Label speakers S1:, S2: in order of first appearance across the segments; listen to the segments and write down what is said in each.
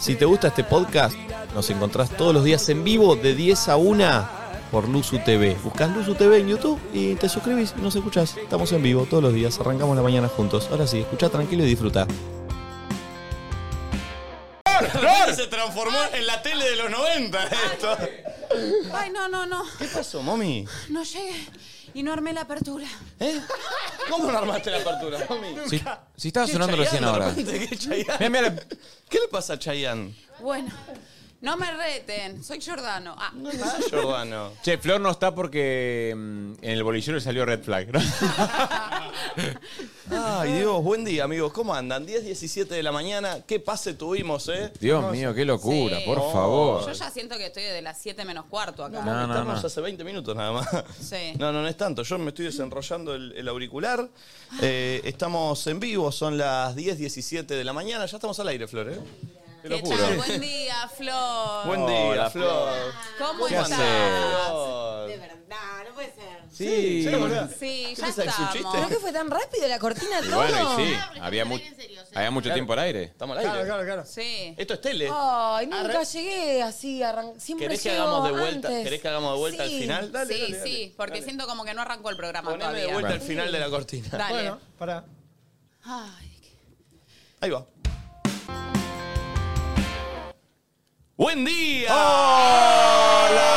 S1: Si te gusta este podcast, nos encontrás todos los días en vivo de 10 a 1 por Luzu TV. Buscás Luzu TV en YouTube y te suscribís y nos escuchás. Estamos en vivo todos los días, arrancamos la mañana juntos. Ahora sí, escucha tranquilo y disfruta.
S2: Se transformó en la tele de los 90 esto.
S3: Ay, no, no, no.
S2: ¿Qué pasó, mami?
S3: No llegué y no armé la apertura.
S2: ¿Eh? ¿Cómo no armaste la apertura, mami?
S4: Si, si estaba sonando recién ahora.
S2: ¿Qué, ¿Qué le pasa a Chayanne?
S3: Bueno, no me reten. Soy Giordano. Ah.
S2: Giordano.
S4: Che, Flor no está porque mm, en el bolillero le salió red flag. ¿no?
S2: Ay, Dios, buen día, amigos. ¿Cómo andan? 10, 17 de la mañana. ¿Qué pase tuvimos, eh?
S4: Dios mío, qué locura,
S3: Sí.
S4: por
S3: No. Yo
S4: favor.
S3: ya siento que estoy de las 7 menos cuarto acá.
S4: No, no,
S2: Estamos
S4: no.
S2: hace 20 minutos nada más.
S3: Sí.
S2: No, no, no es tanto. Yo me estoy desenrollando el, el auricular. Eh, estamos en vivo, son las 10, 17 de la mañana. Ya estamos al aire, Flor, ¿eh? Te lo
S3: ¿Qué
S2: juro.
S3: tal? Buen día, Flor.
S2: Buen día,
S4: Hola,
S2: Flor.
S3: ¿Cómo
S2: ¿Qué
S3: estás?
S2: haces?
S5: verdad, no puede ser.
S2: Sí, sí, boludo.
S3: Sí, ya
S2: ¿Quieres hacer su
S3: estamos.
S2: chiste?
S5: ¿Pero qué fue tan rápido la cortina
S4: Y
S5: todo?
S4: bueno, y sí, había, mu- había mucho tiempo al aire.
S2: Estamos al aire.
S3: Sí.
S2: Esto es tele.
S5: Ay, nunca llegué Eh, así, arran... siempre
S2: ¿Querés que
S5: llego
S2: hagamos de vuelta?
S5: antes.
S2: ¿Querés que hagamos de vuelta
S5: Sí.
S2: al final? Dale,
S3: sí,
S2: dale, dale.
S3: sí, porque siento como que no arrancó el programa
S2: Poneme de
S3: todavía.
S2: vuelta al
S4: Bueno.
S2: final de la cortina.
S3: Dale. Ah.
S6: Bueno, pará.
S3: Ay, qué-
S2: Ahí va. ¡Buen día!
S4: Hola,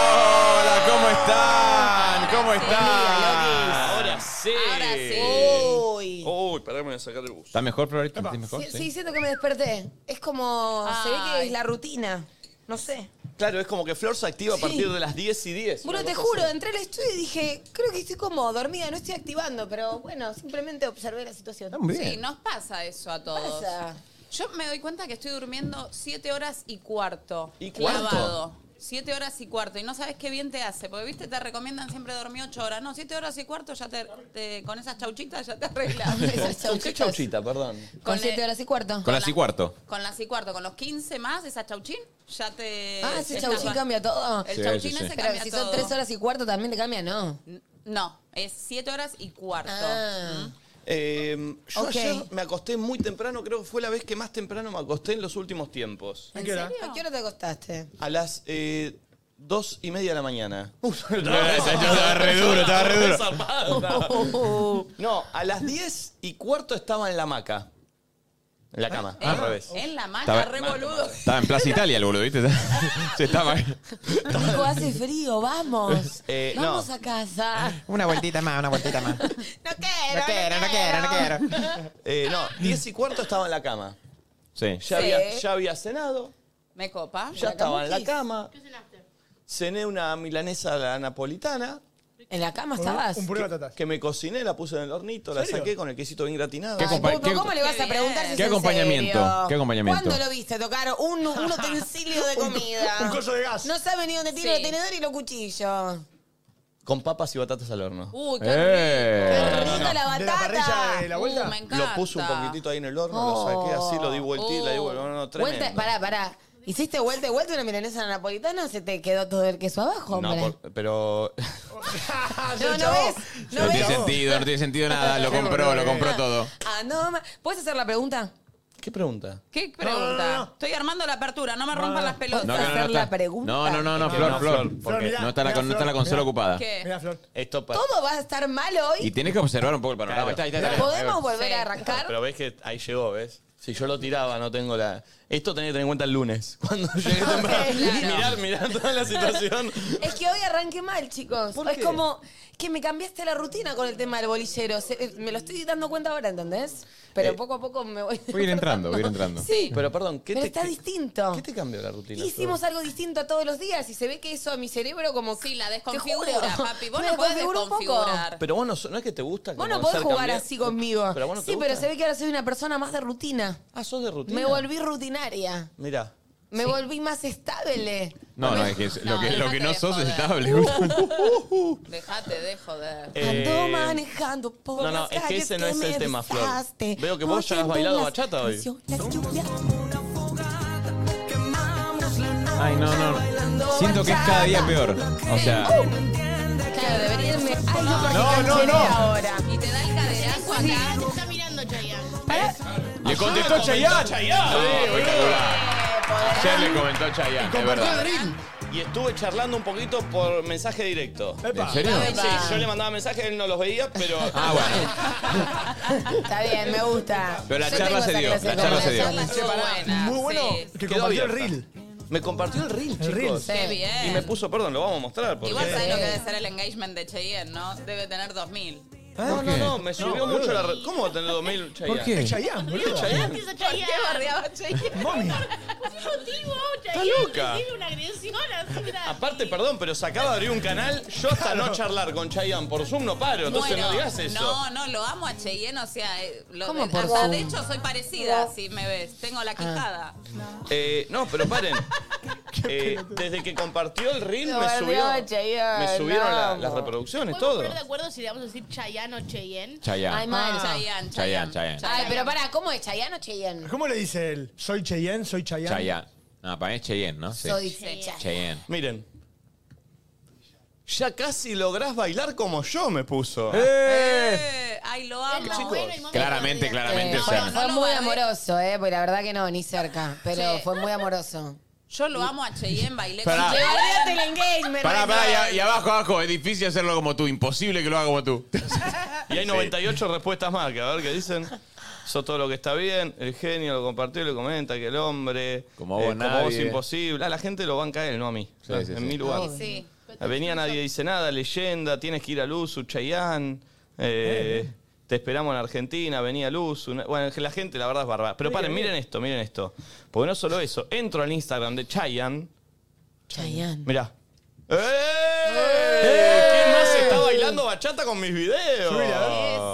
S4: hola, ¿cómo están? ¿Cómo están?
S2: Ahora sí.
S3: Ahora sí.
S5: Uy.
S2: Uy, pará, me voy a sacar el bus.
S4: ¿Está mejor, Flor? ¿Estás mejor?
S5: Sí, sí, siento que me desperté. Es como, se ve que
S3: Ay.
S5: es la rutina. No sé.
S2: Claro, es como que Flor se activa a partir de las 10 y 10.
S5: Bueno,
S2: una
S5: te
S2: cosa
S5: juro,
S2: así.
S5: entré al estudio y dije, creo que estoy como dormida, no estoy activando, pero bueno, simplemente observé la situación.
S3: Sí, nos pasa eso a todos.
S5: pasa?
S3: Yo me doy cuenta que estoy durmiendo siete horas y cuarto.
S2: ¿Y cuarto?
S3: Clavado. Siete horas y cuarto. Y no sabes qué bien te hace. Porque, viste, te recomiendan siempre dormir ocho horas. No, siete horas y cuarto ya te, te- con esas chauchitas ya te arreglas.
S5: Esas
S2: ¿Con qué
S5: chauchitas.
S2: chauchita, perdón?
S5: Con
S3: Con
S5: siete
S3: el-
S5: horas y cuarto.
S4: Con las y cuarto.
S3: con las y cuarto, con los 15 más, esa chauchín, ya te.
S5: Ah, ese
S3: estás-
S5: chauchín cambia todo.
S3: El
S4: Sí,
S3: chauchín
S4: sí, sí.
S3: ese
S5: Pero
S3: cambia
S5: si
S3: todo.
S5: son tres horas y cuarto también te cambia, ¿no?
S3: No, es siete horas y cuarto. Mm.
S5: Ah.
S2: Eh, yo
S5: Ok.
S2: ayer me acosté muy temprano, creo que fue la vez que más temprano me acosté en los últimos tiempos.
S6: ¿En qué hora?
S5: ¿A qué hora te acostaste?
S2: A las eh, dos y media de la mañana.
S4: Estaba re duro, estaba re duro.
S5: Oh.
S2: No, a las 10 y cuarto estaba en la hamaca. En la cama,
S3: ¿Eh?
S2: al revés.
S3: En la
S4: Estaba-
S3: manta, re boludo.
S4: Estaba en Plaza Italia el boludo, ¿viste? Se estaba...
S5: Nico, hace frío, vamos.
S2: Eh, no.
S5: vamos a casa.
S7: Una vueltita más, una vueltita más. No
S5: No quiero,
S7: quiero, no quiero, no quiero.
S2: Eh, no, 10 y cuarto estaba en la cama.
S4: Sí.
S2: Ya,
S5: Sí.
S2: había, ya había cenado,
S3: Me copa.
S2: ya estaba en la
S5: camuquis.
S2: cama. Cené una milanesa a la napolitana,
S5: ¿En la cama
S6: Un-
S5: estabas?
S6: Un puré de patatas.
S2: que me cociné, la puse en el hornito, la
S6: ¿Serio?
S2: saqué con el quesito bien gratinado.
S4: ¿Qué
S5: Ay,
S4: compa-
S5: Pulpo,
S4: qué-
S5: ¿Cómo le vas a preguntar si es
S4: ¿Qué
S5: en
S4: acompañamiento?
S5: serio?
S4: ¿Qué acompañamiento?
S5: ¿Cuándo lo viste tocar un, un utensilio de comida?
S6: Un coso de gas.
S5: No sabe ni dónde tira el
S3: Sí.
S5: tenedor y los cuchillos.
S2: Con papas y batatas al horno.
S3: Uy, qué
S5: Qué
S4: ¡Eh!
S5: rica la
S6: ¿De la parrilla
S5: batata.
S6: de la
S3: rico.
S6: vuelta?
S3: Uh, me encanta.
S2: Lo puse un poquitito ahí en el horno,
S5: Oh.
S2: lo saqué así, lo di vueltita, la di vuelta. No, no, tremendo.
S5: Vuelta, pará, pará. ¿Hiciste vuelta y vuelta una milanesa napolitana o se te quedó todo el queso abajo,
S2: No,
S5: hombre?
S2: por- pero
S5: no, no ves. No
S4: No tiene
S5: ves.
S4: sentido, no tiene sentido nada. Lo compró, lo compró todo.
S5: Ah, no, ma- ¿puedes hacer la pregunta?
S2: ¿Qué pregunta?
S3: ¿Qué pregunta? Estoy armando la apertura, no me
S5: Ah.
S3: rompan las pelotas.
S4: No,
S5: Vas a
S4: no, no,
S5: hacer
S4: no,
S5: la
S4: está.
S5: pregunta.
S4: no, no, no, no,
S2: que no,
S4: Flor, Flor.
S2: Flor,
S4: porque
S6: mirá,
S4: no está la,
S6: mirá,
S4: con- no está la
S6: Flor,
S4: consola
S6: mirá.
S4: ocupada.
S3: ¿Qué?
S6: Mira, Flor.
S2: Esto pa-
S5: ¿Todo va a estar mal
S4: Y
S5: hoy?
S4: tenés que observar un poco el panorama.
S2: Claro.
S4: Ahí está, ahí está, ahí está.
S5: ¿Podemos volver
S3: Sí.
S5: a arrancar?
S2: Pero ves que ahí llegó, ¿ves? Si yo lo tiraba, no tengo la. Esto tenés que tener en cuenta el lunes. Cuando llegué temprano. Mirar,
S3: claro.
S2: mirar toda la situación.
S5: Es que hoy arranqué mal, chicos.
S2: ¿Por
S5: es
S2: qué?
S5: como que me cambiaste la rutina con el tema del bolillero. Se- eh, me lo estoy dando cuenta ahora, ¿entendés? Pero
S2: Eh,
S5: poco a poco me voy.
S4: Voy a ir entrando, voy a ir entrando.
S5: Sí,
S2: Pero perdón, ¿qué
S5: pero
S2: te,
S5: está
S2: qué-
S5: distinto.
S2: ¿Qué te cambió la rutina?
S5: Hicimos algo distinto a todos los días y se ve que eso a mi cerebro como que-
S3: Sí, la
S5: Te
S3: desconfigura,
S5: juro.
S3: papi. Vos
S5: Me
S3: no podés
S5: desconfigura un poco.
S3: desconfigurar.
S2: Pero vos no, so- no es que te gusta.
S5: Vos
S2: como
S5: no podés
S2: ser
S5: jugar
S2: cambiar-
S5: así conmigo.
S2: Pero vos no te
S5: sí, pero
S2: gusta.
S5: se ve que ahora soy una persona más de rutina.
S2: Ah, sos de rutina.
S5: Me volví rutinaria.
S2: Mirá.
S5: Me volví más estable.
S4: No, no, es que es- lo
S3: No,
S4: que, lo
S3: dejate
S4: que no
S3: de
S4: sos es
S3: joder.
S4: estable.
S3: Dejate de joder.
S5: Ando
S2: Eh,
S5: manejando por
S2: no, no,
S5: las
S2: es que
S5: calles
S2: ese no es
S5: me
S2: el tema, Flor.
S5: besaste,
S2: Veo que vos ya has
S5: oyendo
S2: bailado
S5: las
S2: bachata hoy.
S5: canciones lluvias.
S4: Ay, no, no. Siento que es cada día peor. O sea,
S5: Claro, debería irme algo por
S4: No,
S5: la
S4: no,
S5: canchera
S4: no.
S5: ahora.
S3: Y te da el caderazo acá.
S8: está mirando Chayanne.
S6: Ah,
S4: le contestó Chayanne. No, espectacular.
S5: Eh, poder.
S6: Ayer le comentó
S2: Y
S6: Chayanne, es
S2: compartió
S6: verdad.
S2: Y estuve charlando un poquito por mensaje directo.
S6: ¿En serio?
S2: Sí, yo le mandaba mensajes, él no los veía, pero.
S6: Ah, bueno.
S5: Está bien, me gusta.
S2: Pero la
S5: Yo
S2: charla
S5: tengo
S2: se
S5: esa
S2: dio,
S5: clase
S2: la
S5: de
S2: charla se dio.
S5: conversación.
S3: Muy bueno.
S2: Que
S8: compartió el
S2: reel. Me compartió el reel, chicos.
S8: reel.
S3: Sí. Qué bien.
S2: Y me puso, perdón, lo vamos a mostrar. Porque...
S3: Igual sabés lo que debe ser el engagement de Cheyenne, ¿no? Debe tener 2000.
S2: No, no, no, me subió
S8: No,
S2: mucho
S8: boludo.
S2: la. re- ¿Cómo va a tener 2000 Chayanne?
S8: ¿Por qué? Es Chayanne, boludo.
S2: ¿Es Chayanne?
S9: ¿Por
S3: qué bardeaba Cheyenne?
S8: Mami.
S9: motivo,
S2: Está loca.
S9: tiene una agresión así, mira.
S4: Ah,
S2: Aparte, perdón, pero se acaba de abrir un canal. Yo hasta no charlar con Chayanne por Zoom no paro, entonces
S3: Bueno,
S2: no digas eso.
S3: No, no, lo amo a Cheyenne, o sea, eh, lo
S5: ¿Cómo
S3: de,
S5: por Ah.
S3: hasta
S5: Zoom?
S3: de hecho soy parecida, si me ves. Tengo la quijada.
S2: Eh, no, pero paren. Eh, desde que compartió el reel
S5: Lo
S2: me
S5: bardeó
S2: subió.
S5: Chayanne,
S2: Me subieron
S5: lo
S2: la-
S5: amo.
S2: las reproducciones,
S9: ¿Podemos
S2: todo.
S9: poner de acuerdo si le vamos a decir Chayanne o Cheyenne? Ah.
S5: Ay,
S6: Chayanne.
S5: mal.
S3: Chayanne,
S6: Chayanne, Chayanne.
S5: Ay, pero para, ¿cómo es? ¿Chayanne o Cheyenne?
S8: ¿Cómo le dice él? Soy Cheyenne, soy Chayanne.
S6: Chayanne. No, para mí es Cheyenne, ¿no? Sí.
S5: Soy Chayanne.
S6: Cheyenne.
S2: Miren. Ya casi lográs bailar como yo, me puso.
S3: Eh, ay, lo amo.
S9: Chicos,
S6: Claramente, claramente.
S5: Eh,
S6: o
S5: fue,
S6: sea,
S5: fue
S3: No lo
S5: muy
S3: guardé.
S5: amoroso, eh, porque la verdad que no, ni cerca. Pero
S3: Sí.
S5: fue muy amoroso.
S3: Yo lo amo a Cheyenne, bailé
S6: Pará.
S3: con
S5: Te
S3: Cheyenne.
S5: bardeaste el engagement.
S6: Pará, pará, y, a-
S5: Raimundo.
S6: y abajo, abajo. Es difícil hacerlo como tú. Imposible que lo haga como tú.
S2: Y hay 98 respuestas más, que a ver qué dicen. Sos todo lo que está bien, el genio lo compartió, lo comenta, que el hombre. eh,
S6: Como vos,
S2: como
S6: nadie.
S2: vos imposible. A la gente lo banca a él, no a mí.
S6: Sí, sí,
S2: en
S6: sí.
S2: mi lugar. Eh,
S3: Y sí.
S2: Venía nadie dice nada, leyenda, tienes que ir a Luz, Chayán. te esperamos en Argentina, venía Luz. Bueno, la gente la verdad es bárbara. Pero paren, miren esto, miren esto. Porque no solo eso, entro al Instagram de Chayanne.
S5: Chayanne.
S2: Mirá. ¡Eh!
S8: Eh.
S2: ¿Quién más está bailando bachata con mis videos?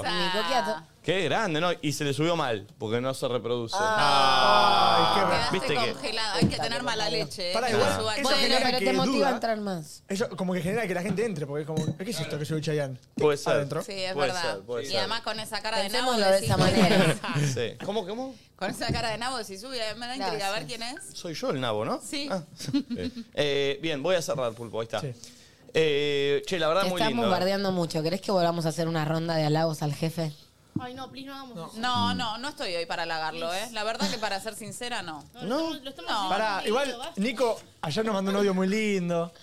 S3: Ah.
S5: Nico Quiato.
S2: Qué grande, ¿no? Y se le subió mal, porque no se reproduce.
S3: Ah. Quedaste
S2: Viste que-
S3: congelada. Hay que tener mala leche. eh,
S8: Pará,
S3: que
S8: igual,
S3: no suba
S8: eso
S5: Bueno,
S8: genera
S3: Cheyenne.
S5: pero
S8: que
S5: te motiva
S8: duda.
S5: a entrar más.
S8: Eso como que genera que la gente entre, porque es como, ¿qué es esto que soy Chayanne?
S2: Puede ser.
S8: Adentro.
S3: Sí, es
S2: Puede
S3: verdad.
S2: ser, puede
S3: y
S2: ser.
S3: además con esa cara de nabo.
S5: Pensémoslo de
S3: decís-
S5: esa manera.
S2: Sí. ¿Cómo, cómo?
S3: Con esa cara de nabo decís, uy, me da intriga a ver quién es.
S2: Soy yo el nabo, ¿no?
S3: Sí.
S2: Ah. Eh, bien, voy a cerrar, Pulpo, ahí está.
S8: Sí.
S2: Eh, che, la verdad,
S5: Te
S2: muy lindo.
S5: estamos bardeando mucho. ¿Querés que volvamos a hacer una ronda de halagos al jefe?
S9: Ay, no, please, no hagamos eso.
S3: No, no, no estoy hoy para halagarlo, ¿eh? La verdad que para ser sincera, no.
S9: No, lo estamos- lo estamos haciendo
S8: Pará,
S9: bien,
S8: igual
S9: listo, basta.
S8: Nico ayer nos mandó un audio muy lindo.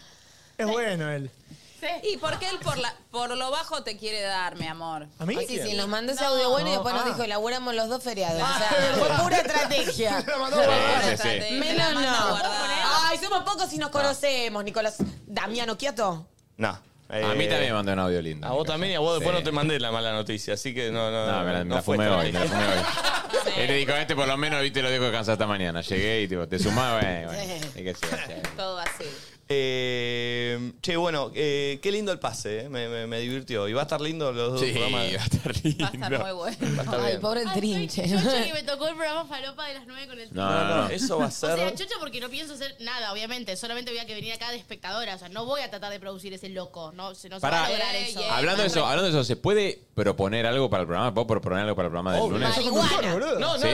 S8: Es bueno él.
S9: Sí.
S3: Y porque él por, la, por lo bajo te quiere dar, mi amor.
S8: ¿A mí? Ah.
S5: Sí, sí,
S8: ¿Quién?
S5: nos mandó ese audio bueno y después nos dijo, elaboramos los dos feriados. O sea, fue pura estrategia.
S8: Ah. La mandó
S6: Sí,
S8: guardada.
S6: sí,
S3: Te-
S6: sí. Ah.
S3: te la
S5: Menos
S3: manda a
S5: no.
S3: guardar.
S5: Ay, somos pocos y nos conocemos, Nicolás. Damiano Quiato.
S2: No. eh,
S6: A mí también me mandó un audio lindo.
S2: A vos también y a vos después no te
S6: mandó.
S2: mandé la mala noticia, así que no, no.
S6: No, me la, me la
S2: fue
S6: fumé
S2: tan
S6: hoy, me la
S2: mal.
S6: fumé hoy. Él le dijo, este por lo menos, viste, lo dejo descansar hasta mañana. Llegué y tipo, te sumaba, eh, bueno, bueno. hay que ser, Chayanne.
S3: Todo así.
S2: Eh, che, bueno, eh, qué lindo el pase, eh, me, me- me divirtió. Y va a estar lindo los dos
S6: Sí, va
S2: programas.
S6: a estar
S3: Va a estar muy
S6: lindo.
S3: bueno.
S2: Está
S5: Ay,
S2: bien.
S5: pobre el
S9: Ay,
S5: trinche.
S9: soy Chocha que me tocó el programa Falopa de las 9 con el
S6: No,
S2: No,
S6: no,
S2: no,
S6: no.
S2: eso va a
S9: O sea,
S2: ser.
S9: chocha porque no pienso hacer nada, obviamente. Solamente voy a que venir acá de espectadora. O sea, no voy a tratar de producir ese loco. No, se no se va
S6: Pará,
S9: a lograr eso.
S3: Ey, ey.
S6: hablando de eso, hablando de eso, ¿se puede proponer algo para el programa? ¿Puedo proponer algo para el programa del
S2: Obvio.
S6: lunes?
S8: Sos conductor, boludo.
S2: No, no.
S6: ¿Sí?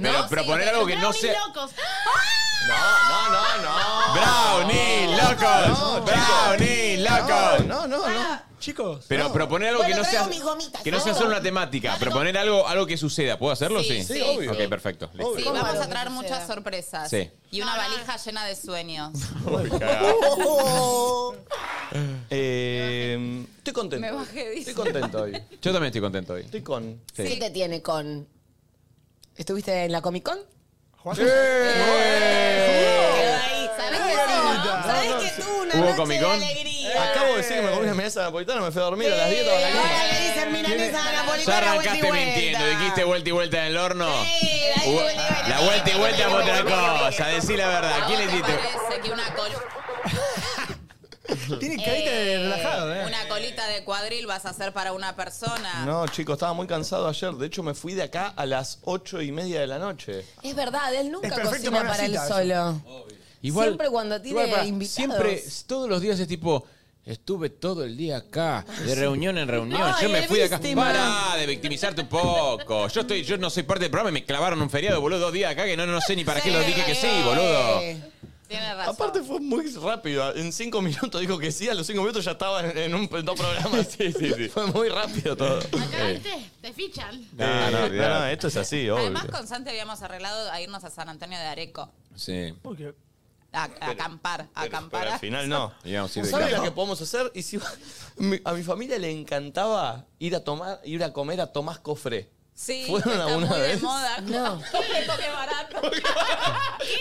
S6: Pero proponer algo que no sea.
S9: locos.
S2: No, no, no, no.
S6: ¡Brownie, locos! ¡Brownie, locos!
S2: No, no, no.
S8: Chicos.
S6: Pero proponer algo que no sea. Que no sea solo una temática, proponer algo, algo que suceda. ¿Puedo hacerlo?
S3: Sí,
S6: Sí,
S3: sí, Sí, obvio.
S6: Ok, perfecto. listo.
S3: Sí,
S2: Obvio.
S3: vamos
S5: algo
S3: a
S5: que
S3: traer
S5: suceda.
S3: muchas sorpresas.
S6: Sí.
S3: Y una valija llena de sueños.
S6: Oh.
S2: Eh, estoy contento.
S3: Me bajé, dice.
S2: Estoy contento hoy.
S6: Yo también estoy contento hoy.
S2: Estoy con.
S5: ¿Qué te tiene con...? ¿Estuviste en la Comic Con?
S3: ¿Sabés qué son?
S5: ¿Sabés que tú una
S6: ¿Hubo
S5: noche
S6: Comic
S5: de
S6: Con?
S5: alegría?
S2: Acabo de decir que me comí una milanesa napolitana, me fui a dormir a las 10 estaba en la cama.
S5: Ahora le dicen milanesa
S6: Ya
S5: napolitana vuelta y
S6: arrancaste
S5: vuelta.
S6: mintiendo, dijiste vuelta y vuelta en el horno.
S5: Sí, la
S6: Hubo-
S5: vuelta y vuelta.
S6: La vuelta y vuelta es otra cosa, decí la verdad. ¿Quién le
S3: ¿Te
S6: hiciste?
S3: parece que una, col-
S8: Tiene carita de
S3: eh,
S8: relajado, eh.
S3: una colita de cuadril vas a hacer para una persona?
S2: No, chicos, estaba muy cansado ayer. De hecho, me fui de acá a las 8 y media de la noche.
S5: Es verdad, él
S8: Es
S5: nunca
S8: perfecto
S5: cocina
S8: para una
S5: para él
S8: cita, eso.
S5: solo. Siempre cuando tiene
S6: pará,
S5: invitados.
S6: Siempre, todos los días es tipo, estuve todo el día acá, de reunión en reunión. yo
S5: Ay,
S6: me
S5: el
S6: fui de acá.
S5: víctima.
S6: Pará de victimizarte un poco. Yo estoy, yo no soy parte del programa y me clavaron un feriado, boludo, dos días acá que no, no sé ni para qué lo dije que sí, boludo.
S3: Tiene razón.
S2: Aparte fue muy rápido. En cinco minutos dijo que sí, a los cinco minutos ya estaba en, en un, en dos programas. sí, sí, sí. Fue muy rápido todo. Eh,
S9: Acá, viste, te fichan.
S2: No, no, no, esto es así, obvio.
S3: Además, con Santi habíamos arreglado a irnos a San Antonio de Areco.
S6: Sí.
S8: Porque
S3: A, a acampar, a acampar.
S2: Pero al
S3: a-
S2: final no.
S6: Digamos, sí, de
S2: ¿Sabes
S6: cara.
S2: lo que podemos hacer? Y si, mi- a mi familia le encantaba ir a tomar, ir a comer a Tomás Cofré.
S3: Sí,
S2: ¿Fueron
S3: está
S2: alguna
S3: muy de
S2: vez?
S3: moda.
S5: No.
S3: ¿Qué? Come barato.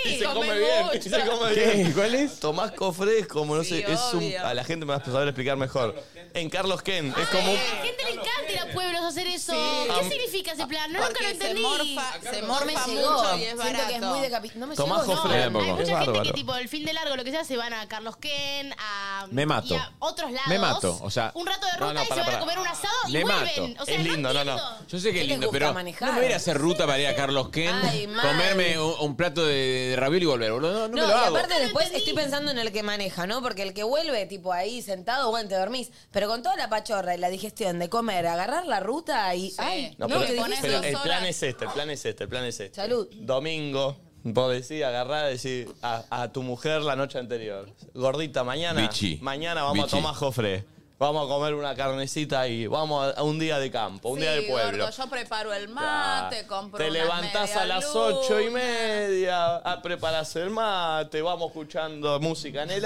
S2: Y se
S3: Come
S2: come bien, y
S3: mucho.
S2: se come bien. ¿Cuál es? Tomás Cofré es como, no
S3: Sí,
S2: sé, es un,
S3: obvio.
S2: a la gente me va a saber explicar mejor. En Carlos Ken, es como un-
S9: A la gente le encanta ir a pueblos a hacer eso. ¿Qué significa ese plan? No, nunca lo
S3: Porque se
S9: entendí.
S3: morfa, se
S5: No me
S3: morfa
S5: llegó.
S3: mucho y es
S5: Siento
S3: barato.
S5: que es muy decapi- No me
S2: Tomás
S5: llegó.
S2: Jofre.
S9: Hay mucha
S6: Es
S9: gente
S2: bárbaro.
S9: que tipo el fin de largo, lo que sea, se van a Carlos Ken, a,
S6: Me mato.
S9: y a otros lados.
S6: Me mato, o sea-
S9: un rato de
S6: No,
S9: ruta
S6: no,
S9: y
S6: para,
S9: se van
S6: para.
S9: a comer un asado y
S6: Me
S9: vuelven.
S6: mato.
S9: O sea,
S2: Es lindo, no, no.
S9: entiendo.
S6: Yo sé que
S5: ¿Qué les
S6: es lindo,
S5: gusta
S6: pero
S5: manejar?
S6: no me voy a ir a hacer ruta para ir a Carlos Ken,
S5: Ay, mal.
S6: comerme un, un plato de, de ravioli y volver, boludo. No, no,
S5: No,
S6: me lo
S5: y
S6: hago.
S5: aparte después
S9: entendí.
S5: estoy pensando en el que maneja, ¿no? Porque el que vuelve, tipo ahí sentado, bueno, te dormís. Pero con toda la pachorra y la digestión de comer, agarrar la ruta y. Ay,
S3: No,
S5: no,
S3: pero-
S5: que
S3: pero
S5: dijiste-
S2: Pero
S3: dos
S2: el plan
S3: horas.
S2: es este, el plan es este, el plan es este.
S5: Salud.
S2: Domingo, vos decís, agarrar, decís a, a tu mujer la noche anterior. Gordita, mañana.
S6: Bichi.
S2: Mañana vamos
S6: Bichi.
S2: a tomar jofre. Vamos a comer una carnecita y vamos a, a un día de campo, un día de
S3: Sí,
S2: pueblo.
S3: gordo, yo preparo el mate, compro
S2: Te
S3: unas
S2: levantás a las
S3: medialunas.
S2: ocho y media, a preparás el mate, vamos escuchando música en el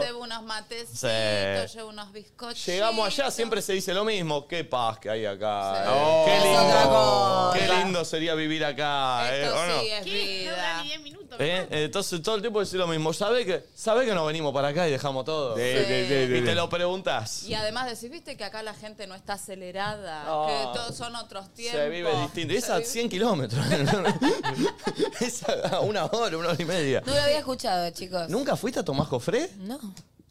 S3: Te cebo unos matecitos,
S2: Sí.
S3: llevo unos bizcochos.
S2: Llegamos allá, siempre se dice lo mismo. Qué paz que hay acá.
S3: Sí.
S2: eh.
S6: Oh.
S2: Qué
S6: Es
S5: otra
S2: lindo.
S5: cosa.
S2: Qué lindo sería vivir acá. eh,
S3: Esto
S2: ¿o no?
S3: sí es
S9: ¿Qué? No dura
S3: vida.
S9: ni 10 minutos.
S2: ¿Eh? Entonces todo el tiempo decir lo mismo. ¿Sabés que, sabe que nos venimos para acá y dejamos todo?
S6: De- de- de- de-
S2: Y te
S6: de-
S2: lo preguntás.
S3: Y además decís, viste que acá la gente no está acelerada,
S2: No.
S3: que todos son otros tiempos.
S2: Ah. Se vive distinto. Y es
S3: Se
S2: a
S3: vive-
S2: 100 kilómetros. es a una hora, una hora y media.
S5: No lo había escuchado, chicos.
S2: ¿Nunca fuiste a Tomás Jofré?
S5: No.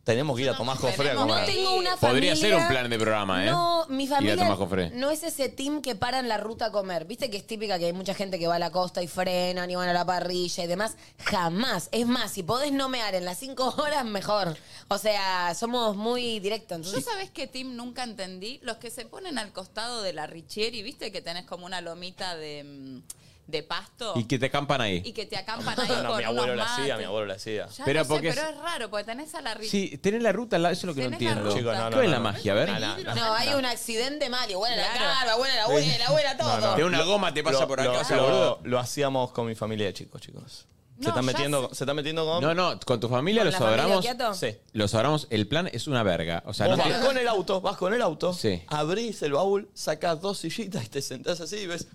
S2: Tenemos que ir a Tomás Jofré a
S3: Tenemos
S2: comer.
S3: que ir.
S5: Tengo una familia.
S6: Podría ser un plan de programa, ¿eh?
S5: No, mi
S6: Ir a
S5: familia
S6: tomar Jofre.
S5: no es ese team que para en la ruta a comer. Viste que es típica que hay mucha gente que va a la costa y frenan y van a la parrilla y demás. Jamás. Es más, si podés no mear en las cinco horas, mejor. O sea, somos muy directos.
S3: Yo
S5: Entonces,
S3: sabés que Tim nunca entendí, los que se ponen al costado de la Richieri, viste que tenés como una lomita de, mm, de pasto
S6: Y que te acampan ahí.
S3: y que te acampan ahí
S2: No, no,
S3: con
S2: mi abuelo
S3: unos
S2: la hacía,
S3: mates.
S2: mi abuelo la hacía.
S3: Ya
S6: Pero
S3: no sé,
S6: porque
S3: pero
S6: es-
S3: es raro, porque tenés a la Richieri.
S6: Sí, tener la ruta, al lado, eso es lo que no
S3: Tenés la
S6: entiendo.
S3: ruta. Chicos,
S2: no,
S6: ¿Cuál
S2: no,
S6: es la
S2: no.
S6: magia? A ver.
S9: Peligro.
S5: no, hay un accidente mal. y Buena la
S3: Claro.
S5: carga, buena la abuela, buena todo.
S6: De una goma te pasa
S2: Lo-
S6: por
S2: lo-
S6: acá, o sea,
S2: lo,
S6: boludo.
S2: lo hacíamos con mi familia de chicos, chicos. se,
S3: No,
S2: están
S3: ya
S2: metiendo, se están metiendo con...
S6: No, no, con tu familia
S5: ¿Con
S6: los
S5: la familia
S6: adoramos.
S5: Occhiato?
S2: Sí.
S6: Los adoramos. El plan es una verga. O sea,
S2: Vos
S6: no
S2: vas
S6: te-
S2: con el auto, vas con el auto,
S6: Sí.
S2: abrís el baúl, sacás dos sillitas y te sentás así y ves.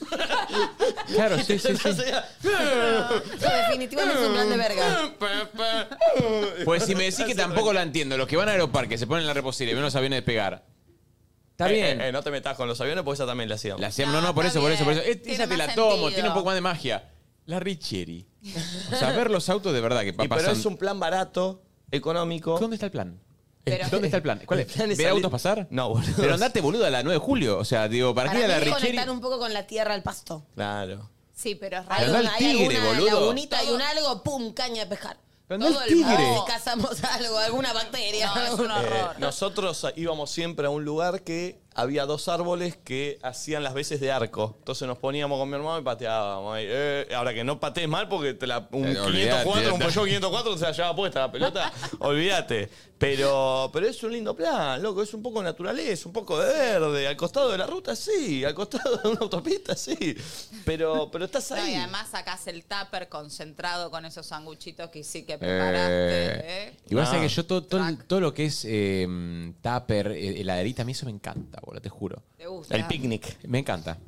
S6: Claro, sí, sí, sí.
S2: sentás allá.
S5: Esto definitivamente es un plan de verga.
S6: Pues si me decís que tampoco la entiendo, los que van a aeroparque se ponen la reposera y ven los aviones despegar. Está
S2: Eh,
S6: bien.
S2: eh, eh, no te metas con los aviones porque esa también la hacíamos.
S6: La hacíamos- no, no,
S3: No,
S6: por
S3: Ah, está
S6: eso, por eso, por eso.
S3: bien.
S6: Es- Esa
S3: Tiene
S6: te la
S3: más
S6: tomo,
S3: sentido.
S6: tiene un poco más de magia. La Richieri. O sea, ver los autos de verdad que
S2: Y,
S6: pasan.
S2: pero es un plan barato, económico.
S6: ¿Dónde está el plan?
S3: Pero-
S6: ¿Dónde está el plan? ¿Cuál es?
S2: El plan es
S6: ¿Ver
S2: salir-
S6: autos pasar?
S2: No, boludo.
S6: Pero andate, boludo, a la 9 de julio. O sea, digo, ¿para,
S5: Para
S6: qué ir a la
S5: mí es
S6: Richieri?
S5: conectar un poco con la tierra al pasto.
S2: Claro.
S3: Sí, pero es
S5: Hay,
S3: raro.
S6: Pero
S5: un,
S6: anda el
S5: hay
S6: tigre,
S5: alguna
S6: boludo.
S5: lagunita y un algo, pum, caña de pescar.
S6: Pero andá
S3: todo
S6: al
S3: el
S6: tigre.
S5: A ver si cazamos algo, alguna bacteria.
S3: No, es un
S5: alguna-
S2: Eh,
S3: horror.
S2: nosotros íbamos siempre a un lugar que había dos árboles que hacían las veces de arco. Entonces nos poníamos con mi hermano y pateábamos. ahí. Eh, ahora que no patees mal porque te la, un
S6: Eh,
S2: 504, un
S6: olvidate.
S2: pollo 504 se la lleva puesta la pelota. olvídate. Pero, pero es un lindo plan, loco. Es un poco de naturaleza, un poco de verde. Al costado de la ruta, sí. Al costado de una autopista, sí. Pero, pero estás
S3: No, y
S2: ahí.
S3: además sacás el tupper concentrado con esos sanguchitos que sí que preparaste.
S6: Eh,
S3: ¿eh?
S6: Igual
S2: Ah.
S6: sabés que yo todo, todo,
S3: Track.
S6: todo lo que es eh, tupper, eh, heladerita, a mí eso me encanta, boludo, te juro.
S3: ¿Te gusta?
S2: El picnic.
S6: Me encanta.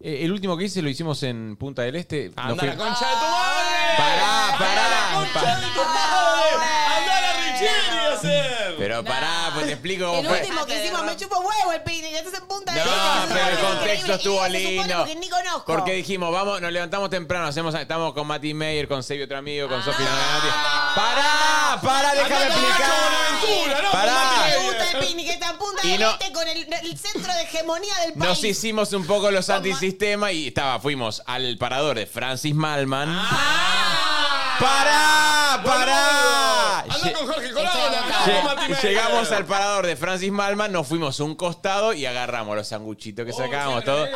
S6: Eh, el último que hice lo hicimos en Punta del Este. Nos
S2: Anda
S6: fui-
S2: la concha de tu madre.
S6: Pará,
S2: Anda la
S6: pará.
S2: concha de tu madre. Anda la Richieri a hacer.
S6: Pero pará, pues te explico cómo
S5: El
S6: fue.
S5: último que hicimos me chupo huevo el picnic, entonces en punta de
S6: No, pero el contexto estuvo lindo.
S5: Porque ni conozco.
S6: Porque dijimos, vamos, nos levantamos temprano, hacemos, estamos con Mati Meyer, con Sebi otro amigo, con Sofi Navati. Pará, Ah, pará, déjame
S2: Andate a
S6: explicar.
S2: Nacho Bonaventura, no,
S6: Pará.
S5: Me gusta el picnic, está en punta
S6: Y
S5: del
S6: no-
S5: este con el, el centro de hegemonía del país.
S6: Nos hicimos un poco los antisistema y estaba, fuimos al parador de Francis Malman. Ah, ¡Pará! ¡Pará!
S4: Andá con Jorge Corona,
S6: Lle-
S4: andá con Mati Meyer.
S6: Llegamos al parador de Francis Malman, nos fuimos un costado y agarramos los sanguchitos que sacábamos todos.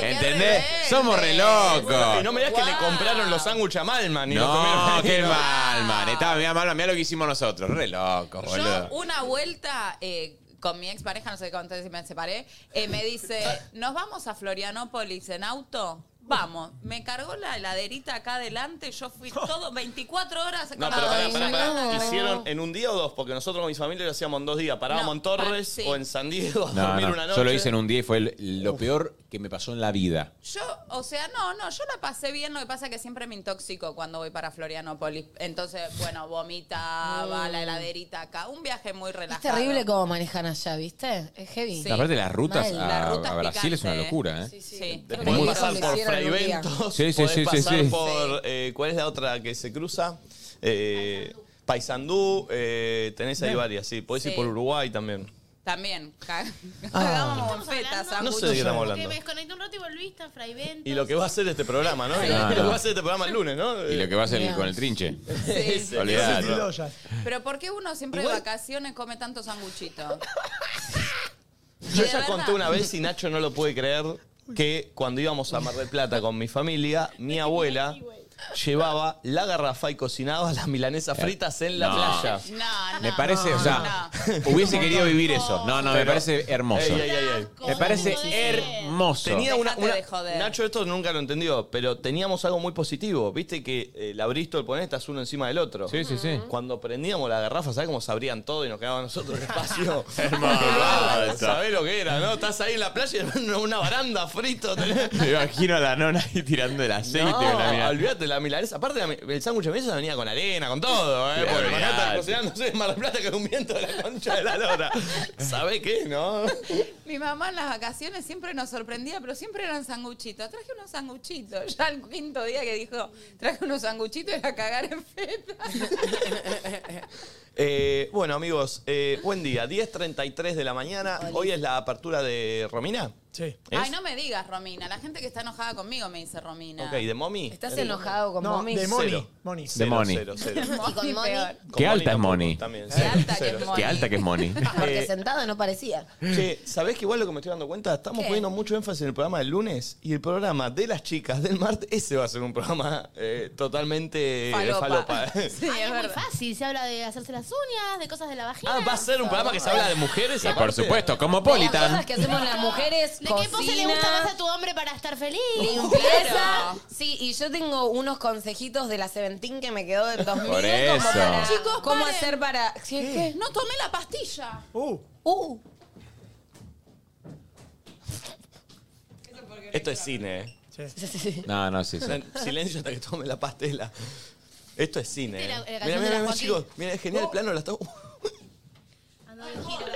S6: ¿Entendés? Somos re locos.
S2: Y no me digas que le compraron los sándwiches a Malman y los
S6: No,
S2: comieron.
S6: qué Malman. Estaba, mirá, Malman, mirá lo que hicimos nosotros. Re locos, boludo.
S3: Una vuelta eh, con mi expareja, no sé cuánto si me separé, eh, me dice, ¿nos vamos a Florianópolis en auto? Vamos, me cargó la heladerita acá adelante, yo fui todo 24 horas con
S2: No, pero
S3: la
S2: pará,
S3: heladerita.
S2: pará, pará. ¿Hicieron en un día o dos? Porque nosotros con mi familia lo hacíamos en dos días. Parábamos
S3: No,
S2: en Torres
S3: pa- sí.
S2: o en San Diego a
S6: No,
S2: dormir
S6: no,
S2: una noche.
S6: Yo lo hice en un día y fue el- lo peor que me pasó en la vida.
S3: Yo, o sea, no, no, yo la pasé bien, lo que pasa es que siempre me intoxico cuando voy para Florianópolis. Entonces, bueno, vomitaba,
S5: Mm.
S3: la heladerita acá, un viaje muy
S5: Es
S3: relajado.
S5: terrible cómo manejan allá, ¿viste? Es heavy.
S3: Sí.
S6: Aparte, las rutas
S5: Mal.
S6: a,
S5: Las rutas
S6: a Brasil es una
S3: picantes,
S6: locura, ¿eh?
S3: Sí,
S2: Después
S5: Creo que
S2: podés pasar
S5: lo
S2: por
S5: hicieron un día.
S2: Freyventos.
S6: Sí, sí,
S2: podés
S6: sí, sí,
S2: pasar
S6: sí.
S2: por. eh, ¿Cuál es la otra que se cruza? Eh, Paysandú. eh, tenés ahí varias, sí. Podés ir
S3: Sí.
S2: por Uruguay también.
S3: También, ca-
S5: Ah.
S3: cagábamos
S9: Estamos
S3: bofetas,
S9: hablando-
S2: No sé de qué estamos
S9: Que me
S2: hablando.
S9: desconecté un rato y volviste a Fray Bentos.
S2: Y lo que va a hacer este programa, ¿no? Y
S6: Claro.
S2: Lo que va a hacer este programa el lunes, ¿no?
S6: Y lo que va a hacer
S5: Dios.
S6: con el trinche.
S3: Sí, sí.
S6: Olvidate.
S8: Tiloyas.
S3: Pero ¿por qué uno siempre
S2: Igual-
S3: de vacaciones come tanto sanguchito?
S2: Yo
S3: ¿De
S2: ya
S3: verdad?
S2: conté una vez y Nacho no lo puede creer que cuando íbamos a Mar del Plata con mi familia, mi abuela llevaba la garrafa y cocinaba las milanesas fritas en la
S6: Eh, No.
S2: playa.
S3: No, no.
S6: Me parece, o sea, hubiese querido vivir eso. No, no, me
S2: Pero-
S6: parece hermoso.
S2: Ey, ey, ey, ey.
S6: Me parece hermoso.
S2: Tenía una,
S3: Déjate
S2: una-
S3: de joder.
S2: Nacho esto nunca lo entendió, pero teníamos algo muy positivo. Viste que eh, la Bristol ponés estás uno encima del otro.
S6: Sí, sí, sí.
S2: Cuando prendíamos la garrafa, ¿sabés cómo se abrían todo y nos quedaba nosotros el espacio?
S6: Hermoso.
S2: ¿Sabés lo que era, no? Estás ahí en la playa y de pronto una baranda frito. tenés-
S6: Me imagino a la nona ahí tirando el aceite.
S2: No,
S6: con la mirada.
S2: olvídate, la milanesa. Aparte, la mi- el sándwich de milanesa venía con arena, con todo, ¿eh?
S6: Olvídate.
S2: Porque acá están cocinándose en Mar del Plata con un viento de la concha de la lora. ¿Sabés qué, no?
S3: Mi mamá en las vacaciones siempre nos sorprendía, pero siempre eran sanguchitos. Traje unos sanguchitos. Ya el quinto día que dijo, traje unos sanguchitos era cagar en feta.
S2: Eh, bueno, amigos, eh, buen día. 10.33 de la mañana. Hoy es la apertura de Romina.
S8: Sí.
S2: ¿Es?
S3: Ay, no me digas, Romina. La gente que está enojada conmigo me dice Romina.
S2: Ok, ¿de Mommy?
S5: ¿Estás
S2: Cero,
S5: enojado con
S8: No,
S5: Momi?
S8: de Moni.
S2: Cero.
S8: Moni.
S6: De Moni.
S2: cero, cero.
S5: ¿Y con Moni?
S3: Peor.
S2: Con
S6: Qué alta es
S2: tampoco,
S6: Moni.
S2: También,
S3: Qué
S2: cero,
S3: alta que
S2: cero.
S3: es Moni.
S6: Qué alata que es Moni.
S5: Porque
S2: Eh,
S5: sentado no parecía.
S2: Che, ¿sabés que igual lo que me estoy dando cuenta? Estamos
S5: ¿Qué?
S2: poniendo mucho énfasis en el programa del lunes y el programa de las chicas del martes, ese va a ser un programa eh, totalmente eh,
S3: Falopa.
S2: falopa.
S3: Sí,
S9: Ay,
S3: es
S9: es muy
S3: verdad.
S9: fácil. Se habla de hacerse las uñas, de cosas de la vagina.
S2: Ah, va a ser un programa que se habla de mujeres.
S6: Y Por
S2: aparte?
S6: supuesto,
S5: Las cosas
S6: Cosmopolitan.
S5: que hacemos las mujeres,
S9: Ah, ¿De qué pose le gusta más a
S5: cocina,
S9: tu hombre para estar feliz?
S5: limpieza. Sí, y yo tengo unos consejitos de la Seventeen que me quedó del 2000.
S6: Por
S5: Como
S6: eso.
S5: para,
S3: Chicos,
S5: ¿Cómo
S3: paren.
S5: hacer para...? ¿Sí, ¿Qué?
S3: No tomé la pastilla.
S8: Uh,
S5: Uh,
S2: Esto es cine. eh.
S6: No, no, sí, sí.
S2: Silencio hasta que tome la pastela. Esto es cine.
S9: Este
S2: eh.
S9: era- era
S2: Mira,
S9: canción de
S2: mira,
S9: la
S2: mira,
S9: Joaquín.
S2: chicos. Mira, es genial el plano. La estamos...
S9: Ando de gira.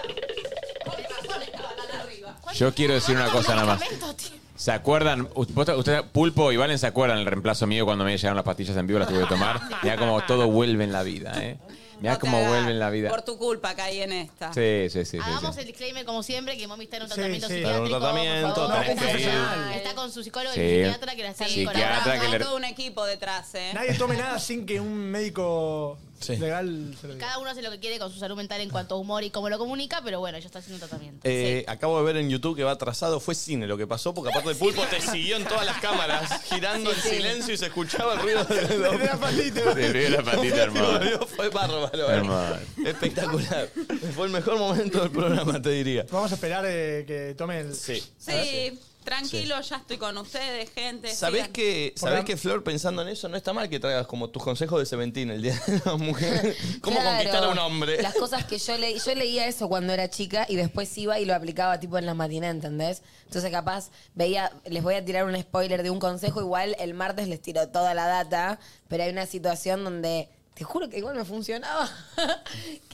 S6: Yo quiero decir una cosa nada más.
S9: Lamento, tío.
S6: ¿Se acuerdan? Ustedes, Pulpo y Valen, ¿se acuerdan el reemplazo mío cuando me llegaron las pastillas en vivo? Las tuve que tomar. Mirá cómo todo vuelve en la vida, ¿eh? Mirá
S3: No te
S6: cómo
S3: hagas.
S6: vuelve en la vida.
S3: Por tu culpa caí en esta.
S6: Sí, sí, sí. sí,
S9: Hagamos
S6: sí.
S9: el disclaimer como siempre que Mommy está en un
S8: Sí,
S9: tratamiento
S8: sí.
S9: psiquiátrico.
S2: Está en un tratamiento,
S9: por favor.
S2: tenés que ir.
S9: Está- Está con su psicólogo
S6: Sí.
S9: y psiquiatra que la está
S6: Sí,
S9: psiquiatra.
S6: psiquiatra que
S3: Hay
S6: le-
S3: todo un equipo detrás, ¿eh?
S8: nadie tome nada sin que un médico
S2: Sí.
S8: legal se lo diga.
S9: Cada uno hace lo que quiere con su salud mental en cuanto a humor y cómo lo comunica, pero bueno, ella está haciendo un tratamiento.
S2: Eh, Acabo de ver en YouTube que va atrasado. Fue cine lo que pasó porque aparte el pulpo te siguió en todas las cámaras girando en silencio y se escuchaba el ruido de los...
S8: Era patito.
S6: Te brilló la patita, hermano.
S2: Fue bárbaro. eh.
S6: Hermano.
S2: Espectacular. Fue el mejor momento del programa, te diría.
S8: Vamos a esperar eh, que tome el.
S2: Ah, Sí.
S3: Sí, tranquilo, ya estoy con ustedes, gente.
S2: ¿Sabés
S3: sigan.
S2: que, sabés
S8: Hola.
S2: que, Flor, pensando en eso, no está mal que traigas como tus consejos de Seventín el día de la mujer? ¿Cómo
S5: claro.
S2: conquistar a un hombre?
S5: Las cosas que yo leí, yo leía eso cuando era chica y después iba y lo aplicaba tipo en la matina, ¿entendés? Entonces capaz veía, les voy a tirar un spoiler de un consejo, igual el martes les tiro toda la data, pero hay una situación donde te juro que igual me funcionaba.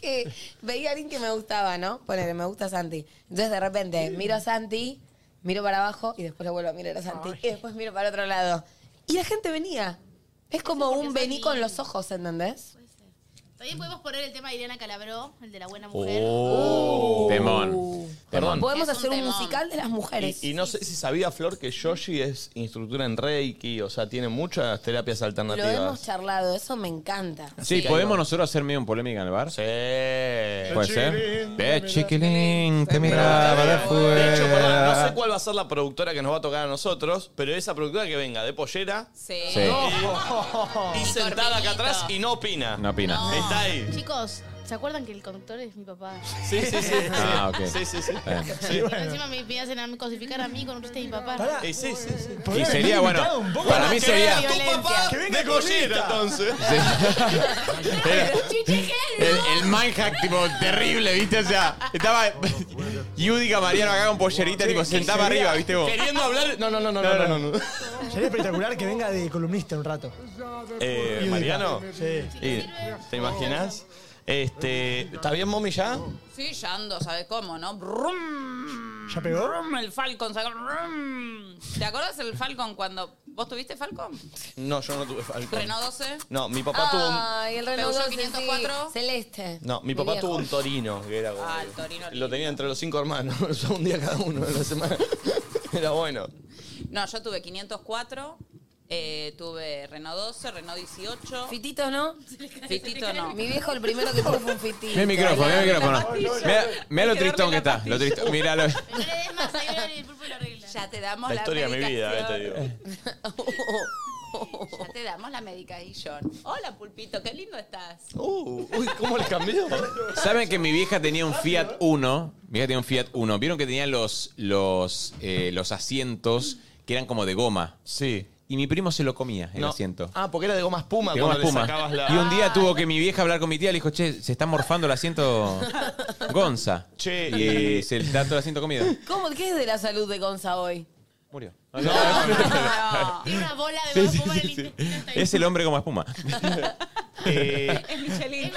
S5: que veía a alguien que me gustaba, ¿no? Ponele, me gusta Santi. Entonces de repente miro a Santi, miro para abajo y después lo vuelvo a mirar a Santi. Y después miro para otro lado. Y la gente venía. Es como
S9: porque
S5: un
S9: son
S5: vení con
S9: lindos.
S5: los ojos, ¿entendés?
S9: También podemos poner el tema de Iriana Calabró, el de la buena mujer.
S2: Oh.
S6: Temón.
S2: Perdón.
S5: Podemos
S9: Es un
S5: hacer un
S9: temón.
S5: musical de las mujeres.
S2: Y, y no sé si sabía Flor que Yoshi es instructora en Reiki, o sea, tiene muchas terapias
S5: Lo hemos
S2: alternativas.
S5: charlado, eso me encanta.
S6: Sí, ¿podemos nosotros hacer medio un polémica en el bar?
S2: Sí.
S6: ¿Puede ser?
S8: chiquilín,
S6: De chiquilín, te miraba de
S2: De hecho, perdón, no sé
S6: fuera.
S2: cuál va a ser la productora que nos va a tocar a nosotros, pero esa productora que venga de pollera
S3: Sí.
S6: Sí.
S2: y sentada acá atrás y no opina.
S6: No opina.
S9: No.
S2: Está ahí.
S9: Chicos, ¿se acuerdan que el conductor es mi papá?
S2: Sí, sí, sí.
S6: Ah, ok.
S2: Sí, sí, sí.
S6: Está bien.
S2: Sí.
S9: Y encima me, me hacen a mí cosificar a mí con un chiste de mi papá.
S8: Pará.
S2: Eh, sí, sí, sí.
S8: Podría
S6: Y
S8: venir
S6: sería, bueno,
S8: invitado un poco
S6: para
S8: más.
S6: mí
S2: Era
S6: sería...
S2: tu papá
S8: Que venga
S2: de pollera,
S8: Cornita.
S2: entonces.
S6: El, el manhack, tipo, terrible, ¿viste? O sea, estaba Yudica Mariano acá con pollerita, tipo, sentaba arriba, ¿viste vos?
S2: Queriendo hablar. No, no, no, no, no, no. no,
S8: Sería espectacular que venga de columnista un rato.
S2: Eh, Mariano,
S8: Sí.
S2: ¿y- ¿te imaginas? Este, ¿Está bien, mommy, ya?
S3: Sí, ya ando, ¿sabes cómo, no? Brum.
S8: ¿Ya pegó?
S3: Brum, el Falcon sacó. brum. ¿Te acuerdas el Falcon cuando. ¿Vos tuviste Falcon?
S2: No, yo no tuve Falcon.
S3: Renault 12.
S2: No, mi
S5: Ah.
S2: papá tuvo un.
S5: Ay, el Renault
S3: Peugeot
S5: 12, sí.
S3: 504.
S5: Celeste.
S2: No, mi papá
S5: viejo.
S2: tuvo un torino, que era como-
S3: Ah, el Torino
S2: Lo
S3: lindo.
S2: tenía entre los cinco hermanos, un día cada uno de la semana. Era bueno.
S3: No, yo tuve 504. eh, tuve Renault 12, Renault 18.
S5: Fitito, ¿no?
S3: Fitito no.
S5: Mi viejo el primero que tuvo fue un fitito.
S6: Mira el micrófono,
S2: eh.
S6: mira el micrófono.
S3: pastilla.
S6: Mira, mira
S3: Hay
S6: lo
S3: que
S6: tristón
S3: darle
S6: que
S3: la
S6: está. Lo tristón. Mira lo.
S9: Pero No le des más, ahí va Ah, el pulpo y lo arregla.
S3: Ya te damos
S2: La
S3: la,
S2: historia de mi vida, eh, te
S3: medicación.
S2: digo.
S3: Ya te damos la medicación. Hola, Pulpito, qué lindo estás.
S2: Uh, uy, ¿cómo le cambió?
S6: ¿Saben que mi vieja tenía un Fiat Uno? Mi vieja tenía un Fiat Uno. ¿Vieron que tenía los, los, eh, los asientos que eran como de goma?
S2: Sí.
S6: Y mi primo se lo comía, el
S2: No.
S6: asiento.
S2: Ah, porque era de goma espuma
S6: De
S2: cuando
S6: goma espuma.
S2: le sacabas la.
S6: Y un día tuvo que mi vieja hablar con mi tía. Le dijo, che, se está morfando el asiento Gonza.
S2: Che,
S6: Y
S2: eh,
S6: se le da todo el asiento comido.
S5: ¿Cómo? ¿Qué es de la salud de Gonza hoy?
S6: Murió.
S3: No.
S9: Tiene una bola de goma espuma en el intestino. hasta ahí.
S6: Es el hombre goma espuma.
S2: eh,
S3: Es Michelin.
S9: Es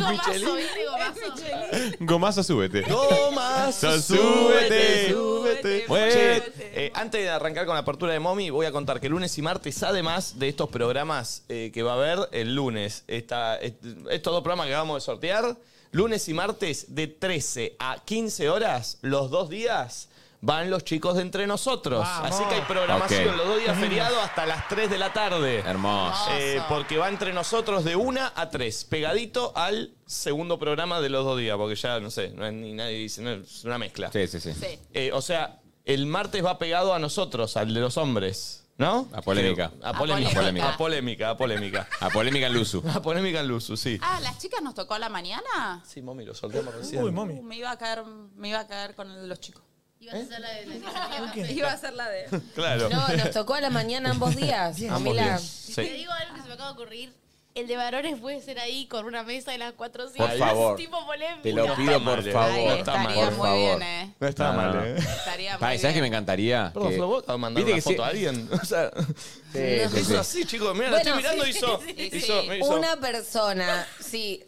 S9: gomazo, es gomazo, ¿viste? Gomazo.
S6: Gomazo, súbete.
S2: Gomas,
S6: súbete,
S3: súbete,
S2: Che,
S3: súbete.
S2: eh, antes de arrancar con la apertura de Momi, voy a contar que lunes y martes, además de estos programas eh, que va a haber el lunes, esta- est- estos dos programas que acabamos de sortear, lunes y martes de 13 a 15 horas, los dos días, van los chicos de entre nosotros. Así que hay programación
S6: Ok.
S2: los dos días feriados hasta las 3 de la tarde.
S6: Hermoso.
S2: Eh, porque va entre nosotros de una a tres, pegadito al segundo programa de los dos días, porque ya no sé, no es ni nadie dice, no, es una mezcla.
S6: Sí, sí, sí.
S3: Sí.
S2: Eh, o sea, el martes va pegado a nosotros, al de los hombres, ¿no?
S6: A polémica.
S2: A polémica.
S3: A polémica.
S2: A polémica, a polémica.
S6: A polémica en Luzu.
S2: A polémica en Luzu, sí.
S3: Ah, ¿las chicas nos tocó a la mañana? Uh,
S2: Sí, mami, lo soltamos recién.
S8: Uy, mami.
S3: Me iba a caer, me iba a caer con el de los chicos.
S9: Ibas
S2: ¿Eh?
S9: a hacer la de la
S3: Iba a ser la de.
S2: Claro.
S5: No, nos tocó a la mañana ambos días.
S2: Ambos
S5: Mila.
S2: días.
S9: Te
S2: Sí.
S9: digo algo que se me acaba de ocurrir. El de varones puede ser ahí con una mesa de las cuatro sillas.
S6: Por favor.
S9: Tipo polémica.
S6: Te lo pido, por
S2: Está mal, eh.
S6: favor.
S2: está mal.
S3: estaría
S6: Por
S3: muy
S6: favor.
S3: bien, eh.
S2: No está
S6: No, no,
S2: mal,
S6: no.
S2: ¿eh?
S3: Estaría muy
S6: Pa, ¿Sabes qué me
S3: bien.
S6: encantaría?
S2: Perdón,
S6: Que-
S2: Flo, ¿vos a mandar
S6: Viste
S2: una
S6: que
S2: foto
S6: sí-
S2: a alguien? O sea,
S6: Sí, sí,
S2: hizo
S6: sí.
S2: así, chicos. Mira, la
S5: Bueno,
S2: estoy mirando
S5: sí,
S2: y hizo.
S3: sí, sí.
S2: hizo, me hizo.
S5: Una persona, sí.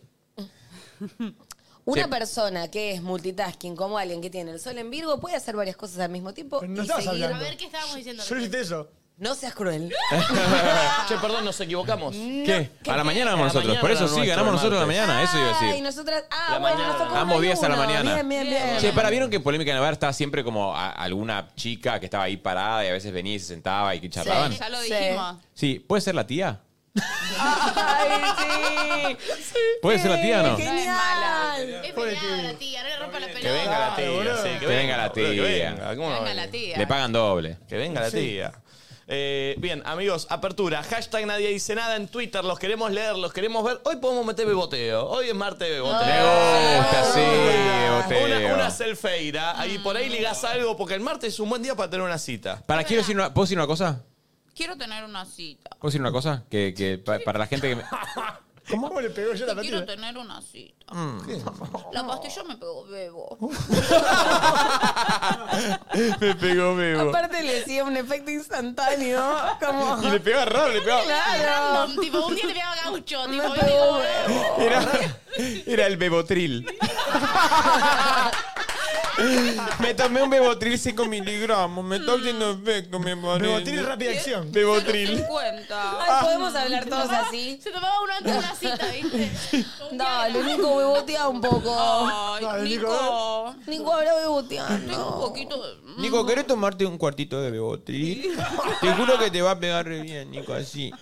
S5: Una
S6: Sí.
S5: persona que es multitasking, como alguien que tiene el sol en Virgo, puede hacer varias cosas al mismo tiempo
S8: Pero no
S5: y
S8: estabas
S5: seguir-
S9: A
S8: hablando.
S9: ver qué estábamos diciendo.
S8: Yo hiciste eso.
S5: No seas cruel.
S2: Che, perdón, nos equivocamos.
S6: ¿Qué? A la mañana
S2: A la
S6: ganamos nosotros.
S2: mañana
S6: Por eso
S2: ganamos
S6: sí,
S2: nuestro
S6: ganamos nosotros a la
S2: martes.
S6: mañana. Eso iba a
S5: Y
S6: decir.
S5: nosotras, ah,
S2: La
S5: bueno,
S2: mañana.
S5: nos tocó un
S6: Ambos días a la
S5: ayuno.
S6: mañana.
S5: Bien, bien, bien.
S6: Che, para, ¿vieron que en Polémica en el Bar estaba siempre como a- alguna chica que estaba ahí parada y a veces venía y se sentaba y que charlaban?
S3: Ya lo
S5: Sí.
S3: dijimos.
S6: Sí, ¿puede ser la tía?
S5: Ay, sí.
S6: ¿Puede ser la tía o no?
S3: No es mala.
S5: Genial.
S9: Es peleada la tía, no le rompa la pelota.
S2: Que venga la tía, sí, que,
S6: Que venga la
S2: boludo,
S6: tía.
S2: Que venga, ¿cómo no
S3: Venga
S2: venga?
S3: la tía.
S6: Le pagan doble.
S2: Que venga la tía. Eh, bien, amigos, apertura. Hashtag nadie dice nada en Twitter. Los queremos leer, los queremos ver. Hoy podemos meter beboteo. Hoy es martes de beboteo.
S6: Me gusta, sí,
S2: Una, una
S6: boteo.
S2: selfeira. Ahí por ahí ligás algo, porque el martes es un buen día para tener una cita.
S6: Para, quiero decir una, ¿puedo decir una cosa?
S3: Quiero tener una cita.
S6: ¿Puedo decir una cosa? Que, que pa- para la gente que... me-
S8: ¿Cómo? le pegó yo la
S3: Quiero
S8: patita?
S3: tener una cita.
S2: Oh.
S3: La pastilla me pegó bebo.
S6: Me pegó, me
S5: Aparte le decía un efecto instantáneo, como...
S6: Y le pegaba raro, le pegaba...
S5: Claro.
S9: Random, tipo, un día le pegaba gaucho, tipo,
S5: Me
S9: hoy
S5: pegó
S9: digo,
S5: bebo.
S6: Era, era el bebotril. Me tomé un bebotril 5 miligramos. Me está haciendo
S3: Mm.
S6: efecto, me parece.
S8: Bebotril rápida acción.
S6: Bebotril.
S3: 50.
S5: Ay, podemos hablar todos así.
S2: Ah.
S9: Se tomaba uno antes de la cita, ¿viste?
S5: No, el único bebotea un poco.
S3: Ay,
S8: Dale,
S3: Nico.
S5: Nico habla
S3: Un
S5: beboteando.
S3: poquito. de-
S6: Nico, ¿querés tomarte un cuartito de bebotril? Te juro que te va a pegar re bien, Nico, así.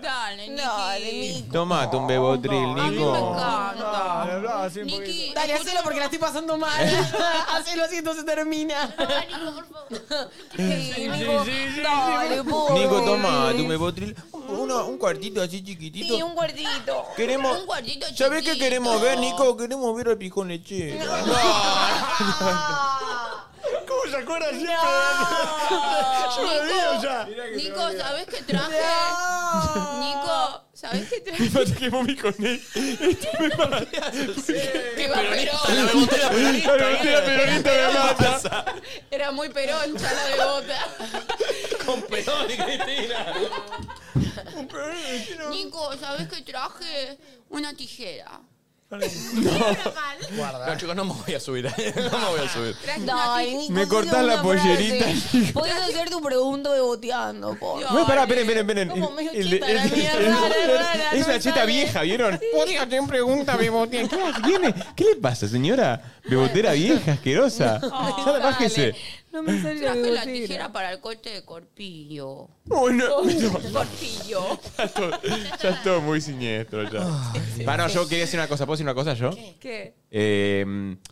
S3: Dale, Niki.
S5: Dale, Nico.
S6: Tomate un bebotril,
S3: A mí me
S6: Nico.
S3: encanta.
S8: Dale, dale, así un
S3: Niki,
S5: Dale,
S3: escucha-
S5: hacelo porque la estoy pasando mal. hacelo así, entonces termina.
S9: Ah, Nico, por favor.
S5: Sí, Nico. Dale, pobre.
S6: Nico, toma tu bebotril. Uno- un cuartito así
S5: Sí,
S6: chiquitito.
S5: un cuartito.
S6: Queremos.
S3: Un guardito chiquito.
S6: ¿Sabés qué queremos ver, Nico? Queremos ver al pijón lechero.
S8: ¿Cómo se acuerda siempre? Yo me olvido ya.
S3: Nico, ¿sabés qué traje? Nico, ¿sabés qué traje?
S6: Pasa que vos me Este conectas.
S3: Que iba perón.
S2: La bebotera peronista.
S6: La peronista me mata.
S3: Era muy peroncha la de bota.
S2: Con Perón y Cristina.
S3: Nico, ¿sabés qué traje? Una tijera.
S2: No, chicos, no me voy a subir. No me voy a subir.
S3: Traje una
S5: Dale,
S3: tijera.
S5: Nico.
S6: Me
S5: hacete
S6: cortás la
S5: una
S6: pollerita,
S5: frase. Podés hacer tu pregunta beboteando, por
S6: No, pará, esperen, esperen, esperen.
S5: Como medio
S6: El- el-
S5: cheta la
S6: el-
S5: mía,
S6: el-
S5: rara,
S6: el-
S5: rara,
S6: es
S5: no
S6: una cheta
S5: sabe.
S6: vieja, ¿vieron? Podía tener pregunta, bebotera. ¿Qué, tiene? ¿Qué le pasa, señora? Bebotera vieja, asquerosa. Sala, bájese.
S5: No me sale la
S3: Traje la
S5: bebotera.
S3: tijera para el corte de corpillo.
S6: Oh, no. No,
S3: Corpillo.
S6: ya, es todo, ya es todo muy siniestro ya. Ah, no, yo quería decir una cosa. ¿Puedo decir una cosa yo?
S3: ¿Qué?
S6: Eh,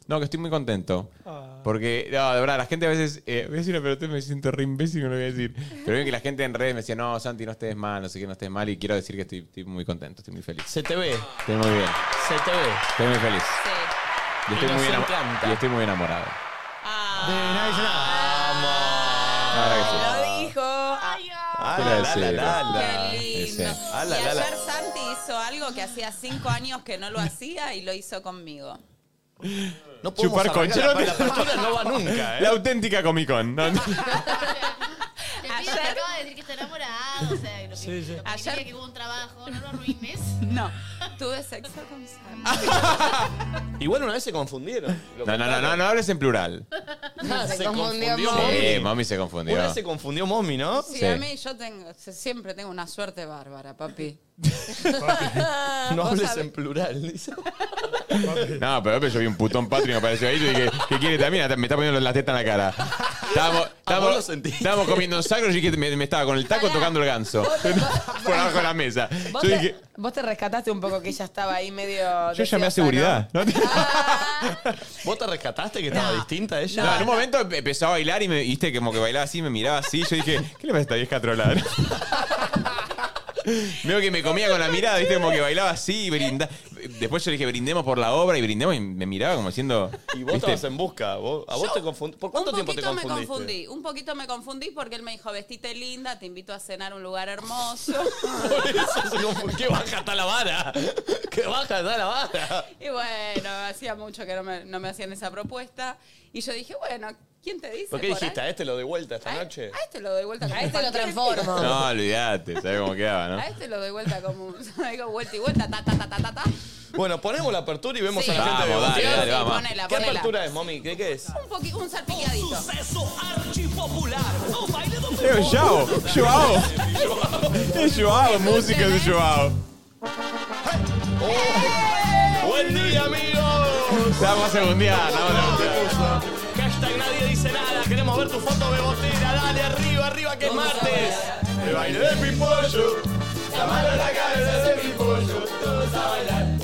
S6: no, que estoy muy contento.
S2: Ah.
S6: Porque, no, de verdad, la gente a veces. eh, voy a decir una pelotudez, me siento re imbécil con lo que voy a decir. Pero bien que la gente en redes me decía, no, Santi, no estés mal, no sé qué, no estés mal. Y quiero decir que estoy, estoy muy contento, estoy muy feliz.
S2: Se te ve,
S6: Estoy muy bien,
S2: se te ve.
S6: estoy muy feliz.
S3: Sí.
S6: Y estoy,
S2: Y
S6: muy,
S2: nos
S6: enamo-
S2: encanta.
S6: y estoy muy enamorado.
S8: De nadie dice nada.
S6: La verdad
S5: Lo dijo. Ah,
S2: Ah,
S6: la, la, la,
S3: Qué lindo.
S6: ese.
S2: Ah, la,
S3: y
S2: la,
S3: ayer
S2: la.
S3: Santi hizo algo que hacía cinco años que no lo hacía y lo hizo conmigo.
S2: No podemos
S6: Chupar
S2: arrancar,
S6: conchero.
S2: La, la apertura no va
S6: que
S2: nunca,
S6: sí.
S2: ¿eh?
S6: La auténtica Comic Con. ¿no?
S9: El pibe te acaba de decir que está enamorado, o sea, lo que,
S8: Sí, sí.
S9: lo que
S3: Ayer-
S9: quería que hubo un trabajo, no lo arruines.
S3: No. Tuve sexo con Santi.
S2: Igual una vez se confundieron. Lo
S6: No, no, no,
S2: contaron.
S6: no, no hables en plural.
S5: se
S2: Se
S5: confundió.
S2: confundió
S5: amor.
S2: Mommy.
S6: Sí, mami se confundió.
S2: Una vez se confundió Mommy, ¿no?
S3: Sí,
S6: Sí.
S3: a mí yo tengo, siempre tengo una suerte bárbara, papi.
S2: No
S3: Ah, Vos
S2: hables
S3: sabés.
S2: en plural, dice.
S6: No, pero yo vi un putón patrio y me apareció ahí y dije, ¿qué quiere también? Hasta Me está poniendo la teta en la cara.
S2: Ah, vos lo
S6: Estábamos, estábamos,
S2: sentiste.
S6: estábamos comiendo un sacro y dije, me, me estaba con el taco tocando el ganso. Por abajo de la mesa.
S5: ¿Vos,
S6: Yo
S5: te,
S6: dije,
S5: vos te rescataste un poco que ella estaba ahí medio.
S6: yo
S5: deseosa,
S6: llamé a seguridad. ¿no?
S2: ¿Vos te rescataste que estaba distinta ella?
S6: No, en un momento empezó a bailar y me viste como que bailaba así, me miraba así. Yo dije, ¿qué le pasa a esta vieja trolar? Veo que me comía con la mirada, viste, como que bailaba así y brinda. Después yo le dije, brindemos por la obra y brindemos y me miraba como haciendo.
S2: Y vos
S6: ¿viste?
S2: estabas en busca. vos- ¿A vos te confundiste? ¿Por cuánto
S3: Un
S2: tiempo te
S3: poquito me
S2: confundiste?
S3: confundí, un poquito me confundí porque él me dijo, vestite linda, te invito a cenar a un lugar hermoso.
S2: Por eso se confundió. ¡Qué baja está la vara! ¡Qué baja está la vara!
S3: y bueno, hacía mucho que no me, no me hacían esa propuesta. Y yo dije, bueno, ¿quién te dice?
S2: ¿Por qué
S3: por
S2: dijiste?
S3: ahí?
S2: ¿A este lo de vuelta esta
S3: A,
S2: noche?
S3: a este lo doy vuelta.
S5: A este lo transformo.
S6: No, olvídate, sabés cómo
S2: Ah,
S6: quedaba, ¿no?
S3: A este lo doy vuelta como un- digo, vuelta y vuelta, ta, ta, ta, ta, ta, ta.
S2: Bueno, ponemos la apertura y vemos
S3: Sí.
S2: a la gente de
S6: Vamos,
S2: Bondi.
S6: dale, dale,
S3: Sí,
S6: vamos.
S3: ponela,
S2: ¿Qué
S3: ponela.
S2: apertura es, mami? ¿Qué, qué es?
S3: Un, poqui- un salpicadito.
S6: É o João! João! É João, música do João!
S2: Oh. ¡Buen día, amigos!
S6: Estamos a mundial, vamos a
S2: Hashtag nadie dice nada. Queremos ver tu foto bebotera. Dale arriba, arriba, que es martes. El baile de mi pollo. La mano en la cabeza de mi pollo. Todos a bailar.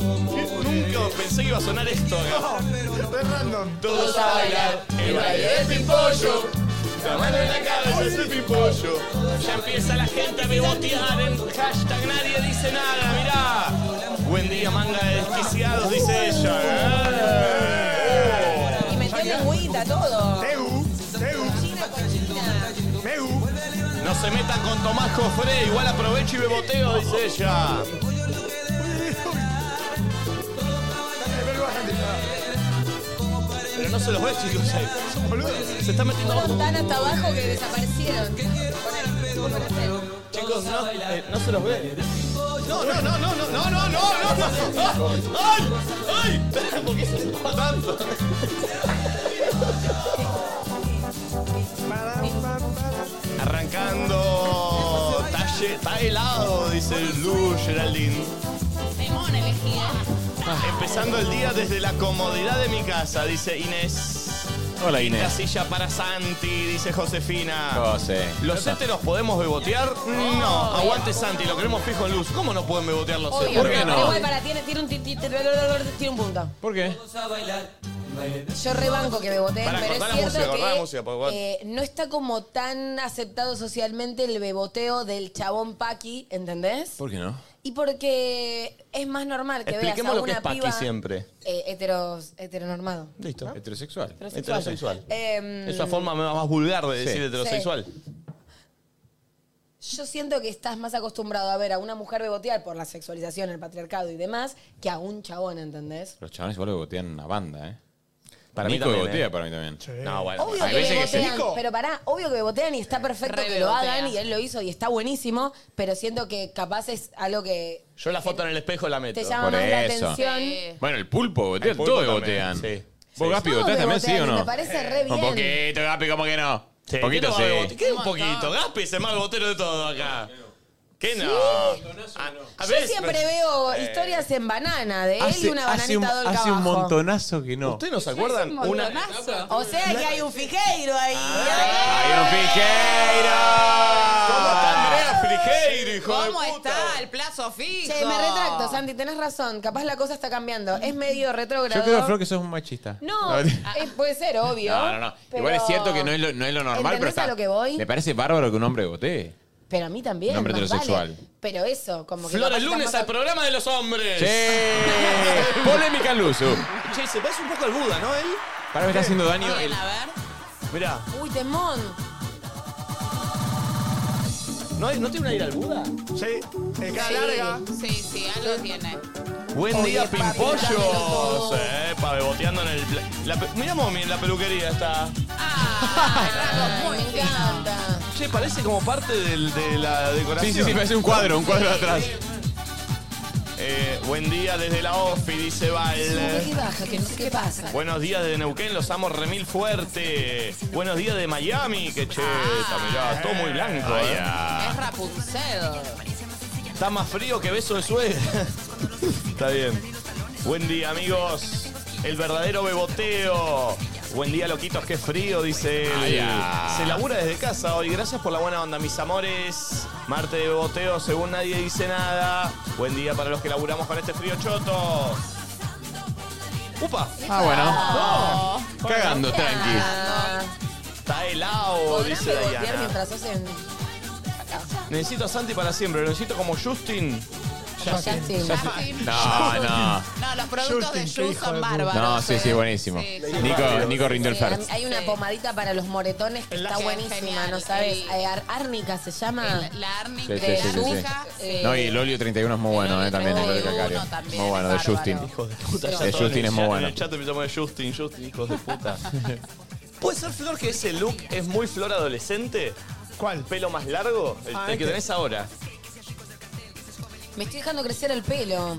S2: Nunca pensé que iba a sonar esto. acá.
S8: Es random.
S2: Todos a bailar. El baile de mi pollo. La mano en la cabeza de mi pollo. Ya empieza la gente a bebotear en hashtag nadie dice nada. Mirá. Buen día, manga de desquiciados, dice ella. ¡Eh!
S5: Y metió lengüita todo.
S8: Teu, teu.
S5: China con China.
S2: se metan con Tomás Cofré, igual aprovecho y beboteo, dice ella. Pero no se los ve, chicos. ahí. Son boludos. Se están metiendo abajo.
S5: Están hasta abajo que desaparecieron.
S2: Chicos, no, eh, no se los ve. No, no, no, no, no, no, no, no, no, no. ¡Ay! ¡Ay! ¿Por qué se tapa tanto? Arrancando. Está, lle- está helado, dice Lu Geraldine.
S3: Temón elegí, ¿eh?
S2: Empezando el día desde la comodidad de mi casa, dice Inés.
S6: Hola,
S2: Y
S6: Inés.
S2: Casilla para Santi, dice Josefina.
S6: José.
S2: ¿Los héteros podemos bebotear?
S5: Oh,
S2: No, aguante Santi, lo queremos fijo en luz. ¿Cómo no pueden bebotear los héteros?
S6: ¿Por qué
S5: Pero
S6: no?
S5: igual para tiene, tiene un ti- ti- ti- tiene un punto.
S6: ¿Por qué?
S5: Yo rebanco que me voté,
S2: Pará,
S5: pero es
S2: cortá la
S5: cierto
S2: música, cortá
S5: que
S2: la música, porque igual-
S5: eh, no está como tan aceptado socialmente el beboteo del chabón Paqui, ¿entendés?
S6: ¿Por qué no?
S5: Y porque es más normal que veas a
S2: Expliquemos
S5: una
S2: lo que es Paqui
S5: piba
S2: siempre.
S5: eh, heteros- heteronormado.
S2: Listo.
S6: Heterosexual.
S2: Heterosexual.
S5: Em,
S2: Es una forma más vulgar de
S6: Sí.
S2: decir heterosexual.
S5: Yo siento que estás más acostumbrado a ver a una mujer bebotear por la sexualización, el patriarcado y demás, que a un chabón, ¿entendés?
S6: Los chavales igual botean una banda, ¿eh?
S2: Para mí
S6: Nico
S2: también,
S6: botea
S2: ¿eh?
S6: para mí también.
S2: No, bueno.
S5: Obvio
S6: Hay
S5: que
S6: veces que se-
S5: bebotean, pero pará, obvio que bebotean y está perfecto
S3: Re
S5: que lo
S3: bebotea.
S5: hagan y él lo hizo y está buenísimo, pero siento que capaz es algo que
S2: Yo la foto en el espejo la meto.
S5: te llama
S6: por
S5: más la
S6: eso.
S5: atención.
S3: Sí.
S6: Bueno, el pulpo botea,
S2: El pulpo
S6: todos
S2: también,
S6: botean.
S2: sí.
S6: ¿Vos,
S2: Sí.
S6: Gaspi,
S5: Todos
S6: boteás también, sí
S5: bebotean y
S6: o no?
S5: Me parece re bien.
S6: Un poquito, Gaspi, ¿cómo que no?
S2: Sí,
S6: Un poquito,
S2: ¿quién no va a bebotear?
S6: sí.
S2: ¿Qué un poquito? Gaspi es el más botero de todo acá. ¿Qué no? A- a
S5: Yo
S2: veces-
S5: siempre veo historias en banana de él y una bananita dolca
S6: hace un
S5: abajo.
S6: montonazo que no.
S2: ¿Ustedes no se acuerdan? Una,
S5: O sea que hay un fijeiro ahí.
S8: Ah,
S6: ¡Hay un
S2: ¿Cómo está
S6: piqueiro!
S2: Andrea Frigeiro,
S5: ¿eh?
S2: hijo
S3: ¿Cómo
S2: de puta?
S3: está el plazo fijo?
S5: Che, me retracto, Santi, tenés razón. Capaz la cosa está cambiando. Es medio retrógrado.
S6: Yo creo, Flor, que sos un machista.
S5: No, eh, puede ser, obvio.
S6: No, no, no. Igual es cierto que no es lo, no es lo normal, pero
S5: ¿entendés
S6: está.
S5: a lo que voy?
S6: Me parece bárbaro que un hombre botee.
S5: Pero a mí también.
S6: Un hombre
S5: más
S6: heterosexual.
S5: vale. Pero eso, como que.
S2: Flor,
S5: capaz
S2: el
S5: estás
S2: lunes
S5: más
S2: al
S5: a-
S2: programa de los hombres.
S6: ¡Sí!
S5: Ah.
S6: Polémica en luz.
S2: Che, se parece un poco al Buda, ¿no, él?
S6: Para me está haciendo daño
S3: Bien,
S6: el.
S3: a ver.
S2: Mirá,
S5: Uy, temón.
S2: ¿no, no tiene una ira al Buda?
S8: Sí, es cara
S3: Sí, eh,
S8: larga.
S3: Sí, sí, algo tiene.
S2: Buen
S5: Oye,
S2: día,
S5: papi,
S2: Pimpollos.
S5: dámelo.
S2: Eh, pa, beboteando en el. pla- La, pe- mirá, mami, en la peluquería está.
S3: Ah, rasgos muy
S5: Me
S3: finos.
S5: encanta.
S2: Che, parece como parte del- de la decoración.
S6: Sí, sí, sí, parece un cuadro, un cuadro de atrás.
S2: Eh, buen día desde la OFI,
S5: Sube
S2: dice
S5: y
S2: Val.
S5: baja, que no sé qué pasa.
S2: Buenos días desde Neuquén, los amo remil fuerte. Buenos días de Miami, que cheta, mirá, todo muy blanco. eh.
S3: Es Rapunzel.
S2: Está más frío que beso de suegra. Está bien. Buen día, amigos. El verdadero beboteo. Buen día, loquitos, qué frío, dice él.
S6: Ay, ah.
S2: Se labura desde casa hoy. Gracias por la buena onda, mis amores. Marte de beboteo, según nadie dice nada. Buen día para los que laburamos con este frío choto. ¡Upa!
S6: Ah, bueno. Cagando, tranqui.
S5: Ah,
S2: Está helado,
S5: ¿Podrán
S2: Oh, dice
S5: bebotear
S2: Diana.
S5: mientras hacen
S2: Necesito a Santi para siempre. Lo necesito como Justin.
S5: Justin?
S3: Justin.
S6: No, no.
S3: No, los productos de
S8: Justin, qué hijo
S3: Ju
S8: de
S3: son
S8: puta.
S3: bárbaros.
S6: No, sí, sí,
S3: eh.
S6: buenísimo.
S3: Sí, sí.
S6: Nico, Nico rindió el
S5: Sí,
S6: first.
S5: Eh, hay una
S3: Sí.
S5: pomadita para los moretones que está
S3: Sí,
S5: buenísima,
S3: genial.
S5: no sabes.
S3: El-
S5: Eh, ar- árnica se llama.
S3: La Arni
S6: Sí, sí,
S3: de
S6: sí, sí, sí.
S3: Azuca, eh,
S6: No, y el Olio 31 es muy bueno, eh, también, el Olio Cacario.
S3: también,
S6: Muy bueno, de
S3: es bárbaro.
S6: Justin.
S2: Hijos de puta,
S6: De
S2: todos en
S6: Justin
S2: el
S6: es muy
S2: chat-
S6: bueno.
S2: En el chat empezamos a poner Justin, Justin, hijos de puta. ¿Puede ser, Flor, que ese look es muy Flor adolescente?
S8: ¿Cuál?
S2: ¿Pelo más largo? El,
S8: Ah,
S2: el que
S8: este.
S2: tenés ahora.
S5: Me estoy dejando crecer el pelo. Eh,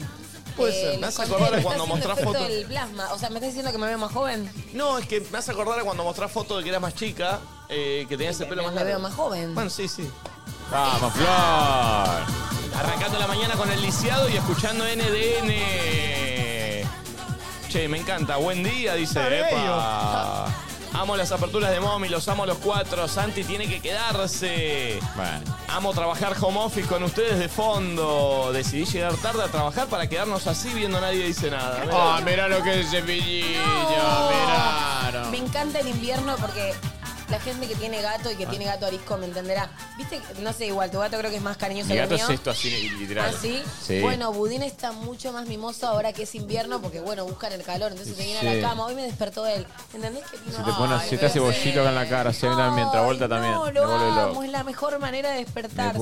S2: Puede ser. Me hace acordar
S5: me está
S2: cuando
S5: haciendo
S2: mostrás
S5: efecto
S2: fotos.
S5: del plasma. O sea, ¿me estás diciendo que me veo más joven? Pues
S2: No, es que me hace acordar a cuando mostrás fotos de que eras más chica, eh, que tenías el pelo más
S5: me
S2: largo.
S5: veo más joven.
S2: Bueno, sí, sí.
S6: ¡Vamos, Flor!
S2: Arrancando la mañana con el lisiado y escuchando NDN. Che, me encanta. Buen día, dice.
S8: Está
S2: Epa. Amo las aperturas de Momi, los amo los cuatro. Santi tiene que quedarse.
S6: Bueno.
S2: Amo trabajar home office con ustedes de fondo. Decidí llegar tarde a trabajar para quedarnos así viendo nadie dice nada.
S6: ¡Ah, mirá lo que es el cepillillo!
S5: No.
S6: ¡Mirá!
S5: Me encanta el invierno porque la gente que tiene gato y que tiene gato arisco me entenderá. Viste, no sé, igual, tu gato creo que es más cariñoso
S6: Mi
S5: que
S6: gato
S5: el
S6: es
S5: mío.
S6: esto así, literal.
S5: ¿Así?
S6: Sí.
S5: Bueno, Budín está mucho más mimoso ahora que es invierno porque, bueno, buscan el calor. Entonces se viene a
S6: Sí.
S5: la cama. Hoy me despertó él. ¿Entendés que vino?
S6: Se te, pone,
S5: Ay,
S6: se te hace
S5: bebé.
S6: bollito acá en la cara, se me da mientras vuelta también.
S5: No,
S6: Me
S5: lo
S6: vuelve loco.
S5: amo. Es la mejor manera de despertarse.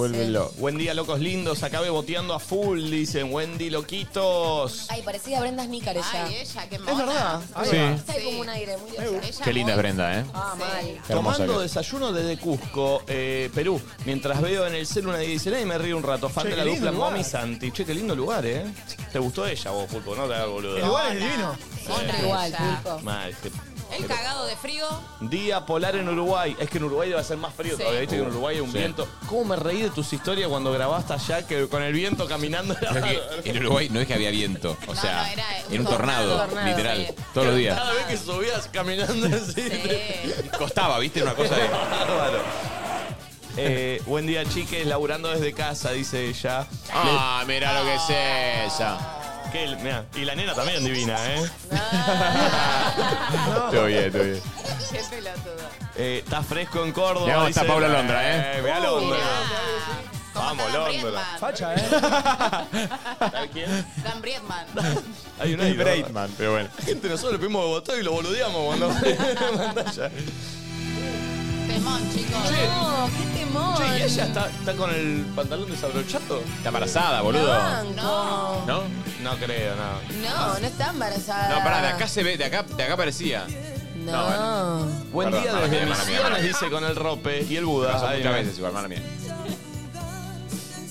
S2: Buen día, locos lindos. Acabe boteando a full, dicen. Wendy, loquitos.
S5: Ay, parecía Brenda Snicker ella. Ay,
S3: ella, qué
S5: Es verdad.
S2: Ahí
S6: Sí.
S2: va.
S5: Está como un aire, muy diosa.
S6: Qué linda es Brenda, ¿eh?
S5: Ah, mal.
S6: Qué hermosa
S2: Tomando
S6: que es.
S2: desayuno desde Cusco, eh, Perú. Mientras veo en el cel una dicen, y me río un rato. Fan
S8: Che,
S2: de la
S8: qué lindo
S2: dupla
S8: lugar.
S2: Mami Santi. Che, qué lindo lugar, ¿eh? Te gustó ella, vos, Pulpo, no te hagas boludo.
S8: El lugar es divino.
S3: Mona
S5: Igual,
S3: ella.
S5: pulpo.
S2: Mal, que-
S3: El cagado de frío.
S2: Día polar en Uruguay. Es que en Uruguay debe ser más frío
S3: Sí.
S2: todavía. Viste que en Uruguay hay un
S6: Sí.
S2: viento. ¿Cómo me reí de tus historias cuando grabaste allá que con el viento caminando? era-
S6: Creo que en Uruguay no es que había viento, o sea,
S3: no, era un
S6: era un tornado,
S5: tornado,
S6: literal,
S5: sí.
S6: todos los días.
S2: Cada vez que subías caminando así.
S3: Sí.
S6: Costaba, ¿viste? Era Una cosa de...
S2: Bárbaro. Eh, buen día, chiques. Laburando desde casa, dice ella. Ah.
S6: Ah, mirá lo que es esa.
S2: Que el- mirá, y la nena también divina, ¿eh?
S6: Todo bien, todo bien.
S3: Qué pelotudo.
S2: Eh, Está fresco en Córdoba.
S6: Mirá cómo
S2: dice-
S6: está Paula Londra, ¿eh?
S2: Mirá Londra. Vamos,
S3: Vamos,
S2: Londra.
S8: Facha, ¿eh?
S2: ¿Sabes quién?
S3: Dan Briedman.
S2: Hay un aire. ¿verdad?
S6: pero bueno.
S2: Gente, nosotros le pedimos botón y lo boludeamos cuando pantalla.
S3: Temón, chicos.
S5: No, qué temor.
S2: Che, ¿y ella está, está con el pantalón desabrochado?
S6: Está embarazada, boludo.
S5: Banco. No,
S6: ¿No?
S2: No creo, no.
S5: no, está embarazada.
S6: No, pará, de acá se ve, de acá, de acá parecía.
S5: No.
S2: Buen
S6: Perdón,
S2: día
S6: mala
S2: desde
S6: mía, mala mía, mala
S2: Misiones,
S6: mía.
S2: dice con el rope y el
S6: Pasó
S2: Buda. Ahí,
S6: muchas
S2: ¿no?
S6: veces igual, mala mía.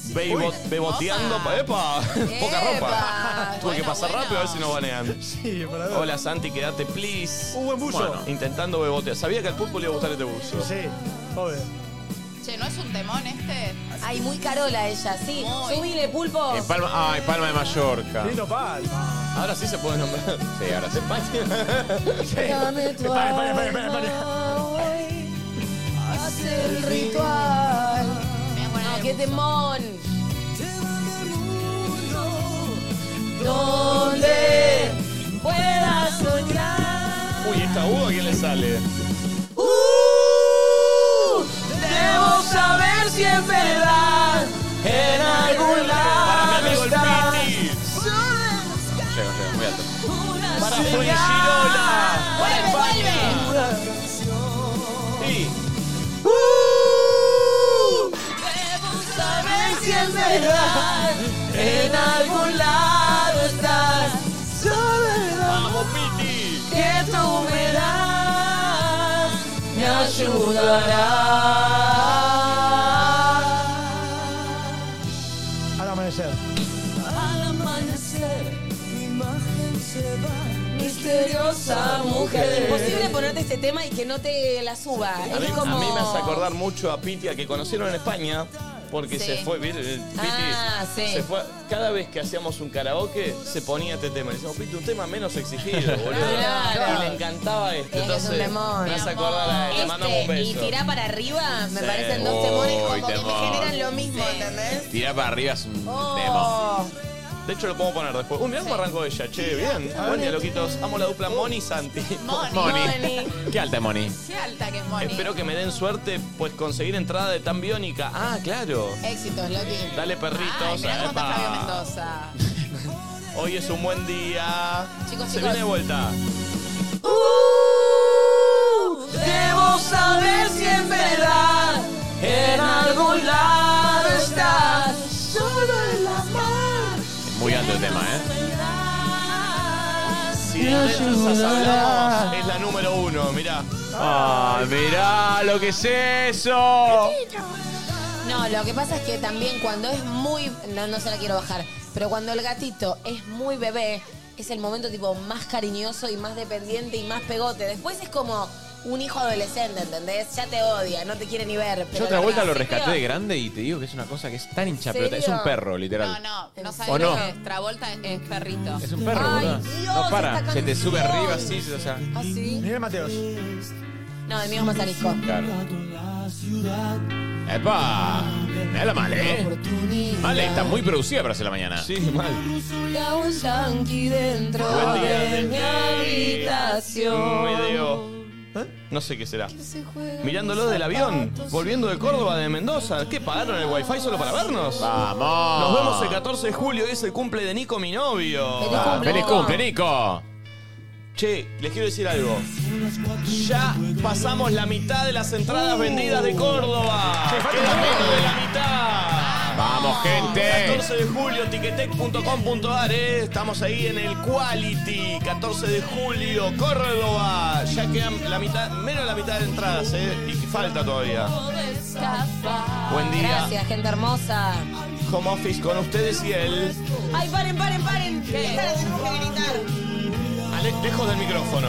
S2: Ve y bo- ve boteando. pa- ¡Epa! Poca ropa.
S5: Epa.
S2: Tuve que
S3: Bueno,
S2: pasar
S3: bueno.
S2: rápido a ver si nos banean.
S8: Sí, para ver.
S2: Hola Santi, quédate, please.
S8: Un buen buzo.
S6: Bueno.
S2: Intentando bebotear. Sabía que al pulpo le iba a gustar este buzo.
S8: Sí, obvio.
S3: Che, ¿no es un temón este?
S5: Ay, muy carola ella, sí.
S3: Muy.
S5: Subile, pulpo.
S6: En Palma, ah, en Palma de Mallorca.
S8: Lindo pal.
S2: Ahora sí se puede nombrar.
S6: Sí, ahora sí.
S5: Dame tu
S8: Pare, pare, pare, pare, pare.
S5: alma hoy. Haz el ritual.
S3: Me voy a
S5: No,
S3: poner
S5: qué
S3: el-
S5: temón. Donde puedas soñar.
S2: Uy, ¿esta Hugo a quién le sale?
S5: Debo saber si es verdad. En algún
S2: Para mi amigo el Piti.
S6: Llego, llego, muy alto.
S2: Para Juli Girola. Para España. Sí.
S5: saber si es verdad. En algún lado estás.
S2: Vamos, Piti.
S5: que tú me das me ayudará
S8: Al amanecer.
S5: al amanecer mi imagen se va misteriosa mujer imposible ponerte este tema y que no te la suba
S2: A mí,
S5: es
S2: a
S5: como
S2: mí me hace acordar mucho a Piti, a que conocieron en España, porque se fue, ¿viste? Eh, Piti
S5: Ah, sí.
S2: se fue. Cada vez que hacíamos un karaoke, se ponía este tema. Le decíamos, Piti, un tema menos exigido, boludo.
S5: Ah, Claro.
S2: Y le encantaba este.
S5: Es que es un
S2: Entonces,
S5: temón.
S2: me hace acordar a él. Le mandamos un
S5: este y
S2: beso.
S5: tirá para arriba me
S2: Sí. Ah.
S5: parecen dos temores
S6: Uy,
S5: como que me
S6: temón.
S5: generan lo mismo ¿entendés?
S6: Tirá para arriba es un tema.
S5: Oh.
S2: De hecho, lo podemos poner después. Un mirá cómo arrancó ella. Che, bien. Buen día, loquitos. Amo la dupla Moni y Santi.
S6: Moni.
S5: Moni.
S6: ¿Qué alta, Moni?
S3: Qué alta que es Moni.
S2: Espero que me den suerte, pues conseguir entrada de tan biónica. Ah, claro.
S3: Éxitos, Loki.
S2: Dale,
S3: Ay,
S2: perritos.
S3: mirá cómo está
S2: Epa.
S3: Flavio Mendoza.
S2: Hoy es un buen día.
S3: Chicos,
S2: Se
S3: chicos.
S2: viene de vuelta.
S5: Debo saber si en verdad en algún lado estás. Solo en la mar.
S6: Muy alto el tema, ¿eh?
S2: Si de letras hablamos, es la número uno, mirá.
S6: Ah, mirá lo que es eso.
S5: No, lo que pasa es que también cuando es muy. No, no se la quiero bajar. Pero cuando el gatito es muy bebé, es el momento tipo más cariñoso y más dependiente y más pegote. Después es como un hijo adolescente, ¿entendés? Ya te odia, no te quiere ni ver.
S6: Yo
S5: pero
S6: otra
S5: al
S6: vuelta lo
S5: principio-
S6: rescaté de grande y te digo que es una cosa que es tan hincha
S5: ¿Serio?
S6: pelota. Es un perro,
S3: No,
S6: literal.
S3: no, no
S6: ¿O
S3: sabes lo
S6: no?
S3: que es. Travolta es, es perrito.
S6: Es un perro,
S5: Ay,
S6: boludo.
S5: Dios,
S6: No para,
S5: esta
S6: se te sube
S5: canción.
S6: arriba así, o sea.
S5: ¿Ah, sí?
S8: Miguel Mateos.
S5: No, el mío es más arisco.
S6: Claro. ¡Epa! Era mal, ¿eh? Vale, está muy producida para hacer la mañana.
S2: Sí, mal.
S5: Ya un yankee dentro
S2: Buen día
S5: de
S2: desde Mm,
S5: mi habitación.
S2: Medio. ¿Eh? No sé qué será.
S4: juega
S2: Mirándolo del avión, volviendo de Córdoba, de Mendoza. ¿Qué pagaron el wifi solo para vernos?
S6: Vamos.
S2: Nos vemos el 14 de julio, hoy es el cumple de Nico, mi novio.
S6: Feliz Ah, cumple, feliz Nico. cumple,
S2: Nico! Che, les quiero decir algo. Ya pasamos la mitad de las entradas vendidas de Córdoba. Queda menos de la mitad.
S6: Vamos, gente.
S2: 14 de julio, tiquetec.com.ar, eh. estamos ahí en el Quality, 14 de julio, Córdoba, ya quedan la mitad, menos de la mitad de entradas, eh. y falta todavía. Buen día.
S5: Gracias, gente hermosa.
S2: Home office con ustedes y él.
S5: Ay, paren, paren, paren. Esta la tenemos que gritar.
S2: Alex, lejos del micrófono.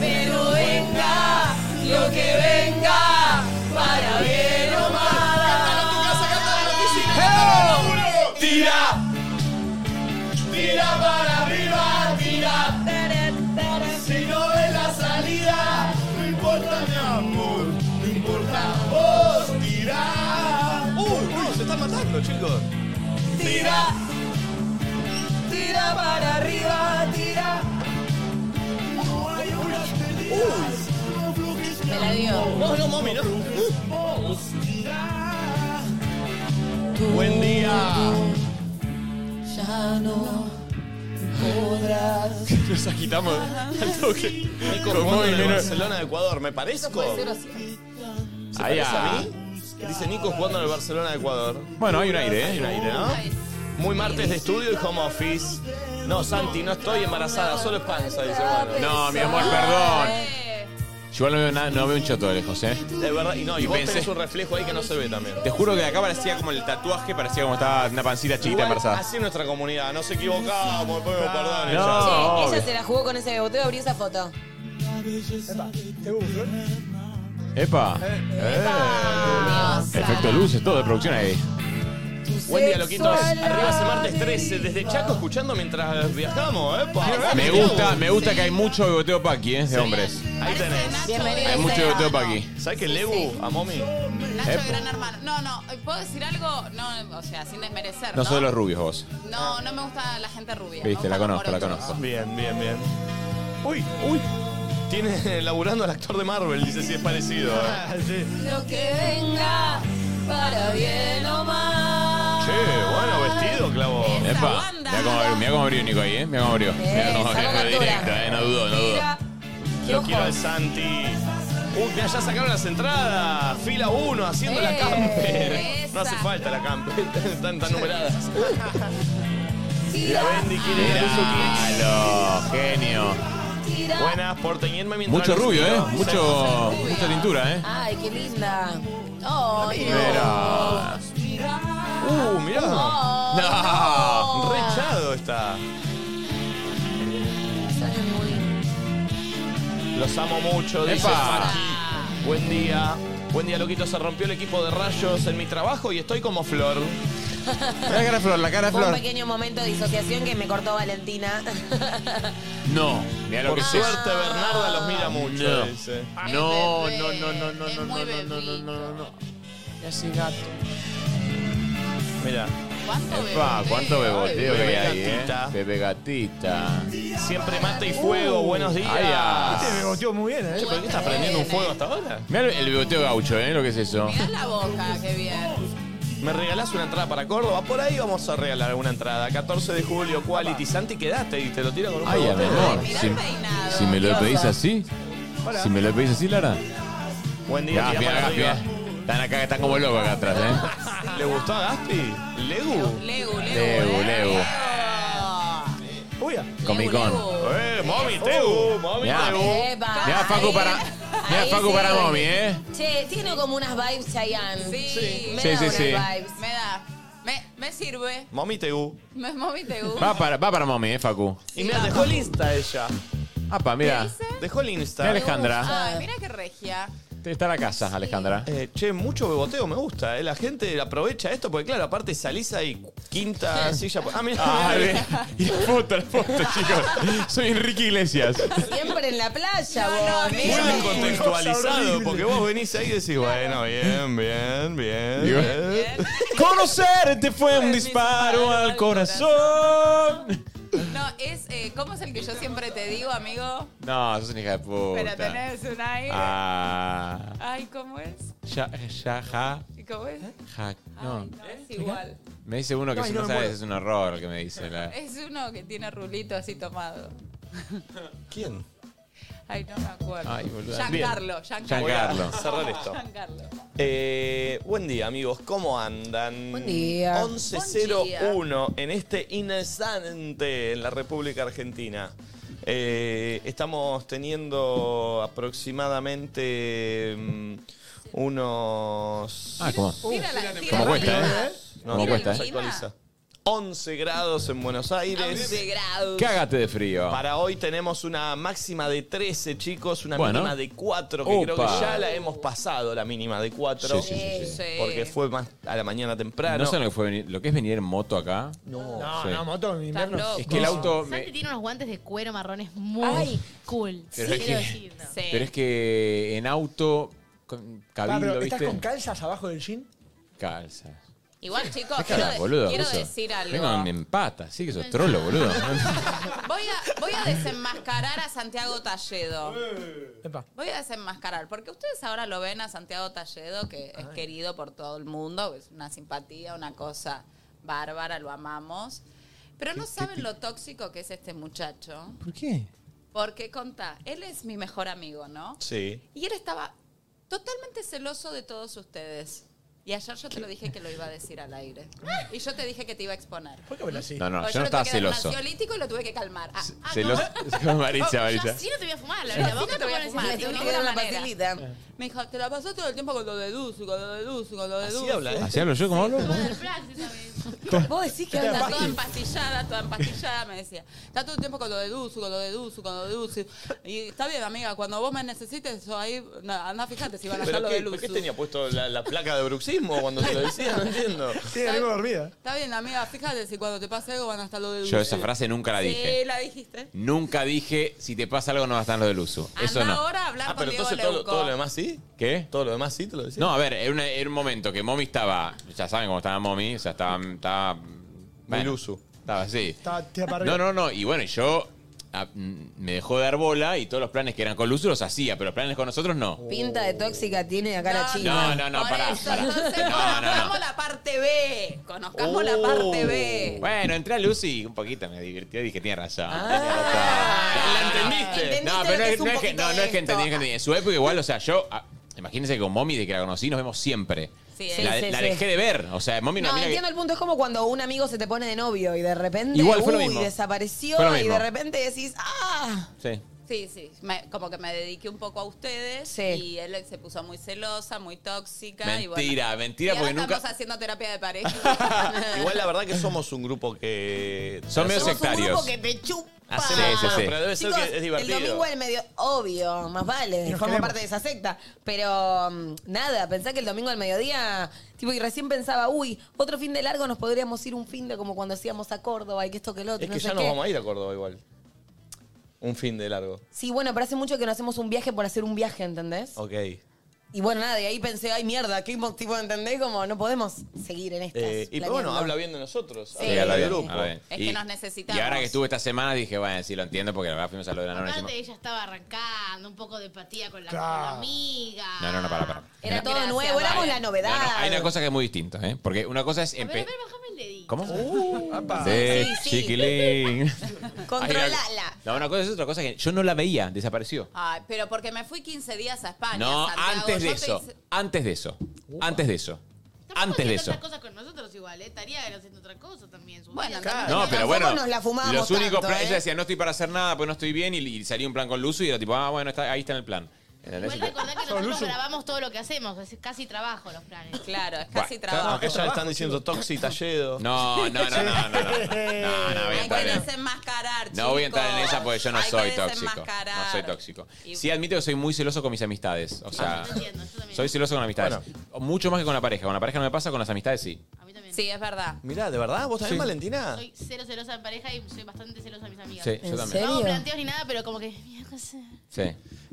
S4: Pero venga, lo que venga, para bien o mal.
S2: Tira,
S4: tira para arriba, tira. Si no ves la salida, no importa mi amor, no importa vos, tira.
S2: Uy, uy, se están matando, chicos.
S4: Tira, tira para arriba, tira. No hay una
S5: Me la dio.
S2: No, no, mami, no.
S4: Vos tira.
S2: Buen día.
S5: Ya no podrás.
S2: Nos agitamos al toque. Nico
S6: Con
S2: jugando
S6: Moy,
S2: en el
S6: mira.
S2: Barcelona de Ecuador, ¿me parezco? ¿Se
S6: Ahí,
S2: parece
S6: ah.
S2: a mí? Dice Nico jugando en el Barcelona de Ecuador.
S6: Bueno, hay un aire, ¿eh?
S2: Hay un aire, ¿no? Muy martes de estudio y home office. No, Santi, no estoy embarazada, solo es panza, dice bueno.
S6: No, mi amor, perdón. Yo igual no veo, nada- no veo un choto de lejos, ¿eh?
S2: De verdad, y no, y,
S6: Y
S2: vos
S6: pensé-
S2: tenés un reflejo ahí que no se ve también.
S6: Te juro que acá parecía como el tatuaje, parecía como estaba una pancita chiquita
S2: Igual,
S6: embarazada.
S2: así es nuestra comunidad, nos equivocamos, pues, podemos perdonar.
S6: No.
S5: Che,
S6: obvio.
S5: ella se la jugó con ese beboteo, abrí esa foto.
S8: ¿Te gusta?
S6: ¿eh? ¡Epa! Eh. Efecto luces, todo de producción ahí.
S2: Buen día, loquitos. Arriba ese martes 13, desde Chaco escuchando mientras viajamos, ¿eh? Pa-
S6: Me gusta, me gusta que hay mucho beboteo pa' aquí, ¿eh? De hombres.
S2: Ahí tenés.
S3: Bienvenido.
S6: Hay mucho beboteo pa' aquí.
S2: ¿Sabes que Lebu a Momi?
S3: Nacho,
S6: Epa.
S3: gran hermano. No, no, ¿puedo decir algo? No, o sea, sin desmerecer.
S6: No
S3: No,
S6: solo los rubios vos.
S3: no, no me gusta la gente rubia. me
S6: Viste,
S3: gustan
S6: la
S3: los
S6: conozco, la
S3: morochos.
S6: conozco.
S2: Bien, bien, bien. Uy, uy. Tiene laburando al actor de Marvel, dice si es parecido. ¿eh?
S4: Lo que venga, para bien o mal.
S2: Che, bueno, vestido, clavo.
S6: Epa, mirá cómo abrió, mirá cómo abrió Nico ahí, ¿eh? Mirá cómo abrió. Mirá cómo abrió,
S4: sacó
S6: directo, ¿eh? No dudó, no dudó.
S2: Lo quiero al Santi. Uy, mira, ya sacaron las entradas. Fila 1, haciendo la camper. No hace falta la camper, están tan numeradas. La Bendy quiere ir a Luzu Kids.
S6: Míralo, genio.
S2: Buenas, porteñenme mientras...
S6: Mucho
S2: los
S6: rubio, ¿eh?
S2: tiro.
S6: Mucho, mucha tintura, ¿eh?
S5: Ay, qué linda. Oh,
S6: Mira.
S2: Uh, mirá.
S6: No.
S2: Rechado está. Los amo mucho, dice
S6: Epa.
S2: Faki. Buen día. Buen día, loquito. Se rompió el equipo de rayos en mi trabajo y estoy como flor.
S6: La cara de flor, la cara de
S5: Fue un
S6: flor.
S5: pequeño momento de disociación que me cortó Valentina.
S6: No, mirá lo
S2: Por
S6: que es eso.
S2: suerte, Bernarda los mira mucho,
S6: No.
S2: dice.
S6: No,
S3: Es
S6: no,
S3: bebé, es
S6: no, no, no, no,
S3: muy
S6: no, no, no,
S3: bebito.
S6: no, no, no. Ese gato.
S2: Mirá,
S3: ¿Cuánto bebé?
S6: Epa, cuánto beboteo
S2: Bebé
S6: que hay, ¿eh?
S2: gatita.
S6: Bebé gatita.
S2: siempre mate y fuego. Buenos días.
S6: Ay,
S8: Uh,
S6: ah.
S8: Este me boteó muy bien, ¿eh?
S2: Che, ¿Por qué estás prendiendo un fuego hasta ahora?
S6: Mirá el- el beboteo gaucho, ¿eh? Lo que es eso.
S3: Mirá la boca, qué bien.
S2: ¿Me regalás una entrada para Córdoba? Por ahí vamos a regalar una entrada. 14 de julio, Quality. Santi, quedate y te lo tiro con un
S6: Ay, mi
S2: beboteo.
S6: amor.
S3: Mirá
S6: Si,
S3: el peinado.
S6: si me lo pedís así,
S8: Hola.
S6: si me lo pedís así, Lara.
S2: Buen día,
S6: Gaspi,
S2: tirá para
S6: Gaspi.
S2: arriba.
S6: Están acá, están como locos acá atrás, ¿eh?
S2: ¿Le gustó a Gaspi? ¿Legu?
S3: Leu, Leu.
S6: Leu,
S3: eh.
S6: Leu.
S8: Uy, ya.
S6: Comic Con.
S3: Leu.
S2: ¡Eh, mami, Tegu! ¡Mami,
S6: Mirá.
S2: Tegu!
S5: Epa.
S6: Mirá Facu
S5: Ahí-
S6: para, mirá
S5: ahí
S6: Facu
S5: sí.
S6: para Momi, ¿eh?
S5: Che, tiene como unas vibes Chayanne.
S3: Sí.
S5: Me
S6: Sí,
S5: da
S6: sí,
S5: unas
S6: sí.
S5: vibes.
S3: Me da. Me, me sirve.
S2: Mami, Tegu.
S3: Me moví te gusta.
S6: Va para, va para Momi, ¿eh, Facu?
S2: Y mira, dejó el Insta ella.
S6: Apa, mira.
S3: dice?
S2: Dejó el
S6: Mirá
S2: Insta.
S6: Alejandra.
S3: Ay, mira qué regia.
S6: Está la casa, Alejandra.
S2: Eh, che, mucho beboteo me gusta, eh. La gente aprovecha esto porque, claro, aparte salís ahí quinta silla. por- Ah, mira,
S6: y la foto, la foto, chicos. Soy Enrique Iglesias.
S5: Siempre en la playa,
S3: No, no,
S5: vos.
S3: no.
S2: Muy
S5: mira.
S2: descontextualizado, porque vos venís ahí y decís, bueno, bien, bien, bien. bien.
S6: Conocerte fue
S3: un disparo al
S6: corazón.
S3: No, es eh, ¿cómo es el que yo siempre te digo, amigo?
S6: No, sos una hija de puta.
S3: Pero tenés un aire.
S6: Ah.
S3: Ay, ¿cómo es?
S6: Ya, eh, ya, ja,
S3: ¿Y ¿Cómo es?
S6: ja. No.
S3: No, es igual.
S6: Me dice uno que
S3: Ay,
S6: si
S3: no
S6: no,
S3: me
S6: sabes
S3: muero.
S6: es un horror lo que me dice. La...
S3: Es uno que tiene rulito así tomado.
S2: ¿Quién?
S3: Ay, no me acuerdo.
S2: Ay, boludo.
S3: Giancarlo,
S2: Bien.
S3: Giancarlo.
S2: Voy a cerrar esto.
S3: Giancarlo.
S2: Eh, buen día, amigos. ¿Cómo andan?
S5: Buen día. Buen
S2: 11.01 en este instante en la República Argentina. Eh, estamos teniendo aproximadamente mm, unos...
S6: Ah, ¿cómo?
S3: Mira la-
S6: Como
S3: tira la
S6: cuesta,
S3: clima.
S6: ¿eh? Como cuesta,
S2: se
S6: ¿eh?
S2: actualiza. 11 grados en Buenos Aires.
S3: 11 grados.
S6: Cágate de frío.
S2: Para hoy tenemos una máxima de 13, chicos, una
S6: Bueno.
S2: mínima de 4, que creo
S6: Opa.
S2: que ya la hemos pasado, la mínima de 4.
S6: Sí, sí, sí, sí. Sí.
S2: Porque fue más a la mañana temprano.
S6: ¿No saben lo que, fue venir, lo que es venir en moto acá?
S2: No,
S8: No,
S6: Sí.
S8: no, moto en invierno.
S6: loco. Es que el auto me-
S9: Santi tiene unos guantes de cuero marrones muy cool.
S6: Pero
S9: sí,
S6: es
S9: quiero
S6: que-
S9: decir, no.
S6: Pero es que en auto, con
S8: Ah,
S6: cabildo,
S8: pero ¿Estás
S6: ¿viste?
S8: con calzas abajo del jean?
S6: Calza.
S3: Igual, chicos, quiero,
S6: Déjala,
S3: de-
S6: boludo.
S3: quiero
S6: ruso.
S3: decir algo.
S6: Vengo en pata, sí que sos trolo, boludo.
S3: Voy a, voy a desenmascarar a Santiago Talledo. Voy a desenmascarar, porque ustedes ahora lo ven a Santiago Talledo, que es querido por todo el mundo, es una simpatía, una cosa bárbara, lo amamos. Pero no saben lo tóxico que es este muchacho,
S8: ¿Por qué?
S3: porque contá, él es mi mejor amigo, ¿no?
S2: Sí.
S3: Y él estaba totalmente celoso de todos ustedes. Y ayer yo te lo dije que lo iba a decir al aire. Y yo te dije que te iba a exponer.
S8: ¿Por qué hablas así?
S6: No, no,
S3: Porque
S6: yo no
S3: le tuve
S6: estaba
S3: que dar un
S6: celoso.
S3: ansiolítico y lo tuve que calmar. Ah, ah,
S6: Celoso. Marisa,
S9: Yo
S6: Marisa.
S9: así no te voy a fumar, la verdad. Vos no te voy a fumar.
S5: Le
S9: de
S5: tuve que
S9: ninguna
S5: dar una
S9: manera.
S5: pastelita.
S3: Me dijo, te la pasó todo el tiempo con lo de Dusu, con lo de Dusu, con lo de
S2: Así
S3: Dusu.
S2: habla, ¿eh?
S6: ¿Así hablo yo como hablo?
S9: Vamos a dar praxis, ¿sabes?
S5: Vos decís que
S3: Está
S5: anda
S3: toda empastillada, toda empastillada, me decía. Está todo el tiempo con lo de Dusu, con lo de Dusu, con lo de Dusu. Y está bien, amiga, cuando vos me necesites, yo ahí na- andá, fíjate si van a hacer
S2: ¿Pero
S3: lo
S2: qué,
S3: de
S2: ¿por
S3: Dusu.
S2: qué tenía puesto la, la placa de bruxismo cuando te lo decía? No entiendo.
S8: Tiene la lengua
S5: Ah,
S8: dormida.
S3: Está bien, amiga, fíjate si cuando te pase algo van a estar lo de Dusu.
S6: Yo esa frase nunca la
S3: Sí,
S6: dije.
S3: la dijiste.
S6: Nunca dije, si te pasa algo no va a estar lo del uso. Eso
S3: Andá
S6: no.
S3: ahora a hablar
S2: Ah,
S3: con
S2: pero
S3: Diego
S2: entonces todo, lo-
S3: Leuco.
S2: todo lo demás sí.
S6: ¿Qué?
S2: Todo lo demás sí te lo decía.
S6: No, a ver, era, una- era un momento que Mommy estaba, ya saben cómo estaba Mommy, o sea, estaba... estaba
S2: Muy
S6: bueno,
S2: luso.
S6: Estaba así.
S8: Estaba tira para
S6: No,
S8: arriba.
S6: no, no. Y bueno, y yo ah, mm, me dejó dar bola y todos los planes que eran con Luzu los hacía, pero los planes con nosotros no.
S5: pinta de tóxica tiene acá la chica.
S6: No, no, no,
S3: Por
S6: pará,
S3: eso,
S6: pará.
S3: Entonces,
S6: Ah, No, no, no.
S3: conozcamos la parte B. Conozcamos la parte B.
S6: Bueno, entré a Lucy y un poquito me divirtió y dije, tiene razón.
S2: ¿La entendiste?
S5: Ah, Entendiste
S6: No,
S5: lo
S6: pero no
S5: que
S6: es,
S5: es un
S6: no es que,
S5: poquito
S6: no, no
S5: de
S6: es que
S5: esto.
S6: entendí, es que entendí. En su época igual, o sea, yo, ah, imagínense que con Mommy de que la conocí nos vemos siempre.
S3: Sí,
S6: la,
S5: sí,
S6: la
S5: sí.
S6: dejé de ver, o sea, Mommy no,
S5: No,
S6: mira
S5: entiendo el punto. Es como cuando un amigo se te pone de novio y de repente
S6: Igual fue lo
S5: uy,
S6: mismo.
S5: desapareció
S6: Fue lo
S5: y
S6: mismo.
S5: de repente decís, ¡ah!
S6: que... Sí.
S3: Sí, sí, me- como que me dediqué un poco a ustedes
S5: Sí.
S3: y él se puso muy celosa, muy tóxica. y bueno.
S6: Mentira, mentira,
S3: Y
S6: porque
S3: ahora
S6: nunca...
S3: Estamos haciendo terapia de pareja.
S2: Igual la verdad que somos un grupo que...
S6: Son
S5: Ah.
S6: medio
S5: Somos un
S6: sectarios.
S5: grupo que te chupa.
S2: Hacemos,
S6: Sí, sí, sí.
S2: pero debe ser
S5: Chicos,
S2: que es
S5: El domingo
S2: divertido.
S5: al medio, obvio, más vale,
S8: Nos
S5: formo
S8: queremos.
S5: parte de esa secta. Pero mm, nada, pensá que el domingo al mediodía, tipo, y recién pensaba, uy, otro fin de largo nos podríamos ir un fin de como cuando hacíamos a Córdoba y que esto que el otro.
S2: Es
S5: no
S2: que
S5: sé
S2: ya nos
S5: qué.
S2: vamos a ir a Córdoba igual. Un fin de largo.
S5: Sí, bueno, pero hace mucho que no hacemos un viaje por hacer un viaje, ¿entendés?
S2: Ok.
S5: Y bueno, nada, de ahí pensé, ay, mierda, ¿qué mo- tipo, ¿entendés? Como no podemos seguir en estas.
S2: Eh, y pero bueno, habla bien de nosotros.
S5: Sí,
S2: habla
S5: habla
S2: bien
S5: bien.
S2: del grupo.
S6: A ver,
S3: Es que nos necesitamos.
S6: Y ahora que estuve esta semana dije, bueno, sí lo entiendo porque la verdad fuimos a lo de la novia.
S9: Aparte,
S6: encima-
S9: ella estaba arrancando, un poco de empatía con la, con
S8: Claro.
S9: la amiga.
S6: No, no, no, para, para.
S5: Era todo
S3: Gracias,
S5: nuevo,
S3: Valen.
S5: éramos la novedad.
S6: No, no, hay una cosa que es muy distinta, ¿eh? Porque una cosa es...
S9: A ver, a
S6: empe-
S9: ver, bájame el dedito.
S6: ¿Cómo?
S8: Apa.
S6: de
S5: Sí, sí.
S6: chiquilín.
S5: Controlala.
S6: No, una cosa es otra cosa que yo no la veía, desapareció.
S3: Ay, pero porque me fui 15 días a España.
S6: No,
S3: Santiago.
S6: antes de
S3: Yo te
S6: eso.
S3: hice-
S6: Antes de eso. Antes de eso.
S9: Tampoco
S6: Antes de
S9: hacía
S6: eso.
S9: tantas cosas con nosotros igual, ¿eh? Tarea era haciendo otra cosa también. su
S3: Bueno,
S9: vida.
S3: claro.
S6: No,
S5: Porque
S6: pero
S5: tampoco
S6: bueno.
S5: nos la fumábamos
S6: los únicos
S5: tanto,
S6: planes.
S5: ¿eh?
S6: Ella decía, no estoy para hacer nada, pues no estoy bien. Y, y salía un plan con Luzu y era tipo, ah, bueno, está, ahí está en el plan. ¿Entendés?
S9: Igual recordá que
S8: Solution.
S9: nosotros grabamos todo lo que hacemos, es casi trabajo los planes.
S3: Claro, es
S6: Bueno,
S3: casi
S2: No,
S3: trabajo.
S2: que ya le están diciendo Toxi Talledo.
S6: No, no, no, no, no, no. No, no, voy a
S3: Hay
S6: entrar
S3: que
S6: en
S3: desenmascarar,
S6: No voy a entrar en
S3: chicos.
S6: esa porque yo no
S3: Hay que
S6: soy tóxico.
S3: desenmascarar.
S6: No soy tóxico.
S3: Y-
S6: Sí admito que soy muy celoso con mis amistades. O sea,
S9: yo te entiendo, yo también.
S6: soy celoso con amistades. Mucho más que con la pareja. Con la pareja no me pasa, con las amistades sí.
S9: A mí también.
S3: Sí, es verdad.
S2: Mirá, ¿de verdad? ¿Vos también,
S6: Sí.
S2: Valentina?
S9: Soy cero celosa en pareja y soy bastante celosa de mis amigas.
S6: Sí, yo
S5: ¿En
S6: también.
S5: serio?
S9: No hago planteos ni nada, pero como que. mira, cosa-
S6: Sí.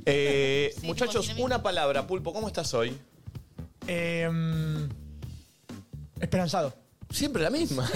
S2: Eh,
S9: Sí,
S2: muchachos,
S9: como
S2: una palabra. Pulpo, ¿cómo estás hoy?
S10: Em,
S8: Eh, mm, esperanzado.
S2: Siempre la misma.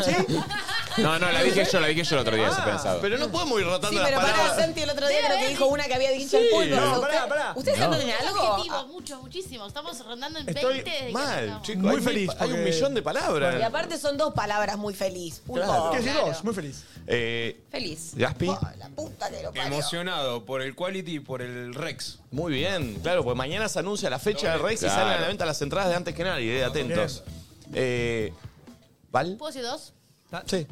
S6: No, no, la dije yo, la dije yo el otro día, ese pensado.
S2: Ah, Pero no podemos ir rotando
S5: Sí,
S2: las
S5: pero
S2: palabras.
S5: pará, Santi el otro día creo que dijo una que había dicho el
S2: Ah. Sí.
S5: pulpo.
S2: No,
S5: ¿Usted-
S2: pará, pará.
S5: ¿Ustedes
S2: No.
S5: andan en
S9: Objetivo,
S5: algo?
S9: mucho, muchísimo. Estamos rondando en
S2: Estoy
S9: 20 desde que
S2: mal,
S9: empezamos.
S2: chico.
S10: Muy
S2: hay
S10: feliz,
S2: mil- hay un
S10: porque-
S2: millón de palabras.
S5: Y aparte son dos palabras muy feliz. Pulpo.
S10: ¿Qué decís vos? Muy feliz.
S2: Eh,
S3: Feliz.
S2: Gaspi.
S5: Oh, La puta que lo parió.
S11: Emocionado por el quality y por el Rex.
S2: Muy bien, claro, pues mañana se anuncia la fecha del Rex y
S6: Claro.
S2: salen a la venta las entradas de antes que nadie, eh, atentos. Eh, ¿Val?
S9: ¿Puedo decir dos?
S2: Sí.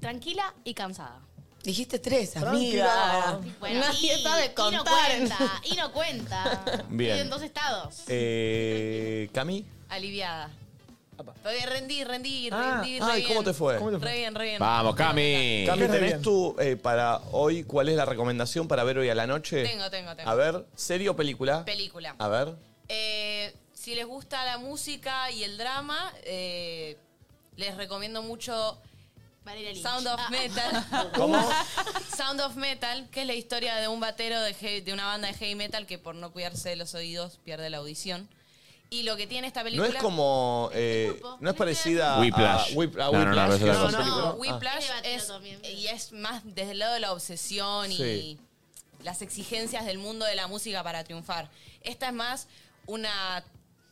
S9: Tranquila y cansada.
S5: Dijiste tres, amiga.
S9: Bueno,
S5: Nadie
S9: y-
S5: sabe
S9: Y no
S5: contar.
S9: cuenta, y no cuenta.
S2: Bien.
S9: Estoy en dos estados.
S2: Eh, ¿Cami?
S12: Aliviada. Estoy rendí, rendí,
S10: Ah.
S12: rendí. re
S2: Ay,
S12: bien.
S2: ¿cómo te fue?
S10: ¿Cómo te
S12: Re bien, re bien.
S6: Vamos, Cami.
S2: Cami,
S10: Qué re
S2: ¿tenés
S10: bien.
S2: tú eh, para hoy cuál es la recomendación para ver hoy a la noche?
S12: Tengo, tengo, tengo.
S2: A ver, ¿serie o película?
S12: Película.
S2: A ver.
S12: Eh, si les gusta la música y el drama, eh, les recomiendo mucho
S9: Valeria Lynch.
S12: Sound of
S9: Ah,
S12: Metal.
S2: ¿Cómo?
S12: Sound of Metal, que es la historia de un batero de, he- de una banda de heavy metal que por no cuidarse de los oídos pierde la audición. Y lo que tiene esta
S2: No
S12: película...
S2: es como. eh,
S12: Disculpo.
S2: no es parecida a.
S6: Whiplash.
S2: a Whip- a
S6: No, no, no,
S2: Whiplash,
S6: es
S2: que
S6: otra cosa.
S2: una película.
S12: No,
S2: Ah,
S12: Whiplash
S9: Ah.
S12: es, y es más desde el lado de la obsesión
S2: Sí.
S12: y las exigencias del mundo de la música para triunfar. Esta es más una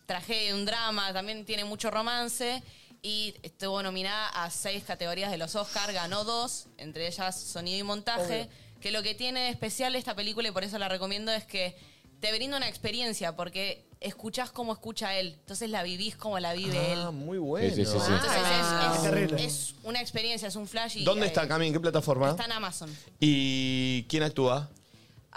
S12: tragedia, un drama, también tiene mucho romance y estuvo nominada a seis categorías de los Oscars, ganó dos, entre ellas sonido y montaje, que lo que tiene de especial esta película y por eso la recomiendo es que te brinda una experiencia porque escuchás como escucha él, entonces la vivís como la vive él.
S2: Ah, muy bueno. Ah.
S6: Sí, sí, sí, sí.
S12: Entonces es- es,
S10: Qué terrible.
S12: es una experiencia, es un flash. Y,
S2: ¿Dónde
S12: eh,
S2: está Cami? ¿En qué plataforma?
S12: Está en Amazon.
S2: ¿Y quién actúa?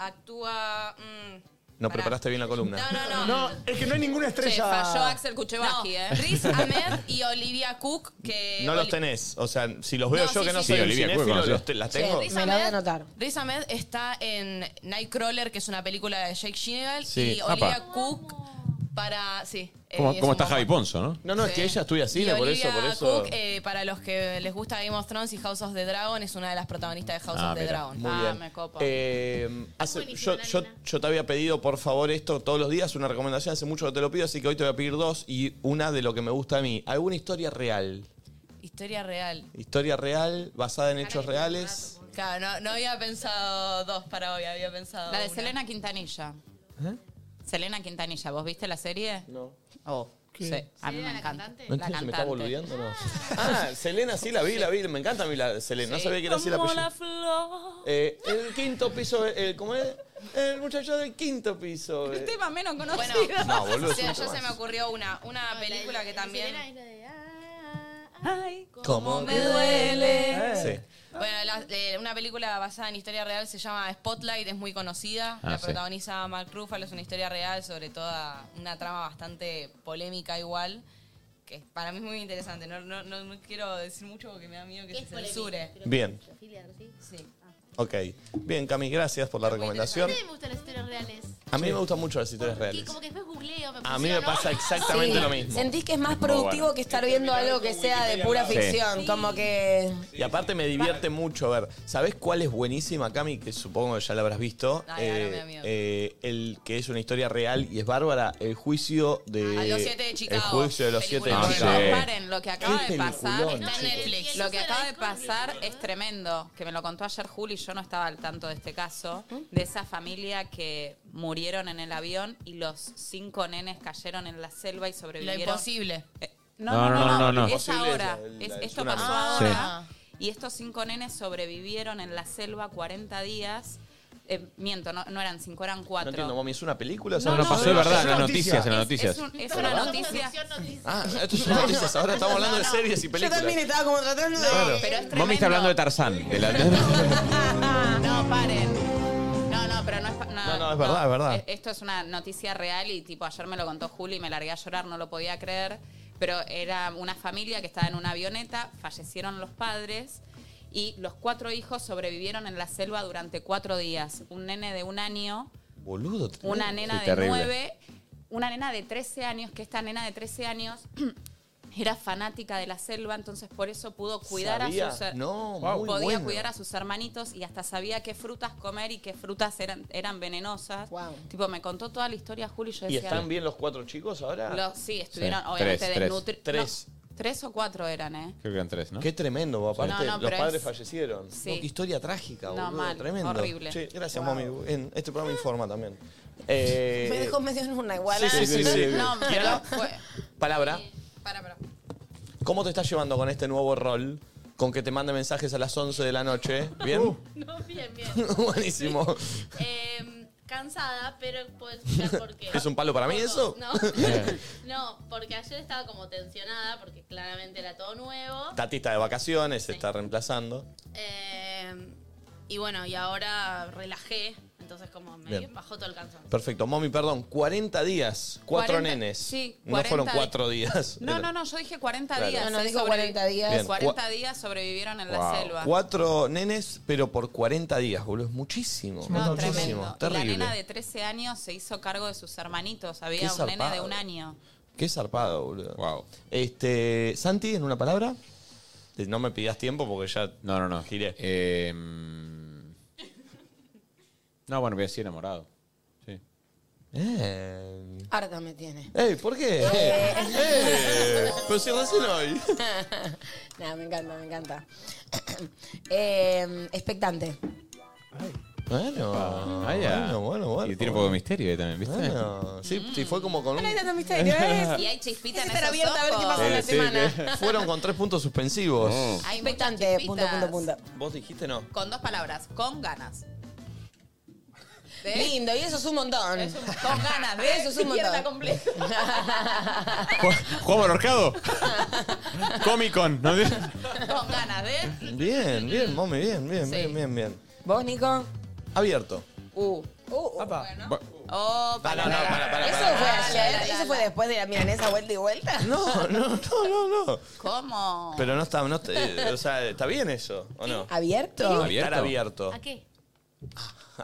S12: Actúa. mm,
S2: No
S12: pará.
S2: preparaste bien la columna.
S12: No, no, no.
S10: No, es que no hay ninguna
S3: Che, falló
S10: estrella.
S3: Axel Kuchevaski,
S12: No,
S3: ¿eh?
S12: Riz Ahmed y Olivia Cook. Que
S2: No los
S12: Oli-
S2: tenés. O sea, si los veo
S12: eh, No,
S2: yo
S12: sí,
S2: que no
S12: sí,
S2: soy
S12: sí.
S2: un
S6: Sí, Olivia
S2: cinéfilo,
S6: Cueco,
S2: los
S6: sí.
S2: te- las
S12: Che,
S2: tengo.
S6: Ah,
S12: Riz
S5: Me la voy a
S12: Ahmed-
S5: anotar.
S12: Riz Ahmed está en Nightcrawler, que es una película de Jake Gyllenhaal.
S2: Sí.
S12: Y Olivia
S6: Apa.
S12: Cook para. Sí. eh,
S6: ¿Cómo,
S12: es
S6: cómo
S12: un
S6: está
S12: bombo.
S6: Javi Ponzo, no?
S2: No, no, es
S12: Sí.
S2: que ella estudia
S12: Y
S2: cine, por eso, por
S12: Olivia
S2: eso.
S12: Cook, eh, para los que les gusta Game of Thrones y House of the Dragon, es una de las protagonistas de House
S6: Ah,
S12: of the
S6: mira.
S12: Dragon.
S2: Muy
S3: Ah,
S2: bien.
S3: me copa.
S2: Eh, hace-
S9: Buenísimo,
S2: yo, yo-
S9: Nanina.
S2: yo te había pedido, por favor, esto todos los días, una recomendación. Hace mucho que te lo pido, así que hoy te voy a pedir dos y una de lo que me gusta a mí. ¿Alguna historia real?
S12: Historia real.
S2: Historia real basada en hechos reales.
S12: Claro, no, no había pensado dos para hoy, había pensado.
S3: La de
S12: una.
S3: Selena Quintanilla.
S2: ¿Eh?
S3: Selena Quintanilla, ¿vos viste la serie?
S2: No.
S3: Oh, sí. A
S9: ¿Selena,
S3: mí me
S9: la
S3: encanta.
S9: cantante?
S2: No entiendo si me está boludeando o no. Ah, Selena sí la vi, la vi. Me encanta a mí la Selena. No sabía que era así la
S12: Como
S2: apellido.
S12: la flor.
S2: Eh, el quinto piso, eh, ¿cómo es? El muchacho del quinto piso. eh.
S3: tema menos
S12: Bueno,
S3: conocido.
S2: No, boludo, es
S12: sí,
S2: un
S12: ya se
S2: temazo.
S12: me ocurrió una, una
S9: la de-
S12: película
S9: la de
S12: que también.
S9: Sirena es la de, ah, ah,
S3: Ay,
S2: ¿Cómo
S12: me duele.
S2: Sí.
S12: Bueno, la- eh, una película basada en historia real se llama Spotlight, es muy conocida.
S6: Ah,
S12: la
S6: sí.
S12: protagoniza Mark Ruffalo, es una historia real sobre toda una trama bastante polémica igual, que para mí es muy interesante. No, no, no, no quiero decir mucho porque me da miedo que
S9: Que
S12: se
S9: es polémica,
S12: censure.
S9: creo que
S2: Bien,
S9: es pedofilia, ¿sí?
S12: Sí.
S2: ok. Bien, Cami, gracias por la
S9: A
S2: recomendación.
S9: mí me gustan las historias reales.
S2: A mí me gustan mucho las historias
S9: Porque
S2: reales.
S9: como que después googleo, me
S2: A mí me
S9: fusiono.
S2: pasa exactamente
S5: Sí.
S2: lo mismo.
S5: Sentís que es más productivo que estar viendo algo que sea de pura
S6: Sí.
S5: ficción. Como que.
S2: Y aparte me divierte mucho ver. ¿Sabés cuál es buenísima, Cami? Que supongo que ya la habrás visto.
S12: Ay, ahora me da miedo.
S2: eh, el que es una historia real y es bárbara. El juicio de.
S12: A los siete de Chicago.
S2: El juicio de los siete de
S6: Ah,
S3: Peliculón.
S2: Chicago.
S6: sí.
S3: Paren, lo que acaba
S2: Qué
S3: de pasar
S2: peliculón,
S3: está en
S9: chicos.
S3: Netflix.
S9: Y
S3: Lo
S9: el
S3: que
S9: uso
S3: acaba
S9: de
S3: de
S9: alcohol,
S3: pasar
S9: ¿no?
S3: es tremendo, que me lo contó ayer Juli, yo no estaba al tanto de este caso, de esa familia que murieron en el avión y los cinco nenes cayeron en la selva y
S12: Lo
S3: sobrevivieron.
S12: imposible.
S3: Eh,
S6: No, no, no, no, no.
S3: Es ahora.
S2: Imposible
S3: Es-
S2: es la- la del
S3: esto
S2: tsunami.
S3: pasó
S12: Ah.
S3: ahora.
S12: Sí.
S3: Y estos cinco nenes sobrevivieron en la selva 40 días. Eh, miento, no, no eran cinco, eran
S2: No
S3: cuatro.
S2: entiendo, mami, ¿es una película?
S6: No, no,
S3: no,
S6: pasó
S3: no,
S6: de
S10: es
S6: verdad en
S10: una
S6: las
S10: noticia.
S6: noticias, en las
S3: Es,
S6: noticias.
S3: es un- es
S9: Pero
S3: una
S9: pasamos
S3: noticia.
S9: sección noticias.
S2: Ah, esto son noticias. Ahora estamos hablando de series y
S5: Yo
S2: películas.
S5: también estaba como tratando de.
S2: Claro.
S3: Pero es
S6: Mami está
S3: tremendo.
S6: hablando de Tarzán. de la-
S3: No, paren. No, no, pero no es. pa-
S2: No, no, es verdad, es verdad.
S3: Eh, Esto es una noticia real y, tipo, ayer me lo contó Juli y me largué a llorar, no lo podía creer. Pero era una familia que estaba en una avioneta, fallecieron los padres y los cuatro hijos sobrevivieron en la selva durante cuatro días. Un nene de un año,
S2: Boludo.
S3: una nena
S6: Sí,
S3: de
S6: terrible.
S3: nueve, una nena de 13 años, que esta nena de 13 años. Era fanática de la selva, entonces por eso pudo cuidar
S2: Sabía.
S3: a sus her-
S2: No, muy
S3: podía
S2: bueno.
S3: cuidar a sus hermanitos y hasta sabía qué frutas comer y qué frutas eran, eran venenosas.
S5: Guau.
S3: Tipo, me contó toda la historia Juli y yo
S2: ¿Y
S3: decía.
S2: están bien los cuatro chicos ahora?
S3: Lo- sí, estuvieron
S6: Sí.
S3: obviamente
S6: Tres, tres.
S3: desnutridos.
S2: Tres.
S3: Tres o cuatro eran, ¿eh?
S6: Creo que eran tres, ¿no?
S2: Qué tremendo, vos, aparte
S3: No, no,
S2: los
S3: pero
S2: padres
S3: es-
S2: fallecieron.
S3: Sí.
S2: No, qué historia trágica,
S3: No,
S2: boludo.
S3: mal,
S2: tremendo.
S3: horrible.
S2: Che, gracias,
S3: Wow.
S2: mami. En este programa informa también. Eh,
S5: Me dejó medio en una igualada.
S2: sí, sí, sí.
S5: No, pero
S2: Kiara.
S5: fue-
S2: Palabra.
S3: Para, para.
S2: ¿Cómo te estás llevando con este nuevo rol? Con que te mande mensajes a las 11 de la noche. ¿Bien?
S6: Uh.
S9: No, bien, bien.
S2: Buenísimo.
S9: Eh, cansada, pero puedo explicar por qué.
S2: ¿Es un palo para mí eso?
S9: No.
S2: Bien.
S9: no, porque ayer estaba como tensionada, porque claramente era todo nuevo.
S2: Tatita de vacaciones, se está reemplazando.
S9: Eh, y bueno, y ahora relajé, entonces como me
S2: Bien.
S9: bajó todo el cansancio.
S2: Perfecto. Mami, perdón, 40 días, cuatro
S3: 40
S2: nenes.
S3: sí,
S2: no
S3: 40
S2: fueron
S3: días.
S2: cuatro días.
S3: No, no, no, yo dije 40
S2: Claro.
S3: días.
S5: No, no,
S3: eh,
S5: dijo
S3: sobrevi-
S5: 40 días.
S2: Bien.
S3: 40 días sobrevivieron en la
S2: Wow.
S3: selva.
S2: Cuatro nenes, pero por 40 días, boludo. Es muchísimo.
S3: No,
S2: muchísimo.
S3: tremendo. Y la
S2: Terrible.
S3: nena de 13 años se hizo cargo de sus hermanitos.
S2: Qué
S3: Había un nene de
S2: zarpado.
S3: un año.
S2: Qué zarpado, boludo. Wow. Este, Santi, en una palabra. Eh, No me pidas tiempo porque ya.
S6: No, no, no.
S2: Giré.
S6: Eh, mm, no, bueno, voy a decir enamorado. Sí.
S2: Eh.
S5: Harta me tiene.
S2: Ey, ¿por qué?
S5: Eh.
S2: Eh, pero si recién hoy.
S5: no, me encanta, me encanta. Eh, expectante.
S2: Bueno,
S6: Ah, ya.
S2: bueno, bueno, bueno.
S6: Y tiene un poco de misterio ahí también, ¿viste?
S2: Bueno, sí, sí, fue como con un...
S3: Y hay chispita en
S5: Estar
S3: esos
S5: abierta a ver qué
S3: ojos.
S5: pasa en la
S2: Sí, sí,
S5: semana.
S2: sí. Fueron con tres puntos suspensivos.
S3: Hay
S5: Expectante,
S3: muchas
S5: punto, punto, punto.
S2: Vos dijiste no.
S3: Con dos palabras, con ganas. ¿Ves?
S5: Lindo, y eso es un montón.
S3: Con ganas, ¿ves?
S5: Eso es un
S3: Pierna
S5: montón.
S3: completa.
S6: ¿Juego al horcado? Comic Con, ¿no?
S3: Con ganas, ¿ves?
S2: Bien, bien, mami, bien, bien, bien, bien, bien.
S5: ¿Vos, Nico?
S2: Abierto.
S5: Uh. Uh, uh.
S3: Oh,
S2: para, Ah, no, no, para, para,
S5: Eso
S2: para.
S5: fue ayer, eso fue después de la milanesa vuelta y vuelta.
S2: No, no, no, no, no.
S3: ¿Cómo?
S2: Pero no está, no está- eh, o sea, ¿está bien eso o no?
S5: ¿Abierto?
S2: Estar abierto. Ah,
S9: ¿A qué?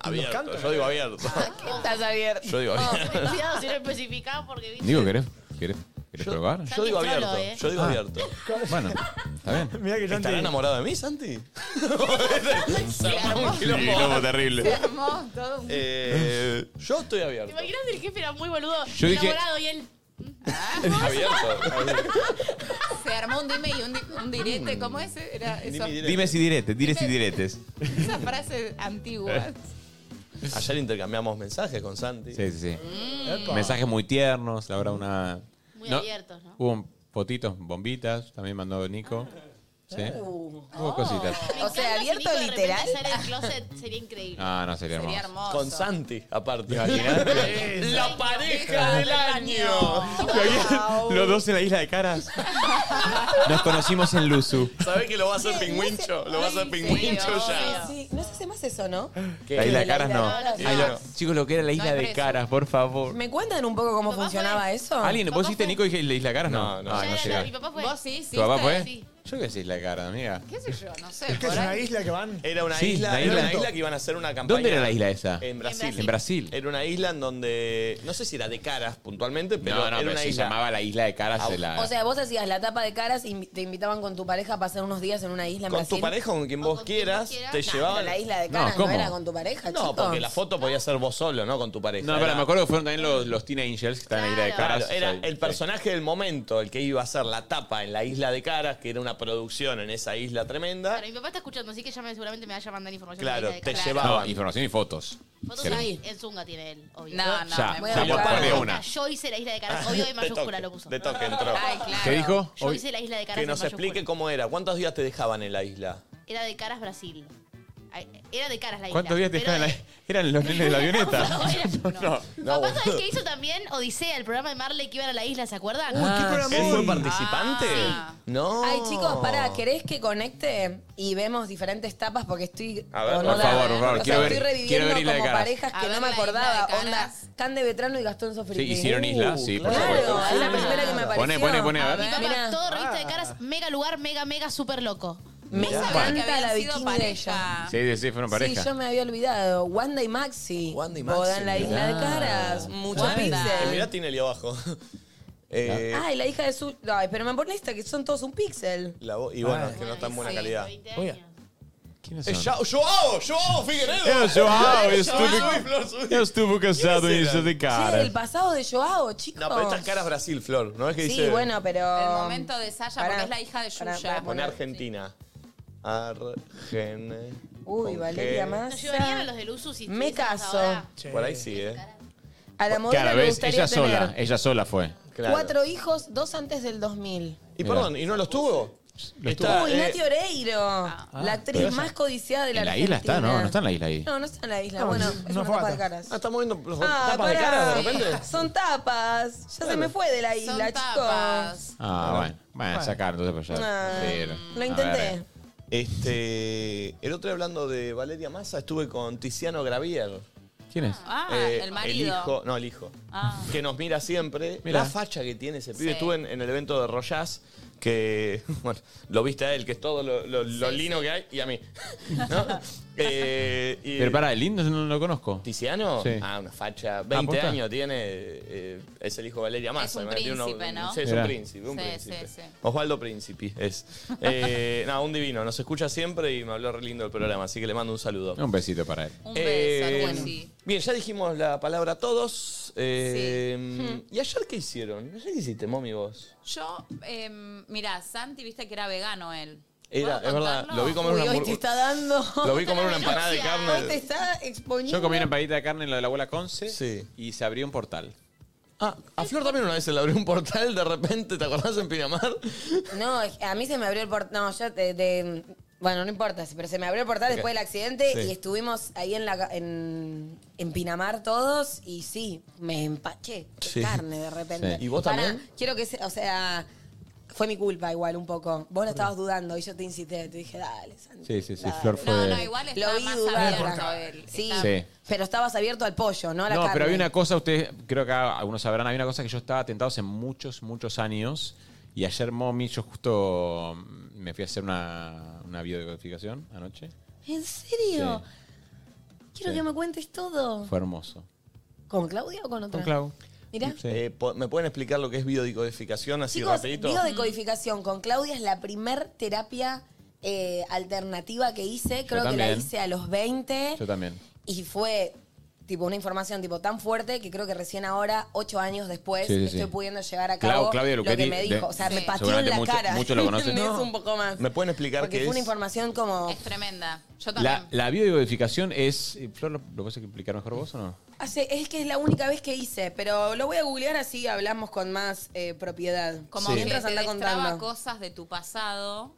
S2: Abierto, yo digo abierto.
S6: Ah,
S5: Estás abierto.
S2: Yo digo abierto.
S9: Cuidado si no especificaba porque viste.
S6: Digo, ¿querés, querés, querés probar?
S2: Yo digo
S9: Santi es trolo,
S2: abierto,
S9: ¿eh?
S2: yo digo
S6: Ah.
S2: abierto.
S6: Bueno, está bien.
S8: Mira que yo
S2: ¿Estará enamorado de mí, Santi? Se armó un quilombo.
S6: terrible.
S3: Hermoso, todo un-
S2: Eh, yo estoy
S9: ¿Te
S2: abierto.
S9: imaginas el jefe era muy boludo,
S6: Yo dije-
S9: enamorado y él?
S2: Abierto.
S3: Se armó un dime y un, di- un direte. ¿Cómo es? Era eso-
S2: Mm. Dime,
S6: Dime si diretes, dime si diretes.
S3: esas frases antiguas.
S2: Ayer intercambiamos mensajes con Santi.
S6: Sí, sí, sí.
S2: Eh.
S3: Mm.
S6: Mensajes muy tiernos, la verdad, una.
S9: Muy
S6: No,
S9: abiertos, ¿no?
S6: Hubo un- fotitos, bombitas, también mandó Nico.
S8: Ah.
S6: Sí.
S8: Uh,
S6: Hubo cositas.
S9: Me
S8: oh,
S5: O
S9: encanta
S5: sea,
S9: si
S5: abierto
S9: Nico de repente
S5: literal.
S9: sale del closet sería increíble.
S6: Ah, no, sería
S3: Sería
S6: hermoso.
S3: hermoso.
S2: Con Santi, aparte. La pareja
S3: Hija
S2: del año. Oh.
S6: Los dos en la isla de caras. Nos conocimos en Luzu.
S2: ¿Sabés que lo va a hacer pingüincho? Lo va a hacer
S3: Ay,
S2: pingüincho
S3: sí,
S2: ya.
S5: Sí, no se hace más eso, ¿no?
S6: La isla de caras no.
S5: Caras.
S6: Ay, lo- Chicos, lo que era la isla
S3: hay
S6: de
S3: preso.
S6: caras, por favor.
S5: ¿Me cuentan un poco cómo
S9: Papá
S5: funcionaba
S9: fue-
S5: eso?
S6: ¿Alguien? ¿Vos
S9: Papá
S6: hiciste
S9: fue-
S6: Nico y la isla de caras? No,
S2: No, no,
S6: Ay,
S9: Ya
S6: no
S9: era,
S6: llega.
S9: mi papá fue.
S3: Vos sí, sí.
S6: ¿Tu papá fue?
S9: Sí.
S6: Yo qué sé, isla de caras, amiga.
S3: ¿Qué sé yo? No sé.
S8: que es
S3: por
S8: una
S3: ahí.
S8: isla que van.
S2: Era una
S6: Sí,
S2: isla,
S6: la
S2: era
S6: isla.
S2: una isla que iban a hacer una campaña.
S6: ¿Dónde era la isla esa?
S2: En Brasil.
S9: Brasil.
S6: En Brasil.
S2: Era una isla en donde. No sé si era de caras puntualmente, pero
S6: No, no,
S2: era
S6: pero
S2: una
S6: se
S2: isla.
S6: llamaba la isla de caras.
S2: Ah,
S6: de la...
S5: O sea, vos hacías la tapa de caras y te invitaban con tu pareja a pasar unos días en una isla en
S2: con
S5: Brasil.
S2: tu pareja o con quien
S9: O
S2: vos
S9: con quien
S2: quieras,
S9: vos quieras.
S2: te
S5: No,
S2: llevaban.
S5: pero la isla de
S6: No,
S5: caras no,
S6: ¿cómo?
S5: era con tu pareja,
S2: No,
S5: chicos.
S2: porque la foto podía ser vos solo, ¿no? Con tu pareja.
S6: no, pero
S2: Era-
S6: me acuerdo que fueron también los, los Teen Angels que están en la isla de
S9: Claro.
S6: caras.
S2: Claro, era
S6: Sí,
S2: el
S6: sí.
S2: personaje del momento, el que iba a hacer la tapa en la isla de Caras, que era una producción en esa isla tremenda.
S9: Claro, mi papá está escuchando, así que ya me, seguramente me vaya a mandar información.
S2: Claro,
S9: de la isla
S2: te
S9: de Cara.
S2: lleva-
S6: No, información y fotos.
S9: Fotos
S6: Se-
S9: ahí, en Zunga tiene él, obvio.
S3: No, no.
S6: Ya,
S3: me
S5: voy a
S6: ya
S5: buscar.
S6: pone
S9: Ah,
S6: una.
S9: Yo hice la isla de Caras, obvio de
S2: De
S9: mayúscula
S2: Ah, toque,
S9: lo puso.
S2: De toque entró.
S3: Ay, claro.
S6: ¿Qué dijo?
S9: Yo
S6: Hoy-
S9: hice la isla de Caras
S2: Que
S9: en
S2: nos
S9: mayúscula.
S2: explique cómo era. ¿Cuántos días te dejaban en la isla?
S9: Era de Caras, Brasil. Ay, Era de Caras la isla.
S6: ¿Cuántos días te
S9: pero
S6: dejaban
S9: de-
S6: ahí? Eran los nenes de la avioneta.
S9: No, no, no.
S2: No,
S9: Papá, ¿sabes
S2: boludo.
S9: qué hizo también? Odisea, el programa de Marley que iban a la isla, ¿se acuerdan?
S2: ¿Él fue participante?
S3: Ah.
S2: No.
S5: Ay, chicos, pará, ¿querés que conecte y vemos diferentes tapas? Porque estoy.
S2: A ver,
S5: o
S2: por
S5: la-
S6: favor, por
S5: o
S6: favor,
S5: sea,
S6: quiero ver-
S5: Estoy reviviendo
S6: quiero ver Isla de
S5: como
S6: Caras.
S5: parejas
S3: A
S5: que
S3: ver
S5: no me
S3: la Isla de
S5: acordaba.
S3: Caras.
S5: Onda, Can de Vetrano y Gastón
S6: Sí,
S5: Sofriti.
S6: hicieron isla, sí, por
S2: claro.
S6: supuesto.
S5: Claro, es la
S2: Ah.
S5: primera que me apareció.
S6: Pone, pone, pone, a
S3: A
S6: ver.
S3: ver.
S9: Mi papá,
S5: Mirá. Ah.
S9: todo revista de Caras, mega lugar, mega, mega, súper loco.
S5: Me
S3: No sabía que
S5: encanta
S3: habían
S5: la
S3: sido
S5: bikini de ella.
S3: pareja.
S6: Sí, sí, sí, fueron pareja.
S5: Sí, yo me había olvidado. Wanda y Maxi.
S2: Wanda y
S5: Boda
S2: Maxi,
S5: en la isla de caras. Mucho
S3: Wanda.
S2: Eh, mirá,
S5: pixel.
S2: tiene el abajo. Eh,
S5: Ay, la hija de su. Ay, pero me poniste que son todos un pixel.
S2: la vo- y bueno,
S8: Ah.
S2: es que no está en buena
S3: Sí.
S2: calidad.
S9: 20 años.
S6: ¿Quiénes
S8: Es
S6: son?
S2: Oh,
S8: Joao- Joao, Joao Figueredo.
S6: Eh, Joao,
S8: Soy,
S6: estuve-
S8: soy, Flor, soy.
S6: Eu estuve casado y hice de
S5: Che, el
S6: cara.
S5: pasado de Joao, chicos.
S2: No, pero estas caras Brasil, Flor. ¿No es que
S5: Sí,
S2: dice?
S5: bueno, pero...
S3: El momento de Sasha,
S5: Pará,
S3: porque es la hija de
S5: pará,
S3: Yuya.
S2: Pone Argentina. Argen.
S5: Uy,
S2: con
S5: Valeria
S2: G.
S5: Massa.
S9: Nos llevarían a los de Luzu si
S5: Me
S9: estuviésemos
S5: caso.
S9: ahora.
S2: Por ahí sí, ¿eh?
S5: A la modelo
S6: Claro,
S5: le
S6: ves,
S5: gustaría
S6: ella sola,
S5: tener
S6: ella sola fue.
S5: cuatro hijos, dos antes del 2000.
S2: Y perdón, ¿y no los tuvo? Está,
S5: Uy,
S2: eh,
S5: Nati Oreiro,
S3: Ah.
S5: la
S6: pero
S5: actriz
S6: esa-
S5: más codiciada de la
S6: En la
S5: Argentina.
S6: isla está, ¿no? No está en la isla ahí.
S5: No, no está en la isla.
S2: No,
S5: bueno,
S2: es
S5: es
S2: una
S5: una tapa
S2: fogata.
S5: de caras.
S2: Ah, estamos viendo los
S5: Ah,
S2: tapas de
S5: pará.
S2: cara de repente.
S5: Son tapas. Ya se me fue de la
S3: Son
S5: isla, chicos.
S3: tapas.
S6: Ah, bueno. Bueno, sacar, entonces pero ya.
S5: Ah,
S6: pero-
S5: lo
S6: a
S5: intenté.
S6: ver.
S2: Este, el otro día hablando de Valeria Massa, estuve con Tiziano Gravier.
S6: ¿Quién es?
S3: Ah,
S2: Eh,
S3: el marido.
S2: hijo, no, el hijo.
S3: Ah.
S2: Que nos mira siempre.
S6: Mira.
S2: La facha que tiene ese pibe.
S3: Sí.
S2: Estuve en, en el evento de Royaz, que, bueno, lo viste a él, que es todo lo, lo- lo lino que hay, y a mí. ¿No? Eh, y-
S6: Pero pará, el lindo no lo conozco.
S2: ¿Tiziano?
S6: Sí.
S2: Ah, una facha. 20
S6: ¿posta?
S2: años tiene. eh, es el hijo de Valeria Massa.
S3: un
S2: ¿no? Tiene
S3: príncipe, ¿no?
S2: Sí, es
S6: Mirá.
S2: un príncipe. un
S3: Sí,
S2: príncipe.
S3: sí, sí.
S2: Osvaldo Príncipe es. Eh, no, un divino. Nos escucha siempre y me habló re lindo el programa, así que le mando un saludo.
S6: Un besito para él.
S3: Un
S2: Eh,
S3: beso, algo así.
S2: Bien, ya dijimos la palabra todos. eh, ¿Y ayer qué hicieron? ¿Ayer qué hiciste, mommy, vos?
S3: Yo, eh, mirá, Santi, viste que era vegano él. ¿Puedo
S2: Era, es verdad,
S3: contarlo?
S2: lo vi comer
S5: Uy,
S2: una
S5: hoy te está
S2: hamburguesa.
S5: dando.
S2: Lo vi comer una empanada de
S5: Hoy te
S2: carne.
S5: está exponiendo.
S6: Yo comí una empanadita de carne en la de la abuela Conce
S2: Sí.
S6: y se abrió un portal.
S2: Ah, a Flor también una vez se le abrió un portal de repente, ¿te acordás en Pinamar?
S5: No, es que a mí se me abrió el portal. No, yo te- de- Bueno, no importa, pero se me abrió el portal
S2: Ok.
S5: después del accidente
S2: Sí.
S5: y estuvimos ahí en, la, ca- en, en Pinamar todos y sí, me empaché de
S2: Sí.
S5: carne de repente.
S2: Sí. ¿Y vos
S5: Pará,
S2: también?
S5: quiero que, se- o sea, fue mi culpa igual un poco. Vos lo estabas dudando y yo te incité, te dije, dale, Santi.
S6: Sí, sí, sí,
S5: dale.
S6: Flor fue-
S3: No, no, igual
S5: Lo
S3: está
S5: vi
S3: más
S5: dudar.
S3: abierto él.
S5: Sí,
S3: Está-
S6: Sí.
S5: pero estabas abierto al pollo, no a la
S6: no,
S5: carne.
S6: pero había una cosa, ustedes creo que algunos sabrán, había una cosa que yo estaba tentado hace muchos, muchos años. Y ayer, mommy, yo justo mm, me fui a hacer una, una biodecodificación anoche.
S5: ¿En serio? Quiero
S6: Sí.
S5: que me cuentes todo.
S6: Fue hermoso.
S5: ¿Con Claudia o con otra?
S6: Con Clau.
S5: Mirá.
S6: Sí.
S2: Eh, po- ¿Me pueden explicar lo que es biodecodificación así
S5: Chicos,
S2: rapidito?
S3: Mm.
S5: biodecodificación con Claudia es la primer terapia eh, alternativa que hice. Creo que la
S6: también.
S5: hice a los 20.
S6: Yo también.
S5: Y fue tipo una información tipo tan fuerte que creo que recién ahora, ocho años después,
S6: Sí, sí,
S5: estoy
S6: sí.
S5: pudiendo llevar a
S6: Clau-
S5: cabo
S6: Claudia
S5: lo
S6: Luchetti,
S5: que me dijo.
S6: de-
S5: o sea, me
S6: sí.
S5: pateó en
S6: Seguramente
S5: la
S6: mucho-
S5: cara.
S6: muchos lo conocen.
S5: ¿Entendés?
S6: No.
S5: un poco más.
S2: ¿Me pueden explicar
S5: Porque
S2: qué
S5: fue una
S2: es?
S5: información como...
S3: Es tremenda. Yo
S6: La,
S3: también.
S6: la biodecodificación es. eh, Flor, ¿lo, lo vas a explicar mejor vos o no?
S5: Hace, es que es la única vez que hice, pero lo voy a googlear así hablamos con más eh, propiedad.
S3: Como
S2: Sí.
S3: que
S5: Mientras
S3: te
S5: anda
S3: destraba
S5: contando.
S3: cosas de tu pasado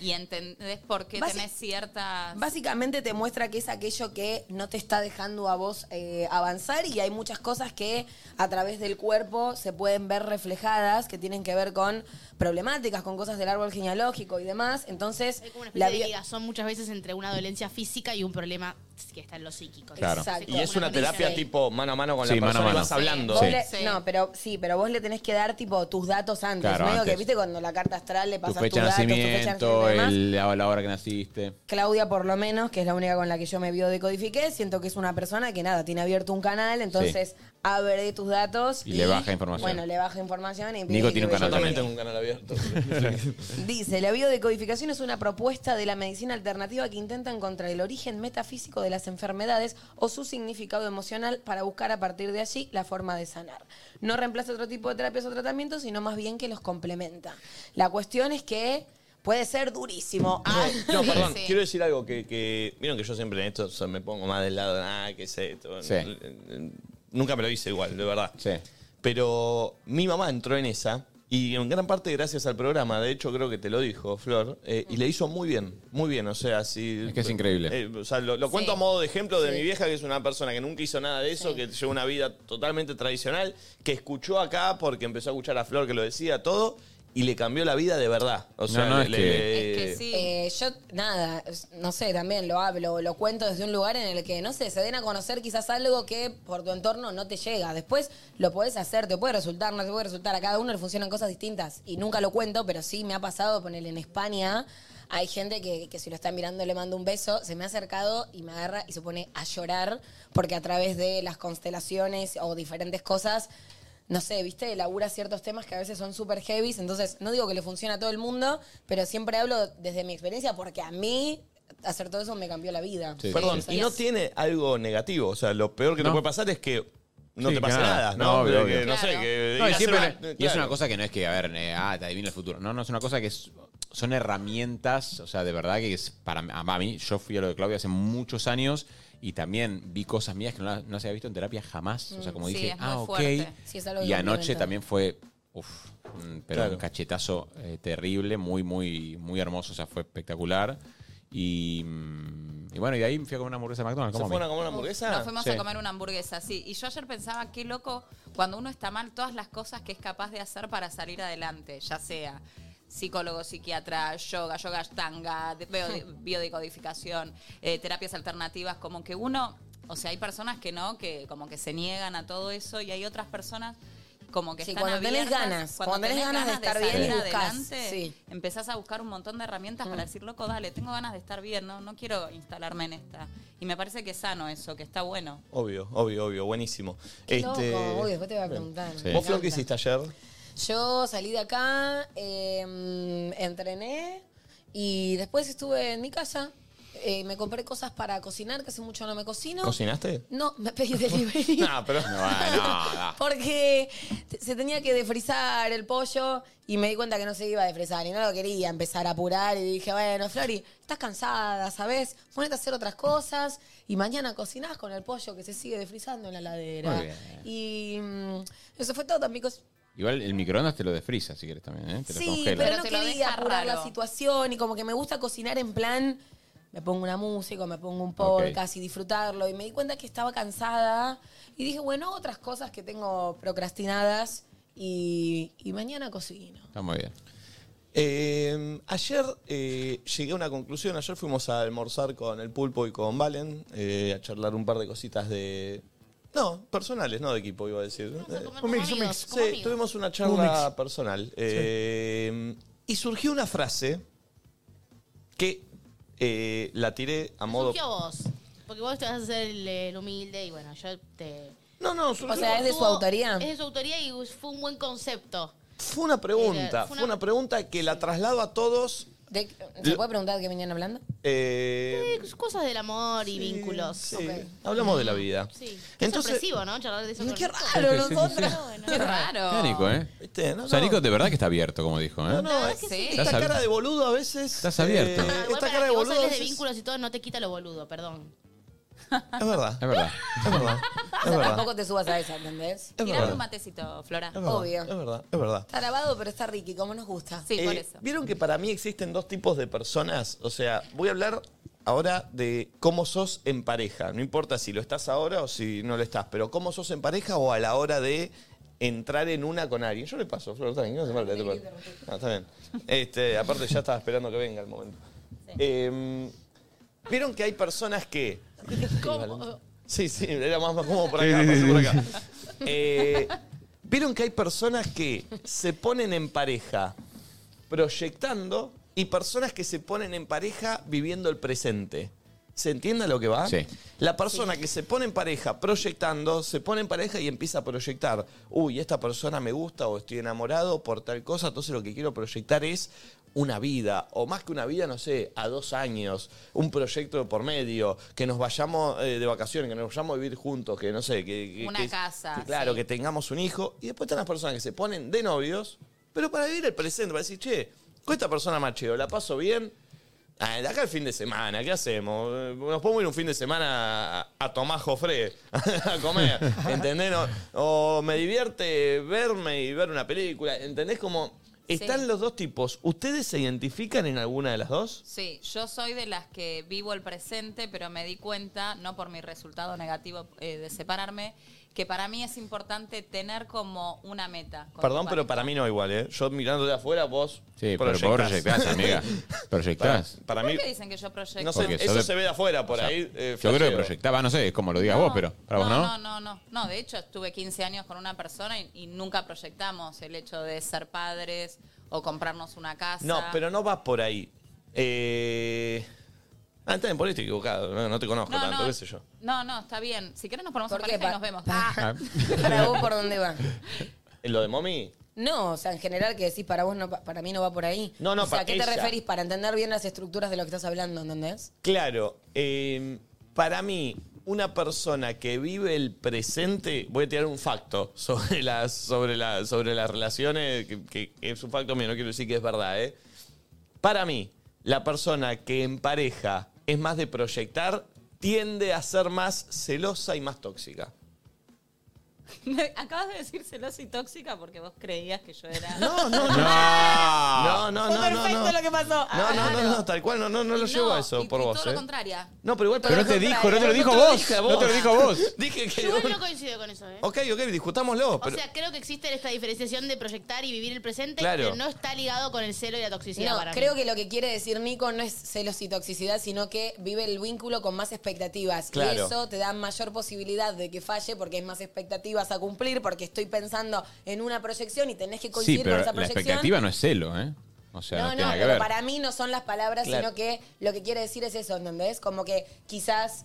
S3: y entendés por qué
S5: Basi-
S3: tenés ciertas...
S5: Básicamente te muestra que es aquello que no te está dejando a vos eh, avanzar y hay muchas cosas que a través del cuerpo se pueden ver reflejadas, que tienen que ver con problemáticas, con cosas del árbol genealógico y demás. Entonces,
S9: Hay como una especie
S5: la
S9: de
S5: bio-
S9: ligazón muchas veces entre una dolencia física y un problema que está en lo psíquico.
S6: Claro.
S5: Exacto.
S2: Y es una terapia
S5: Sí.
S2: tipo mano a mano con
S6: Sí,
S2: la
S6: mano a
S2: persona
S6: mano.
S2: y vas hablando.
S5: Vos
S6: Sí.
S5: le-
S3: Sí.
S5: No, pero sí, pero vos le tenés que dar tipo tus datos antes.
S6: Claro,
S5: Medio que
S6: antes.
S5: viste cuando la carta astral le
S6: Tu
S5: pasas tus
S6: fecha de
S5: datos, tu fecha de
S6: nacimiento,
S5: nacimiento y demás.
S6: el- la, la hora que naciste.
S5: Claudia, por lo menos, que es la única con la que yo me biodecodifiqué, siento que es una persona que nada, tiene abierto un canal, entonces abre tus datos.
S6: Y le baja información.
S5: Bueno, le baja información y
S6: Nico tiene un
S2: Yo
S6: canal
S2: también
S6: también.
S2: tengo un canal abierto.
S5: Dice, la biodecodificación es una propuesta de la medicina alternativa que intenta encontrar el origen metafísico de las enfermedades o su significado emocional para buscar a partir de allí la forma de sanar. No reemplaza otro tipo de terapias o tratamientos, sino más bien que los complementa. La cuestión es que puede ser durísimo. Ah,
S2: No, perdón,
S3: Sí.
S2: quiero decir algo que, que- Vieron que yo siempre en esto o sea, me pongo más del lado de, ah, qué sé. esto". eh,
S6: Sí.
S2: Nunca me lo hice igual, de verdad.
S6: Sí.
S2: Pero mi mamá entró en esa y en gran parte gracias al programa, de hecho creo que te lo dijo Flor, eh, y le hizo muy bien, muy bien, o sea, sí.
S6: Es que es increíble.
S2: Eh, o sea, lo, lo cuento a modo de ejemplo de mi vieja, que es una persona que nunca hizo nada de eso, que llevó una vida totalmente tradicional, que escuchó acá porque empezó a escuchar a Flor que lo decía todo y le cambió la vida de verdad. O sea,
S6: no,
S2: le-
S6: es
S2: le-
S6: que-
S3: es que
S2: le-
S3: sí.
S5: Eh, yo, nada, es- no sé, también lo hablo, lo cuento desde un lugar en el que, no sé, se den a conocer quizás algo que por tu entorno no te llega. Después lo podés hacer, te puede resultar, no te puede resultar. A cada uno le funcionan cosas distintas. Y nunca lo cuento, pero sí me ha pasado, poner en España, hay gente que, que si lo está mirando le mando un beso, se me ha acercado y me agarra y se pone a llorar porque a través de las constelaciones o diferentes cosas no sé, viste, labura ciertos temas que a veces son súper heavy, entonces no digo que le funcione a todo el mundo, pero siempre hablo desde mi experiencia porque a mí hacer todo eso me cambió la vida.
S2: Perdón, y no tiene algo negativo. O sea, lo peor que te puede pasar es que no
S6: Sí,
S2: te pase
S6: nada.
S2: nada.
S6: No,
S2: No,
S6: obvio,
S2: Pero
S6: obvio.
S2: que, no sé,
S6: Claro.
S2: que.
S6: No, y,
S2: ir a
S6: siempre-
S2: hacer una-
S6: y es una
S2: claro.
S6: cosa que no es que, a ver, eh, ah, te adivina el futuro. No, no, es una cosa que es- son herramientas, o sea, de verdad que es para mí- a mí, yo fui a lo de Claudia hace muchos años y también vi cosas mías que no, la- no se había visto en terapia jamás. O sea, como
S5: Mm, sí,
S6: dije,
S5: es muy
S6: ah, ok.
S5: fuerte. Sí, es algo
S6: y
S5: que
S6: anoche
S5: complementa.
S6: también fue, uff, pero
S2: Claro.
S6: un cachetazo eh, terrible, muy, muy, muy hermoso, o sea, fue espectacular. Y, mm, y bueno, y de ahí fui a comer una hamburguesa de McDonald's.
S2: ¿Se
S6: ¿Cómo
S2: fueron a comer una hamburguesa?
S3: Nos fuimos a comer una hamburguesa, sí. Y yo ayer pensaba, qué loco, cuando uno está mal, todas las cosas que es capaz de hacer para salir adelante, ya sea psicólogo, pisiatra, yoga, yoga tanga, biodecodificación, eh, terapias alternativas, como que uno, o sea, hay personas que no, que como que se niegan a todo eso y hay otras personas como que
S5: Sí,
S3: están
S5: cuando tenés
S3: abiertas,
S5: ganas, cuando tenés ganas de estar bien,
S3: salir
S5: buscás,
S3: adelante,
S5: sí. Mm.
S3: empezás a buscar un montón de herramientas para decir, loco, dale, tengo ganas de estar bien, no, no quiero instalarme en esta. Y me parece que es sano eso, que está bueno.
S2: Obvio, obvio, obvio. Buenísimo.
S5: Qué loco, uy, después te voy a preguntar.
S2: bien.
S5: Me
S2: ¿Vos, Flor,
S5: encanta.
S2: qué hiciste ayer?
S5: Yo salí de acá, eh, entrené y después estuve en mi casa. Eh, me compré cosas para cocinar, que hace mucho no me cocino.
S2: ¿Cocinaste?
S5: No, me pedí delivery.
S2: No, pero. No,
S6: no,
S5: Porque te- se tenía que desfrizar el pollo y me di cuenta que no se iba a desfrizar y no lo quería empezar a apurar y dije, bueno, Flori, estás cansada, ¿sabes? Ponete a hacer otras cosas y mañana cocinás con el pollo que se sigue desfrizando en la heladera.
S6: Muy bien.
S5: Y mm, eso fue todo, también co-
S6: Igual el microondas te lo desfriza, si quieres también, ¿eh? Te lo
S5: Sí,
S6: congela.
S5: pero no
S3: te lo
S5: quería
S3: deja
S5: apurar
S3: raro.
S5: la situación y como que me gusta cocinar en plan, me pongo una música, o me pongo un podcast y disfrutarlo. Y me di cuenta que estaba cansada y dije, bueno, otras cosas que tengo procrastinadas y, y mañana cocino.
S6: Está muy bien.
S2: Eh, ayer eh, llegué a una conclusión. Ayer fuimos a almorzar con el Pulpo y con Valen, eh, a charlar un par de cositas de. No, personales, no de equipo, iba a decir. Eh,
S8: Un mix, un mix.
S2: Sí, tuvimos una
S8: Un
S2: charla
S8: mix.
S2: personal. Eh, Y surgió una frase que eh, la tiré a modo.
S9: Surgió vos. Porque vos te vas a hacer el, el humilde y bueno, yo te.
S2: No, no,
S5: surgió- sea, ¿es de su autoría?
S9: Es de su autoría y fue un buen concepto.
S2: Fue una pregunta,
S9: Era-
S2: fue una pregunta que la traslado a todos.
S5: ¿De- ¿Se puede preguntar de qué venían hablando?
S2: eh,
S9: Eh, Cosas del amor y vínculos.
S2: hablamos de la vida.
S9: Sí. Qué
S2: Entonces-
S9: sorpresivo, ¿no? Charlar de eso. Qué
S5: raro,
S6: Sí, sí, sí, nosotras. sí.
S9: Qué
S3: raro.
S6: Está Nico, ¿eh?
S2: ¿Viste? No,
S6: o sea,
S2: no.
S6: Nico de verdad que está abierto, como dijo, ¿eh?
S2: No, no,
S9: que
S2: eh,
S9: sí.
S2: esta
S6: Estás ab-
S2: cara de boludo a veces.
S6: Estás abierto.
S2: eh,
S9: Ah, Igual
S2: esta
S9: para
S2: cara de
S9: que vos
S2: boludo. a
S9: hables de
S2: veces-
S9: vínculos y todo, no te quita lo boludo, perdón.
S2: Es verdad.
S6: Es verdad.
S2: Es verdad.
S5: O sea,
S2: Es verdad.
S5: tampoco te subas a esa, ¿entendés?
S2: Es Tirame verdad. un
S3: matecito, Flora.
S2: Es verdad,
S5: Obvio.
S2: Es verdad, es verdad.
S5: Está lavado, pero está ricky, como nos gusta.
S3: Sí,
S2: Eh, Vieron que para mí existen dos tipos de personas. O sea, voy a hablar ahora de cómo sos en pareja. No importa si lo estás ahora o si no lo estás, pero cómo sos en pareja o a la hora de entrar en una con alguien. Yo le paso, Flor, está bien, no hace falta que te pare. No, está bien. Este, aparte, ya estaba esperando que venga el momento. Eh, Vieron que hay personas que. Sí, sí, era más, más como por acá, pasé por acá. Eh, Vieron que hay personas que se ponen en pareja proyectando y personas que se ponen en pareja viviendo el presente. ¿Se entiende a lo que va?
S6: Sí.
S2: La persona que se pone en pareja proyectando, se pone en pareja y empieza a proyectar. Uy, esta persona me gusta o estoy enamorado por tal cosa, entonces lo que quiero proyectar es una vida, o más que una vida, no sé, a dos años, un proyecto de por medio, que nos vayamos eh, de vacaciones, que nos vayamos a vivir juntos, que no sé, que... que-
S3: Una
S2: que-
S3: casa,
S2: que claro,
S3: Ah, sí.
S2: que tengamos un hijo. Y después están las personas que se ponen de novios, pero para vivir el presente, para decir, che, con esta persona macheo, la paso bien, Ah, de acá el fin de semana, ¿qué hacemos? Eh, Nos podemos ir un fin de semana a, a tomar jofré, a comer, ¿entendés? O, o me divierte verme y ver una película, ¿entendés? Como están los dos tipos. ¿Ustedes se identifican en alguna de las dos?
S3: Sí, yo soy de las que vivo el presente, pero me di cuenta, no por mi resultado negativo eh, de separarme, que para mí es importante tener como una meta. con tu
S2: Perdón, pero
S3: pareja.
S2: para mí no igual, ¿eh? Yo mirando de afuera, vos
S6: Sí, Eh, pero vos proyectás, amiga. Proyectás.
S2: Para,
S3: ¿Por
S2: mí,
S3: qué dicen que yo proyecto?
S2: no sé,
S6: Porque
S2: eso
S6: sos de-
S2: se ve de afuera, por
S6: o sea,
S2: ahí. eh,
S6: yo creo que
S2: flasheo.
S6: proyectaba, no sé, es como lo digas vos, pero para vos no.
S3: No, no, no, no. De hecho, estuve 15 años con una persona y, y nunca proyectamos el hecho de ser padres o comprarnos una casa.
S2: No, pero no vas por ahí. Eh... Ah, está bien, por ahí estoy equivocado. No, no te conozco
S3: No,
S2: tanto,
S3: no.
S2: qué sé yo.
S3: No, no, está bien. Si querés nos ponemos en
S5: ¿Por qué? Pa-
S3: pareja y nos vemos. Ah,
S5: ¿Para vos por dónde va?
S2: ¿Lo de mommy?
S5: No, o sea, en general que decís para vos, no, pa- para mí no va por ahí.
S2: No, no,
S5: O sea,
S2: para
S5: ¿qué te
S2: ella.
S5: referís? Para entender bien las estructuras de lo que estás hablando, ¿entendés?
S2: Claro, eh, para mí, una persona que vive el presente, voy a tirar un facto sobre las, sobre la- sobre las relaciones, que, que es un facto mío, no quiero decir que es verdad, ¿eh? Para mí, la persona que en pareja es más de proyectar, tiende a ser más celosa y más tóxica.
S8: Acabas de decir celosa y tóxica porque vos creías que yo era.
S2: No, no, No, no, no, no. no.
S8: que pasó.
S2: No, no, no, no, tal cual, no, no, no lo llevo a eso por vos.
S3: Todo
S2: ¿eh?
S3: lo contrario.
S2: No, pero igual ¿eh?
S6: Pero no te dijo, no te lo dijo vos,
S2: dije a
S6: no te lo dijo vos.
S2: Dije que.
S9: Yo igual no coincido con eso, ¿eh?
S2: Ok, ok, discutámoslo.
S9: O
S2: pero-
S9: sea, creo que existe esta diferenciación de proyectar y vivir el presente,
S2: Claro.
S9: pero no está ligado con el celo y la toxicidad.
S5: no,
S9: para mí.
S5: creo que lo que quiere decir Nico no es celos y toxicidad, sino que vive el vínculo con más expectativas. Y
S2: Claro.
S5: eso te da mayor posibilidad de que falle porque hay más expectativas a cumplir, porque estoy pensando en una proyección y tenés que coincidir
S6: Sí, pero
S5: con esa
S6: la
S5: proyección.
S6: expectativa no es celo, ¿eh? O sea, no,
S5: No,
S6: tiene
S5: no,
S6: nada que
S5: pero
S6: ver.
S5: para mí no son las palabras,
S6: Claro.
S5: sino que lo que quiere decir es eso, ¿entendés? Como que quizás...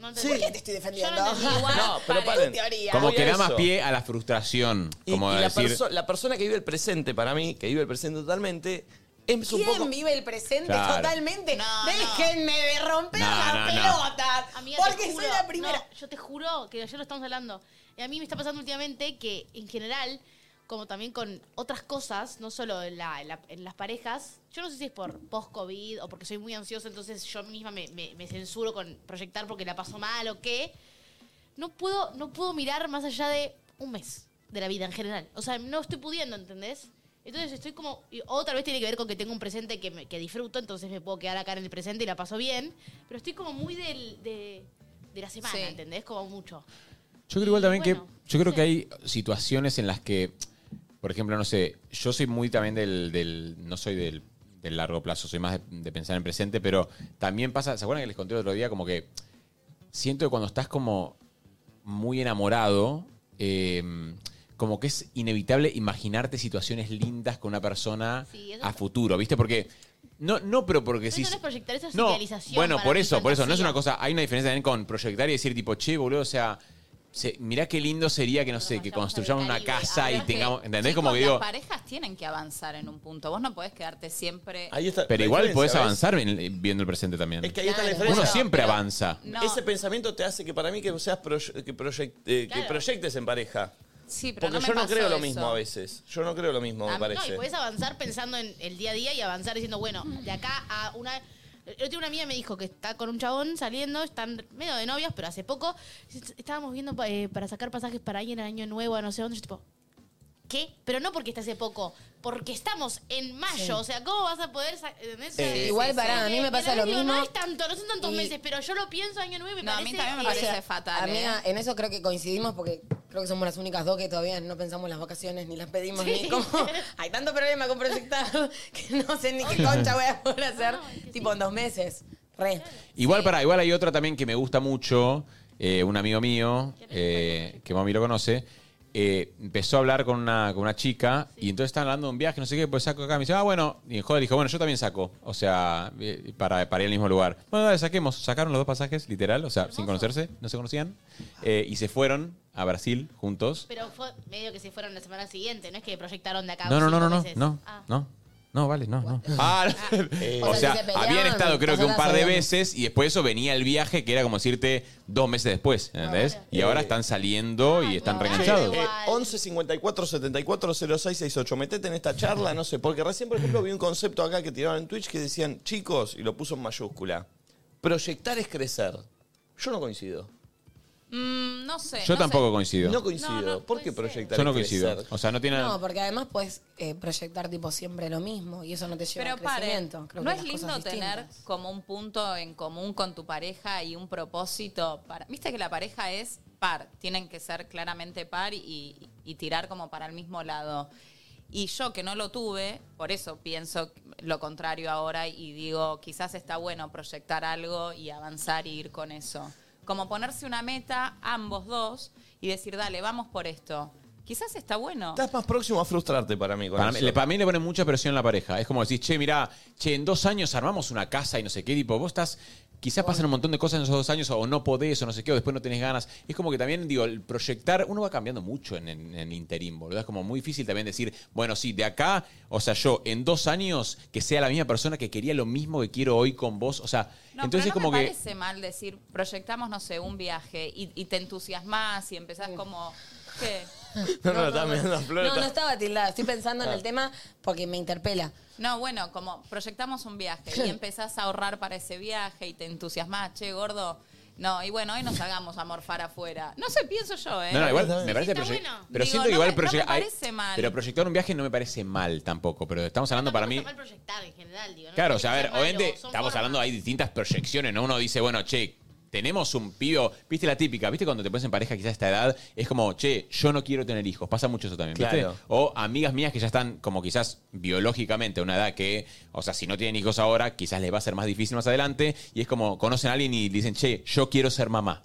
S5: ¿Por qué te estoy defendiendo?
S2: No, pero
S5: Paren,
S2: paren.
S5: teoría.
S6: Como
S2: Voy
S6: que
S2: a
S6: da más
S2: eso.
S6: pie a la frustración.
S2: Y,
S6: como
S2: y
S6: a
S2: la,
S6: decir,
S2: perso- la persona que vive el presente, para mí, que vive el presente totalmente, es un
S5: ¿Quién
S2: poco.
S5: vive el presente
S2: Claro.
S5: totalmente? Déjenme de romper
S2: No,
S5: las
S2: no, no.
S5: pelotas.
S9: Amiga, te
S5: porque soy
S9: juro,
S5: la primera.
S9: no, yo te juro que ayer lo estamos hablando. Y a mí me está pasando últimamente que, en general, como también con otras cosas, no solo en, la- en la- en las parejas, yo no sé si es por post-COVID o porque soy muy ansiosa, entonces yo misma me, me- me censuro con proyectar porque la paso mal o qué. No puedo, no puedo mirar más allá de un mes de la vida en general. O sea, no estoy pudiendo, ¿entendés? Entonces estoy como... y Otra vez tiene que ver con que tengo un presente que, me- que disfruto, entonces me puedo quedar acá en el presente y la paso bien. Pero estoy como muy del, de, de la semana, ¿entendés? Como mucho.
S6: Yo creo igual también que. Yo creo que hay situaciones en las que. Por ejemplo, no sé. Yo soy muy también del. del- no soy del, del largo plazo, soy más de, de pensar en presente, pero también pasa. ¿Se acuerdan que les conté el otro día? Como que. Siento que cuando estás como muy enamorado. eh, como que es inevitable imaginarte situaciones lindas con una persona
S9: Sí, eso
S6: a
S9: está-
S6: futuro, ¿viste? Porque. No, no, pero porque
S9: Pero
S6: sí.
S9: eso no es proyectar, eso es
S6: No,
S9: idealización.
S6: bueno,
S9: para
S6: por
S9: mí,
S6: eso, por eso. No es
S9: fantasía.
S6: una cosa. Hay una diferencia también con proyectar y decir, tipo, che, boludo, o sea, se- mirá qué lindo sería que, no sé, que construyamos una casa y tengamos. ¿Entendés? Como que
S3: Chicos,
S6: digo.
S3: Las parejas tienen que avanzar en un punto. Vos no podés quedarte siempre.
S6: Pero igual podés
S2: ¿ves?
S6: avanzar en- viendo el presente también.
S2: Es que ahí está la
S3: Claro.
S2: diferencia.
S6: Uno siempre avanza.
S3: No.
S2: Ese pensamiento te hace que para mí que seas proye- que, proyect- eh, que
S9: Claro.
S2: proyectes en pareja.
S3: Sí, pero
S2: Porque
S3: no me
S2: yo no
S3: pasó
S2: creo lo
S3: eso.
S2: mismo a veces. Yo no creo lo mismo,
S9: Ah,
S2: me parece.
S9: No, y podés avanzar pensando en el día a día y avanzar diciendo, bueno, de acá a una. Yo tengo una amiga que me dijo que está con un chabón saliendo, están medio de novias, pero hace poco estábamos viendo eh, para sacar pasajes para ahí en Año Nuevo, a no sé dónde. Yo, tipo, ¿qué? Pero no porque está hace poco, porque estamos en mayo.
S5: Sí.
S9: O sea, ¿cómo vas a poder.? sa- ¿entendés? O sea,
S5: Eh, Igual, pará, a mí me
S9: en
S5: pasa
S9: realidad
S5: lo
S9: digo, No
S5: mismo.
S9: es tanto, no son tantos
S5: Y-
S9: meses, pero yo lo pienso Año Nuevo y me
S3: No, a
S9: parece.
S3: mí también me
S9: que-
S3: parece
S9: O sea,
S3: fatal,
S5: Amiga,
S3: ¿eh?
S5: en eso creo que coincidimos porque creo que somos las únicas dos que todavía no pensamos las vacaciones ni las pedimos
S9: Sí.
S5: ni cómo. Hay tanto problema con proyectar que no sé ni qué concha voy a poder hacer
S9: Ah,
S5: tipo en dos meses. Re.
S6: Igual, para igual hay otra también que me gusta mucho. eh, un amigo mío, eh, que mami lo conoce, eh, empezó a hablar con una, con una chica y entonces estaban hablando de un viaje, no sé qué, pues saco acá. Me dice, ah, bueno. Y en joder dijo, bueno, yo también saco. O sea, eh, para, para ir al mismo lugar. Bueno, dale, saquemos. Sacaron los dos pasajes, literal, o sea, sin conocerse, no se conocían. eh, y se fueron a Brasil juntos.
S9: Pero fue medio que se fueron la semana siguiente, no es que proyectaron de acá.
S6: No, no, no,
S9: cinco
S6: no, no,
S9: meses.
S6: no,
S9: Ah.
S6: no. No, vale, no, no. Ah, no.
S5: O
S6: o
S5: sea,
S6: sea,
S5: que se peleaban,
S6: habían estado creo que un par de
S5: pasadas,
S6: veces y después de eso venía el viaje que era como decirte dos meses después,
S5: Ah,
S6: ¿entendés? Y ahora están saliendo y están reenganchados.
S2: Eh, 11 54 74 06 68. Metete en esta charla, no sé. Porque recién, por ejemplo, vi un concepto acá que tiraron en Twitch que decían, chicos, y lo puso en mayúscula. Proyectar es crecer. Yo no coincido.
S3: Mm, no
S5: Eh,
S3: sé.
S6: Yo
S3: no
S6: tampoco
S3: sé.
S6: coincido.
S2: No coincido. ¿Por qué proyectar
S6: Yo no
S2: es crecer?
S6: coincido. O sea, no tiene
S5: No, porque además puedes eh, proyectar tipo siempre lo mismo y eso no te lleva
S3: Pero
S5: al
S3: paren,
S5: crecimiento. Creo
S3: ¿no
S5: que
S3: es
S5: las cosas
S3: lindo
S5: distintas.
S3: tener como un punto en común con tu pareja y un propósito? para Viste que la pareja es par, tienen que ser claramente par y, y tirar como para el mismo lado. Y yo que no lo tuve, por eso pienso lo contrario ahora y digo, quizás está bueno proyectar algo y avanzar y ir con eso. Como ponerse una meta, ambos dos, y decir, dale, vamos por esto. Quizás está bueno.
S2: Estás más próximo a frustrarte para mí. Con
S6: Para mí,
S2: eso.
S6: le, para mí le ponen mucha presión a la pareja. Es como decir, che, mirá, che, en dos años armamos una casa y no sé qué, tipo, vos estás. Quizás pasan un montón de cosas en esos dos años, o no podés, o no sé qué, o después no tenés ganas. Es como que también, digo, el proyectar, uno va cambiando mucho en, en- en el interín, boludo. Es como muy difícil también decir, bueno, sí, de acá, o sea, yo en dos años, que sea la misma persona que quería lo mismo que quiero hoy con vos. O sea,
S3: No,
S6: entonces
S3: pero no
S6: como
S3: me
S6: que.
S3: parece mal decir, proyectamos, no sé, un viaje y, y te entusiasmas y empezás como, ¿qué?
S2: No, no, estaba mirando a
S5: No,
S2: Flor.
S5: no
S2: estaba-
S5: estaba tildada. Estoy pensando en
S2: Ah.
S5: el tema porque me interpela.
S3: No, bueno, como proyectamos un viaje y empezás a ahorrar para ese viaje y te entusiasmas, che, gordo. No, y bueno, hoy nos hagamos a morfar afuera. No sé, pienso yo, ¿eh?
S6: No, no, igual me parece
S3: Está
S6: proye-
S3: bueno.
S6: Pero
S3: Digo,
S6: siento que
S3: no
S6: igual
S3: me- no me
S6: proye- hay-
S3: parece mal.
S6: Pero proyectar un viaje no me parece mal tampoco. Pero estamos hablando para mí.
S9: Mal proyectar en general, digo. ¿no?
S6: Claro, o
S9: tiene
S6: sea, a
S9: que
S6: ver,
S9: ser malo,
S6: obviamente
S9: son
S6: estamos
S9: formas.
S6: hablando, hay distintas proyecciones, ¿no? Uno dice, bueno, che, tenemos un pibe, viste la típica, viste cuando te pones en pareja quizás a esta edad, es como, che, yo no quiero tener hijos, pasa mucho eso también, ¿viste?
S2: Claro.
S6: O amigas mías que ya están como quizás biológicamente a una edad que, o sea, si no tienen hijos ahora, quizás les va a ser más difícil más adelante, y es como, conocen a alguien y dicen, che, yo quiero ser mamá.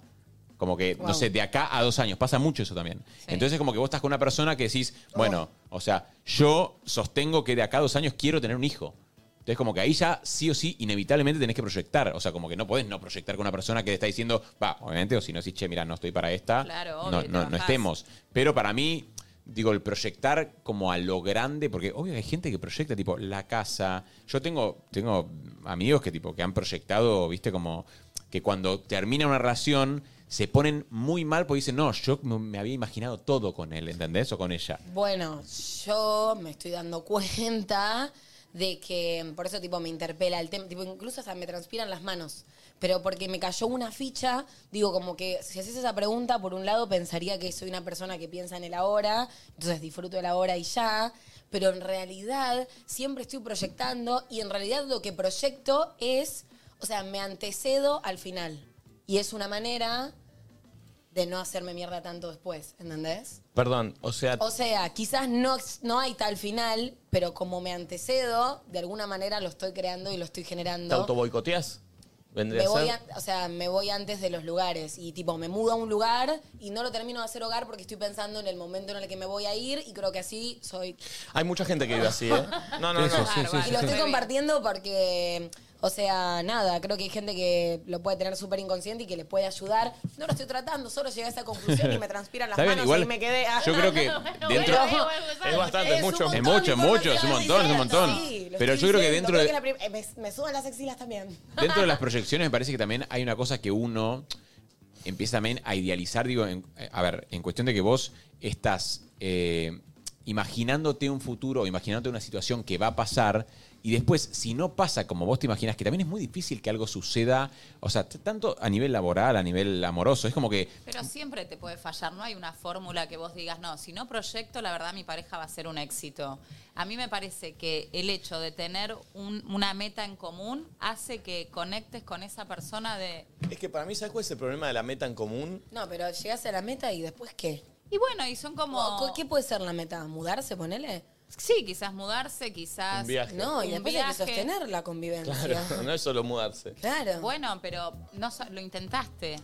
S6: Como que, no
S2: Wow.
S6: sé, de acá a dos años, pasa mucho eso también. Entonces como que vos estás con una persona que decís, bueno, o sea, yo sostengo que de acá a dos años quiero tener un hijo. Entonces, como que ahí ya sí o sí, inevitablemente tenés que proyectar. O sea, como que no podés no proyectar con una persona que te está diciendo, va, obviamente, o si no decís, che, mira, no estoy para esta.
S3: Claro, obvio,
S6: no,
S3: te
S6: no, no
S3: bajás.
S6: estemos. Pero para mí, digo, el proyectar como a lo grande, porque obvio que hay gente que proyecta, tipo, la casa. Yo tengo, tengo amigos que, tipo, que han proyectado, viste, como que cuando termina una relación se ponen muy mal porque dicen, no, yo me me había imaginado todo con él, ¿entendés? O con ella.
S5: Bueno, yo me estoy dando cuenta de que mm, por eso tipo me interpela el tema, tipo incluso hasta me transpiran las manos, pero porque me cayó una ficha, digo como que si haces esa pregunta, por un lado pensaría que soy una persona que piensa en el ahora, entonces disfruto el ahora y ya, pero en realidad siempre estoy proyectando y en realidad lo que proyecto es, o sea, me antecedo al final y es una manera de no hacerme mierda tanto después, ¿entendés?
S2: Perdón, o sea,
S5: O sea, quizás no, no hay tal final, pero como me antecedo, de alguna manera lo estoy creando y lo estoy
S2: ¿te
S5: generando.
S2: autoboicoteás? Vendría
S5: Me
S2: a
S5: voy
S2: ser.
S5: a- o sea, me voy antes de los lugares y tipo me mudo a un lugar y no lo termino de hacer hogar porque estoy pensando en el momento en el que me voy a ir y creo que así soy.
S2: Hay mucha gente que vive así, ¿eh? No, no,
S6: Sí,
S2: no.
S6: sí, sí, sí,
S5: y lo estoy compartiendo porque, o sea, nada, creo que hay gente que lo puede tener súper inconsciente y que le puede ayudar. No lo estoy tratando, solo llegué a esa conclusión y me transpiran las
S6: Está bien,
S5: manos
S6: igual,
S5: y me quedé.
S6: yo creo que dentro-
S2: Es bastante, es mucho.
S6: Es mucho, es mucho, es un montón, es un montón. Pero yo creo que dentro de,
S5: eh, me, me sudan las axilas también.
S6: dentro de las proyecciones me parece que también hay una cosa que uno empieza también a idealizar. Digo, en- eh, a ver, en cuestión de que vos estás eh, imaginándote un futuro, imaginándote una situación que va a pasar. Y después, si no pasa como vos te imaginas, que también es muy difícil que algo suceda, o sea, t- tanto a nivel laboral, a nivel amoroso, es como que
S3: Pero siempre te puede fallar, no hay una fórmula que vos digas, no, si no proyecto, la verdad mi pareja va a ser un éxito. A mí me parece que el hecho de tener un- una meta en común hace que conectes con esa persona de...
S2: Es que para mí, ¿sabes cuál es el problema de la meta en común?
S5: No, pero llegás a la meta y después qué? Oh,
S3: Y bueno, y son como...
S5: ¿Cu- ¿Qué puede ser la meta? ¿Mudarse, ponele?
S3: Sí, quizás mudarse, quizás...
S2: Un viaje.
S5: Ah, No, y
S3: un
S5: después hay que
S3: viaje.
S5: sostener la convivencia.
S2: Claro, no es solo mudarse.
S5: Claro.
S3: Bueno, pero no so- lo intentaste.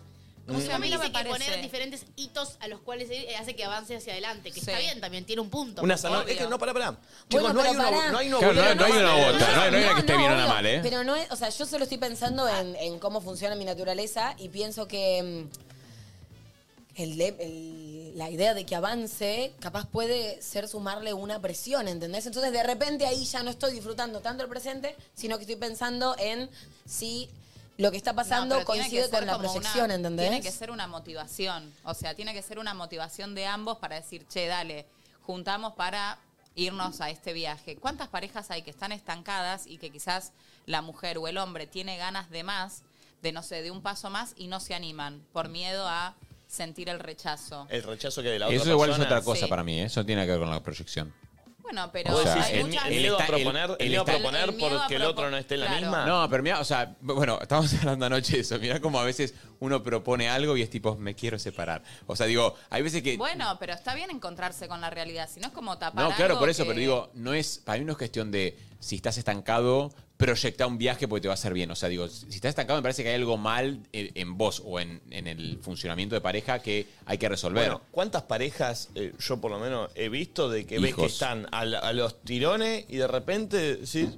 S2: Mm.
S3: O sea, a mí no me
S9: Dice que
S3: parece.
S9: poner diferentes hitos a los cuales ir, eh, hace que avance hacia adelante, que está bien también, tiene un punto.
S2: Una zanahoria-
S9: Obvio.
S2: Es que no, pará, pará. Chicos, no,
S5: pero
S2: hay una,
S5: pará.
S2: no hay una
S6: Claro, no-
S2: bolera
S6: no hay
S2: nada
S6: una
S2: más.
S6: otra, no hay- no hay una que esté bien o nada
S5: obvio,
S6: mal, ¿eh?
S5: Pero no es, o sea, yo solo estoy pensando en, en cómo funciona mi naturaleza y pienso que mm, el de- el- la idea de que avance capaz puede ser sumarle una presión, ¿entendés? Entonces de repente ahí ya no estoy disfrutando tanto el presente, sino que estoy pensando en si lo que está pasando
S3: No, pero tiene
S5: coincide
S3: que ser
S5: con la
S3: como
S5: proyección,
S3: una-
S5: ¿entendés?
S3: Tiene que ser una motivación. O sea, tiene que ser una motivación de ambos para decir, che, dale, juntamos para irnos a este viaje. ¿Cuántas parejas hay que están estancadas y que quizás la mujer o el hombre tiene ganas de más, de no sé, de un paso más y no se animan por miedo a sentir el rechazo?
S2: El rechazo que hay de la otra
S6: eso igual es
S2: persona.
S6: otra cosa
S3: Sí.
S6: para mí, ¿eh? eso no tiene que ver con la proyección.
S3: Bueno, pero
S6: O sea,
S3: hay
S6: el-
S3: muchas-
S6: el-
S2: El miedo a
S6: está-
S2: proponer, el,
S6: el
S2: miedo a
S6: está-
S2: proponer
S3: el miedo a
S2: porque el
S3: propo-
S2: otro no esté en la
S3: Claro.
S2: misma.
S6: No, pero mira, o sea, bueno, estábamos hablando anoche de eso. Mirá como a veces uno propone algo y es tipo, me quiero separar. O sea, digo, hay veces que.
S3: Bueno, pero está bien encontrarse con la realidad, si no es como tapar
S6: No, claro,
S3: algo
S6: por eso,
S3: que-
S6: pero digo, no es, para mí no es cuestión de si estás estancado, proyecta un viaje porque te va a hacer bien. O sea, digo, si estás estancado me parece que hay algo mal en, en vos o en, en el funcionamiento de pareja que hay que resolver.
S2: Bueno, ¿cuántas parejas eh, yo por lo menos he visto de que ves
S6: Hijos.
S2: que están a, la- a los tirones y de repente decís,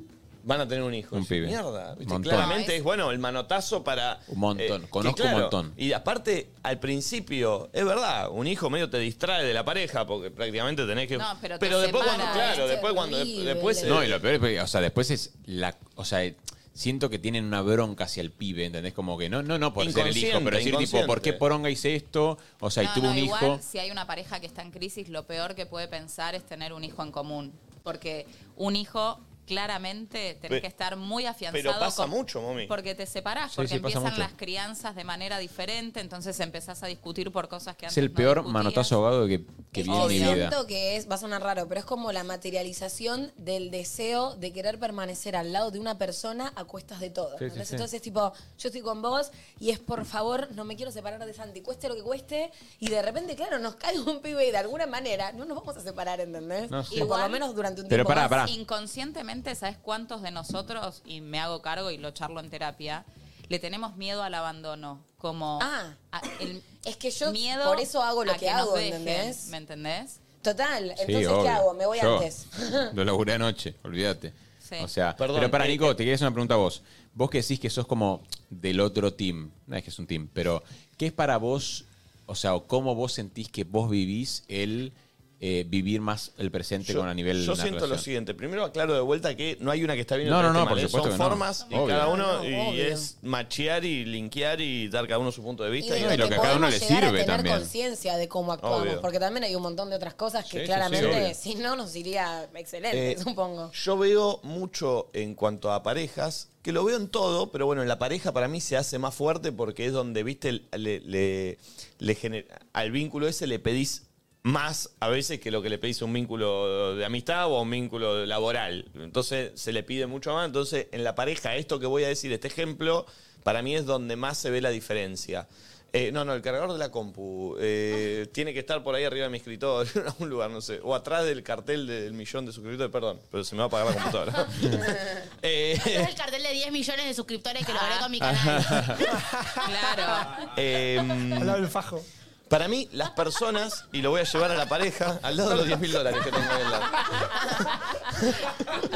S2: van a tener un hijo?
S6: Un
S2: Decís,
S6: pibe.
S2: Mierda. ¿viste?
S6: Montón.
S2: Claramente es bueno el manotazo para. eh,
S6: Un montón.
S2: que
S6: Conozco un montón.
S2: Y aparte, al principio, es verdad, un hijo medio te distrae de la pareja porque prácticamente tenés que.
S3: No, pero te
S2: después
S3: separa,
S2: cuando. Claro,
S3: es
S2: después cuando.
S3: terrible.
S2: Después, eh,
S6: No, y lo peor es, porque, o sea, después es la, o sea, eh, siento que tienen una bronca hacia el pibe, ¿entendés? Como que no, no, no por ser el hijo,
S2: Inconsciente,
S6: pero decir tipo,
S2: inconsciente.
S6: ¿por qué poronga hice esto? O sea,
S3: No,
S6: y tuvo
S3: no,
S6: un
S3: igual,
S6: hijo.
S3: si hay una pareja que está en crisis, lo peor que puede pensar es tener un hijo en común. Porque un hijo, claramente, tenés
S2: Pero-
S3: que estar muy afianzado.
S2: pero pasa mucho, mami.
S3: Porque te separás,
S6: Sí,
S3: porque
S6: sí, pasa
S3: empiezan
S6: mucho.
S3: las crianzas de manera diferente, entonces empezás a discutir por cosas que
S6: Es
S3: antes
S6: el
S3: no
S6: peor
S3: discutías.
S6: manotazo ahogado que, que vi en mi vida.
S5: Siento que es, va a sonar raro, pero es como la materialización del deseo de querer permanecer al lado de una persona a cuestas de todo.
S6: Sí, sí,
S5: ¿entendés?
S6: sí.
S5: Entonces, tipo, yo estoy con vos y es por favor, no me quiero separar de Santi, cueste lo que cueste. Y de repente, claro, nos cae un pibe y de alguna manera no nos vamos a separar, ¿entendés?
S6: No, sí.
S5: O por lo
S6: Igual-
S5: menos durante un
S6: Pero
S5: tiempo.
S6: pará,
S5: más.
S6: pará.
S3: Inconscientemente, ¿sabes cuántos de nosotros, y me hago cargo y lo charlo en terapia, le tenemos miedo al abandono? Como
S5: Ah,
S3: a- el
S5: es que yo
S3: miedo
S5: por eso hago lo
S3: a
S5: que
S3: nos
S5: hago,
S3: dejen,
S5: ¿entendés?
S3: ¿Me entendés?
S5: Total,
S6: Sí,
S5: entonces, ¿qué
S6: obvio.
S5: hago? Me voy
S6: Yo
S5: antes.
S6: Lo laburé anoche, olvídate.
S5: Sí.
S6: O sea,
S2: Perdón,
S6: pero para
S2: eh,
S6: Nico, te quería hacer una pregunta a vos. Vos que decís que sos como del otro team, no es que es un team, pero ¿qué es para vos, o sea, o cómo vos sentís que vos vivís el eh, vivir más el presente
S2: Yo-
S6: con a nivel
S2: Yo
S6: de una
S2: siento lo
S6: relación?
S2: siguiente. Primero aclaro de vuelta que no hay una que está bien y
S6: No,
S2: otra
S6: no,
S2: que
S6: no,
S2: está mal, ¿eh?
S6: por supuesto
S2: Son
S6: que no.
S2: formas y
S6: Obvio.
S2: cada
S6: No,
S2: uno
S6: no,
S2: y
S6: obvio.
S2: es machear y linkear y dar cada uno su punto de vista.
S5: de
S2: nada.
S5: que podemos llegar a tener conciencia de cómo actuamos,
S2: Obvio.
S5: porque también hay un montón de otras cosas que
S2: Sí, sí, sí,
S5: claramente,
S2: obvio.
S5: si no, nos iría excelente,
S2: Eh,
S5: supongo.
S2: Yo veo mucho en cuanto a parejas, que lo veo en todo, pero bueno, en la pareja para mí se hace más fuerte porque es donde, viste, le- le- le gener- al vínculo ese le pedís más a veces que lo que le pedís a un vínculo de amistad o a un vínculo laboral. Entonces se le pide mucho más. Entonces en la pareja, esto que voy a decir, este ejemplo, para mí es donde más se ve la diferencia. Eh, no, no, el cargador de la compu eh,
S3: Ah.
S2: tiene que estar por ahí arriba de mi escritorio, en algún lugar, no sé. O atrás del cartel del millón de suscriptores, perdón, pero se me va a apagar la computadora. Eh,
S9: Es el cartel de 10 millones de suscriptores
S2: Ah.
S9: que lo agrego a mi canal. Claro.
S2: Em,
S13: fajo.
S2: para mí, las personas, y lo voy a llevar a la pareja, al lado de los 10 mil dólares que tengo ahí al lado.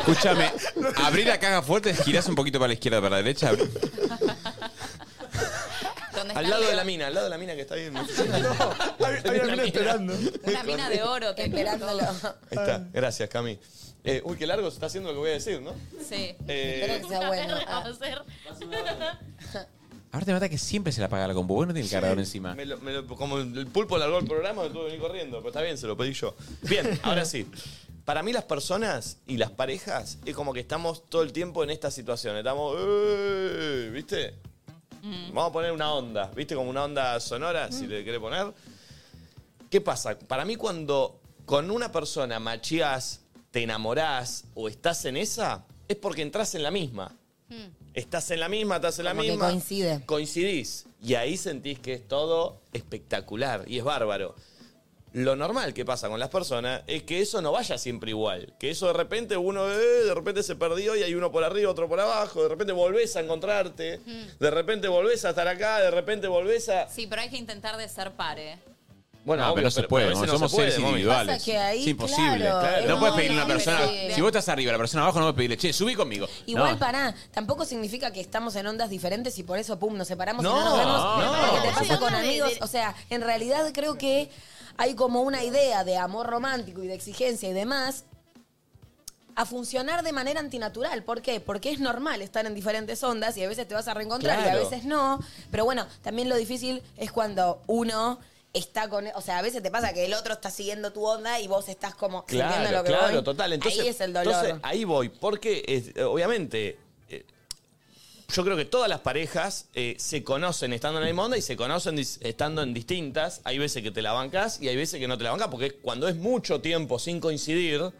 S6: Escúchame, abrí la caja fuerte, girás un poquito para la izquierda, para la derecha. abrí-
S3: ¿Dónde
S2: Al
S3: está
S2: lado de
S3: Leo?
S2: la mina, al lado de la mina que está ahí. en-
S13: esperando.
S3: Una mina de oro que esperándolo.
S2: Ahí está, gracias, Cami. Eh, uy, qué largo se está haciendo lo que voy a decir, ¿no?
S3: Sí.
S2: Eh,
S5: Espero que sea bueno. Ah.
S6: Ahora te nota que siempre se la apaga la compu, vos no tenés el cargador encima.
S2: Me lo- me lo- como el pulpo largó el programa, me tuve que venir corriendo. Pero está bien, se lo pedí yo. Bien, ahora sí. Para mí las personas y las parejas es como que estamos todo el tiempo en esta situación. Estamos, "Eh", ¿viste?
S5: Mm.
S2: Vamos a poner una onda, ¿viste? Como una onda sonora, si le querés poner. ¿Qué pasa? Para mí cuando con una persona machías, te enamorás o estás en esa, es porque entras en la misma.
S9: Hmm.
S2: Estás en la misma, estás en la
S5: Como que
S2: misma.
S5: coincide.
S2: Coincidís. Y ahí sentís que es todo espectacular y es bárbaro. Lo normal que pasa con las personas es que eso no vaya siempre igual. Que eso de repente uno, eh, de repente se perdió y hay uno por arriba, otro por abajo. De repente volvés a encontrarte. De repente volvés a estar acá. De repente volvés a.
S3: Sí, pero hay que intentar de ser pare.
S2: Bueno,
S6: No, pero no se puede,
S2: a veces
S6: somos seres
S2: mami.
S6: individuales.
S5: Pasa que ahí,
S6: es imposible.
S5: claro, es
S6: No puedes pedirle a una
S5: muy
S6: persona.
S5: difícil.
S6: Si vos estás arriba, la persona abajo no puede pedirle, che, subí conmigo.
S5: Igual
S6: No.
S5: pará, tampoco significa que estamos en ondas diferentes y por eso, pum, nos separamos y no
S6: No,
S5: nos vemos.
S6: no.
S5: porque te
S6: Sí,
S5: pasa con
S6: onda de-
S5: amigos. O sea, en realidad creo que hay como una idea de amor romántico y de exigencia y demás a funcionar de manera antinatural. ¿Por qué? Porque es normal estar en diferentes ondas y a veces te vas a reencontrar y a
S3: Claro.
S5: veces no. Pero bueno, también lo difícil es cuando uno está con... O sea, a veces te pasa que el otro está siguiendo tu onda y vos estás como sintiendo
S2: Claro,
S5: lo que
S2: claro,
S5: voy.
S2: total. Entonces,
S5: Ahí es el dolor.
S2: entonces, ahí voy, porque es- eh, obviamente eh, yo creo que todas las parejas eh, se conocen estando en la misma onda y se conocen dis- estando en distintas. Hay veces que te la bancas y hay veces que no te la bancas, porque cuando es mucho tiempo sin coincidir,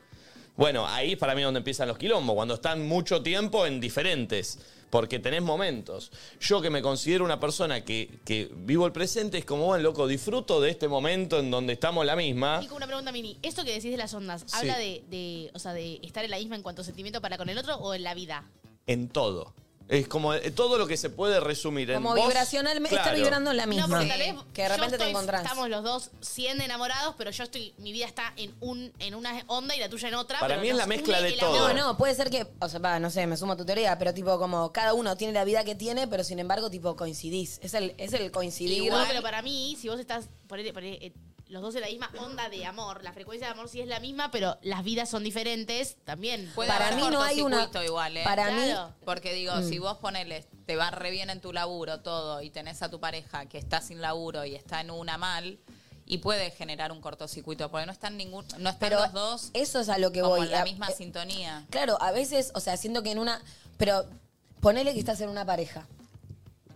S2: Bueno, ahí es para mí donde empiezan los quilombos, cuando están mucho tiempo en diferentes, porque tenés momentos. Yo que me considero una persona que, que vivo el presente, es como, bueno, loco, disfruto de este momento en donde estamos la misma.
S9: Nico, una pregunta mini. ¿Esto que decís de las ondas, habla de, de- o sea, de estar en la misma en cuanto a sentimiento para con el otro o en la vida?
S2: en todo. Es como eh, todo lo que se puede resumir en
S5: Como
S2: vos,
S5: vibracionalmente, está
S2: claro.
S5: vibrando en la misma.
S9: No, porque tal vez
S5: que de
S9: yo
S5: repente te
S9: estoy-
S5: encontrás.
S9: Estamos los dos 100 enamorados, pero yo estoy, mi vida está en un, en una onda y la tuya en otra. pero nos une el amor.
S5: No, no, puede ser que, o sea, va, no sé, me sumo a tu teoría, pero tipo como cada uno tiene la vida que tiene, pero sin embargo, tipo coincidís. Es el, es el coincidir.
S9: Igual, pero para mí, si vos estás, ponele- ponele, eh, los dos en la misma onda de amor, la frecuencia de amor sí es la misma, pero las vidas son diferentes también.
S3: para mí no hay
S9: una-
S3: igual, ¿eh?
S9: para mí- Claro.
S3: Porque digo,
S9: Mm.
S3: si vos ponele, te va re bien en tu laburo todo y tenés a tu pareja que está sin laburo y está en una mal, y puede generar un cortocircuito, porque no están ningún, no están
S5: Pero
S3: los dos
S5: Eso es a lo que
S3: como
S5: voy.
S3: en la
S5: a-
S3: misma
S5: eh,
S3: sintonía.
S5: Claro, a veces, o sea, siento que en una. Pero ponele que estás en una pareja.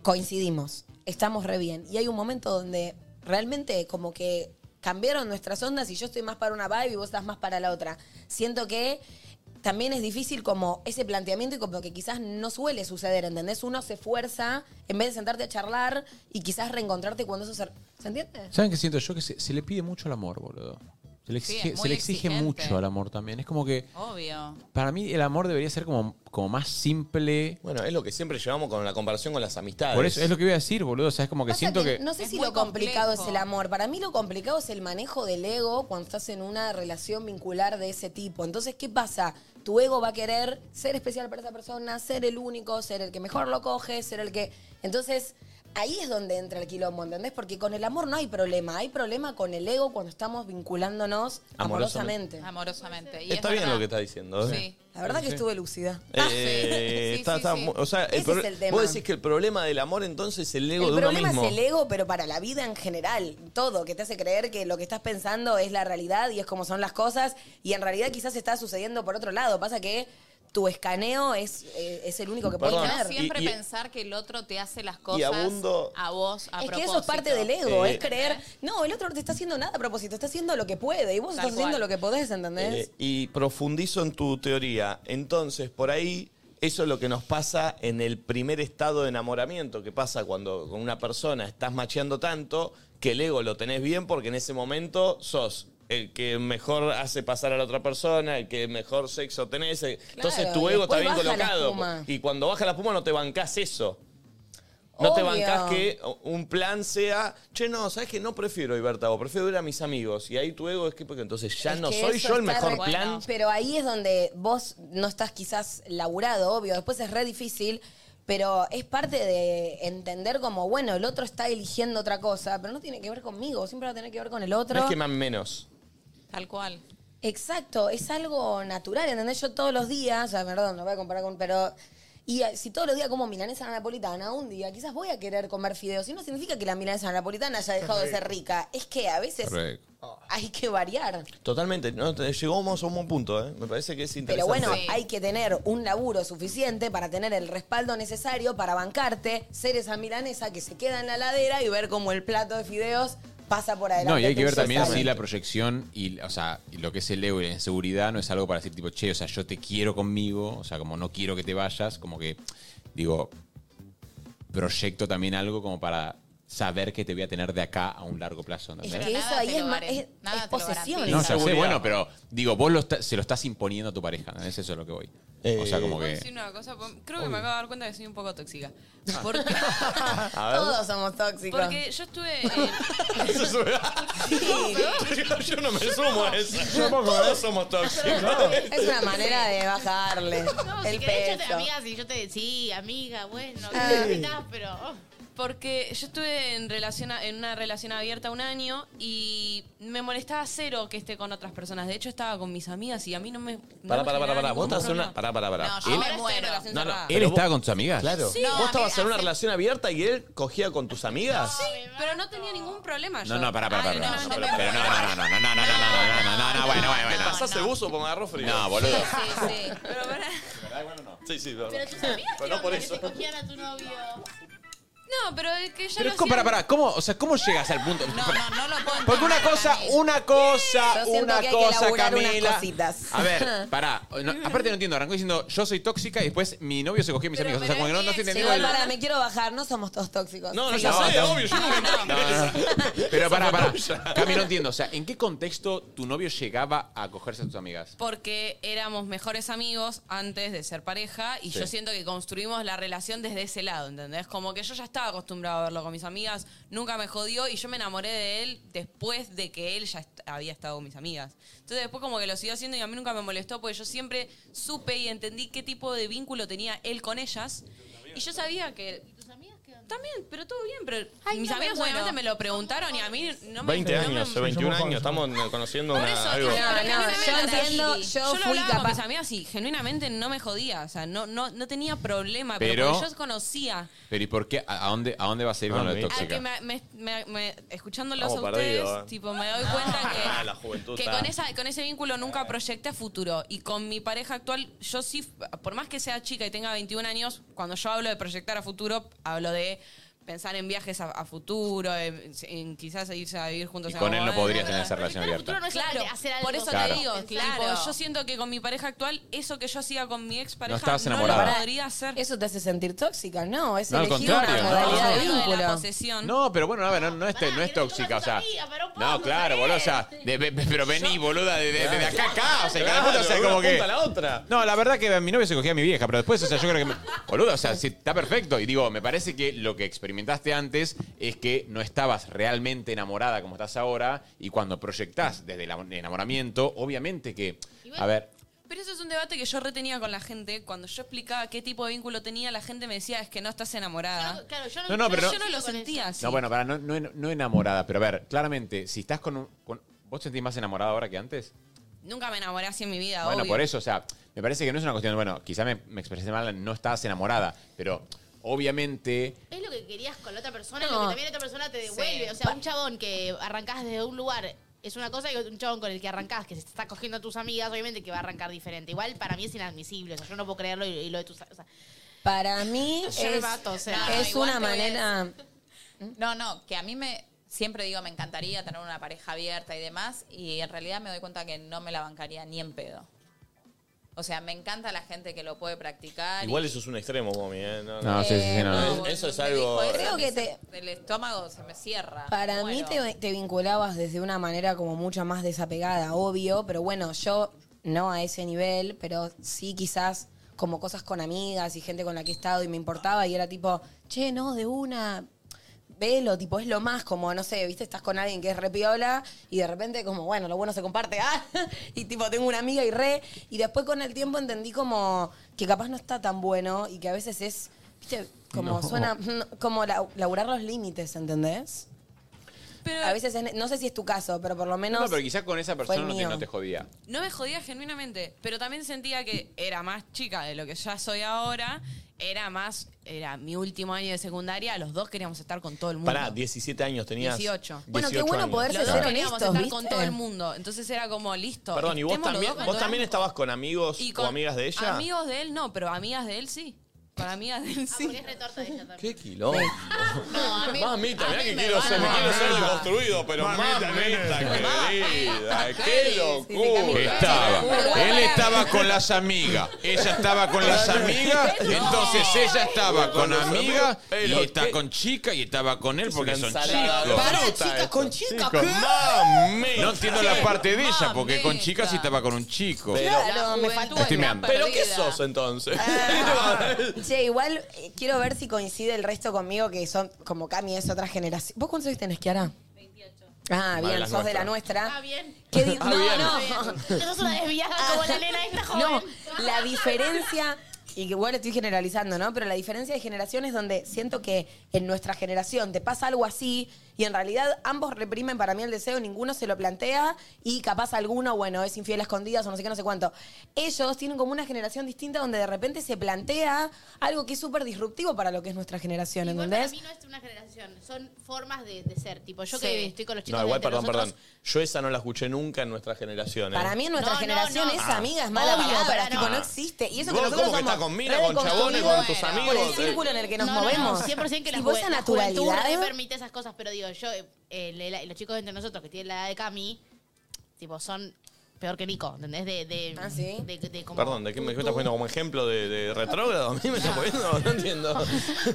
S5: Coincidimos. Estamos re bien. Y hay un momento donde realmente como que cambiaron nuestras ondas y yo estoy más para una vibe y vos estás más para la otra. Siento que. También es difícil como ese planteamiento y como que quizás no suele suceder, ¿entendés? Uno se esfuerza en vez de sentarte a charlar y quizás reencontrarte cuando eso se... ¿Se entiende?
S6: ¿Saben qué siento yo? Que se, se le pide mucho al amor, boludo. Se le
S5: Sí,
S6: exige,
S5: es
S6: se
S5: muy
S6: le exige
S5: exigente.
S6: mucho al amor también. Es como que,
S3: Obvio.
S6: para mí, el amor debería ser como, como más simple.
S2: Bueno, es lo que siempre llevamos con la comparación con las amistades.
S6: Por eso es lo que voy a decir, boludo. O sea, es como que siento que.
S5: No sé si lo complicado es el amor. Para mí lo complicado es el manejo del ego cuando estás en una relación vincular de ese tipo. Entonces, ¿qué pasa? Tu ego va a querer ser especial para esa persona, ser el único, ser el que mejor lo coge, ser el que... Entonces, ahí es donde entra el quilombo, ¿entendés? Porque con el amor no hay problema. Hay problema con el ego cuando estamos vinculándonos amorosamente.
S2: Amorosamente.
S3: Amorosamente. Y
S2: Está
S3: es
S2: bien
S3: verdad.
S2: lo que está diciendo. ¿eh?
S3: Sí.
S5: La verdad que estuve lúcida.
S2: Eh,
S5: Ah, Sí,
S2: está-
S5: sí,
S2: está
S5: sí.
S2: mu- O sea, el
S5: Ese es
S2: pro-
S5: el tema.
S2: vos decís que el problema del amor entonces es el ego
S5: el
S2: de uno
S5: problema
S2: mismo.
S5: es el ego, pero para la vida en general, todo, que te hace creer que lo que estás pensando es la realidad y es como son las cosas, y en realidad quizás está sucediendo por otro lado. Pasa que tu escaneo es, eh, es el único que puedes
S2: Perdón,
S5: tener.
S2: y-
S3: Siempre
S2: y-
S3: pensar que el otro te hace las cosas
S2: abundo-
S3: a vos a
S5: es que
S3: propósito.
S5: eso es parte del ego,
S2: Eh,
S5: es creer, no, el otro no te está haciendo nada a propósito, está haciendo lo que puede y vos
S3: Tal
S5: estás haciendo
S3: cual.
S5: lo que podés, ¿entendés?
S2: Eh, y profundizo en tu teoría. Entonces, por ahí, eso es lo que nos pasa en el primer estado de enamoramiento, que pasa cuando con una persona estás macheando tanto que el ego lo tenés bien porque en ese momento sos el que mejor hace pasar a la otra persona, el que mejor sexo tenés. eh. Entonces tu
S5: y
S2: ego está
S5: después
S2: bien
S5: baja la
S2: colocado.
S5: espuma.
S2: Y cuando baja la puma no te bancás eso. No te
S5: Obvio.
S2: bancás que un plan sea, che, no, ¿sabes que No prefiero ir a vos, prefiero ir a mis amigos. Y ahí tu ego es que, porque entonces ya
S5: Es
S2: no
S5: que
S2: soy
S5: eso
S2: yo el
S5: está
S2: mejor
S5: re-
S2: plan.
S5: Pero ahí es donde vos no estás quizás laburado, obvio. Después es re difícil, pero es parte de entender como, bueno, el otro está eligiendo otra cosa, pero no tiene que ver conmigo, siempre va a tener que ver con el otro.
S2: No es que más menos.
S3: Tal cual.
S5: Exacto, es algo natural, ¿entendés? Yo todos los días, o sea, perdón, no voy a comparar con, pero... Y eh, si todos los días como milanesa a la napolitana, un día quizás voy a querer comer fideos. Y no significa que la milanesa a la napolitana haya dejado de ser rica. Es que a veces hay que variar.
S2: Totalmente. No, te- llegamos a un buen punto, ¿eh? Me parece que es
S5: Pero
S2: interesante.
S5: bueno, hay que tener un laburo suficiente para tener el respaldo necesario para bancarte, ser esa milanesa que se queda en la ladera y ver cómo el plato de fideos pasa por adelante.
S6: No, y hay que ver
S5: tuyo,
S6: también
S5: ¿sabes?
S6: si la proyección y, o sea, y lo que es el ego y la inseguridad no es algo para decir, tipo, che, o sea, yo te quiero conmigo, o sea, como no quiero que te vayas, como que, digo, proyecto también algo como para saber que te voy a tener de acá a un largo plazo.
S5: Es
S6: ¿entendés?
S5: que eso ahí es, ma- es- es posesión.
S6: No, ya sé,
S5: ¿sabes?
S6: bueno, pero digo, vos lo está- se lo estás imponiendo a tu pareja, ¿no? es eso lo que voy. o sea, como
S12: ¿Puedo
S6: que...
S12: decir una cosa? pues, Creo que me acabo de dar cuenta que soy un poco tóxica.
S2: Ah.
S12: Porque,
S6: A
S5: Todos somos tóxicos.
S12: porque yo estuve... en-
S2: yo no me sumo a eso. Todos somos tóxicos.
S5: Es una manera de bajarle
S9: No, si
S5: el
S9: querés, yo te,
S5: peso.
S9: amiga, si yo te sí, amiga, bueno,
S12: Ah.
S9: ¿qué necesitas? Pero. oh.
S12: Porque yo estuve en, relación a- en una relación abierta un año y me molestaba cero que esté con otras personas. De hecho, estaba con mis amigas y a mí no me. no
S2: Pará,
S12: me
S2: pará, pará,
S12: generaba
S2: pará. Vos
S12: ningún
S2: estás en
S12: problema.
S2: una. Pará, pará, pará.
S12: No, yo ahora estoy en relación
S2: No, no,
S12: cerrada.
S6: ¿Él
S2: pero
S6: estaba
S2: vos-
S6: con tus amigas?
S2: Claro.
S12: Sí,
S2: ¿Vos
S12: no,
S2: estabas en una
S12: hace-
S2: relación abierta y él cogía con tus amigas?
S12: Sí, pero no tenía ningún problema.
S6: No, no, pará, pará,
S12: Ay,
S6: pará. pará.
S12: no,
S6: Pero
S12: no, no.
S6: pero no, no, no, no, no, no, no, no, no, no, no, bueno, bueno,
S2: ¿Me
S6: bueno.
S2: pasás el buzo porque me agarró frío?
S6: No, boludo. Sí,
S12: Pero pará.
S2: Sí, sí,
S9: Pero tus amigas
S2: Pero no
S9: no
S2: por
S9: que
S2: eso.
S9: te cogían a tu novio.
S12: No, pero es que ya
S6: Pero
S12: lo
S6: es como- pará,
S12: hacían-
S6: pará, ¿cómo, o sea, ¿cómo llegas al punto?
S3: No lo puedo
S6: Porque una cosa, una cosa,
S5: Yo siento
S6: una
S5: que hay que
S6: cosa,
S5: laburar unas
S6: Camila.
S5: cositas.
S6: A ver, pará. No, aparte no entiendo, arrancó diciendo yo soy tóxica y después mi novio se cogió a mis amigos. O sea, como que no, no estoy entendiendo.
S5: Igual,
S6: el-
S5: para, me quiero bajar, no somos todos tóxicos.
S6: No, no,
S5: Sí.
S6: ya sé, obvio, yo nunca Pero pará, pará. Cami, no entiendo. O sea, ¿en qué contexto tu novio llegaba a cogerse a tus amigas?
S12: Porque éramos mejores amigos antes de ser pareja y
S6: Sí.
S12: yo siento que construimos la relación desde ese lado, ¿entendés? Como que yo ya estaba acostumbrado a verlo con mis amigas, nunca me jodió y yo me enamoré de él después de que él ya est- había estado con mis amigas. Entonces después como que lo siguió haciendo y a mí nunca me molestó porque yo siempre supe y entendí qué tipo de vínculo tenía él con ellas. Y yo sabía que... También, pero todo bien, pero
S4: Ay,
S12: mis
S4: no me
S12: amigos
S4: muero.
S12: obviamente me lo preguntaron y a mí no me...
S2: 20
S12: no me-
S2: años, 21 años, estamos eh, conociendo una, algo.
S12: no, no, yo
S5: entiendo, yo
S12: lo
S5: fui
S12: hablaba
S5: capaz-
S12: con mis amigas y genuinamente no me jodía, o sea, no, no, no tenía problema, pero,
S6: Pero-
S12: porque yo conocía.
S6: Pero ¿y por qué? ¿A, a dónde, a dónde vas a ir con lo de
S12: Ah, que
S6: tóxica?
S12: me, me- me- me- escuchándolos
S6: Estamos
S12: a ustedes,
S6: perdidos, eh.
S12: tipo, me doy cuenta que,
S6: Ah, la juventud
S12: que
S6: está.
S12: con, esa, con ese vínculo nunca proyecté a futuro. Y con mi pareja actual, yo sí, por más que sea chica y tenga 21 años, cuando yo hablo de proyectar a futuro, hablo de pensar en viajes a, a futuro, en, en quizás irse a vivir juntos.
S6: Y
S12: a
S6: con él no
S12: Hawái.
S6: podrías tener esa relación abierta.
S9: no es
S12: claro,
S9: solamente hacer algo.
S12: Por eso
S6: Claro.
S12: te digo,
S9: Claro.
S12: tipo, yo siento que con mi pareja actual, eso que yo hacía con mi ex
S6: No
S12: pareja
S6: estabas
S12: no, lo
S6: enamorada.
S12: podría hacer.
S5: Eso te hace sentir tóxica, no, es
S6: No, al
S5: elegir una
S6: contrario, no.
S5: modalidad de
S12: Lo de la
S5: vínculo.
S12: posesión.
S6: No, pero bueno, a ver, no, no es, te- no es tóxica, o sea. No, claro, boludo, o sea, de- de- pero vení, boluda, de, de- de acá a acá, o sea, cada puta, o sea,
S2: Claro,
S6: como
S2: una
S6: que.
S2: punta a la otra.
S6: No, la verdad que mi novio se cogía a mi vieja, pero después, o sea, yo creo que. me- boludo, o sea, sí, está perfecto. Y digo, me parece que lo que experimentaste antes es que no estabas realmente enamorada como estás ahora, y cuando proyectás desde el am- enamoramiento, obviamente que. A ver,
S12: Pero eso es un debate que yo retenía con la gente. Cuando yo explicaba qué tipo de vínculo tenía, la gente me decía, es que no estás enamorada.
S9: Claro, yo
S6: No, no, pero no-
S12: yo no lo sentía así.
S6: No, bueno, para, no, no en- no enamorada, pero a ver, claramente, si estás con un. con- ¿Vos te sentís más enamorada ahora que antes?
S12: Nunca me enamoré así en mi vida,
S6: Bueno,
S12: obvio.
S6: por eso, o sea, me parece que no es una cuestión, bueno, quizá me, me expresé mal, no estás enamorada, pero obviamente,
S9: Es lo que querías con la otra persona,
S5: No.
S9: es lo que también la otra persona te devuelve. O sea, un chabón que arrancás desde un lugar es una cosa y un chabón con el que arrancás, que se te está cogiendo a tus amigas, obviamente que va a arrancar diferente. Igual para mí es inadmisible, o sea, yo no puedo creerlo y, y lo de tus... O sea,
S5: Para mí
S9: Yo
S5: es,
S9: me mato, o sea.
S5: es
S3: No, igual
S5: una
S3: te voy a
S5: manera...
S3: No, no, que a mí me siempre digo me encantaría tener una pareja abierta y demás y en realidad me doy cuenta que no me la bancaría ni en pedo. O sea, me encanta la gente que lo puede practicar. y-
S2: Igual eso es un extremo, mami. ¿eh? No,
S6: No, sí, sí, sí, no, no.
S2: Es- Eso es algo.
S3: Joder,
S5: Creo
S3: a mí
S5: que
S3: se- el estómago se me cierra.
S5: Para mí te, te vinculabas desde una manera como mucho más desapegada, obvio, pero bueno, yo no a ese nivel, pero sí quizás como cosas con amigas y gente con la que he estado y me importaba y era tipo, che, no, de una, velo, tipo, es lo más como, no sé, viste, estás con alguien que es re piola y de repente como, bueno, lo bueno se comparte, ah, y tipo, tengo una amiga y re, y después con el tiempo entendí como que capaz no está tan bueno y que a veces es, viste, como
S6: No.
S5: suena, mm, como lau- laburar los límites, ¿entendés? a veces, es ne- no sé si es tu caso, pero por lo menos...
S6: no, pero quizá con esa
S5: fue el
S6: persona no te,
S5: mío.
S6: no te jodía.
S12: No me jodía genuinamente, pero también sentía que era más chica de lo que ya soy ahora. Era más, era mi último año de secundaria, los dos queríamos estar con todo el mundo.
S2: Pará, 17 años tenías.
S12: 18.
S5: Bueno, qué bueno poder
S12: Los dos
S5: ser
S12: queríamos
S5: honestos,
S12: estar
S5: ¿viste?
S12: con todo el mundo. Entonces era como, listo.
S2: Perdón, ¿y vos
S12: estemos los
S2: también,
S12: dos con
S2: vos
S12: todo
S2: también
S12: el
S2: estabas con amigos
S12: mundo. Y
S2: o
S12: con
S2: amigas de ella?
S12: Amigos de él no, pero amigas de él sí. Con amigas de él sí.
S2: ¿Qué quilombo?
S3: a mí-
S2: Mamita,
S3: a
S2: mirá
S3: mí
S2: que
S3: me
S2: quiero
S3: van
S2: ser, me
S3: a
S2: quiero ser
S3: matar.
S2: deconstruido, pero mamita, querida,
S6: sí,
S2: qué locura.
S6: Estaba, él estaba con las amigas, ella estaba con las amigas, entonces ella estaba con amigas, y está con chica y estaba con él porque son chicos.
S2: con
S5: chicas,
S2: ¿qué? Mamita.
S6: No entiendo la parte de ella, porque con chicas sí estaba con un chico.
S5: Claro, me faltó
S6: Estoy meando.
S2: ¿Pero qué sos entonces?
S5: Ah. Che, igual eh, quiero ver si coincide el resto conmigo, que son como Cami es otra generación. ¿Vos cuántos años tenés, Kiara? 28. Ah,
S6: Más de
S5: bien,
S6: las
S5: sos de la nuestra.
S9: Ah, bien.
S5: ¿Qué di-
S9: Ah,
S5: no,
S9: bien.
S5: no.
S9: Esa es una desviada como la nena esta joven.
S5: Ah, No, la diferencia, y que igual estoy generalizando, ¿no? Pero la diferencia de generaciones donde siento que en nuestra generación te pasa algo así y en realidad ambos reprimen para mí el deseo, ninguno se lo plantea y capaz alguno, bueno, es infiel a escondidas o no sé qué, no sé cuánto. Ellos tienen como una generación distinta donde de repente se plantea algo que es súper disruptivo para lo que es nuestra generación,
S9: Igual para
S5: ¿entendés?
S9: mí no es una generación, son formas de, de ser. Tipo, yo que
S5: Sí.
S9: estoy con los chicos
S2: No, igual,
S9: de entre
S2: perdón,
S9: nosotros,
S2: perdón. Yo esa no la escuché nunca en nuestra generación. ¿eh?
S5: Para mí en nuestra
S9: No, no,
S5: generación
S9: no.
S5: es
S2: Ah.
S5: amiga, es mala
S9: Obvio,
S5: palabra,
S9: para
S5: tipo,
S2: no.
S5: no existe. Y eso que
S2: ¿Cómo,
S5: nosotros
S2: cómo que
S5: somos-
S2: está con minas, con chabones, con tus
S5: Bueno,
S2: amigos. eh.
S5: Por el círculo en el que nos movemos.
S9: 100% que la,
S5: y vos
S9: juve-
S5: esa
S9: la juventud
S5: naturalidad.
S9: re permite esas cosas, pero digo, yo, eh, el- el- los chicos entre nosotros que tienen la edad de Cami, tipo, son peor que Nico, ¿entendés? De, de,
S5: Ah,
S9: de, de- de como-
S2: Perdón, ¿de qué me,
S9: tú-
S2: me estás poniendo como ejemplo de, de retrógrado? A mí me estás poniendo, no entiendo.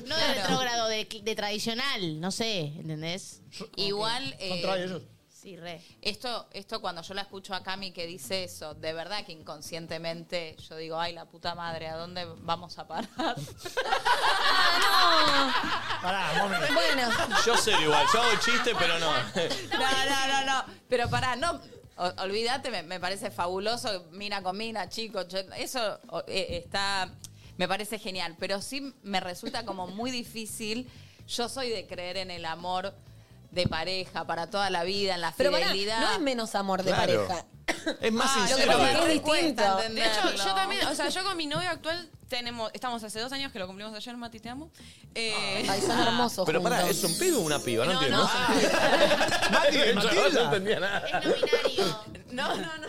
S9: No de retrógrado, de, de tradicional, no sé, ¿entendés?
S3: Igual, eh, Contrario, ellos.
S9: Sí, re.
S3: Esto, esto cuando yo la escucho a Cami que dice eso, de verdad que inconscientemente yo digo, ay, la puta madre, ¿a dónde vamos a
S5: Ah,
S3: parar?
S8: Pará, momento.
S5: Bueno.
S2: Yo sé igual, yo hago chiste, pero no.
S3: No, no, no, no. Pero pará, no. o- olvídate, me, me parece fabuloso. Mina con mina, chico. yo- eso o, eh, está. Me parece genial. Pero sí me resulta como muy difícil. Yo soy de creer en el amor de pareja para toda la vida, en la
S5: Pero pará,
S3: fidelidad.
S5: no es menos amor de
S3: Claro.
S5: pareja.
S2: Es más
S5: Ah,
S2: sincero.
S5: lo que pasa es que es distinto.
S12: De hecho, yo también, o sea, yo con mi novio actual tenemos, estamos hace dos años que lo cumplimos ayer, Mati, te amo. Eh,
S5: Ay, son hermosos
S2: Pero pará,
S5: juntos.
S2: ¿es un pibe o una piba? No, entiendo.
S12: no.
S2: Ah. Mati, yo no entendía nada.
S12: No, no, no.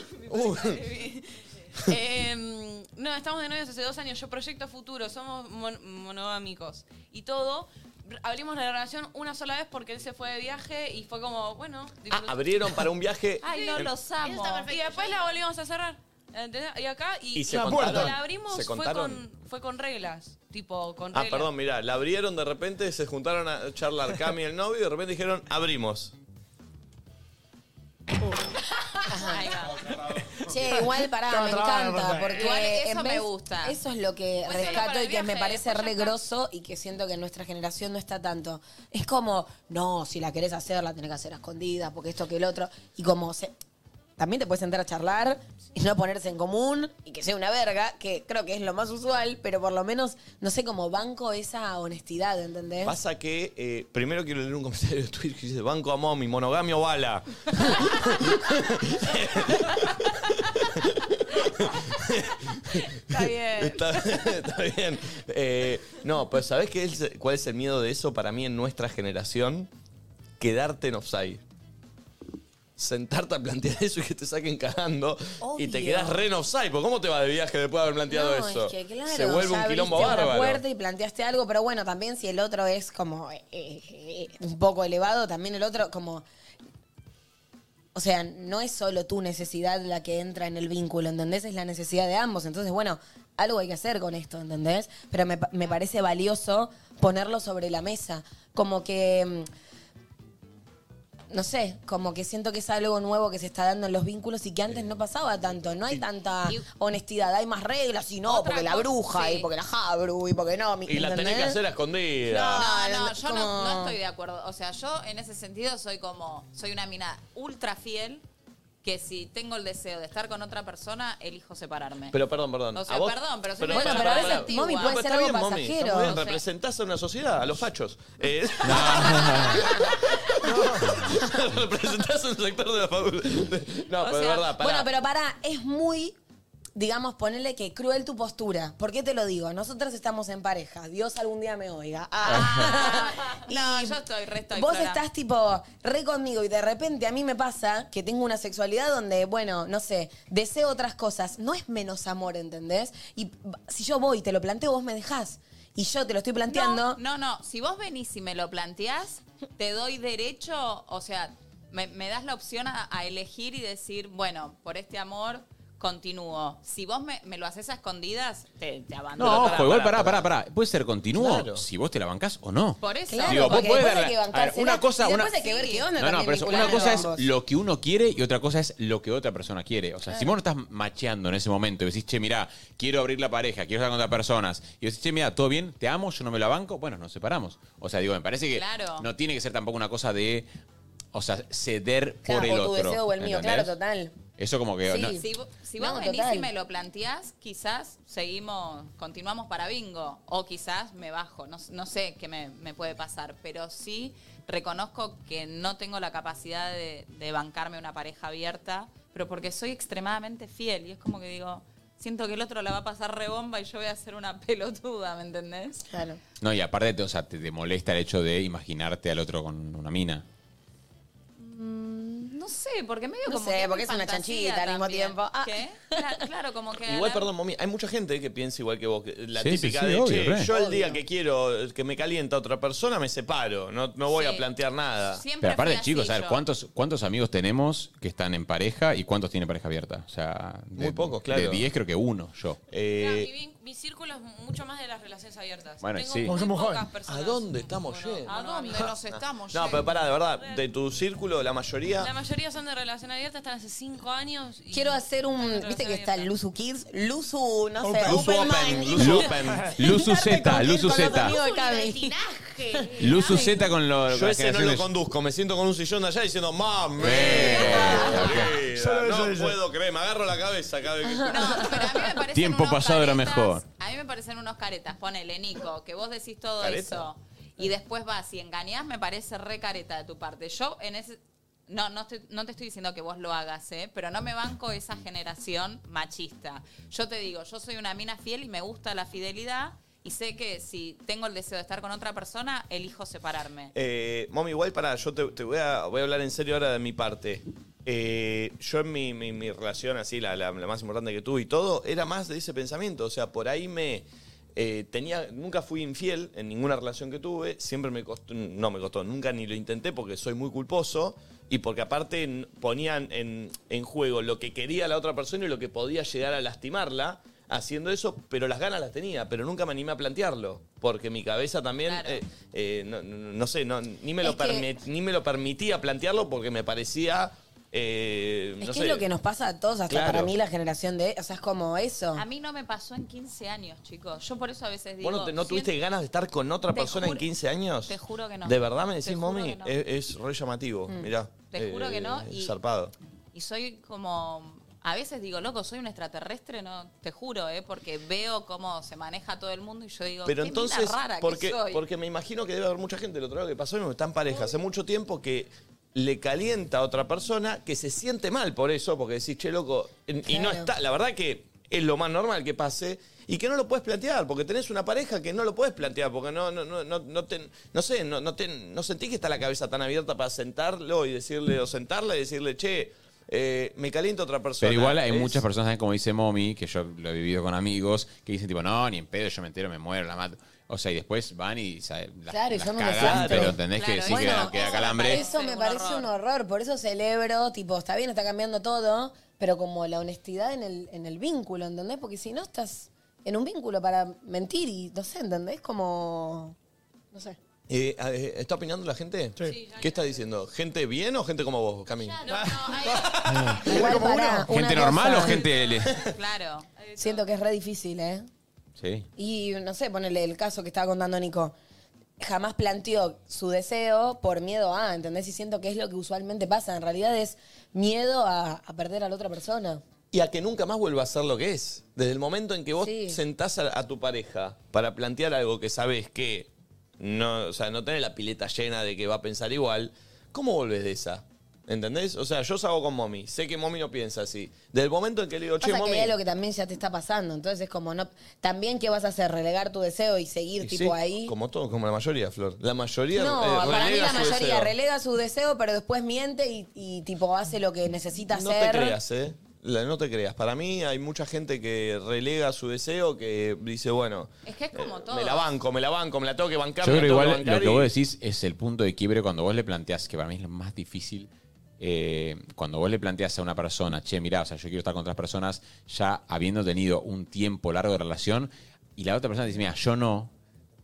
S12: Eh, no, estamos de novios hace dos años. Yo proyecto a futuro, somos mon- monogámicos y todo. R- Abrimos la relación una sola vez porque él se fue de viaje y fue como, bueno.
S2: Ah, abrieron para un viaje.
S12: Ay, no, los amo. Y después la volvimos a cerrar. ¿entendés? Y acá, y,
S2: Y se
S12: cuando
S2: contaron.
S12: la abrimos
S2: Se
S12: fue
S2: contaron.
S12: con, fue con reglas. Tipo, con
S2: Ah,
S12: reglas.
S2: perdón, mirá, la abrieron de repente, se juntaron a charlar Cami y el novio y de repente dijeron, abrimos.
S3: Ahí va.
S5: Che, igual pará,
S3: Estaba
S5: me
S3: trabada,
S5: encanta.
S3: Rosa.
S5: Porque
S3: Igual eso
S5: en
S3: me
S5: vez-
S3: gusta.
S5: Eso es lo que
S3: Pues sí, para
S5: rescato
S3: el
S5: y que me
S3: viaje,
S5: parece
S3: después
S5: re grosso y que siento que en nuestra generación no está tanto. Es como, no, si la querés hacer, la tenés que hacer a escondidas, porque esto que el otro. Y como se. También te puedes sentar a charlar y no ponerse en común y que sea una verga, que creo que es lo más usual, pero por lo menos, no sé, como banco esa honestidad, ¿entendés?
S2: Pasa que, eh, primero quiero leer un comentario de Twitter que dice, banco a mommy, monogamio bala.
S12: Está bien.
S2: Está, está bien. Eh, no, pero ¿sabés qué es- cuál es el miedo de eso para mí en nuestra generación? Quedarte en offside. Sentarte a plantear eso y que te saquen cagando y te
S5: Obvio.
S2: quedas re en offside. porque ¿Cómo te vas de viaje después de haber planteado
S5: No,
S2: eso?
S5: es que, claro,
S2: Se vuelve
S5: ya
S2: un quilombo
S5: abriste una
S2: bárbaro.
S5: puerta y planteaste algo, pero bueno, también si el otro es como eh, eh, eh, un poco elevado, también el otro como... O sea, no es solo tu necesidad la que entra en el vínculo, ¿entendés? Es la necesidad de ambos. Entonces, bueno, algo hay que hacer con esto, ¿entendés? Pero me, pa- me parece valioso ponerlo sobre la mesa. Como que... mm, no sé, como que siento que es algo nuevo que se está dando en los vínculos y que antes no pasaba tanto. No hay tanta honestidad, hay más reglas y no, porque la
S3: cosa,
S5: bruja
S3: sí.
S5: y porque la jabru y porque no. mi-
S2: Y la tenés que
S5: ¿entendés?
S2: hacer a escondida.
S3: No,
S5: no,
S3: no,
S5: no,
S3: yo
S5: como-
S3: no, no estoy de acuerdo. O sea, yo en ese sentido soy como, soy una mina ultra fiel que si tengo el deseo de estar con otra persona, elijo separarme.
S2: Pero perdón, perdón.
S3: O sea,
S2: ¿A vos-
S3: perdón, pero soy
S2: Pero
S3: una
S2: bueno,
S3: persona
S2: pero a veces,
S3: antigua.
S5: mami, puede
S2: No,
S5: ser
S2: está
S5: algo
S2: bien, mami, está
S5: pasajero.
S2: muy bien,
S5: O sea-
S2: Representás a una sociedad, a los fachos. Eh, representás a un sector de la facultad. No, pero de verdad, pará.
S5: Bueno, pero para, es muy, digamos, ponerle que cruel tu postura. ¿Por qué te lo digo? Nosotras estamos en pareja. Dios algún día me oiga. Ah.
S3: No, yo estoy, resto
S5: Vos estás tipo re conmigo y de repente a mí me pasa que tengo una sexualidad donde, bueno, no sé, deseo otras cosas. No es menos amor, ¿entendés? Y b- si yo voy y te lo planteo, vos me dejás. Y yo te lo estoy planteando.
S3: No, no, no. Si vos venís y me lo planteás, te doy derecho, o sea, me, me das la opción a, a elegir y decir, bueno, por este amor continúo. Si vos me, me lo haces a escondidas, te, te
S6: No,
S3: abandono.
S6: ojo, igual pará, pará, pará. Puede ser continuo
S3: Claro.
S6: si vos te la bancás o no.
S3: Por eso.
S5: Claro,
S6: Digo, vos
S5: porque
S6: podés
S5: después
S6: darle-
S5: hay que
S6: a ver,
S5: bancársela
S6: una cosa-
S5: y después
S6: una-
S5: hay que ver qué onda
S6: No, no,
S5: también
S6: pero eso, una
S5: vincularlo
S6: cosa es
S5: ambos.
S6: lo que uno quiere y otra cosa es lo que otra persona quiere. O sea, si vos no estás macheando en ese momento y decís, che, mirá, quiero abrir la pareja, quiero estar con otras personas, y decís, che, mirá, todo bien, te amo, yo no me la banco, bueno, nos separamos. O sea, digo, me parece que
S5: Claro.
S6: no tiene que ser tampoco una cosa de, o sea, ceder
S5: Claro,
S6: por el
S5: o tu
S6: otro.
S5: deseo o el mío,
S6: ¿entendés?
S5: claro, total.
S6: Eso como que...
S3: Sí,
S6: no-
S3: si, vo- si vos
S5: No,
S3: venís
S5: total.
S3: y me lo planteás, quizás seguimos, continuamos para bingo. O quizás me bajo. No, no sé qué me, me puede pasar. Pero sí reconozco que no tengo la capacidad de, de bancarme una pareja abierta, pero porque soy extremadamente fiel. Y es como que digo, siento que el otro la va a pasar rebomba y yo voy a ser una pelotuda, ¿me entendés?
S5: Claro.
S6: No, y aparte, te- o sea, te, te molesta el hecho de imaginarte al otro con una mina.
S3: Mm, No sé, porque medio
S5: No
S3: como.
S5: sé,
S3: que
S5: porque
S3: mi
S5: es una
S3: fantasía
S5: chanchita al mismo
S3: también.
S5: tiempo. Ah.
S3: ¿Qué? Claro, claro, como que.
S2: Igual,
S3: ganar-
S2: perdón, Momi, hay mucha gente que piensa igual que vos. que La
S6: Sí, sí,
S2: típica
S6: sí,
S2: de,
S6: obvio,
S2: che,
S6: re.
S2: yo el día que quiero eh, que me calienta otra persona, me separo. No, no voy
S3: Sí.
S2: a plantear nada.
S3: Siempre
S6: Pero aparte,
S3: fui
S6: chicos,
S3: así
S6: a ver,
S3: yo.
S6: ¿cuántos, ¿cuántos amigos tenemos que están en pareja y cuántos tienen pareja abierta? O sea, de-
S2: Muy pocos, claro. Eh,
S6: De 10 creo que uno, yo.
S12: Mi, mi- mi círculo es mucho más de las relaciones abiertas.
S6: Bueno,
S12: Tengo
S6: sí.
S12: muy
S6: Porque somos
S12: pocas
S6: jóvenes.
S12: personas.
S2: ¿A dónde estamos yendo?
S12: ¿A dónde nos estamos
S2: Ah. No, pero pará, de verdad, de tu círculo, la mayoría.
S12: La mayoría son de relación abierta, están hace cinco años. y-
S5: Quiero hacer un. ¿Viste que está el Luzu Kids? Luzu, no sé.
S6: Luzu
S5: Open
S6: Open,
S5: Mind.
S6: Luzu Open. Luzu Z, Luzu
S5: Con los
S6: Z.
S5: amigos de Cami.
S6: Luzu Z con los.
S2: Yo ese no lo
S6: generaciones-
S2: conduzco, me siento con un sillón de allá diciendo, mami, querida,
S6: Solo eso,
S2: no
S6: eso.
S2: puedo creer, me agarro la cabeza cada vez que...
S6: Tiempo pasado era mejor.
S3: A mí me parecen unos caretas, ponele, Nico, que vos decís todo
S2: ¿Careta?
S3: eso. Y después vas y engañás, me parece re careta de tu parte. Yo en ese. No, no, estoy- no te estoy diciendo que vos lo hagas, ¿eh? pero no me banco esa generación machista. Yo te digo, yo soy una mina fiel y me gusta la fidelidad y sé que si tengo el deseo de estar con otra persona, elijo separarme.
S2: Eh, Mami, igual pará, yo te, te voy, a, voy a hablar en serio ahora de mi parte. Eh, yo en mi, mi- mi relación así, la, la- la más importante que tuve y todo, era más de ese pensamiento. O sea, por ahí me... eh, tenía, nunca fui infiel en ninguna relación que tuve, siempre me costó, no me costó, nunca ni lo intenté porque soy muy culposo y porque aparte n- ponían en, en juego lo que quería la otra persona y lo que podía llegar a lastimarla haciendo eso, pero las ganas las tenía, pero nunca me animé a plantearlo, porque mi cabeza también, eh, eh, no, no- no sé, no, ni, me lo
S5: Es que-
S2: permi- ni me lo permitía plantearlo porque me parecía... eh,
S5: Es
S2: no
S5: que
S2: sé.
S5: es lo que nos pasa a todos, hasta
S2: Claro.
S5: para mí la generación de. O sea, es como eso.
S3: A mí no me pasó en 15 años, chicos. Yo por eso a veces digo.
S2: Ah. ¿Vos no, te- no
S3: siento-
S2: tuviste ganas de estar con otra
S3: Te
S2: persona en
S3: juro-
S2: 15 años?
S3: te juro que no.
S2: ¿De verdad me
S3: Te
S2: decís,
S3: juro
S2: mami?
S3: que no.
S2: Es, es re llamativo,
S3: Mm.
S2: mirá. eh,
S3: Te juro que no, y-
S2: Zarpado.
S3: Y soy como. A veces digo, loco, soy un extraterrestre, no, te juro, ¿eh? porque veo cómo se maneja todo el mundo y yo digo,
S2: Pero
S3: qué
S2: entonces,
S3: mina rara que
S2: porque,
S3: soy.
S2: porque me imagino que debe haber mucha gente del otro lado que pasó y están pareja hace mucho tiempo que le calienta a otra persona que se siente mal por eso, porque decís, che, loco, en- y no
S5: Claro.
S2: está, la verdad que es lo más normal que pase y que no lo puedes plantear, porque tenés una pareja que no lo puedes plantear, porque no, no, no, no, no te- no sé, no, no, te- no sentís que está la cabeza tan abierta para sentarlo y decirle, o sentarla y decirle, che, eh, me calienta otra persona.
S6: Pero igual hay
S2: Es-
S6: muchas personas, ¿sabes? como dice Momi, que yo lo he vivido con amigos, que dicen tipo, no, ni en pedo, yo me entero, me muero, la mato. O sea, y después van y ¿sabes? las,
S5: Claro, y
S6: las
S5: yo no me
S6: cagan,
S5: siento.
S6: pero entendés que sí
S5: Bueno,
S6: queda, queda
S5: eso
S6: calambre.
S5: me parece- Eso me
S3: Un
S5: parece
S3: horror.
S5: un horror, por eso celebro, tipo, está bien, está cambiando todo, pero como la honestidad en el, en el vínculo, ¿entendés? Porque si no estás en un vínculo para mentir y no sé, ¿entendés? Como. No sé.
S2: Eh, eh, ¿Está opinando la gente? ¿Qué está diciendo? ¿Gente bien o gente como vos, Cami?
S5: Igual para una
S6: ¿Gente normal
S5: cosa,
S6: o gente.? L?
S3: Claro.
S5: Siento que es re difícil, ¿eh?
S6: Sí.
S5: Y no sé, ponele el caso que estaba contando Nico. Jamás planteó su deseo por miedo a, ¿entendés? Y siento que es lo que usualmente pasa. En realidad es miedo a, a perder a la otra persona.
S2: Y a que nunca más vuelva a ser lo que es. Desde el momento en que vos
S5: Sí.
S2: sentás a, a tu pareja para plantear algo que sabés que no, o sea, no tenés la pileta llena de que va a pensar igual, ¿cómo volvés de esa? ¿Entendés? O sea, yo salgo con mommy. Sé que mommy no piensa así. Desde el momento en que le digo, che,
S5: Pasa que
S2: mommy.
S5: hay algo que también ya te está pasando. Entonces es como no. También, ¿qué vas a hacer? ¿Relegar tu deseo y seguir
S2: Y sí,
S5: tipo ahí?
S2: Como todo, como la mayoría, Flor. La mayoría.
S5: No,
S2: eh,
S5: para mí
S2: relega
S5: la
S2: su
S5: mayoría
S2: deseo.
S5: relega su deseo, pero después miente y, y, tipo hace lo que necesita
S2: No
S5: hacer.
S2: te creas, ¿eh? La- no te creas. Para mí hay mucha gente que relega su deseo, que dice, bueno, eh,
S3: Es que es como todo.
S2: me la banco, me la banco, me la tengo que bancar.
S6: Yo
S2: me la tengo
S6: creo igual lo
S2: bancar
S6: que
S2: y-
S6: vos decís es el punto de quiebre cuando vos le planteás, que para mí es lo más difícil, eh, cuando vos le planteás a una persona, che, mirá, o sea, yo quiero estar con otras personas ya habiendo tenido un tiempo largo de relación, y la otra persona dice, mira, yo no.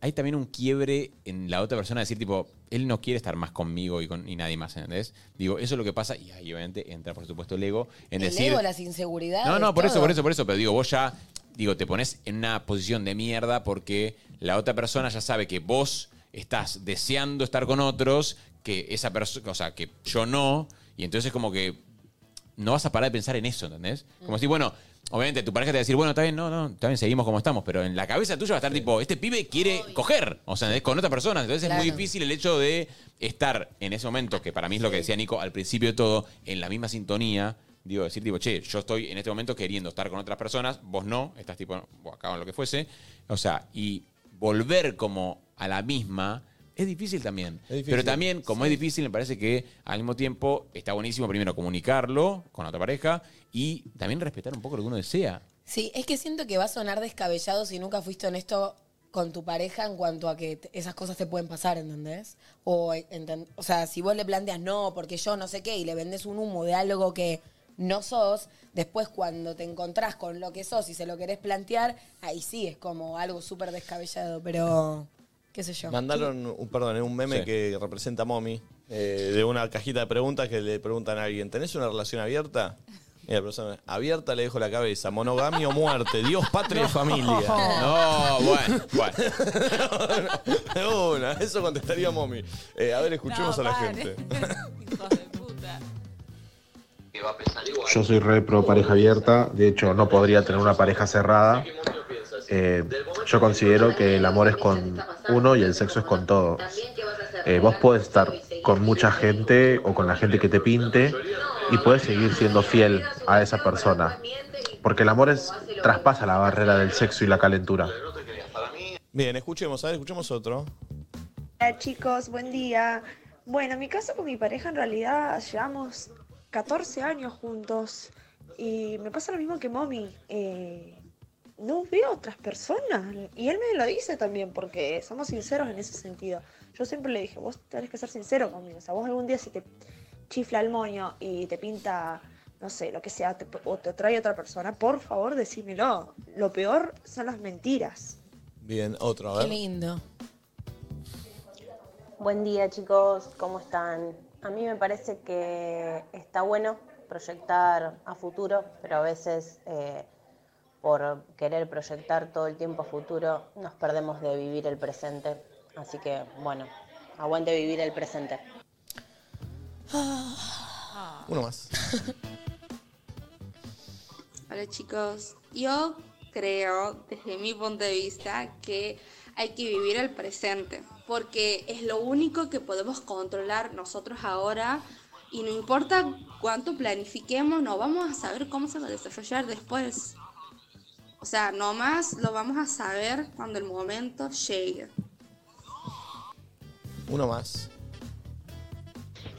S6: Hay también un quiebre en la otra persona de decir, tipo, él no quiere estar más conmigo y con y nadie más, ¿entendés? Digo, eso es lo que pasa, y ahí obviamente entra, por supuesto, el ego en
S5: El
S6: decir.
S5: ego, las inseguridades.
S6: No, no, por eso,
S5: todo.
S6: por eso, por eso. Pero digo, vos ya, digo, te pones en una posición de mierda porque la otra persona ya sabe que vos estás deseando estar con otros, que esa persona, o sea, que yo no, y entonces como que no vas a parar de pensar en eso, ¿entendés? Como si, bueno, obviamente tu pareja te va a decir, bueno, está bien, no, no, está bien, seguimos como estamos, pero en la cabeza tuya va a estar tipo, este pibe quiere coger, o sea, es con otra persona, entonces es muy
S5: Claro.
S6: difícil el hecho de estar en ese momento, que para mí es lo que decía Nico al principio de todo, en la misma sintonía, digo, decir tipo, che, yo estoy en este momento queriendo estar con otras personas, vos no, estás tipo, vos acá o lo que fuese, o sea, y volver como a la misma. Es difícil también.
S14: difícil.
S6: Pero también, como es difícil, me parece que al mismo tiempo está buenísimo primero comunicarlo con la otra pareja y también respetar un poco lo que uno desea.
S5: Sí, es que siento que va a sonar descabellado si nunca fuiste honesto con tu pareja en cuanto a que te- esas cosas te pueden pasar, ¿entendés? O, enten- o sea, si vos le planteas no, porque yo no sé qué, y le vendes un humo de algo que no sos, después cuando te encontrás con lo que sos y se lo querés plantear, ahí sí es como algo súper descabellado, pero qué sé yo.
S2: Mandaron, un, perdón, eh, un meme
S6: Sí.
S2: que representa a Mommy eh, de una cajita de preguntas que le preguntan a alguien, ¿tenés una relación abierta? Y la persona, abierta le dejo la cabeza, monogamia o muerte, Dios, patria y familia.
S6: No, bueno, bueno.
S2: De una, eso contestaría Mommy. Eh, a ver, escuchemos
S3: No,
S2: a la
S3: pare.
S2: gente.
S13: Yo soy re pro pareja abierta, de hecho no podría tener una pareja cerrada. Eh, yo considero que el amor es con uno y el sexo es con todo. Eh, vos podés estar con mucha gente o con la gente que te pinte y podés seguir siendo fiel a esa persona. Porque el amor es, traspasa la barrera del sexo y la calentura.
S2: Bien, escuchemos, a ver, escuchemos otro.
S15: Hola chicos, buen día. Bueno, en mi caso con mi pareja en realidad llevamos 14 años juntos y me pasa lo mismo que Mommy. eh, no veo otras personas y él me lo dice también porque somos sinceros en ese sentido. Yo siempre le dije, vos tenés que ser sincero conmigo, o sea, vos algún día si te chifla el moño y te pinta, no sé, lo que sea, te- o te trae otra persona, por favor decímelo. Lo peor son las mentiras.
S2: Bien, otro, a
S5: Qué
S2: ver.
S5: lindo.
S16: Buen día chicos, ¿cómo están? A mí me parece que está bueno proyectar a futuro, pero a veces eh, por querer proyectar todo el tiempo a futuro nos perdemos de vivir el presente. Así que bueno, aguante vivir el presente.
S8: Ah.
S2: Uno más.
S17: Hola chicos, yo creo desde mi punto de vista que hay que vivir el presente porque es lo único que podemos controlar nosotros ahora y no importa cuánto planifiquemos, no vamos a saber cómo se va a desarrollar después. O sea, nomás lo vamos a saber cuando el momento llegue.
S2: Uno más.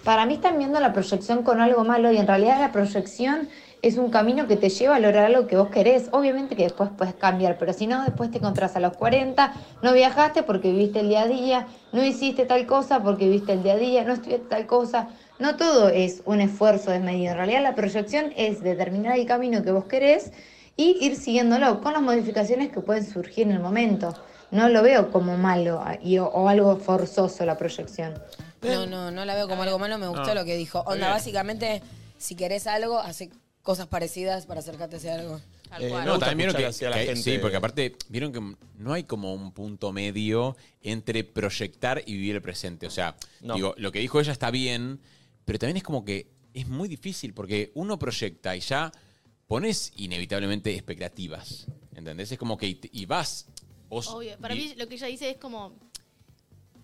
S18: Para mí están viendo la proyección con algo malo y en realidad la proyección es un camino que te lleva a lograr lo que vos querés. Obviamente que después puedes cambiar, pero si no, después te encontrás a los 40, no viajaste porque viviste el día a día, no hiciste tal cosa porque viviste el día a día, no estudiaste tal cosa. No todo es un esfuerzo desmedido. En realidad la proyección es determinar el camino que vos querés y ir siguiéndolo con las modificaciones que pueden surgir en el momento. No lo veo como malo ah, y- o- o algo forzoso la proyección.
S5: No, no, no la veo como algo malo, me gustó
S18: No.
S5: lo que dijo.
S18: Está
S5: Onda,
S18: bien.
S5: básicamente, si querés algo, hace cosas parecidas para acercarte a ese algo.
S6: Eh,
S2: Me
S6: no,
S2: gusta
S6: también vieron
S2: escuchar
S6: que,
S2: así a la
S6: que hay-
S2: gente.
S6: sí, porque aparte vieron que no hay como un punto medio entre proyectar y vivir el presente. O sea, digo, lo que dijo ella está bien, pero también es como que es muy difícil porque uno proyecta y ya pones inevitablemente expectativas. ¿Entendés? Es como que y, te- y vas. Vos,
S9: Obvio. Para
S6: y-
S9: mí lo que ella dice es como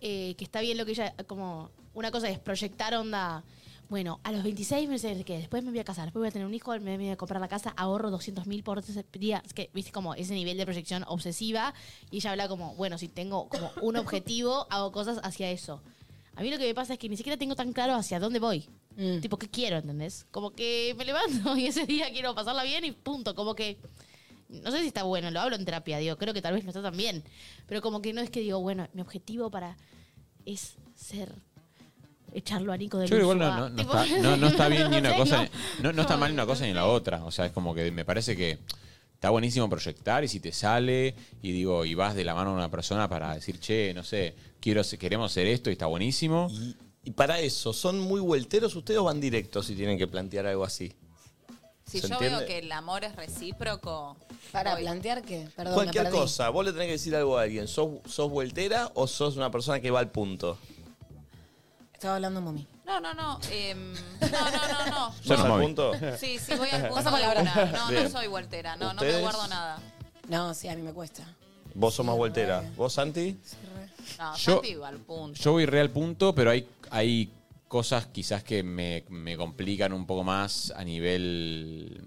S9: eh, que está bien lo que ella, como una cosa es proyectar onda. Bueno, a los 26 me sé que después me voy a casar, después voy a tener un hijo, me voy a comprar la casa, ahorro 200 mil por día. Es que, viste, como ese nivel de proyección obsesiva. Y ella habla como, bueno, si tengo como un objetivo, hago cosas hacia eso. A mí lo que me pasa es que ni siquiera tengo tan claro hacia dónde voy. Tipo, ¿qué quiero, entendés? Como que me levanto y ese día quiero pasarla bien y punto. Como que no sé si está bueno, lo hablo en terapia, digo, creo que tal vez no está tan bien. Pero como que no es que digo, bueno, mi objetivo para es ser echarlo a Nico de
S6: Yo creo igual
S9: Luzua.
S6: no, no- no
S9: Tipo,
S6: está, no- no está bien ni una
S9: sé,
S6: cosa,
S9: ¿no?
S6: ni- no, no está mal ni una cosa ni la otra. O sea, es como que me parece que está buenísimo proyectar y si te sale y digo, y vas de la mano a una persona para decir, che, no sé, quiero, se- queremos hacer esto y está buenísimo.
S2: Y para eso, ¿son muy vuelteros ustedes o van directos si tienen que plantear algo así?
S3: Si
S2: ¿Se
S3: yo
S2: entiende?
S3: veo que el amor es recíproco.
S5: ¿Para plantear qué? Perdón,
S2: Cualquier
S5: me perdí.
S2: cosa, vos le tenés que decir algo a alguien. ¿Sos, ¿Sos vueltera o sos una persona que va al punto?
S5: Estaba hablando mami.
S3: No, no, no. em, no, no, no, no.
S2: ¿Sos al
S5: móvil.
S2: punto?
S3: Sí, sí, voy al punto.
S5: Pasa
S3: de
S5: palabra.
S3: una. No, no
S2: Bien.
S3: soy voltera, no, no me
S2: ¿Ustedes?
S3: guardo nada.
S5: No, sí, a mí me cuesta.
S2: Vos sos más vueltera. ¿Vos, Santi?
S3: No,
S6: Yo-
S3: Santi va al punto.
S6: Yo voy real punto, pero hay, hay cosas quizás que me, me complican un poco más a nivel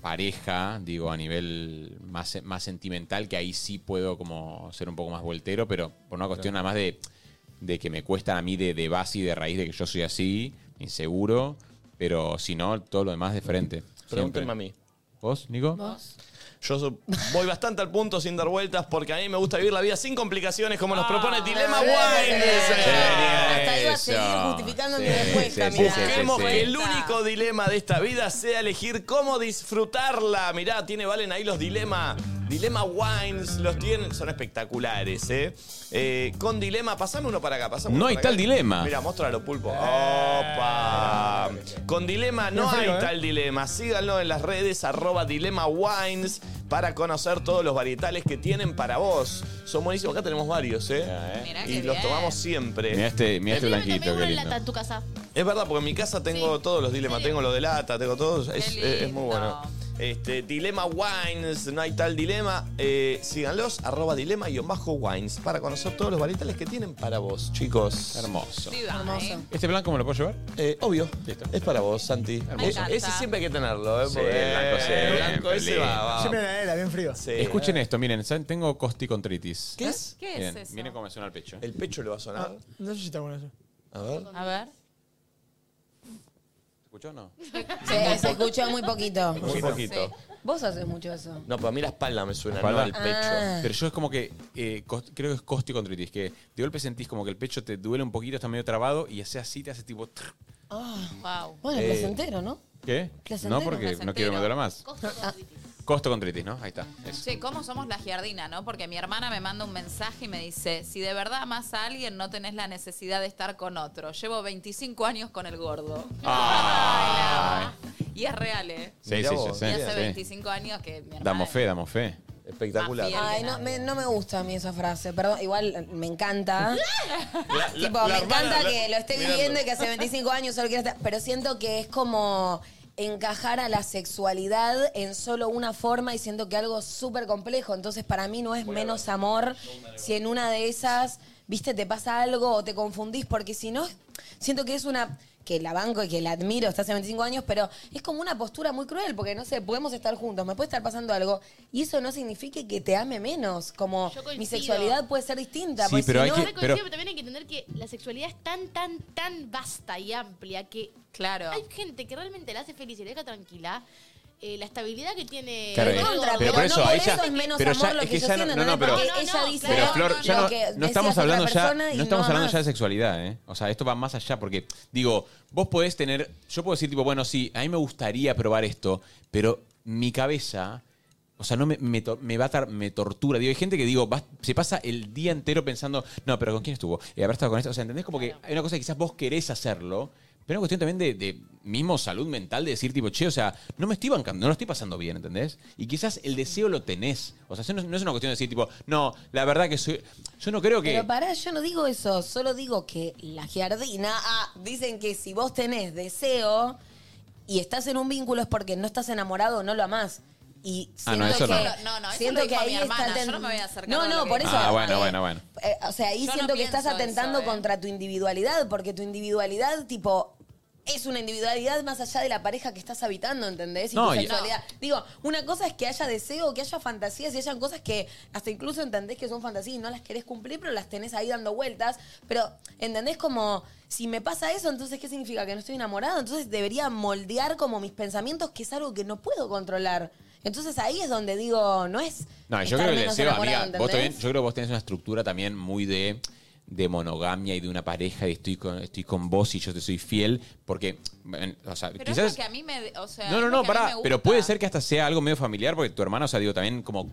S6: pareja, digo, a nivel más, más sentimental, que ahí sí puedo como ser un poco más voltero, pero por una cuestión nada más de de que me cuesta a mí de, de base y de raíz de que yo soy así, inseguro, pero si no, todo lo demás de frente. siempre.
S2: Pregúntenme a mí.
S6: ¿Vos, Nico?
S2: Yo so- voy bastante al punto sin dar vueltas porque a mí me gusta vivir la vida sin complicaciones como nos propone Dilema
S5: bien,
S2: Wines.
S5: bien.
S3: Ah,
S2: Genial.
S5: Hasta iba a seguir
S2: Eso.
S5: justificando mi
S2: Ah, Sí,
S5: respuesta,
S2: sí,
S5: mirá.
S2: sí, sí, Busquemos
S5: sí, sí.
S2: que el único dilema de esta vida sea elegir cómo disfrutarla. Mirá, tiene Valen ahí los dilemas. Dilema Wines los tienen, son espectaculares, ¿eh? Eh, con dilema, pasame uno para acá, pasame uno
S6: No hay
S2: para acá.
S6: tal dilema.
S2: Mira, muéstralo, pulpo. ¡Opa! Con dilema no
S6: Bien
S2: hay
S6: frío, ¿eh?
S2: tal dilema. Síganlo en las redes, arroba dilema wines, para conocer todos los varietales que tienen para vos. Son buenísimos, acá tenemos varios, ¿eh? y los tomamos siempre.
S6: Mirá este, mirá este blanquito, qué
S9: Una
S6: lindo.
S9: lata en tu casa.
S2: Es verdad, porque en mi casa tengo todos los dilemas. Tengo lo de lata, tengo todos. Es, es- es muy bueno. Este, dilema Wines, no hay tal dilema. Eh, síganlos, arroba dilema y bajo wines para conocer todos los varietales que tienen para vos, chicos. Hermoso.
S6: ¿Este blanco me lo puedo llevar?
S2: obvio. Es para vos, Santi. Eh, ese siempre hay que tenerlo, ¿eh?
S6: Sí,
S2: Porque
S6: el blanco
S2: el
S6: siempre,
S2: blanco ese va, va.
S19: Siempre en la heladera, bien frío.
S6: Escuchen esto, miren, ¿saben? tengo costicontritis.
S19: ¿Qué es? ¿Qué es
S6: Miren,
S19: eso?
S6: Miren cómo me suena el pecho.
S2: ¿El pecho le va a sonar?
S19: Ah, No sé si está bueno eso.
S2: A ver.
S3: A ver.
S6: ¿Escuchó o no?
S5: Se, se escuchó muy poquito.
S2: Muy poquito.
S5: Vos haces mucho eso.
S2: No, pero a mí la espalda me suena,
S6: espalda.
S2: no el pecho.
S5: Ah.
S6: Pero yo es como que, eh, cos- creo que es costicontritis, que de golpe sentís como que el pecho te duele un poquito, está medio trabado y hace así, te hace tipo... trrr.
S3: Ah.
S9: Wow.
S5: Bueno,
S6: Eh,
S5: placentero, ¿no?
S6: ¿Qué?
S5: Placentero.
S6: No, porque no quiero que me duela más. Costocontritis, ¿no? Ahí está. eso.
S3: Che, ¿cómo somos la giardina, no? Porque mi hermana me manda un mensaje y me dice, si de verdad amas a alguien, no tenés la necesidad de estar con otro. Llevo 25 años con el gordo. Y es real, ¿eh?
S6: Sí,
S2: Mirá
S6: sí,
S2: vos.
S6: sí,
S3: Y
S6: sí,
S3: hace
S6: sí.
S3: 25 años que mi hermana...
S6: Damos fe, damos fe.
S2: Espectacular.
S5: Ay, no me, no me gusta a mí esa frase. Perdón, igual me encanta. tipo,
S2: la
S5: me
S2: hermana,
S5: encanta
S2: la-
S5: que lo esté
S2: mirando.
S5: viviendo y que hace 25 años solo quiera estar. Pero siento que es como encajar a la sexualidad en solo una forma y siento que algo es súper complejo. Entonces, para mí no es menos amor si en una de esas, viste, te pasa algo o te confundís, porque si no, siento que es una que la banco y que la admiro, está hace 25 años, pero es como una postura muy cruel, porque no sé, podemos estar juntos, me puede estar pasando algo, y eso no signifique que te ame menos, como mi sexualidad puede ser distinta.
S6: Sí,
S5: porque
S6: pero
S5: si
S6: hay
S5: no-
S6: que-
S9: Coincido,
S6: pero-
S9: pero también hay que entender que la sexualidad es tan, tan, tan vasta y amplia que
S3: claro.
S9: hay gente que realmente la hace feliz y la deja tranquila. Eh, la estabilidad que tiene.
S6: Claro,
S9: el
S6: eh,
S9: gordo.
S6: pero, por eso, ahí ya, pero ya, es que ya no, no, no, pero,
S5: ella dice
S6: pero Flor, ya
S5: lo
S6: no,
S5: que
S6: no
S5: decías
S6: estamos
S5: otra
S6: hablando ya,
S5: persona y
S6: no estamos
S5: no
S6: hablando
S5: más.
S6: ya de sexualidad, ¿eh? O sea, esto va más allá porque, digo, vos podés tener, yo puedo decir tipo, bueno, sí, a mí me gustaría probar esto, pero mi cabeza, o sea, no me, me, to- me va a tar- me tortura. Digo, hay gente que digo, va- se pasa el día entero pensando, no, pero ¿con quién estuvo? Eh, ¿Habrá estado con esto? O sea, ¿entendés? Como que hay una cosa que quizás vos querés hacerlo, pero es una cuestión también de, de mismo salud mental, de decir, tipo, che, o sea, no me estoy bancando, no lo estoy pasando bien, ¿entendés? Y quizás el deseo lo tenés. O sea, eso no, no es una cuestión de decir, tipo, no, la verdad que soy. Yo no creo que.
S5: Pero pará, yo no digo eso, solo digo que la giardina, ah, dicen que si vos tenés deseo y estás en un vínculo es porque no estás enamorado o no lo amás. Y
S6: Ah, no,
S5: siento
S6: eso no.
S5: que-
S3: No, no, eso
S5: siento
S3: lo dijo
S5: que
S3: mi
S5: ahí
S3: hermana,
S5: está ten-
S3: yo no me voy a acercar a
S5: No,
S3: lo
S5: no,
S3: que
S5: por
S3: dijo.
S5: eso.
S6: ah, bueno,
S5: eh,
S6: bueno, bueno.
S5: eh, o sea, ahí
S3: Yo no
S5: siento que estás
S3: pienso eso, ¿eh?
S5: atentando contra tu individualidad, porque tu individualidad, tipo, es una individualidad más allá de la pareja que estás habitando, ¿entendés? Y
S6: No,
S5: tu
S6: y-
S5: sexualidad. Digo, una cosa es que haya deseo, que haya fantasías y hayan cosas que hasta incluso entendés que son fantasías y no las querés cumplir, pero las tenés ahí dando vueltas. Pero, ¿entendés? Como, si me pasa eso, entonces, ¿qué significa? ¿Que no estoy enamorado? Entonces debería moldear como mis pensamientos, que es algo que no puedo controlar. Entonces ahí es donde digo, no es.
S6: No, yo
S5: estar
S6: creo que el
S5: menos
S6: deseo,
S5: enamorado,
S6: amiga, vos
S5: ¿entendés?
S6: también, yo creo que vos tenés una estructura también muy de, de monogamia y de una pareja y estoy con, estoy con vos y yo te soy fiel, porque, bueno, o sea,
S3: Pero es
S6: quizás...
S3: lo que a mí me... O sea,
S6: No,
S3: es
S6: no,
S3: lo
S6: no,
S3: que a mí
S6: pará,
S3: me gusta.
S6: pero puede ser que hasta sea algo medio familiar, porque tu hermana, o sea, digo, también como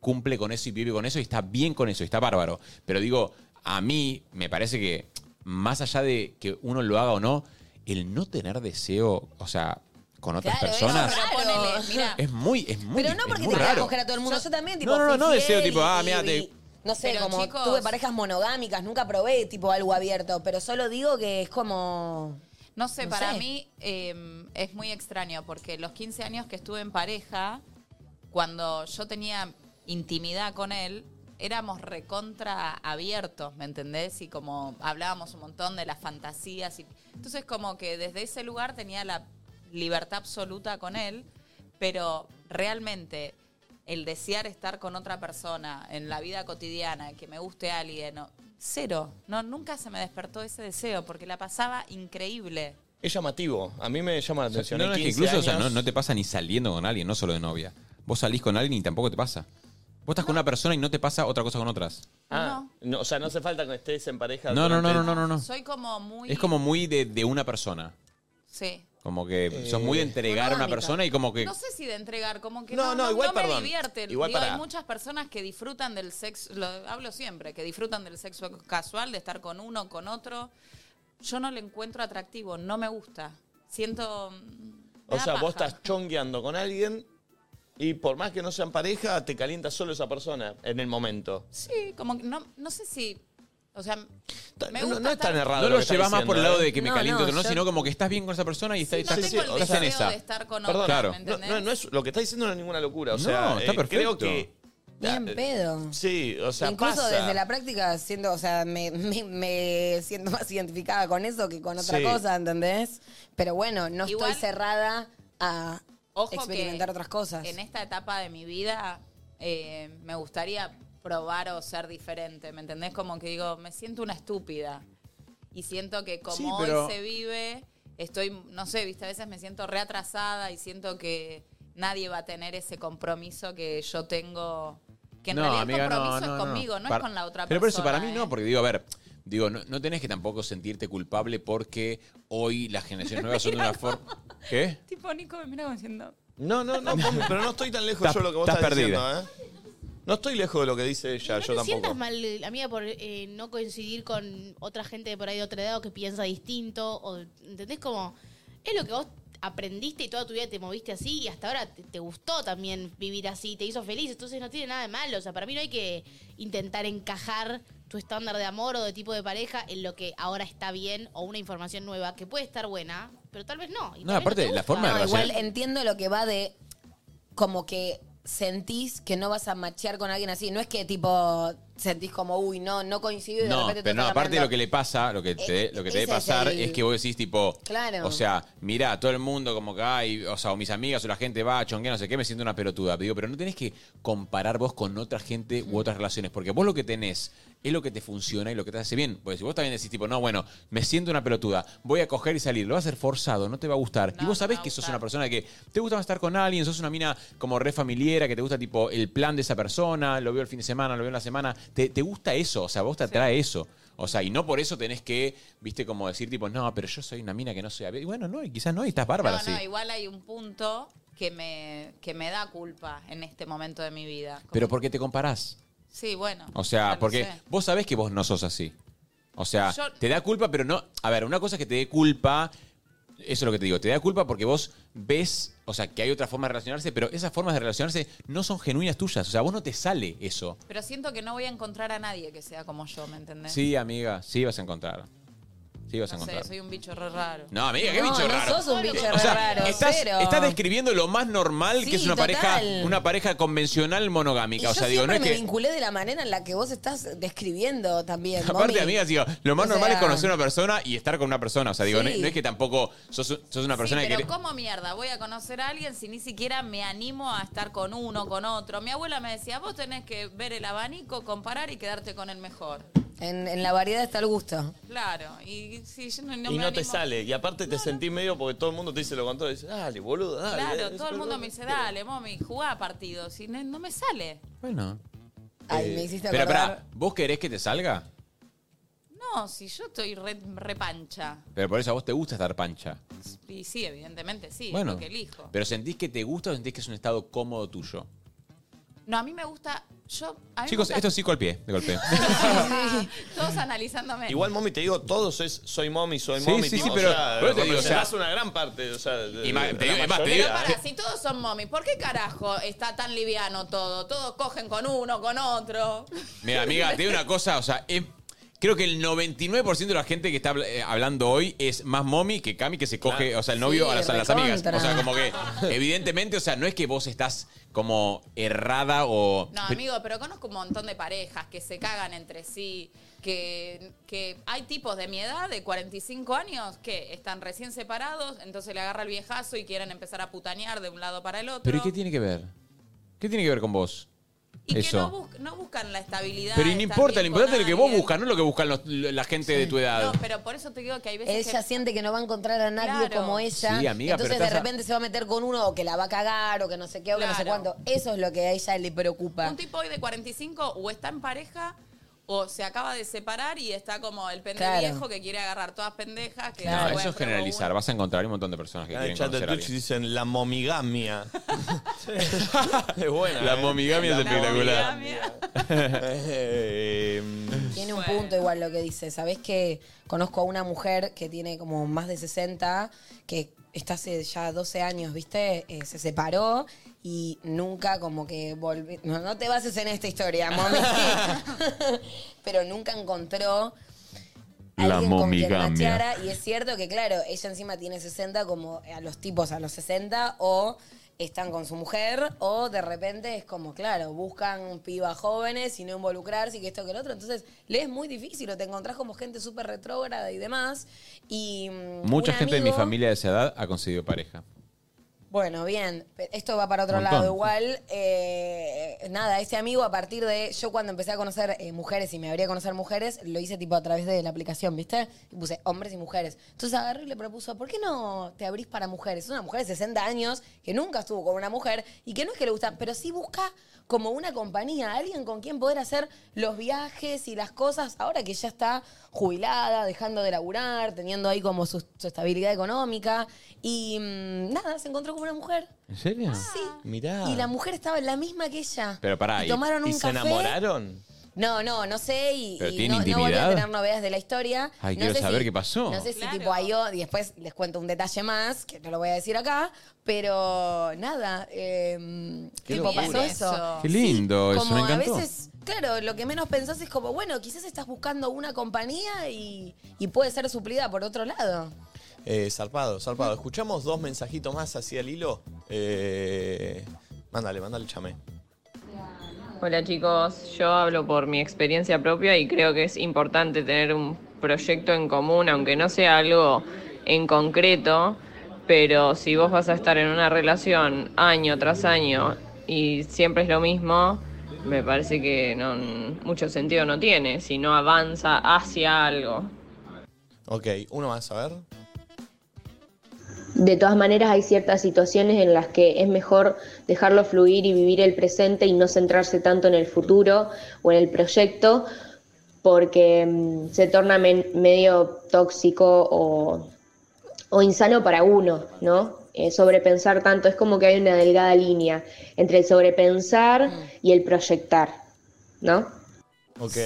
S6: cumple con eso y vive con eso y está bien con eso y está bárbaro. Pero digo, a mí me parece que más allá de que uno lo haga o no, el no tener deseo, o sea, con otras
S5: Claro, eso,
S6: personas...
S5: pero ponele, mirá.
S6: Es muy, es muy,
S5: Pero no
S6: es
S5: porque
S6: muy
S5: te quieras
S6: raro.
S5: coger a todo el mundo. Yo, también, tipo,
S6: No, no, no,
S5: fui
S6: no
S5: fiel
S6: deseo, tipo,
S5: y-
S6: ah,
S5: y-
S6: mira, te-
S5: No sé,
S3: Pero,
S5: como
S3: chicos-
S5: tuve parejas monogámicas, nunca probé, tipo, algo abierto. Pero solo digo que es como...
S3: No sé,
S5: No
S3: para
S5: sé.
S3: mí eh, es muy extraño porque los 15 años que estuve en pareja, cuando yo tenía intimidad con él, éramos recontra abiertos, ¿me entendés? Y como hablábamos un montón de las fantasías. Y... Entonces como que desde ese lugar tenía la libertad absoluta con él, pero realmente el desear estar con otra persona en la vida cotidiana, que me guste alguien, o- Cero. No, nunca se me despertó ese deseo porque la pasaba increíble.
S2: Es llamativo. A mí me llama la atención.
S6: No,
S2: Hay
S6: no, es que
S2: 15
S6: incluso o sea,
S2: años-
S6: no, no te pasa ni saliendo con alguien, no solo de novia. Vos salís con alguien y tampoco te pasa. Vos estás con una persona y no te pasa otra cosa con otras.
S2: Ah, no, o sea, no hace falta que estés en pareja.
S6: No, no, no,
S2: durante-
S6: no, no, no. no.
S3: Soy como muy.
S6: Es como muy de, de una persona.
S3: Sí.
S6: Como que Eh, sos muy
S2: Eh,
S6: de entregar a una
S3: Monogámica.
S6: persona y como que...
S3: No sé si de entregar, como que no,
S6: No, no,
S3: no,
S6: igual,
S3: no me
S6: perdón.
S3: divierte.
S6: Igual
S3: Digo,
S6: para-
S3: Hay muchas personas que disfrutan del sexo, lo hablo siempre, que disfrutan del sexo casual, de estar con uno, con otro. Yo no le encuentro atractivo, no me gusta. Siento...
S2: O
S3: da
S2: sea, vos
S3: paja.
S2: estás chongueando con alguien y por más que no sean pareja, te calienta solo esa persona en el momento.
S3: Sí, como que no, no sé si... O sea, me
S2: no-
S3: gusta
S2: no es tan
S3: estar-
S2: errado
S6: No
S2: lo
S6: lo
S2: que está
S6: llevas más
S2: diciendo,
S6: por el lado
S2: ¿eh?
S6: de que me
S2: No,
S6: caliento,
S2: no,
S6: que no,
S2: yo-
S6: sino como que estás bien con esa persona y estás,
S2: no
S6: estás,
S2: tengo el
S6: estás en
S2: deseo
S6: esa.
S2: de
S3: estar con
S2: Perdón,
S6: Claro.
S2: no, no, no es, lo que está diciendo no es ninguna locura. O sea,
S6: No, está
S2: eh, creo
S6: perfecto.
S2: que.
S5: Bien
S2: eh,
S5: pedo.
S2: Sí, o sea,
S5: Incluso
S2: pasa.
S5: desde la práctica siento, o sea, me, me- me siento más identificada con eso que con otra
S2: Sí.
S5: cosa, ¿entendés? Pero bueno, no
S3: Igual-
S5: estoy cerrada a
S3: Ojo
S5: experimentar
S3: que
S5: otras cosas.
S3: En esta etapa de mi vida eh, me gustaría probar o ser diferente, ¿me entendés? Como que digo, me siento una estúpida. Y siento que como
S19: Sí, pero-
S3: hoy se vive, estoy, no sé, viste, a veces me siento reatrasada y siento que nadie va a tener ese compromiso que yo tengo. Que en realidad el compromiso es conmigo, no, es
S6: Para-
S3: con la otra
S6: Pero por eso,
S3: persona. ¿eh?
S6: para mí no, porque digo, a ver, digo, no, no tenés que tampoco sentirte culpable porque hoy las generaciones nuevas son de una forma. ¿Qué?
S3: Tipo, Nico me mira como diciendo.
S2: No, no, no, Pomi, pero no estoy tan lejos
S6: Estás-
S2: yo de lo que vos
S6: estás
S2: estás,
S6: perdida.
S2: diciendo, ¿eh? No estoy lejos de lo que dice ella, yo
S9: ¿Te
S2: tampoco.
S9: sientas mal, amiga, por eh, no coincidir con otra gente de por ahí de otra edad o que piensa distinto? O, ¿Entendés? Como es lo que vos aprendiste y toda tu vida te moviste así y hasta ahora te, te gustó también vivir así, te hizo feliz, entonces no tiene nada de malo. O sea, para mí no hay que intentar encajar tu estándar de amor o de tipo de pareja en lo que ahora está bien o una información nueva que puede estar buena, pero tal vez no. Y
S6: No, aparte, la forma de
S5: No, igual
S6: relacionar.
S5: entiendo lo que va de como que sentís que no vas a machear con alguien así. No es que tipo sentís como, uy, no, no coincido y de
S6: No,
S5: repente te
S6: pero no,
S5: estás
S6: aparte
S5: hablando.
S6: lo que le pasa, lo que te, lo que
S5: ese
S6: te debe
S5: es
S6: pasar
S5: el-
S6: es que vos decís tipo,
S5: Claro.
S6: o sea, mirá, todo el mundo como que hay, o sea, o mis amigas o la gente va a chonguear, no sé qué, me siento una pelotuda. Digo, pero no tenés que comparar vos con otra gente u otras relaciones, porque vos lo que tenés es lo que te funciona y lo que te hace bien. Porque si vos también decís tipo, no, bueno, me siento una pelotuda, voy a coger y salir, lo vas a hacer forzado, no te va a gustar. y vos sabés que sos una persona que te gusta estar con alguien, sos una mina como re familiera, que te gusta tipo el plan de esa persona, lo veo el fin de semana, lo veo en la semana, te, te gusta eso, o sea, vos te atrae eso. O sea, y no por eso tenés que, viste, como decir tipo, no, pero yo soy una mina que no soy... abe-". Y bueno, no, y quizás no, y estás bárbara,
S3: No, no,
S6: sí.
S3: igual hay un punto que me, que me da culpa en este momento de mi vida.
S6: Pero ¿por qué te comparás?
S3: Sí, bueno.
S6: O
S3: ya
S6: sea,
S3: lo
S6: porque
S3: sé.
S6: vos sabés que vos no sos así. O sea,
S3: Yo-
S6: te da culpa, pero no. A ver, una cosa es que te dé culpa. Eso es lo que te digo. Te da culpa porque vos ves, o sea, que hay otra forma de relacionarse, pero esas formas de relacionarse no son genuinas tuyas. O sea, vos no te sale eso.
S3: Pero siento que no voy a encontrar a nadie que sea como yo, ¿me entendés?
S6: Sí, amiga, sí vas a encontrar. Sí vas a
S3: Eh. No sé,
S6: encontrar.
S3: soy un bicho re raro.
S6: No, amiga, qué
S3: No,
S6: bicho
S3: no
S6: raro. Eh,
S3: sos un bicho
S6: o sea,
S3: re raro,
S6: Estás,
S3: cero.
S6: estás describiendo lo más normal que
S5: Sí,
S6: es una
S5: total.
S6: pareja, una pareja convencional
S5: Y
S6: monogámica. o
S5: yo
S6: sea, digo, no
S5: siempre
S6: es
S5: me
S6: que.
S5: vinculé de la manera en la que vos estás describiendo también.
S6: Aparte,
S5: mami.
S6: amigas, digo, lo más
S5: O
S6: normal
S5: sea-
S6: es conocer a una persona y estar con una persona. O sea, digo, no,
S5: Sí.
S6: no es que tampoco sos, sos una persona
S3: sí,
S6: que.
S3: pero
S6: querés-
S3: ¿cómo mierda voy a conocer a alguien si ni siquiera me animo a estar con uno, con otro? Mi abuela me decía, vos tenés que ver el abanico, comparar y quedarte con el mejor.
S5: En, en la variedad está el gusto.
S3: Claro, y si yo no, no
S2: y
S3: me
S2: no te
S3: animo-
S2: sale. Y aparte te sentís medio porque todo el mundo te dice lo contrario. Dices, dale, boludo, dale.
S3: Claro,
S2: dale,
S3: todo el
S2: perdón.
S3: mundo me dice, dale, mami, jugá partidos. Y no, no me sale.
S6: Bueno. Eh,
S5: Ay, me hiciste
S6: Pero,
S5: acordar.
S6: pará, ¿vos querés que te salga?
S3: No, si yo estoy re- repancha.
S6: Pero por eso a vos te gusta estar pancha.
S3: y sí, evidentemente sí, es
S6: bueno.
S3: lo que elijo.
S6: Pero sentís que te gusta o sentís que es un estado cómodo tuyo.
S3: No, a mí me gusta. Yo, a mí
S6: Chicos,
S3: me gusta,
S6: esto es psico al pie, de golpe.
S3: Todos analizándome.
S2: Igual, mommy, te digo, todos es soy mommy, soy
S6: Sí,
S2: mommy.
S6: sí,
S2: tipo,
S6: sí, pero-
S2: O sea,
S6: pero te digo, o sea-
S2: representás una gran parte. O sea, de-
S6: Y ma-
S2: de
S6: te
S2: la
S6: digo- es más, te
S2: mayoría.
S6: digo-
S3: Pará, si todos son mommy, ¿por qué carajo está tan liviano todo? Todos cogen con uno, con otro.
S6: Mira, amiga, te digo una cosa, o sea, eh, creo que el 99% de la gente que está habl- eh, hablando hoy es más mommy que Cami que se coge, o sea, el novio
S2: Sí,
S6: a, las, a las
S2: recontra.
S6: amigas. O sea, como que, evidentemente, o sea, no es que vos estás como errada o.
S3: No, amigo, pero conozco un montón de parejas que se cagan entre sí, que, que hay tipos de mi edad, de 45 años, que están recién separados, entonces le agarra el viejazo y quieren empezar a putanear de un lado para el otro.
S6: ¿Pero y qué tiene que ver? ¿Qué tiene que ver con vos?
S3: Y que
S6: Eso.
S3: no, bus- no buscan la estabilidad.
S6: Pero y no
S3: estar
S6: importa, lo
S3: bien
S6: importante
S3: con
S6: es lo que vos
S3: alguien.
S6: buscas, no lo que buscan los- la gente de tu edad.
S3: No, pero por eso te digo que hay veces
S5: Ella siente que no va a encontrar a nadie
S3: Claro.
S5: como ella.
S6: Sí, amiga, pero
S5: entonces de
S6: estás a-
S5: repente se va a meter con uno o que la va a cagar o que no sé qué o que no sé cuánto. Eso es lo que a ella le preocupa.
S3: Un tipo hoy de 45 o está en pareja o se acaba de separar y está como el pendejo
S5: Claro.
S3: que quiere agarrar todas pendejas. Que
S6: No,
S3: bueno,
S6: eso es generalizar. Vas a encontrar un montón de personas que
S2: Ah,
S6: quieren
S2: en chat de
S6: conocer a
S2: Twitch
S6: alguien.
S2: dicen la momigamia. es buena.
S6: La
S2: ¿eh?
S6: momigamia es
S2: La
S6: espectacular.
S3: momigamia.
S2: Eh,
S5: Tiene un punto igual lo que dice. Sabés que conozco a una mujer que tiene como más de 60, que está hace ya 12 años, ¿viste? Eh, se separó y nunca como que volvió. No, no te bases en esta historia, mami. Pero nunca encontró
S6: La
S5: alguien con quien
S6: momigamia.
S5: macheara. Y es cierto que, claro, ella encima tiene 60 como a los tipos a los 60 o están con su mujer o de repente es como, claro, buscan pibas jóvenes y no involucrarse y que esto que el otro. Entonces, le es muy difícil o te encontrás como gente súper retrógrada y demás. Y mm,
S6: Mucha
S5: un
S6: gente de mi
S5: amigo-
S6: familia de esa edad ha conseguido pareja.
S5: Bueno, bien, pe- esto va para otro
S6: Montón.
S5: lado igual. eh, nada, este amigo a partir de, yo cuando empecé a conocer eh, mujeres y me abría a conocer mujeres, lo hice tipo a través de la aplicación, ¿viste? Y puse hombres y mujeres. Entonces agarré y le propuso, ¿por qué no te abrís para mujeres? Es una mujer de 60 años que nunca estuvo con una mujer y que no es que le gustan, pero sí busca como una compañía, alguien con quien poder hacer los viajes y las cosas, ahora que ya está jubilada, dejando de laburar, teniendo ahí como su, su estabilidad económica. Y mm, nada, se encontró con una mujer.
S6: ¿En serio?
S5: Ah, Sí.
S2: Mirá.
S5: Y la mujer estaba la misma que ella.
S6: Pero pará,
S5: Y tomaron un
S2: se
S5: café.
S2: enamoraron?
S5: No, no, no sé y,
S6: ¿Pero
S5: y no,
S6: tiene
S5: no volví a
S6: intimidad?
S5: tener novedades de la historia.
S6: Ay,
S5: No
S6: quiero
S5: sé
S6: saber
S5: si-
S6: qué pasó.
S5: No sé si tipo ahí o- y después les cuento un detalle más, que no lo voy a decir acá, pero nada, eh,
S6: Qué
S5: tipo
S6: locura.
S5: pasó eso.
S6: Qué lindo, eso
S5: como
S6: me
S5: a
S6: encantó.
S5: veces, claro, lo que menos pensás es como, bueno, quizás estás buscando una compañía y, y puede ser suplida por otro lado.
S2: Eh, zarpado, zarpado. Escuchamos dos mensajitos más hacia el hilo. Eh, mándale, mándale, chamé.
S19: Hola chicos, yo hablo por mi experiencia propia y creo que es importante tener un proyecto en común, aunque no sea algo en concreto, pero si vos vas a estar en una relación año tras año y siempre es lo mismo, me parece que no, mucho sentido no tiene, si no avanza hacia algo.
S2: Ok, uno más, a ver.
S20: De todas maneras, hay ciertas situaciones en las que es mejor dejarlo fluir y vivir el presente y no centrarse tanto en el futuro o en el proyecto, porque mm, se torna men- medio tóxico o, o insano para uno, ¿no? Eh, sobrepensar tanto, es como que hay una delgada línea entre el sobrepensar y el proyectar, ¿no?
S2: Ok.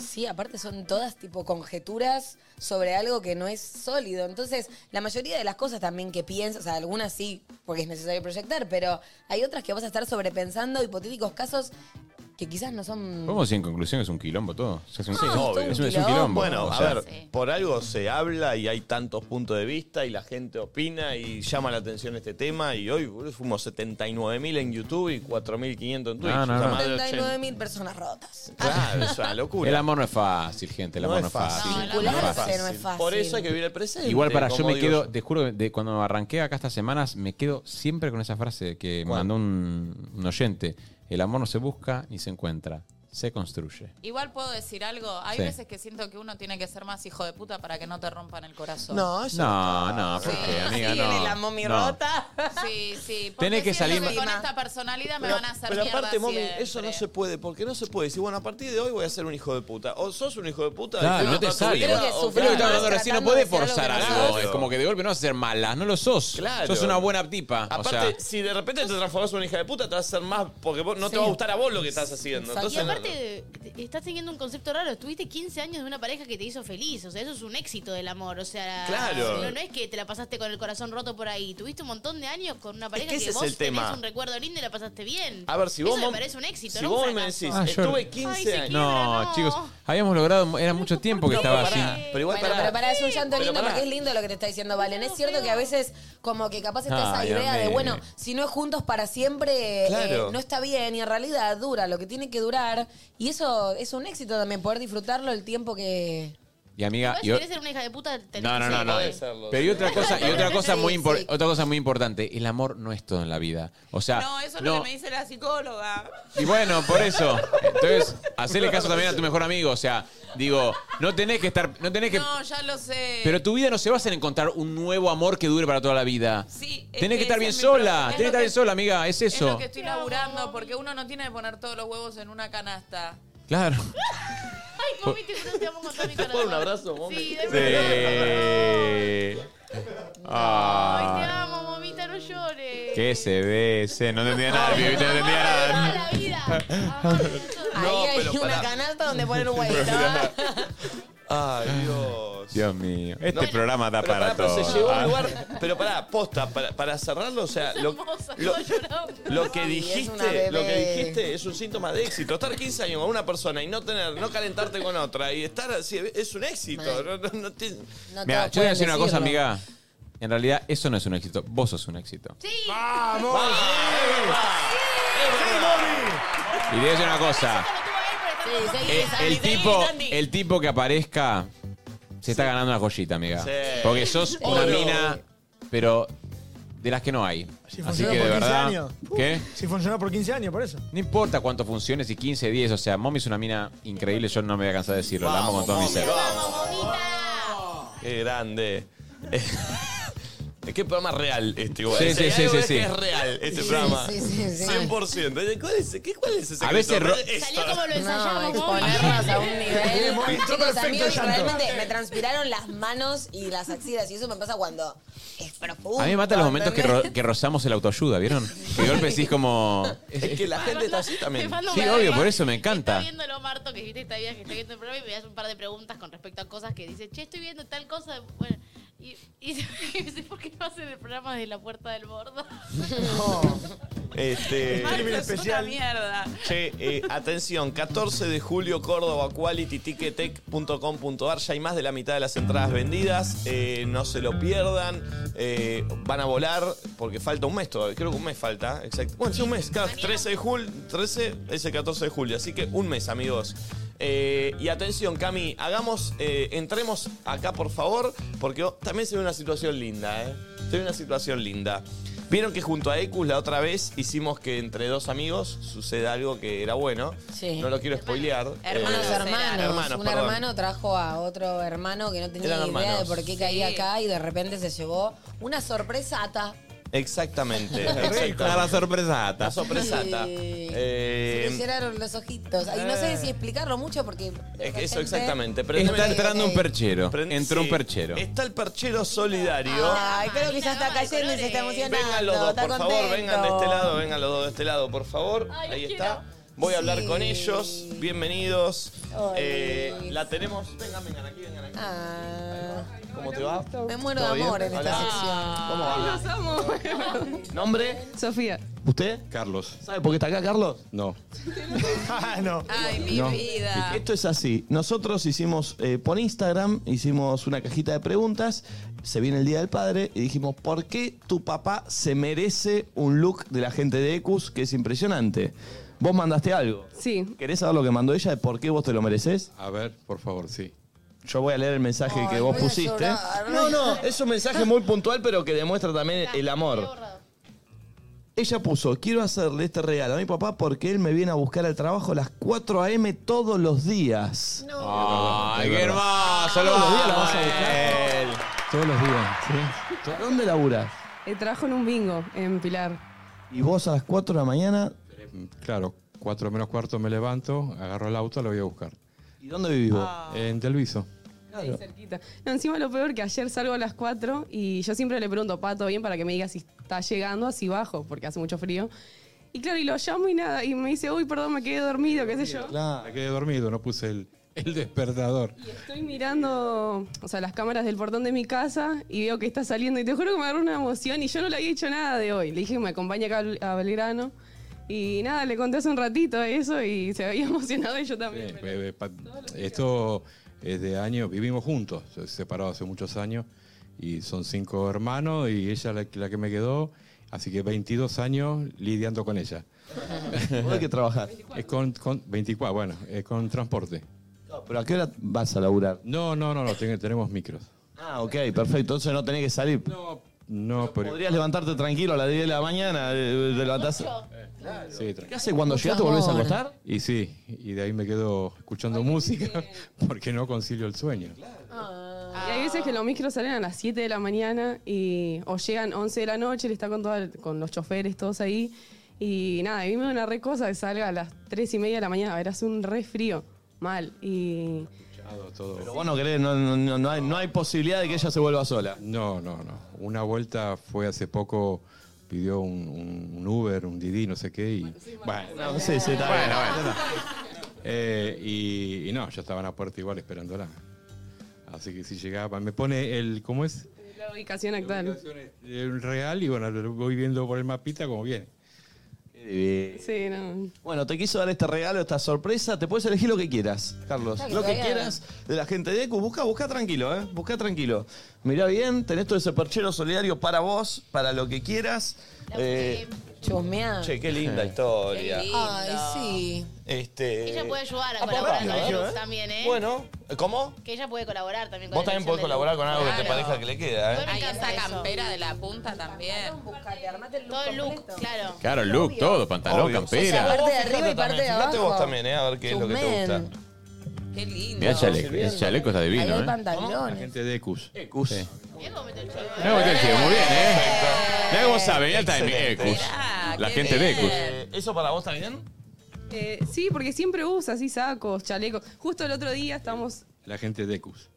S5: Sí, aparte son todas tipo conjeturas sobre algo que no es sólido. Entonces, la mayoría de las cosas también que piensas, o sea, algunas sí, porque es necesario proyectar, pero hay otras que vas a estar sobrepensando hipotéticos casos que quizás no son...
S6: Podemos decir en conclusión que es un quilombo todo. O sea, es un,
S5: Sí,
S6: es
S5: Ah, obvio.
S6: Ah, un- es un quilombo.
S2: Bueno,
S6: O
S2: a
S6: sea,
S2: ver, por algo se habla y hay tantos puntos de vista y la gente opina y llama la atención este tema. Y hoy boludo, fuimos 79.000 en YouTube y 4.500 en Twitch.
S6: No, no,
S2: O sea,
S6: no.
S2: más de 80.
S5: 79.000 personas rotas.
S2: Claro, es una locura.
S6: El amor no es fácil, gente. El
S2: No
S6: amor
S2: es
S6: no es fácil.
S2: fácil.
S6: No es
S5: Vincularse
S6: fácil.
S5: no es fácil.
S2: Por eso hay que vivir el presente.
S6: Igual para yo
S2: como
S6: me
S2: digo
S6: quedo, te juro, que de cuando arranqué acá estas semanas, me quedo siempre con esa frase que me mandó un, un oyente. El amor no se busca ni se encuentra, se construye.
S3: Igual puedo decir algo. Hay
S6: Sí.
S3: veces que siento que uno tiene que ser más hijo de puta para que no te rompan el corazón.
S2: No,
S6: No, no, ¿por qué, amiga? No, no.
S3: Sí, sí.
S6: Tenés
S3: porque
S6: que
S3: siento
S6: salir
S3: con
S6: ma-
S3: esta personalidad me van a hacer
S2: Pero
S3: mierda
S2: aparte, mami,
S3: siempre.
S2: eso no se puede, porque no se puede decir, bueno, a partir de hoy voy a ser un hijo de puta. O sos un hijo de puta.
S6: Claro,
S2: disfruta
S6: no te
S2: toda tu
S6: sale.
S2: vida,
S6: Es
S2: o-
S6: lo que estaba hablando recién, no podés forzar
S2: que no
S6: algo.
S2: sos.
S6: Es como que de golpe no vas a ser mala, no lo sos.
S2: Claro.
S6: Sos una buena tipa.
S2: Aparte,
S6: o sea,
S2: si de repente te transformas en una hija de puta, te vas a hacer más, porque vos- no te
S6: Sí.
S2: va a gustar a vos lo que estás haciendo.
S9: Y
S2: Entonces,
S9: aparte, estás teniendo un concepto raro. Tuviste 15 años de una pareja que te hizo feliz. O sea, eso es un éxito del amor. O sea,
S2: Claro.
S9: no, no es que te la pasaste con el corazón roto por ahí. Tuviste un montón de años con una pareja
S2: que
S9: que,
S2: ese es
S9: vos
S2: el tema.
S9: tenés un recuerdo lindo y la pasaste bien.
S2: A ver, si
S9: eso
S2: vos,
S9: me
S2: mom-
S9: parece un éxito,
S2: si
S9: ¿no?
S2: vos
S9: un
S2: me
S9: fracaso.
S2: decís, Ah, yo- estuve 15 años.
S6: no, chicos, habíamos logrado, era mucho tiempo que
S2: No,
S6: estaba
S2: pero pará,
S6: así.
S2: pero igual
S5: Bueno,
S2: pará.
S5: pero para es un llanto
S2: Pero
S5: lindo
S2: pará.
S5: porque es lindo lo que te está diciendo Valen. Es cierto que a veces como que capaz está
S6: Ay,
S5: esa idea de,
S6: amé.
S5: bueno, si no es juntos para siempre, eh,
S6: Claro.
S5: no está bien y en realidad dura lo que tiene que durar. Y eso es un éxito también, poder disfrutarlo el tiempo que,
S6: Y amiga,
S9: Igual, Pues, si
S6: Ah, yo-
S9: querés ser una hija de puta, tenés
S6: no, no,
S9: que
S6: no,
S9: ser.
S6: no.
S9: Podés serlo,
S6: Pero y
S9: sí.
S6: otra cosa, y otra cosa muy
S9: Sí,
S6: impor-
S9: sí.
S6: otra cosa muy importante, el amor no es todo en la vida. O sea,
S3: No, eso es lo que me dice la psicóloga.
S6: y bueno, por eso. Entonces, hacerle caso también a tu mejor amigo, o sea, digo, no tenés que estar, no tenés que
S3: No, ya lo sé.
S6: pero tu vida no se basa en encontrar un nuevo amor que dure para toda la vida.
S3: Sí, es
S6: Tenés que
S3: que
S6: estar
S3: ese
S6: bien
S3: es mi
S6: sola,
S3: problema. Es lo
S6: tenés que estar
S3: que-
S6: bien sola, amiga, es
S3: Es lo
S6: eso.
S3: que estoy laburando, porque uno no tiene que poner todos los huevos en una canasta.
S6: Claro.
S9: Ay, mami, te juro, te amo con toda mi
S2: ¿Puedo un abrazo, mami?
S9: Sí,
S6: Sí. Ah.
S9: Ay, te amo, mamita, no llores.
S6: Que se bese, no entendía nada, pibito, no entendía nada.
S9: La vida.
S5: Ahí hay
S6: pero
S5: una
S6: pará.
S5: canasta donde poner un huevito.
S2: Ay, Dios.
S6: Dios mío, este
S2: Bueno,
S6: programa da
S2: Pero
S6: para
S2: pará, pero
S6: todo.
S2: se llevó a
S6: Ah.
S2: un lugar. Pero pará, posta, para, para cerrarlo, o sea, lo, lo- lo que dijiste, lo que dijiste es un síntoma de éxito. Estar 15 años con una persona y no tener, no calentarte con otra y estar así es un éxito. No, no, no te-
S6: Mira, yo te voy a decir una cosa, amiga. En realidad, eso no es un éxito. Vos sos un éxito.
S8: ¡Vamos!
S6: Y te voy a decir una cosa.
S5: Sí, seguí,
S6: Eh,
S5: Santi,
S6: El,
S5: seguí,
S6: tipo,
S5: Santi.
S6: el tipo que aparezca se está ganando una joyita, amiga.
S2: Sí.
S6: Porque sos una
S2: Oro.
S6: mina, pero de las que no hay. Así
S8: funcionó
S6: que de
S8: por 15
S6: verdad.
S8: años.
S6: ¿Qué?
S8: Si funcionó por 15 años, por eso.
S6: No importa cuánto funcione, si 15, 10, o sea, Mommy es una mina increíble, yo no me voy a cansar de decirlo, la amo con todo mi ser.
S2: Qué grande. Eh, Qué programa real este igual.
S6: Sí,
S2: O sea,
S6: sí,
S2: hay
S6: sí,
S2: algo
S6: sí,
S2: es
S6: sí.
S2: que es real este
S6: Sí,
S2: programa.
S6: sí, sí, sí.
S2: 100%. ¿Cuál es, qué- cuál es ese
S6: A veces
S2: secreto?
S6: ro-
S2: Esto.
S9: Salió como lo
S5: No,
S9: ensayamos, mami.
S5: exponernos a un
S2: Bien,
S5: nivel.
S2: muy bien.
S5: Chicos,
S2: Perfecto,
S5: a mí hoy
S2: llanto.
S5: realmente me transpiraron las manos y las axilas y eso me pasa cuando es profundo.
S6: A mí me matan los momentos que, ro- que rozamos el autoayuda, ¿vieron? Que de golpe decís como...
S2: Es, que la gente está así
S9: Te
S2: también.
S9: mando
S6: Sí,
S9: un
S6: obvio,
S9: abrazo.
S6: por eso me
S9: Está
S6: encanta.
S9: viéndolo, Marto, que viste esta vida que está viendo el programa y me das un par de preguntas con respecto a cosas que dice, che, estoy viendo tal cosa. Bueno, y, y me dice, ¿por qué no hacen el programa de la puerta del bordo?
S2: Este,
S3: Marto, es una mierda.
S2: Che, eh, atención, 14 de julio, Córdoba, qualityticketec.com.ar. Ya hay más de la mitad de las entradas vendidas. eh, no se lo pierdan. eh, van a volar porque falta un mes todavía. Creo que un mes falta. ¿eh? Exacto. Bueno, sí, un mes. claro, 13 de julio. 13 es el 14 de julio. Así que un mes, amigos. Eh, y atención, Cami, hagamos, eh, entremos acá, por favor, porque oh, también se ve una situación linda, ¿eh? Se ve una situación linda. Vieron que junto a Ecus la otra vez hicimos que entre dos amigos suceda algo que era bueno.
S5: Sí.
S2: No lo quiero spoilear.
S5: Hermanos,
S2: Eh,
S5: hermanos. un
S2: perdón.
S5: hermano trajo a otro hermano que no tenía
S2: Eran
S5: idea de
S2: hermanos.
S5: por qué caía acá y de repente se llevó una sorpresata.
S2: Exactamente.
S6: Rico.
S2: exactamente.
S6: La sorpresata.
S2: La sorpresata.
S5: Sí.
S2: Eh,
S5: Se le llenaron los ojitos. Y no sé si explicarlo mucho porque. de
S2: es que eso
S5: repente-
S2: exactamente. Pero
S6: Está
S2: también-
S6: entrando un perchero.
S2: Prend-
S6: Entró un
S2: sí.
S6: perchero.
S2: Está el perchero solidario.
S5: Ay, creo que ya está cayendo y se está emocionando.
S2: Vengan los dos,
S5: Ah, está
S2: por favor,
S5: contento.
S2: vengan de este lado, vengan los dos de este lado, por favor. Ahí está. Voy a hablar con ellos. Bienvenidos.
S5: Ay.
S2: Eh, la tenemos. Vengan, vengan aquí, vengan aquí.
S5: Ah,
S2: ¿Cómo te va?
S5: me muero de
S2: ¿Todo bien?
S5: amor en esta
S2: Hola.
S5: sección.
S2: ¿Cómo va?
S21: Los amo.
S2: ¿Nombre?
S21: Sofía.
S2: ¿Usted?
S1: Carlos.
S2: ¿Sabe por qué está acá, Carlos?
S1: No.
S5: Ah,
S2: no.
S3: Ay, mi
S2: No.
S3: vida.
S2: Esto es así. Nosotros hicimos eh, por Instagram, hicimos una cajita de preguntas. Se viene el Día del Padre y dijimos, ¿por qué tu papá se merece un look de la gente de Ecus que es impresionante? ¿Vos mandaste algo?
S21: Sí.
S2: ¿Querés saber lo que mandó ella de por qué vos te lo mereces?
S1: A ver, por favor, sí.
S2: Yo voy a leer el mensaje que vos
S1: voy a
S2: pusiste.
S1: llorar.
S2: No, no, es un mensaje muy puntual, pero que demuestra también el amor. Ella puso, quiero hacerle este regalo a mi papá porque él me viene a buscar al trabajo a las 4 a.m. todos los días.
S6: Ay,
S2: Es
S6: qué
S2: verdad.
S6: hermoso. Lo
S2: Todos los días lo
S6: amo,
S2: vas a buscar.
S6: eh.
S2: Todos los días, ¿sí? ¿Dónde laburas?
S21: Eh, trabajo en un bingo en Pilar.
S2: Y vos a las 4 de la mañana,
S1: Claro, cuatro menos cuarto me levanto, agarro el auto, lo voy a buscar.
S2: ¿y dónde vivís vos?
S21: Ah.
S1: En Telviso.
S21: Ahí cerquita. No, encima lo peor que ayer salgo a las 4 y yo siempre le pregunto, Pato, bien para que me diga si está llegando, así bajo, porque hace mucho frío. Y claro, y lo llamo y nada, y me dice, uy, perdón, me quedé dormido, qué sé yo.
S1: Claro. Me quedé dormido, no puse el, el despertador.
S21: Estoy mirando, o sea, las cámaras del portón de mi casa y veo que está saliendo y te juro que me agarró una emoción y yo no le había hecho nada de hoy. Le dije que me acompañe acá a Bel- a Belgrano y nada, le conté hace un ratito eso y se había emocionado y yo también.
S1: Eh, eh, pa- Esto es de años, vivimos juntos, se- separados hace muchos años, y son cinco hermanos y ella la, la que me quedó, así que 22 años lidiando con ella.
S2: ¿Vos de qué trabajás?
S1: Es con, con- 24, bueno, es con transporte.
S2: ¿Pero a qué hora vas a laburar?
S1: No, no, no, no, ten- tenemos micros.
S2: Ah, ok, perfecto. Entonces no tenés que salir. No,
S1: no, pero.
S2: Podrías levantarte tranquilo a las 10 de la mañana. eh, Te levantás.
S1: Sí, tranquilo.
S2: ¿Qué haces cuando llegas? ¿Te volvés a acostar?
S1: Y sí, y de ahí me quedo escuchando música porque no concilio el sueño.
S21: Y hay veces que los micros salen a las 7 de la mañana y o llegan 11 de la noche, le está con, toda- con los choferes todos ahí. Y nada, a mí me da una re cosa que salga a las 3 y media de la mañana. Verás un re frío, mal. Y
S2: Pero vos no querés, no, no- no- no hay, no hay posibilidad de que ella se vuelva sola.
S1: No, no, no. Una vuelta fue hace poco, pidió un, un- un Uber, un Didi, no sé qué, y. Bueno,
S2: No, sí, sí, está
S1: bueno,
S2: bien.
S1: bueno. Eh, y, y no, yo estaba en la puerta igual esperándola. Así que si llegaba, me pone el, ¿cómo es?
S21: la ubicación actual.
S1: El real y bueno, lo voy viendo por el mapita como viene.
S21: Sí, no.
S2: Bueno, te quiso dar este regalo, esta sorpresa. Te puedes elegir lo que quieras, Carlos.
S21: Claro que
S2: Lo que
S21: todavía-
S2: quieras de la gente de ECU. Busca, busca tranquilo, ¿eh? Busca tranquilo. Mirá bien, tenés todo ese perchero solidario para vos, para lo que quieras. Eh,
S5: Chusmea.
S2: che, qué linda historia.
S5: Ay, sí.
S2: Este,
S9: Ella puede ayudar a
S2: Ah,
S9: colaborar
S2: pará,
S9: con
S2: ¿eh?
S9: Luz también, ¿eh?
S2: Bueno, ¿cómo?
S9: Que ella puede colaborar también con
S2: Vos
S9: la
S2: también podés
S9: elección
S2: colaborar
S9: de
S2: con algo que te
S9: Claro.
S2: parezca que le queda, ¿eh?
S9: Me
S3: Ay,
S9: encanta
S3: esa
S9: eso.
S3: campera de la punta también.
S9: Todo el look, claro.
S6: Claro, look, todo, pantalón,
S2: Obvio.
S6: campera.
S2: Vos
S5: de arriba y
S2: fijate
S5: parte de
S2: también, Fijate
S5: abajo.
S2: vos también, ¿eh? A ver qué es lo que te gusta.
S5: Chusmen. Qué lindo.
S6: Mirá el chaleco, ese chaleco está
S5: Ahí
S6: divino,
S5: hay
S6: ¿eh?
S5: pantalones.
S1: Gente de Ecus.
S2: Ecus.
S6: Mirá cómo está el chico, muy bien, ¿eh? Mirá cómo sabe, mirá el timing,
S2: Excelente.
S6: Ecus. La gente de Ecus.
S2: Eh, ¿Eso para vos también?
S21: Eh, sí, porque siempre usa así sacos, chalecos. Justo el otro día estamos
S1: La gente de Ecus.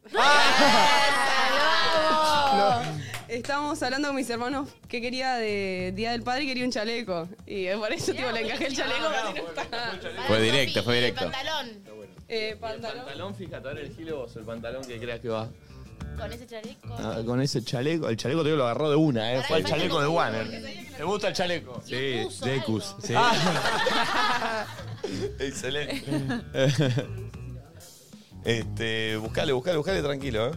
S21: Estábamos hablando con mis hermanos que quería de Día del Padre y quería un chaleco. Y eh, por eso tipo, le encajé el chaleco. porque no está.
S6: Fue directo, fue directo.
S21: Eh,
S2: El pantalón, fíjate, ahora elegile vos el pantalón que creas que va.
S9: Con ese chaleco.
S2: Ah, con ese chaleco, el chaleco te digo, lo agarró de una, ¿eh? Fue el
S9: falta
S2: chaleco
S9: el
S2: de
S9: otro,
S2: Warner. ¿Te gusta el chaleco? Ah.
S1: Sí, de Ecus. Sí.
S2: Excelente. este, buscale, buscale, buscale tranquilo, ¿eh?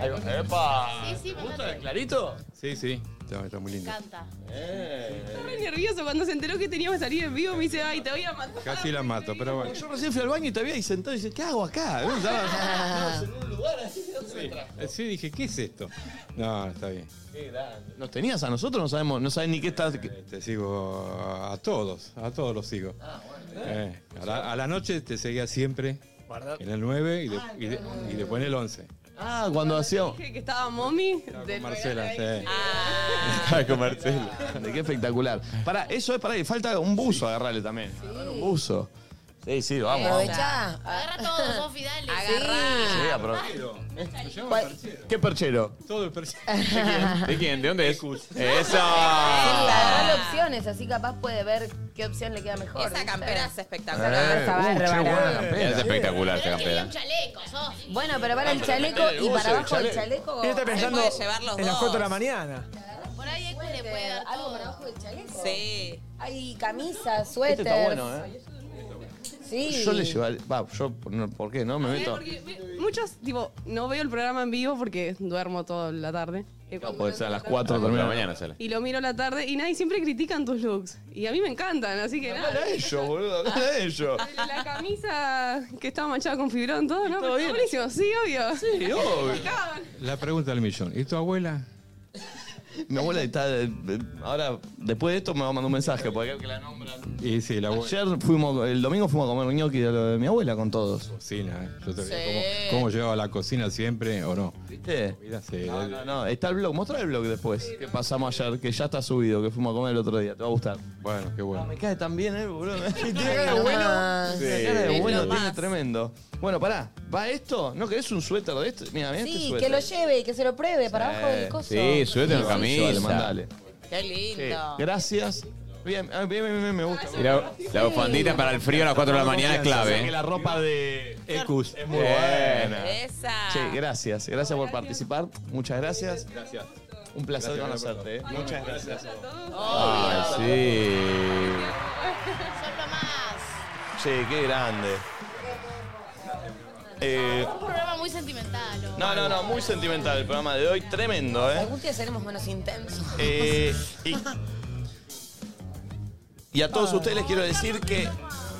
S2: Ahí va. ¡Epa!
S9: Sí, sí, me
S2: ¿Gusta el clarito?
S1: Sí, sí, está, está muy lindo.
S9: encanta.
S2: Eh.
S21: Estaba re nervioso cuando se enteró que teníamos que salir en vivo. Me dice, ay, te voy a matar.
S1: Casi la mato, pero bueno.
S2: Yo recién fui al baño y te había ahí sentado y dije, ¿qué hago acá? ¿Eh? Estaba-
S1: Eh, Sí, dije, ¿qué es esto? No, está bien.
S2: ¿Nos tenías a nosotros? No sabemos, no saben ni qué estás.
S1: Eh, Te sigo a todos, a todos los sigo.
S2: Ah,
S1: Eh, a, la, a la noche te seguía siempre. En el 9 y, de- y de- y después en el 11.
S2: Ah, cuando hacíamos.
S21: Dije que estaba mommy. del
S1: Marcela, sí.
S2: con Marcela. Qué espectacular. Pará, eso es para ahí. Falta un buzo agarrarle también. Agarrar Un buzo. Sí, sí, vamos. vamos.
S5: Aprovechá.
S9: Agarra todo, Sofi, dale.
S2: Sí, apro- ¿Qué perchero?
S1: Todo el perchero.
S6: ¿De quién? ¿De dónde es? ¡Eso!
S5: Dale opciones, así capaz puede ver qué opción le queda mejor.
S3: Esa campera es
S6: Eh,
S5: espectacular.
S6: uh, che, buena
S2: campera.
S6: Es espectacular esta campera.
S9: chaleco, Sofi.
S5: Bueno, pero para el chaleco y para abajo el chaleco.
S3: Ella está pensando
S5: se puede llevar los
S3: en las
S5: dos.
S3: cuatro de la
S22: mañana.
S9: Por ahí hay que le puede dar
S5: Algo
S9: todo.
S5: para abajo del chaleco.
S3: Sí.
S5: Hay camisas,
S2: Este
S5: suéter.
S2: está bueno, ¿eh?
S5: Sí.
S2: Yo le llevo. al- Va, yo, no, ¿por qué? ¿No? Me
S21: Eh,
S2: meto.
S21: Muchos, tipo, no veo el programa en vivo porque duermo toda la tarde. Eh, cuando-
S2: Puede ser a las 4
S6: de
S2: termina.
S6: la mañana sale.
S21: Y lo miro a la tarde y nadie siempre critican tus looks. Y a mí me encantan, así que nada.
S2: Habla de ellos, boludo. Habla de ellos.
S21: La camisa que estaba manchada con fibrón, todo, ¿no? Pero está buenísimo, sí, obvio.
S2: Sí, obvio.
S1: La pregunta del millón. ¿Y tu abuela?
S2: Mi abuela está. eh, Ahora, después de esto, me va a mandar un mensaje. Porque creo que la nombran.
S1: Y sí, la abuela.
S2: Ayer fuimos, el domingo fuimos a comer ñoqui de, lo de mi abuela con todos.
S1: Cocina, ¿eh? Yo te
S2: Sí.
S1: ¿Cómo, cómo llevaba la cocina siempre o no?
S2: ¿Viste?
S1: Mira, sí.
S2: No, no, no. Está el blog. Mostrá el blog después. Que pasamos ayer, que ya está subido, que fuimos a comer el otro día. Te va a gustar.
S1: Bueno, qué bueno.
S2: Me cae tan bien, eh, boludo. Tiene cara de bueno.
S5: Nomás.
S2: Tiene cara de
S5: Es
S2: bueno,
S5: lo
S2: tiene
S5: más.
S2: tremendo. Bueno, pará. ¿Va esto? ¿No querés un suéter de este? Mira, mira este
S5: Sí,
S2: suéter.
S5: que lo lleve y que se lo pruebe para abajo del coso.
S6: Eh, Sí, suéter con
S2: Sí, llévale,
S6: camisa.
S2: mandale.
S5: Qué
S2: lindo. Gracias. Bien, ah, bien, bien, bien, me gusta.
S6: Mirá, la bufandita para el frío a las 4 de la mañana es
S2: O sea,
S6: clave.
S2: que
S6: ¿eh?
S2: la ropa de eh, Ecus es muy
S6: Bien.
S2: buena.
S3: Esa.
S2: Che, gracias. Gracias por participar. Muchas gracias. Gracias. Un placer
S6: Gracias,
S2: conocerte. eh. Muchas gracias.
S6: Ay, sí.
S2: Che, qué grande. Eh,
S9: Un programa muy sentimental. ¿o?
S2: no, no, no, muy sentimental el programa de hoy. Tremendo, ¿eh?
S5: Algún día seremos menos intensos.
S2: Eh, y, y a todos ustedes les quiero decir que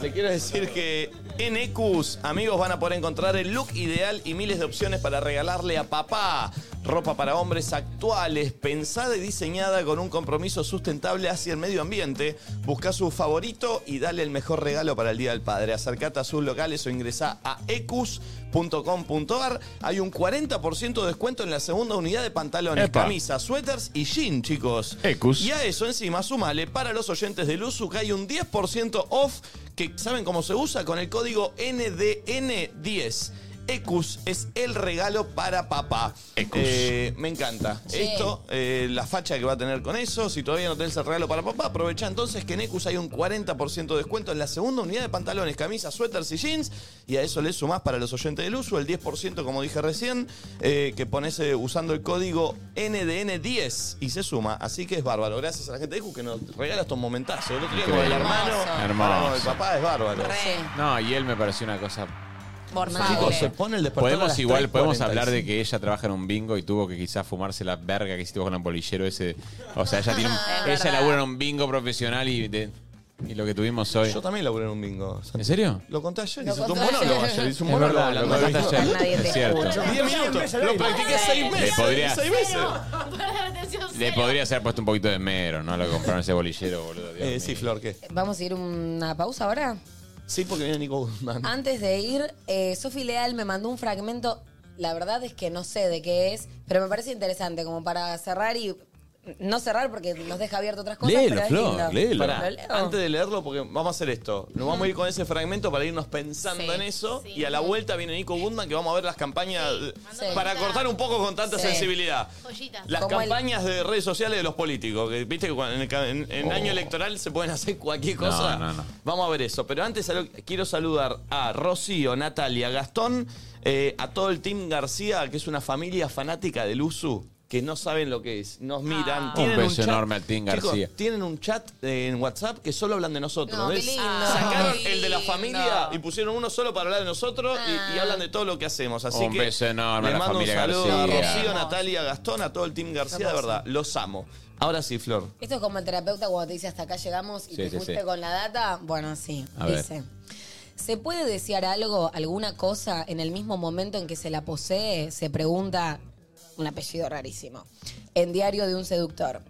S2: Le quiero decir que en Ecus, amigos, van a poder encontrar el look ideal y miles de opciones para regalarle a papá. Ropa para hombres actuales, pensada y diseñada con un compromiso sustentable hacia el medio ambiente. Busca su favorito y dale el mejor regalo para el Día del Padre. Acercate a sus locales o ingresa a ecus.com.ar. Hay un 40% de descuento en la segunda unidad de pantalones,
S8: Epa.
S2: camisas, suéteres y jean, chicos.
S8: Ecus.
S2: Y a eso encima sumale para los oyentes de Luzu que hay un 10% off que saben cómo se usa con el código NDN10. Ecus es el regalo para papá.
S8: Ecus.
S2: Eh, me encanta.
S8: Sí.
S2: Esto, eh, la facha que va a tener con eso. Si todavía no tenés el regalo para papá, aprovecha entonces que en Ecus hay un 40% de descuento en la segunda unidad de pantalones, camisas, suéteres y jeans. Y a eso le sumás para los oyentes del uso el 10%, como dije recién, eh, que pones eh, usando el código NDN10 y se suma. Así que es bárbaro. Gracias a la gente de Ecus que nos regala estos momentazos. El otro día con el
S6: Increíble.
S2: hermano,
S6: Hermoso.
S2: ahora con el papá es bárbaro.
S6: No, y él me pareció una cosa.
S3: Por
S2: Chicos, se pone el despertador. a
S6: Ah, Podemos
S2: las
S6: igual, podemos
S2: 3:45.
S6: hablar de que ella trabaja en un bingo y tuvo que quizás fumarse la verga que hiciste con el bolillero ese. O sea, ella tiene un-
S2: Es
S6: ella
S2: verdad.
S6: labura en un bingo profesional y, de- y lo que tuvimos hoy.
S2: Yo también laburé en un bingo.
S6: ¿En serio?
S2: Lo conté ayer,
S6: Lo
S2: hizo un
S6: contaste
S2: monólogo
S6: ayer.
S2: ayer, hizo un
S6: Es
S2: monólogo
S6: verdad,
S2: hablando
S6: lo
S2: de
S6: contaste
S2: bingo.
S6: ayer. Nadie te Es cierto. escucha.
S2: 10 minutos, lo practiqué 6
S6: Le
S2: meses.
S6: podría-
S2: seis meses.
S6: Le podría haber puesto un poquito de mero, ¿no? Lo que compraron ese bolillero, boludo.
S2: Eh, sí, Flor, ¿qué?
S5: Vamos a ir una pausa ahora.
S2: Sí, porque viene Nico Guzmán.
S5: Antes de ir, eh, Sofi Leal me mandó un fragmento. La verdad es que no sé de qué es, pero me parece interesante como para cerrar y no cerrar porque nos deja abierto otras cosas. pero es lindo.
S2: Pará,
S5: ¿Lo leo?
S2: Antes de leerlo, porque vamos a hacer esto. Nos vamos a ir con ese fragmento para irnos pensando en eso. Y a la vuelta viene Nico Gundman, que vamos a ver las campañas eh, para cortar un poco con tanta
S8: Sí.
S2: sensibilidad.
S9: Joyitas.
S2: Las campañas de redes sociales de los políticos, que viste que cuando- en, el ca- en- en
S6: Oh.
S2: año electoral se pueden hacer cualquier cosa.
S6: No, no, no.
S2: Vamos a ver eso. Pero antes salu- quiero saludar a Rocío, Natalia, Gastón, eh, a todo el team García, que es una familia fanática del USU, que no saben lo que es. Nos miran.
S6: Ah. Un
S2: tienen
S6: beso
S2: chat-
S6: enorme al Team
S2: Chicos,
S6: García.
S2: tienen un chat eh, en WhatsApp que solo hablan de nosotros.
S5: No,
S2: ¿no
S5: qué
S2: ves?
S5: lindo.
S2: Sacaron
S5: Qué
S2: el de la
S5: lindo. Ah.
S2: familia y pusieron uno solo para hablar de nosotros y- y, hablan de todo lo que hacemos. Así
S6: Un
S2: que
S6: beso enorme a
S2: les
S6: la
S2: mando un
S6: familia
S2: saludo
S6: García.
S2: a Rocío, Natalia, Gastón, a todo el Team García, de verdad. Los amo. Ahora sí, Flor.
S5: Esto es como el terapeuta cuando te dice hasta acá llegamos y
S2: Sí,
S5: te
S2: sí,
S5: fuiste
S2: sí.
S5: con la data. Bueno, sí.
S2: A ver.
S5: dice. ¿Se puede desear algo, alguna cosa, en el mismo momento en que se la posee? Se pregunta un apellido rarísimo. En Diario de un Seductor.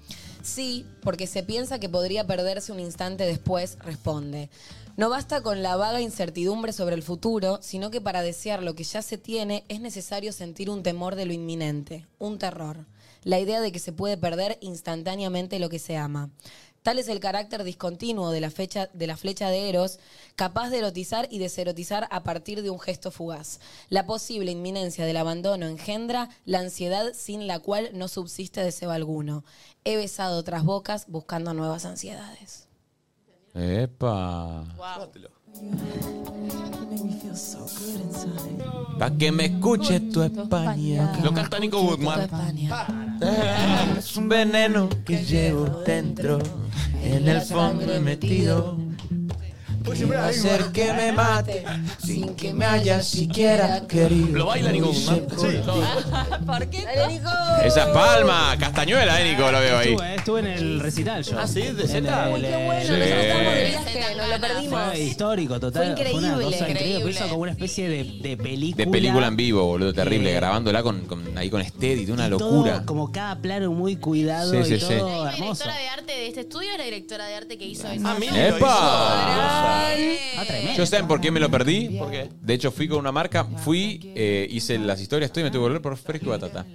S5: Sí, porque se piensa que podría perderse un instante después, responde. No basta con la vaga incertidumbre sobre el futuro, sino que para desear lo que ya se tiene es necesario sentir un temor de lo inminente, un terror, la idea de que se puede perder instantáneamente lo que se ama. Tal es el carácter discontinuo de la, fecha, de la flecha de Eros, capaz de erotizar y deserotizar a partir de un gesto fugaz. La posible inminencia del abandono engendra la ansiedad sin la cual no subsiste deseo alguno. He besado otras bocas buscando nuevas ansiedades.
S6: Epa.
S2: Llévatelo.
S6: Pa' que me escuches tu España.
S2: Lo canta Nico Guzmán.
S8: Es un veneno que llevo dentro, en el fondo metido.
S2: Pues
S8: Quiero hacer que me mate sin que me haya siquiera querido.
S2: Lo baila Nico Guzmán. Sí.
S5: ¿Por qué?
S6: Esa es palma, castañuela, eh, Nico, lo veo ahí.
S23: Estuve, estuve en el recital yo.
S2: Ah, ¿sí? ¿De
S23: En
S2: Zeta?
S23: el-
S6: Sí.
S5: nos lo perdimos.
S23: Fue histórico, total. una
S5: Fue increíble.
S23: cosa increíble.
S5: Increíble.
S23: Fue eso como una especie de, de película.
S6: De película en vivo, boludo, terrible,
S23: Eh.
S6: grabándola con, con- ahí con Steady, de una
S23: Todo
S6: locura.
S23: como cada plano muy cuidado
S6: Sí,
S23: y
S6: sí, sí.
S23: todo hermoso.
S9: La directora de arte de este estudio es la directora de arte que hizo eso.
S6: ¡Epa!
S23: Ah,
S6: ¿Yo saben por qué me lo perdí?
S2: ¿Por qué?
S6: De hecho, fui con una marca, fui, eh, hice las historias, estoy y me tuve que volver por fresco y batata.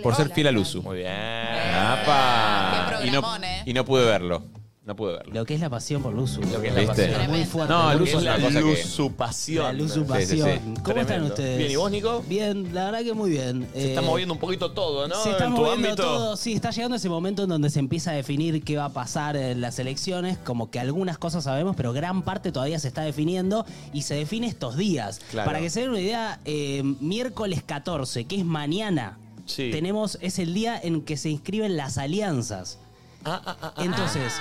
S6: Por ser fiel al uso. Muy bien. eh. Y no, y no pude verlo. No pude verlo.
S23: Lo que es la pasión por Luzu. Lo
S6: que es la pasión.
S23: Muy fuerte.
S6: No,
S23: Porque
S6: Luzu es
S23: la
S6: una cosa que-
S2: su pasión.
S23: La luz
S6: Sí,
S23: su
S6: sí,
S23: pasión.
S6: sí.
S23: ¿Cómo están
S2: Tremendo.
S23: ustedes?
S2: Bien, ¿y vos, Nico?
S23: Bien, la verdad que muy bien. Eh,
S2: Se está moviendo un poquito todo, ¿no?
S23: Se está
S2: en tu
S23: moviendo
S2: ámbito.
S23: todo, sí, está llegando ese momento en donde se empieza a definir qué va a pasar en las elecciones, como que algunas cosas sabemos, pero gran parte todavía se está definiendo y se define estos días.
S2: Claro.
S23: Para que se den una idea, eh, miércoles 14, que es mañana, tenemos, es el día en que se inscriben las alianzas.
S2: Ah,
S23: Entonces,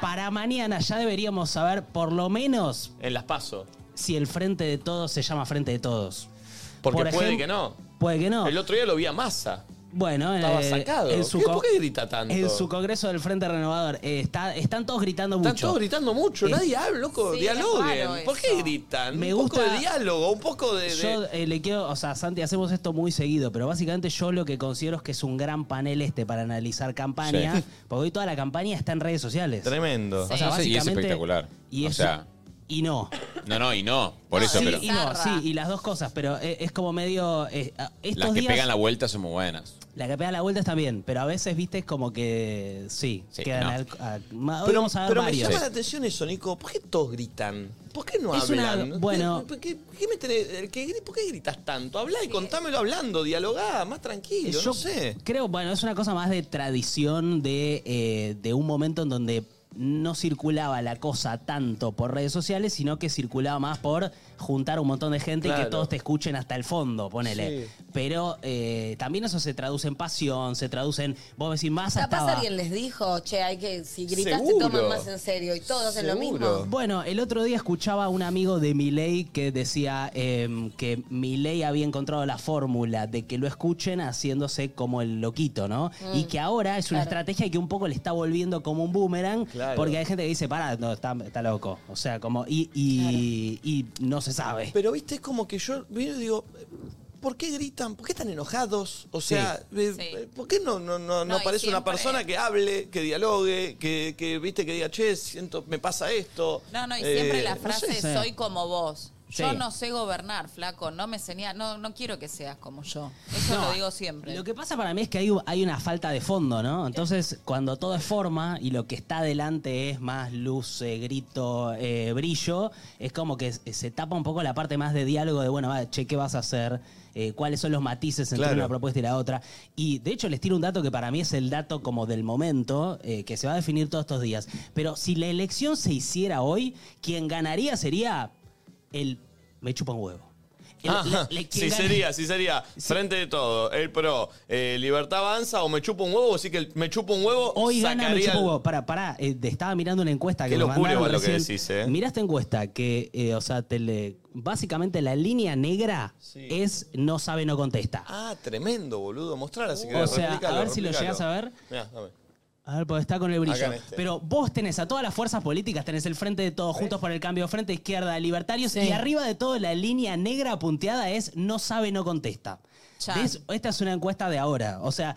S23: para mañana ya deberíamos saber por lo menos
S2: En las paso.
S23: si el frente de todos se llama frente de todos.
S2: Porque
S23: Por
S2: puede
S23: ejem-
S2: que no.
S23: Puede que no.
S2: El otro día lo vi a Massa.
S23: Bueno,
S2: Estaba
S23: eh,
S2: sacado.
S23: en su
S2: ¿Qué-
S23: co-
S2: ¿Por qué grita tanto?
S23: En su congreso del Frente Renovador. eh, está, están todos gritando mucho.
S2: Están todos gritando mucho,
S23: Eh,
S2: nadie habla, loco,
S23: Sí, es raro
S2: dialoguen. ¿Por qué gritan?
S23: Me
S2: un poco
S23: gusta-
S2: de diálogo, un poco de. de-
S23: Yo eh, le quiero, o sea, Santi, hacemos esto muy seguido, pero básicamente yo lo que considero es que es un gran panel este para analizar campaña,
S2: Sí.
S23: porque hoy toda la campaña está en redes sociales.
S2: Tremendo.
S23: O sea,
S6: No sé, y es
S23: básicamente-
S6: espectacular.
S23: y
S6: o
S23: es-
S6: sea,
S23: y no.
S6: no, no, y no. Por eso,
S23: sí,
S6: pero
S23: y no, sí, y las dos cosas, pero eh, es, como medio... eh, a- estos
S6: las que
S23: días,
S6: pegan la vuelta son muy buenas.
S23: la que pega la vuelta está bien, pero a veces, viste, es como que sí, quedan
S6: no.
S23: al, a- ma- hoy
S2: Pero,
S23: vamos a ver
S2: pero me
S23: varios. Eh,
S2: llama la atención eso, Nico. ¿Por qué todos gritan? ¿Por qué no
S23: Es una-
S2: hablan?
S23: bueno.
S2: ¿Por qué, por qué me tenés- el que gri- ¿Por qué gritas tanto? Hablá y contámelo hablando, dialogá, más tranquilo,
S23: Eh, Yo
S2: no sé.
S23: Creo, bueno, es una cosa más de tradición de, eh, de un momento en donde no circulaba la cosa tanto por redes sociales, sino que circulaba más por juntar un montón de gente y
S8: Claro.
S23: que todos te escuchen hasta el fondo, ponele.
S8: Sí.
S23: Pero eh, también eso se traduce en pasión, se traduce en, vos decís, más
S5: Capaz
S23: estaba.
S5: alguien les dijo, che, hay que, si gritas te
S23: Seguro.
S5: toman más en serio y todos hacen lo mismo.
S23: Bueno, el otro día escuchaba a un amigo de Milei que decía eh, que Milei había encontrado la fórmula de que lo escuchen haciéndose como el loquito, ¿no?
S8: Mm,
S23: y que ahora es una
S8: claro.
S23: estrategia que un poco le está volviendo como un boomerang,
S8: Claro.
S23: porque hay gente que dice, pará, no, está, está loco. O sea, como, y, y- y no se sabe.
S2: Pero viste, es como que yo miro y digo, ¿por qué gritan? ¿Por qué están enojados? O sea, eh, eh, ¿por qué no, no, no, no
S1: No, y
S2: aparece una
S1: siempre-
S2: persona que hable, que dialogue, que, que viste, que diga, che, siento, me pasa esto?
S3: No, no, y siempre
S2: Eh,
S3: la
S2: no
S3: frase
S2: sé.
S3: soy como vos. Yo
S2: Sí.
S3: no sé gobernar, flaco, no me enseñás, no, no quiero que seas como yo. Eso
S23: No,
S3: lo digo siempre.
S23: Lo que pasa para mí es que hay, hay una falta de fondo, ¿no? Entonces, cuando todo es forma y lo que está adelante es más luz, eh, grito, eh, brillo, es como que se- se tapa un poco la parte más de diálogo de, bueno, va, che, ¿qué vas a hacer? Eh, ¿Cuáles son los matices entre
S8: Claro.
S23: una propuesta y la otra? Y de hecho les tiro un dato que para mí es el dato como del momento, eh, que se va a definir todos estos días. Pero si la elección se hiciera hoy, quien ganaría sería el... Me chupa un huevo. El-
S2: Ajá.
S23: le- le- quien
S2: sí
S23: gana-
S2: sería, sí sería. Frente de todo, el pro, eh, libertad avanza o me chupa un huevo, así que el me chupa un huevo
S23: Hoy gana
S2: sacaría
S23: me chupa
S2: el-
S23: huevo. Pará, pará. eh, te estaba mirando una encuesta que
S2: Qué
S23: nos
S2: locura
S23: mandaron
S2: igual lo que
S23: recién.
S2: decís, eh.
S23: Mirá esta encuesta que, eh, o sea, te le- básicamente la línea negra es no sabe, no contesta.
S2: Ah, tremendo, boludo. Mostrar así que
S23: O sea,
S2: replícalo,
S23: a ver si lo
S2: replícalo.
S23: llegás a ver.
S2: Mirá, dame.
S23: A ver, porque está con el
S2: Acá
S23: brillo.
S2: en este.
S23: Pero vos tenés a todas las fuerzas políticas, tenés el frente de todos, juntos por el cambio, frente izquierda, libertarios,
S8: Sí.
S23: y arriba de todo la línea negra punteada es no sabe, no contesta. De eso- esta es una encuesta de ahora. O sea,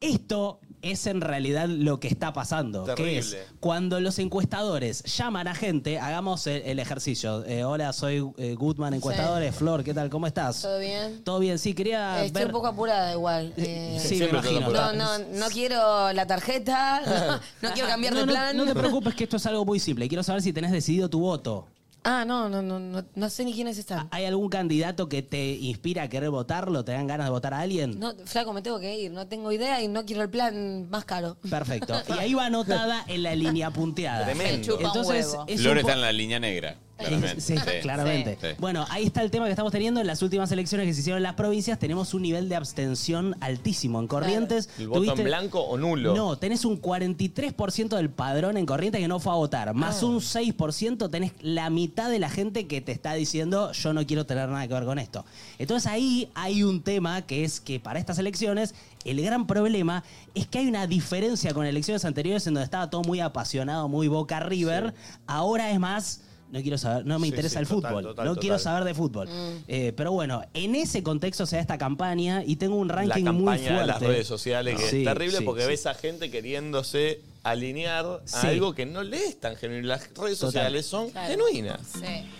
S23: esto es en realidad lo que está pasando. Que
S8: Terrible.
S23: es cuando los encuestadores llaman a gente, hagamos el, el ejercicio. Eh, hola, soy eh, Goodman, encuestadores. Flor, ¿qué tal? ¿Cómo estás?
S5: ¿Todo bien?
S23: Todo bien, sí, quería
S5: Eh, Estoy
S23: ver...
S5: un poco apurada igual. eh,
S23: Sí, me Siempre estás imagino.
S5: No,
S23: apurada.
S5: no, no quiero la tarjeta, no, no quiero cambiar
S23: No,
S5: de
S23: no,
S5: plan.
S23: No, te preocupes que esto es algo muy simple. Quiero saber si tenés decidido tu voto.
S5: Ah, no, no, no, no, no sé ni quiénes están.
S23: ¿Hay algún candidato que te inspira a querer votarlo? ¿Te dan ganas de votar a alguien?
S5: No, flaco, me tengo que ir, no tengo idea y no quiero el plan más caro.
S23: Perfecto. Y ahí va anotada en la línea punteada.
S6: Tremendo. Me chupa un
S23: Entonces, es
S6: Flor
S23: un
S6: está
S23: po-
S6: en la línea negra, claramente.
S23: Sí, claramente.
S6: Sí.
S23: Bueno, ahí está el tema que estamos teniendo. En las últimas elecciones que se hicieron en las provincias tenemos un nivel de abstención altísimo. En Corrientes...
S2: ¿El voto
S23: tuviste-
S2: en blanco o nulo?
S23: No, tenés un 43% del padrón en corriente que no fue a votar. Más
S2: Ah.
S23: un 6% tenés la mitad de la gente que te está diciendo yo no quiero tener nada que ver con esto. Entonces ahí hay un tema que es que para estas elecciones el gran problema es que hay una diferencia con elecciones anteriores en donde estaba todo muy apasionado, muy boca river. Ahora es más... No quiero saber, no me
S8: Sí,
S23: interesa
S8: sí,
S23: el
S8: total,
S23: fútbol,
S8: total,
S23: no
S8: total.
S23: quiero saber de fútbol.
S8: Mm.
S23: Eh, pero bueno, en ese contexto se da esta campaña y tengo un
S2: La
S23: ranking
S2: campaña
S23: muy fuerte.
S2: de las redes sociales que
S23: Sí,
S2: es terrible
S23: sí,
S2: porque
S23: sí.
S2: ves a gente queriéndose alinear a
S23: Sí.
S2: algo que no le es tan genuino. Las redes
S23: Total.
S2: sociales son
S23: Claro.
S2: genuinas.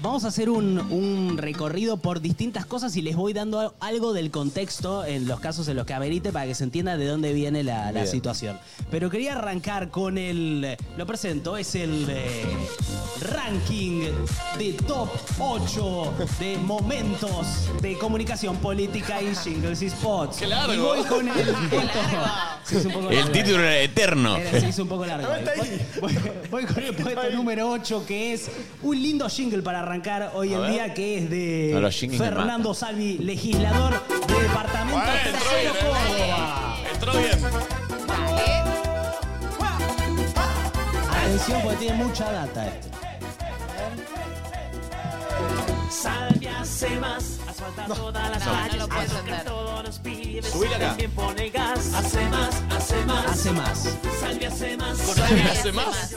S23: Vamos a hacer un, un recorrido por distintas cosas y les voy dando al- algo del contexto en los casos en los que amerite para que se entienda de dónde viene la, la
S8: Bien.
S23: situación. Pero quería arrancar con el. Lo presento, es el eh, ranking de top 8 de momentos de comunicación política y singles y spots.
S8: ¡Qué largo!
S23: Y voy con el. Sí, es un poco
S6: El
S23: largo.
S6: título era eterno.
S23: Era- se hizo un poco largo. ¿eh? Voy, voy con el puesto número 8, que es un lindo jingle para arrancar hoy
S6: A
S23: en
S6: ver.
S23: día, que es de
S6: No, los jingles me
S23: Fernando Salvi, legislador de Departamento Tercero Córdoba.
S2: ¿eh? Entró bien.
S23: Atención, porque tiene mucha data eh. esto. Salve hace más, asfalta todas las
S8: No, no
S23: calles,
S8: lo puedo
S23: hace que
S8: entender.
S23: todos los piden
S2: Subir acá.
S8: Hace más, hace más.
S23: Hace más.
S8: Salve, hace más.
S2: Salve, hace más.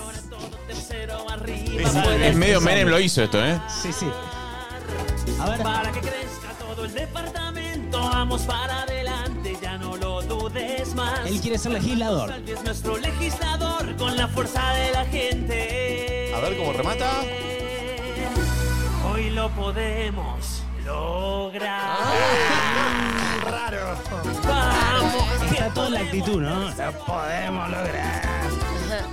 S6: Es medio Menem lo hizo esto, ¿eh?
S23: Sí, sí.
S8: A ver. Para que crezca todo el departamento, vamos para adelante, ya no lo dudes más.
S23: Él quiere ser legislador.
S8: Salvi es nuestro legislador con la fuerza de la gente.
S2: A ver cómo remata.
S8: Hoy lo podemos lograr. Raro. Vamos,
S23: Está toda la actitud, ¿no?
S8: Lo podemos lograr.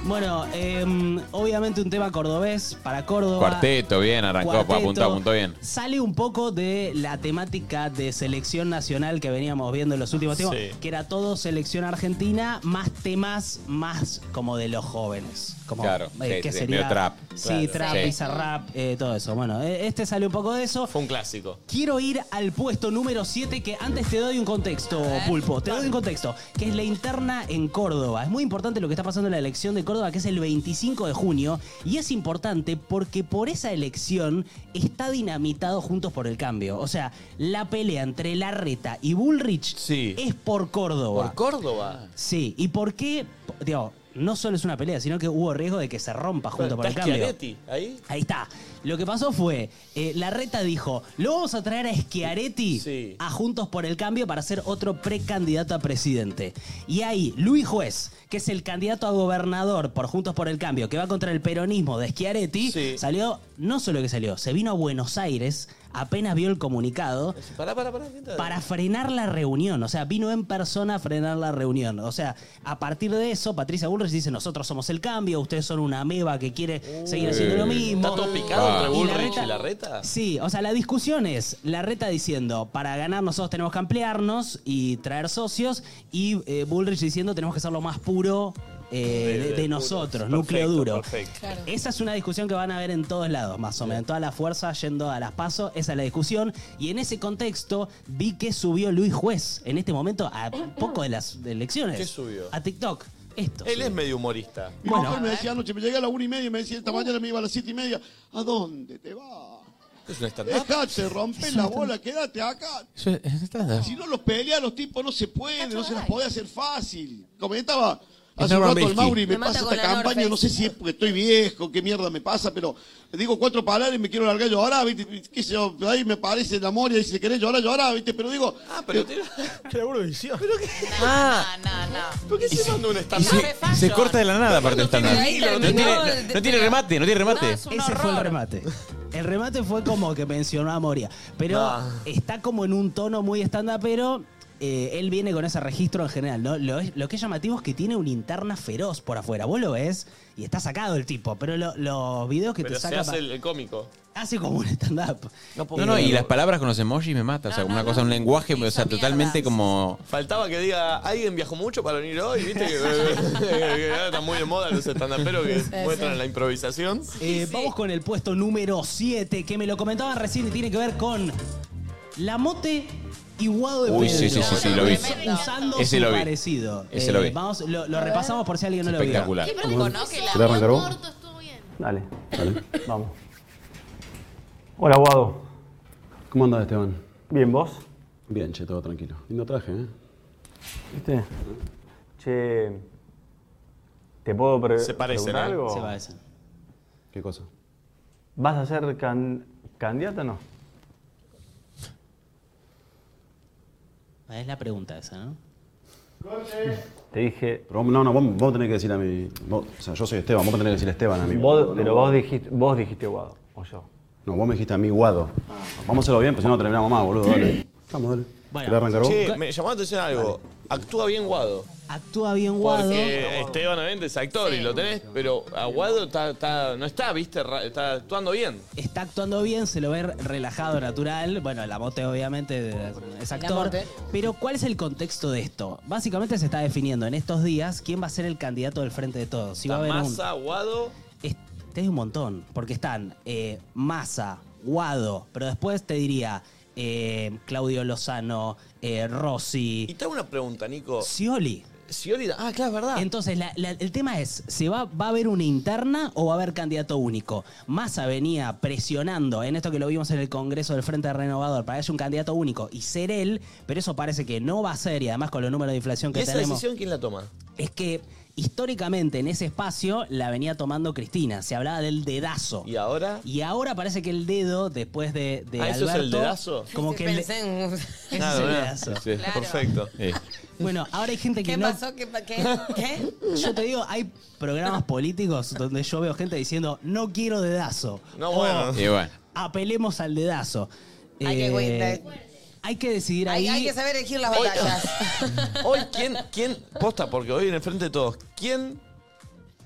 S23: Bueno, eh, obviamente un tema cordobés para Córdoba.
S6: Cuarteto, bien, arrancó,
S23: Cuarteto.
S6: apuntó, apuntó bien.
S23: Sale un poco de la temática de selección nacional que veníamos viendo en los últimos tiempos,
S6: Sí.
S23: que era todo selección argentina, más temas más como de los jóvenes. Como,
S6: Claro, sí,
S23: ¿qué
S6: sí,
S23: sería?
S6: medio trap.
S23: Sí,
S6: Claro.
S23: trap,
S6: Sí.
S23: bizarrap, eh, todo eso. Bueno, eh, este sale un poco de eso.
S2: Fue un clásico.
S23: Quiero ir al puesto número 7 que antes te doy un contexto, Pulpo. Te doy un contexto, que es la interna en Córdoba. Es muy importante lo que está pasando en la elección de Córdoba, que es el 25 de junio. Y es importante porque por esa elección está dinamitado Juntos por el Cambio. O sea, la pelea entre Larreta y Bullrich es por Córdoba.
S2: Por Córdoba.
S23: Sí, ¿y por qué? Digo, no solo es una pelea, sino que hubo riesgo de que se rompa Juntos por el
S2: ¿Está
S23: Cambio.
S2: Schiaretti ahí?
S23: Ahí está. Lo que pasó fue, eh, Larreta dijo, lo vamos a traer a Schiaretti a Juntos por el Cambio para ser otro precandidato a presidente. Y ahí, Luis Juez, que es el candidato a gobernador por Juntos por el Cambio, que va contra el peronismo de Schiaretti, salió, no solo que salió, se vino a Buenos Aires, apenas vio el comunicado,
S2: Pará, pará, pará. ¿qué tal?
S23: para frenar la reunión. O sea, vino en persona a frenar la reunión. O sea, a partir de eso, Patricia Bullrich dice: Nosotros somos el cambio, ustedes son una ameba que quiere seguir haciendo lo mismo. Ah.
S2: ¿Está todo picado entre Bullrich y Larreta?
S23: Sí, o sea, la discusión es la reta diciendo, para ganar nosotros tenemos que ampliarnos y traer socios, y eh, Bullrich diciendo, tenemos que ser lo más puro eh,
S2: De-
S23: de,
S2: de
S23: de
S2: puro.
S23: nosotros,
S2: Perfecto,
S23: núcleo duro.
S2: perfecto. Claro.
S23: Esa es una discusión que van a ver en todos lados, más o menos, en toda la fuerza yendo a las pasos, esa es la discusión, y en ese contexto vi que subió Luis Juez, en este momento, a poco de las elecciones.
S2: ¿Qué subió?
S23: A TikTok. Esto.
S2: Él es medio humorista.
S4: Mi mujer me decía anoche, me llegué a la una y media y me decía, esta mañana me iba a las siete y media. ¿A dónde te vas?
S2: Es un stand-up.
S4: Dejate, rompé la bola, quédate acá. Si no los pelea los tipos no se puede, no se las puede hacer fácil. Comentaba hace un
S14: Norman
S4: rato el
S14: Bailey.
S4: Mauri, me
S14: Me mata
S4: pasa
S14: con
S4: esta
S14: la North
S4: campaña,
S14: Face.
S4: no sé si es porque estoy viejo, qué mierda me pasa, pero le digo cuatro palabras y me quiero largar llorar, ¿viste? qué sé yo, ahí me parece la moria y si querés llorar, llorar, ¿viste? Pero digo... Ah, pero te... ¿Pero qué?
S3: Ah, no, no.
S2: ¿Por qué se manda un
S6: Y
S2: stand-up?
S6: se, se corta de la nada aparte el stand-up.
S23: tiene hilo,
S6: No tiene,
S23: no,
S6: no tiene remate, no tiene remate.
S23: Ese fue el remate. El remate fue como que mencionó a Moria. Pero
S2: Ah.
S6: No.
S23: está como en un tono muy estándar, pero eh, él viene con ese registro en general. ¿no? Lo, es- lo que es llamativo es que tiene una interna feroz por afuera. Vos lo ves y está sacado el tipo. Pero lo- los videos que
S2: Pero
S23: te
S2: se
S23: saca.
S2: hace el, el cómico.
S23: pa- hace como un stand-up.
S6: No, no, y las palabras con los emojis me mata. O sea, como una cosa, un lenguaje, o sea, totalmente como.
S2: Faltaba que diga, alguien viajó mucho para venir hoy, ¿viste? Que, que ahora están muy de moda los estandaperos que
S23: Sí,
S2: muestran
S23: sí.
S2: la improvisación.
S23: Eh, Vamos con el puesto número 7, que me lo comentaban recién y tiene que ver con la mote y guado de
S6: Uy,
S23: Pedro.
S6: sí, sí, sí, sí, lo vi.
S23: Usando
S6: Ese
S23: su
S6: lo vi.
S23: parecido. Eh,
S6: Ese lo vi.
S23: Vamos, lo, lo repasamos por si alguien no lo vio.
S6: Espectacular. Sí, pero
S23: conoce
S24: ¿Te arrancar vos? Dale, dale, vamos. Hola, Guado. ¿Cómo andas, Esteban? Bien, ¿vos? Bien, che, todo tranquilo. Lindo traje, ¿eh? ¿Viste? Che, ¿te puedo pre
S2: Se parecen,
S24: preguntar
S2: ¿eh?
S24: algo?
S2: Se parecen.
S24: ¿Qué cosa? ¿Vas a ser can- candidato o no?
S23: Es la pregunta esa, ¿no?
S24: Te dije... Pero vos- no, no, vos, vos tenés que decir a mí... vos- o sea, yo soy Esteban, vos me tenés que decir Esteban a mí. Vos- No, pero no, vos dijiste, vos dijiste Guado, o yo. No, vos me dijiste a mí Guado. Vamos a hacerlo bien, pues si no terminamos más, boludo, dale. Vamos, dale. ¿Querés arrancar vos?
S2: Che, me llamó la atención algo. Actúa bien Guado.
S23: Actúa bien Guado.
S2: Porque Esteban obviamente es actor y lo tenés, pero a Guado está- está- no está, viste, Ra- está actuando bien.
S23: Está actuando bien, se lo ve relajado, natural. Bueno, la mote obviamente de- es actor.
S5: Mote.
S23: Pero ¿cuál es el contexto de esto? Básicamente se está definiendo en estos días quién va a ser el candidato del frente de todos. Si va a haber un
S2: Massa, Guado.
S23: Te doy un montón, porque están eh, Massa, Guado, pero después te diría eh, Claudio Lozano, eh, Rossi,
S2: Y te hago una pregunta, Nico.
S23: Scioli.
S2: Scioli, ah, claro, es verdad.
S23: Entonces, la- la- el tema es, ¿se va, va a haber una interna o va a haber candidato único? Massa venía presionando en esto que lo vimos en el Congreso del Frente Renovador para que haya un candidato único y ser él, pero eso parece que no va a ser y además con los números de inflación
S2: ¿Y
S23: que
S2: esa
S23: tenemos
S2: decisión quién la toma?
S23: es que históricamente en ese espacio la venía tomando Cristina. Se hablaba del dedazo. ¿Y
S2: ahora?
S23: Y ahora parece que el dedo, después de, de
S2: Ah, ¿eso es el
S23: Alberto,
S2: dedazo?
S23: Como que el de-
S5: Pensé en-
S23: Ese es el dedazo.
S2: Perfecto.
S23: Bueno, ahora hay gente que
S5: ¿Qué
S23: no...
S5: pasó? ¿Qué? pa- ¿Qué? ¿Qué?
S23: Yo te digo, hay programas políticos donde yo veo gente diciendo, no quiero dedazo.
S2: No,
S23: O,
S2: bueno.
S6: Y bueno.
S23: Apelemos al dedazo.
S5: Hay que
S23: Eh,
S5: cuidar.
S23: hay que decidir
S5: Hay,
S23: ahí.
S5: hay que saber elegir las
S23: Hoy-
S5: batallas.
S2: Hoy, ¿quién, quién, posta, porque hoy en el frente de todos, ¿quién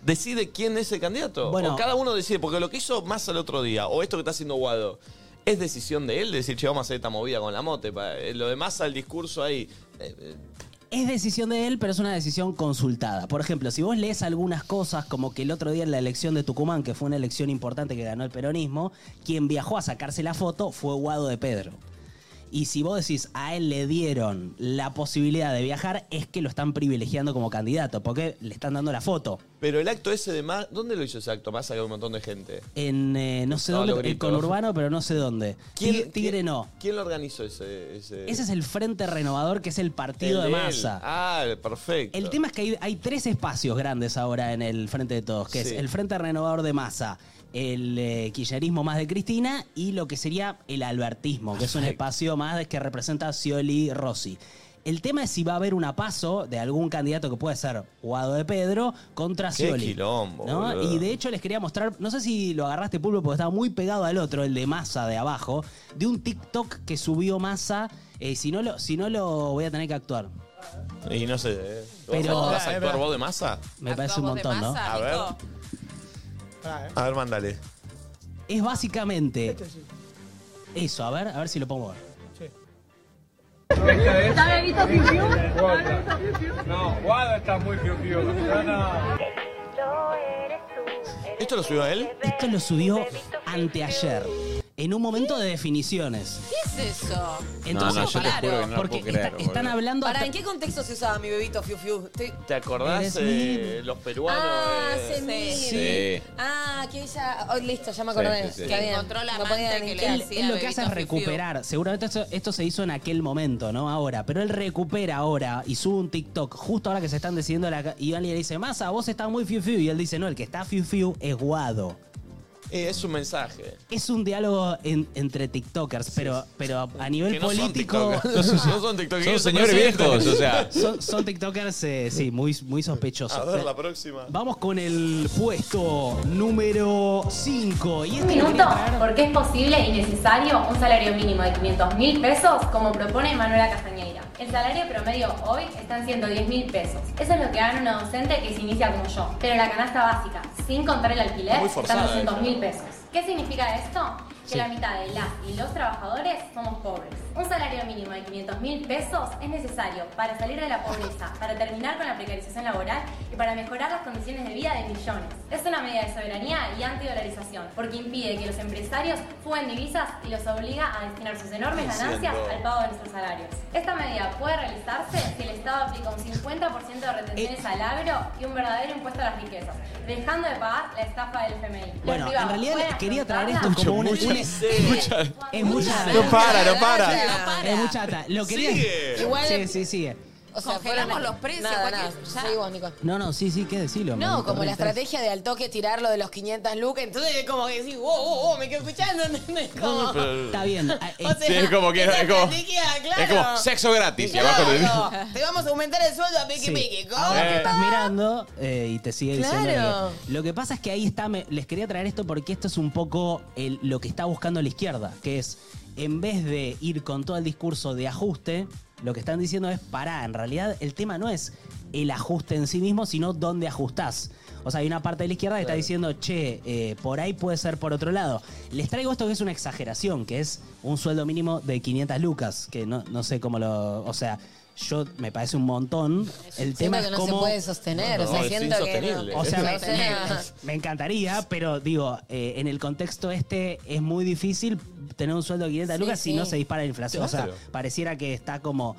S2: decide quién es el candidato?
S23: Bueno.
S2: o cada uno decide, porque lo que hizo más al otro día, o esto que está haciendo Guado, es decisión de él decir, che, vamos a hacer esta movida con la mote. pa- eh, Lo demás al discurso ahí. eh, eh,
S23: Es decisión de él, pero es una decisión consultada. Por ejemplo, si vos lees algunas cosas, como que el otro día en la elección de Tucumán, que fue una elección importante que ganó el peronismo, quien viajó a sacarse la foto fue Guado de Pedro. Y si vos decís a él le dieron la posibilidad de viajar, es que lo están privilegiando como candidato, porque le están dando la foto.
S2: pero el acto ese de más, ¿dónde lo hizo ese acto más? Acá un montón de gente.
S23: En eh, no sé
S2: No,
S23: dónde,
S2: lo
S23: el
S2: grito.
S23: conurbano, pero no sé dónde. Tigre, Tigre
S2: quién-
S23: no.
S2: ¿Quién lo organizó ese? Ese,
S23: Ese es el Frente Renovador, que es el partido
S2: el
S23: de
S2: él.
S23: masa.
S2: Ah, perfecto.
S23: El tema es que hay, hay tres espacios grandes ahora en el Frente de Todos, que
S2: Sí.
S23: es el Frente Renovador de Masa, el eh, kirchnerismo más de Cristina y lo que sería el albertismo, que es un espacio más de- que representa a Scioli Rossi. El tema es si va a haber una paso de algún candidato que puede ser Guado de Pedro contra
S2: Qué
S23: Scioli.
S2: quilombo,
S23: ¿no?
S2: boludo.
S23: Y de hecho les quería mostrar, no sé si lo agarraste pulpo porque estaba muy pegado al otro, el de Massa de abajo, de un TikTok que subió Massa. eh, si, no lo, si no lo voy a tener que actuar.
S2: Y no sé. eh, ¿Vos
S23: Pero-
S2: ¿Vas a
S23: Eh,
S2: actuar
S23: pero-
S2: vos de masa?
S23: Me parece un montón, ¿no?
S2: A ver, a ver, mándale.
S23: Es básicamente eso. A ver, a ver si lo pongo. ahora. eh.
S8: ¿Sabe visto Fiu Fiu? No, Guado está muy Fiu Fiu.
S2: ¿Esto lo subió él?
S23: Esto lo subió anteayer, en un momento de definiciones.
S5: ¿Qué es eso?
S23: Entonces,
S6: no, yo te
S23: claro,
S6: juro que no lo
S23: porque
S6: puedo creer,
S23: está- están
S6: boludo.
S23: hablando
S5: ¿Para en qué contexto se usaba mi bebito Fiu Fiu? Estoy-
S2: ¿Te acordás
S23: Eres
S2: eh, los peruanos?
S5: Ah,
S2: eh?
S5: se mira.
S6: Sí.
S5: Ah, que ella. oh, listo, ya me acordé.
S23: Sí, sí, sí.
S5: Está bien.
S3: Encontró la
S5: No podía
S3: amante que le
S5: ni-
S23: Él, él lo que hace es
S3: Bebito Fiu Fiu.
S23: recuperar. Seguramente esto, esto se hizo en aquel momento, no ahora. Pero él recupera ahora y sube un TikTok justo ahora que se están decidiendo la. ca- Y alguien le dice, Massa, vos estás muy fiu fiu. Y él dice, no, el que está fiu fiu es Guado.
S2: Eh, es un mensaje.
S23: Es un diálogo en- entre TikTokers, pero, pero a nivel
S2: Que no son
S23: político.
S2: tiktokers. No son- no son tiktokers,
S6: Son señores viejos, o sea.
S23: Son, son TikTokers, eh, sí, muy, muy sospechosos. Eh,
S2: A ver, la próxima.
S23: Vamos con el puesto número 5. Y
S25: Un
S23: este
S25: minuto, porque es posible y necesario un salario mínimo de 500 mil pesos, como propone Manuela Castañeira. El salario promedio hoy está en 110 mil pesos. Eso es lo que gana una docente que se inicia como yo. Pero la canasta básica, sin contar el alquiler, Muy está en forzada eh, 200 mil ella. pesos. ¿Qué significa esto? Que Sí. la mitad de las y los trabajadores somos pobres. Un salario mínimo de 500 mil pesos es necesario para salir de la pobreza, para terminar con la precarización laboral y para mejorar las condiciones de vida de millones. Es una medida de soberanía y antidolarización, porque impide que los empresarios fugan divisas y los obliga a destinar sus enormes Lo ganancias siento. al pago de nuestros salarios. Esta medida puede realizarse si el Estado aplica un 50% de retenciones al agro y un verdadero impuesto a las riquezas, dejando de pagar la estafa del FMI. Los
S23: Bueno, en
S25: privados
S23: realidad
S25: pueden
S23: quería traer
S25: afrontarla
S23: esto como un...
S25: mucho,
S23: un-
S25: sí.
S23: Es mucha
S25: No para, no para.
S23: Es mucha data. Lo quería...
S5: Sigue. Igual-
S23: Sí, sí, sigue.
S5: O sea,
S3: Congelamos
S5: fueron-
S3: los precios,
S5: Nada,
S3: cualquier-
S5: nada. Seguí vos, Nico.
S23: No, no, sí, sí, qué decirlo.
S5: No, como la estrategia de al toque tirar lo de los 500 lucas, entonces es como que decís, wow, wow, wow, me quedo escuchando, ¿entendés? Como-
S23: Está bien. eh, Ah,
S5: O sea,
S6: Sí, es como que-
S5: esa
S6: es como-
S5: estrategia, claro.
S6: Es como sexo gratis. y abajo te-
S5: Claro, te vamos a aumentar el sueldo a pique
S23: Sí. Ah,
S5: pique. ¿cómo?
S2: Eh,
S23: Ahora que estás mirando eh, y te sigue diciendo.
S5: Claro.
S23: que- lo que pasa es que ahí está. me- les quería traer esto porque esto es un poco el- lo que está buscando la izquierda, que es en vez de ir con todo el discurso de ajuste, lo que están diciendo es pará. En realidad, el tema no es el ajuste en sí mismo, sino dónde ajustás. O sea, hay una parte de la izquierda que está diciendo, che, eh, por ahí puede ser por otro lado. Les traigo esto que es una exageración, que es un sueldo mínimo de 500 lucas, que no, no sé cómo lo... O sea, yo me parece un montón. El
S5: Siento
S23: tema es
S5: que no
S23: cómo...
S5: se puede sostener, o
S23: No,
S5: sea,
S23: es
S5: siento que. no.
S23: O sea, me,
S5: O sea,
S23: me- me encantaría, pero digo, eh, en el contexto este es muy difícil tener un sueldo de 500
S5: Sí,
S23: lucas si
S5: sí.
S23: no se dispara la inflación. O sea,
S5: Claro.
S23: pareciera que está como...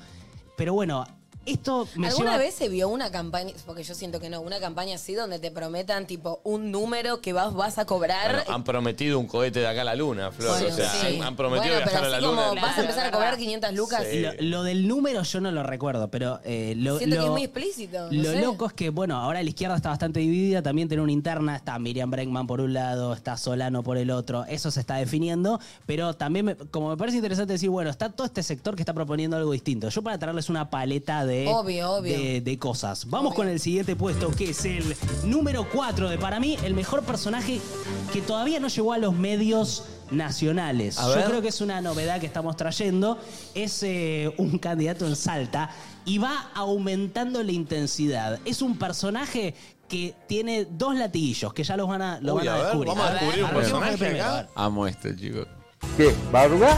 S23: Pero bueno, Esto me
S5: ¿Alguna
S23: lleva-
S5: vez se vio una campaña, porque yo siento que no, una campaña así donde te prometan tipo un número que vas, vas a cobrar?
S2: Bueno, han prometido un cohete de acá a la luna, Flor.
S5: Bueno,
S2: o sea,
S5: sí.
S2: han- han prometido
S5: Bueno,
S2: viajar a
S5: pero
S2: la
S5: así
S2: luna.
S5: como vas a empezar a cobrar 500 lucas.
S23: Lo, lo del número yo no lo recuerdo, pero eh, lo,
S5: siento que
S23: lo-
S5: es muy explícito. no
S23: lo
S5: sé.
S23: loco es que, bueno, ahora la izquierda está bastante dividida, también tiene una interna, está Miriam Bregman por un lado, está Solano por el otro, eso se está definiendo, pero también, me- como me parece interesante decir, bueno, está todo este sector que está proponiendo algo distinto. Yo para traerles una paleta de,
S5: Obvio, obvio.
S23: de, eh, de cosas. Vamos con el siguiente puesto, que es el número 4 de, para mí, el mejor personaje que todavía no llegó a los medios nacionales.
S2: A
S23: Yo
S2: ver.
S23: creo que es una novedad que estamos trayendo. Es eh, un candidato en Salta y va aumentando la intensidad. Es un personaje que tiene dos latiguillos que ya los van a, lo
S6: Uy,
S23: van a,
S6: a ver,
S23: descubrir.
S6: vamos a descubrir un
S23: Arranquemos con el
S6: personaje
S23: primero,
S6: acá.
S23: a ver.
S6: Amo esto, chicos.
S13: ¿Qué? ¿Va a arrugar?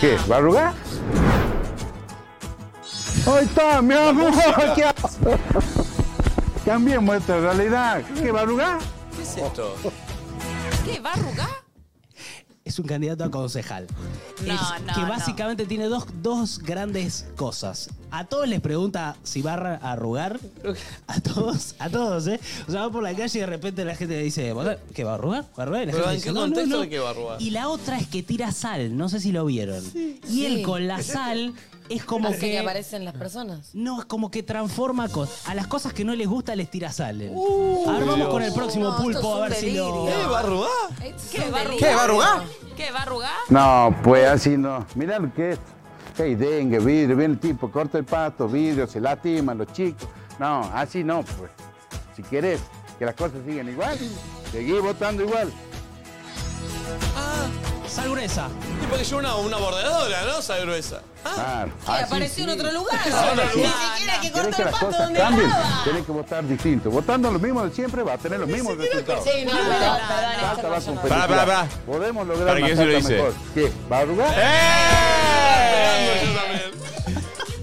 S13: ¿Qué? ¿Va a arrugar? Ahí está, mi amor. ¿Qué hago? Cambiemos esta realidad. ¿Qué va a arrugar?
S2: ¿Qué es esto?
S3: ¿Qué? ¿Va a arrugar?
S23: Es un candidato a concejal.
S3: No,
S23: Es
S3: no,
S23: que
S3: no.
S23: básicamente tiene dos, dos grandes cosas. A todos les pregunta si va a arrugar. A todos, a todos, ¿eh? O sea, va por la calle y de repente la gente le dice, "¿Vos ¿qué va a arrugar? ¿Va a arrugar?" Y la
S2: Pero
S23: gente
S2: ¿en
S23: dice,
S2: qué
S23: "No, no,
S2: contexto
S23: no".
S2: de qué va a arrugar?
S23: Y la otra es que tira sal, no sé si lo vieron. y
S5: Sí.
S23: él con la sal es como
S5: Hace
S23: que...
S5: que aparecen las personas.
S23: No, es como que transforma cos- a las cosas que no les gusta les tira sal. él. a ver, vamos
S2: Uh, Dios. Eh,
S23: con el próximo
S5: No, esto
S23: pulpo,
S5: es
S23: a
S5: un
S23: ver si lo...
S5: delirio.
S3: ¿Qué va a arrugar?
S13: ¿Qué, va a arrugar?
S3: ¿Qué va a arrugar?
S13: No, pues así no. Mirá lo que es. Que hay dengue, vidrio, viene el tipo, corta el pasto, vidrio, se lastiman los chicos. No, así no, pues. Si querés que las cosas sigan igual, seguí votando igual.
S23: Sal gruesa.
S2: Y porque yo una, una bordeadora, ¿no? Esa gruesa.
S13: Claro.
S5: Que
S13: así
S5: Ah, apareció en
S13: sí.
S5: otro lugar.
S13: Ahora
S5: Ni
S13: sí.
S5: siquiera que
S13: ¿Querés
S5: cortó
S13: que
S5: el
S13: las
S5: pasto
S13: cosas
S5: donde
S13: cambien?
S5: estaba.
S13: Tenés que votar distinto. Votando lo mismo de siempre va a tener los mismos resultados.
S5: Sí, no, perdón, perdón, esto
S13: Salta
S5: no,
S13: va
S5: yo
S13: con
S5: no.
S13: felicidad.
S6: Pará, pará,
S13: Podemos
S6: Pará,
S13: lograr
S6: que
S13: una
S6: eso lo
S13: Salta
S6: dice.
S13: mejor. ¿Qué? ¿Va a arrugar?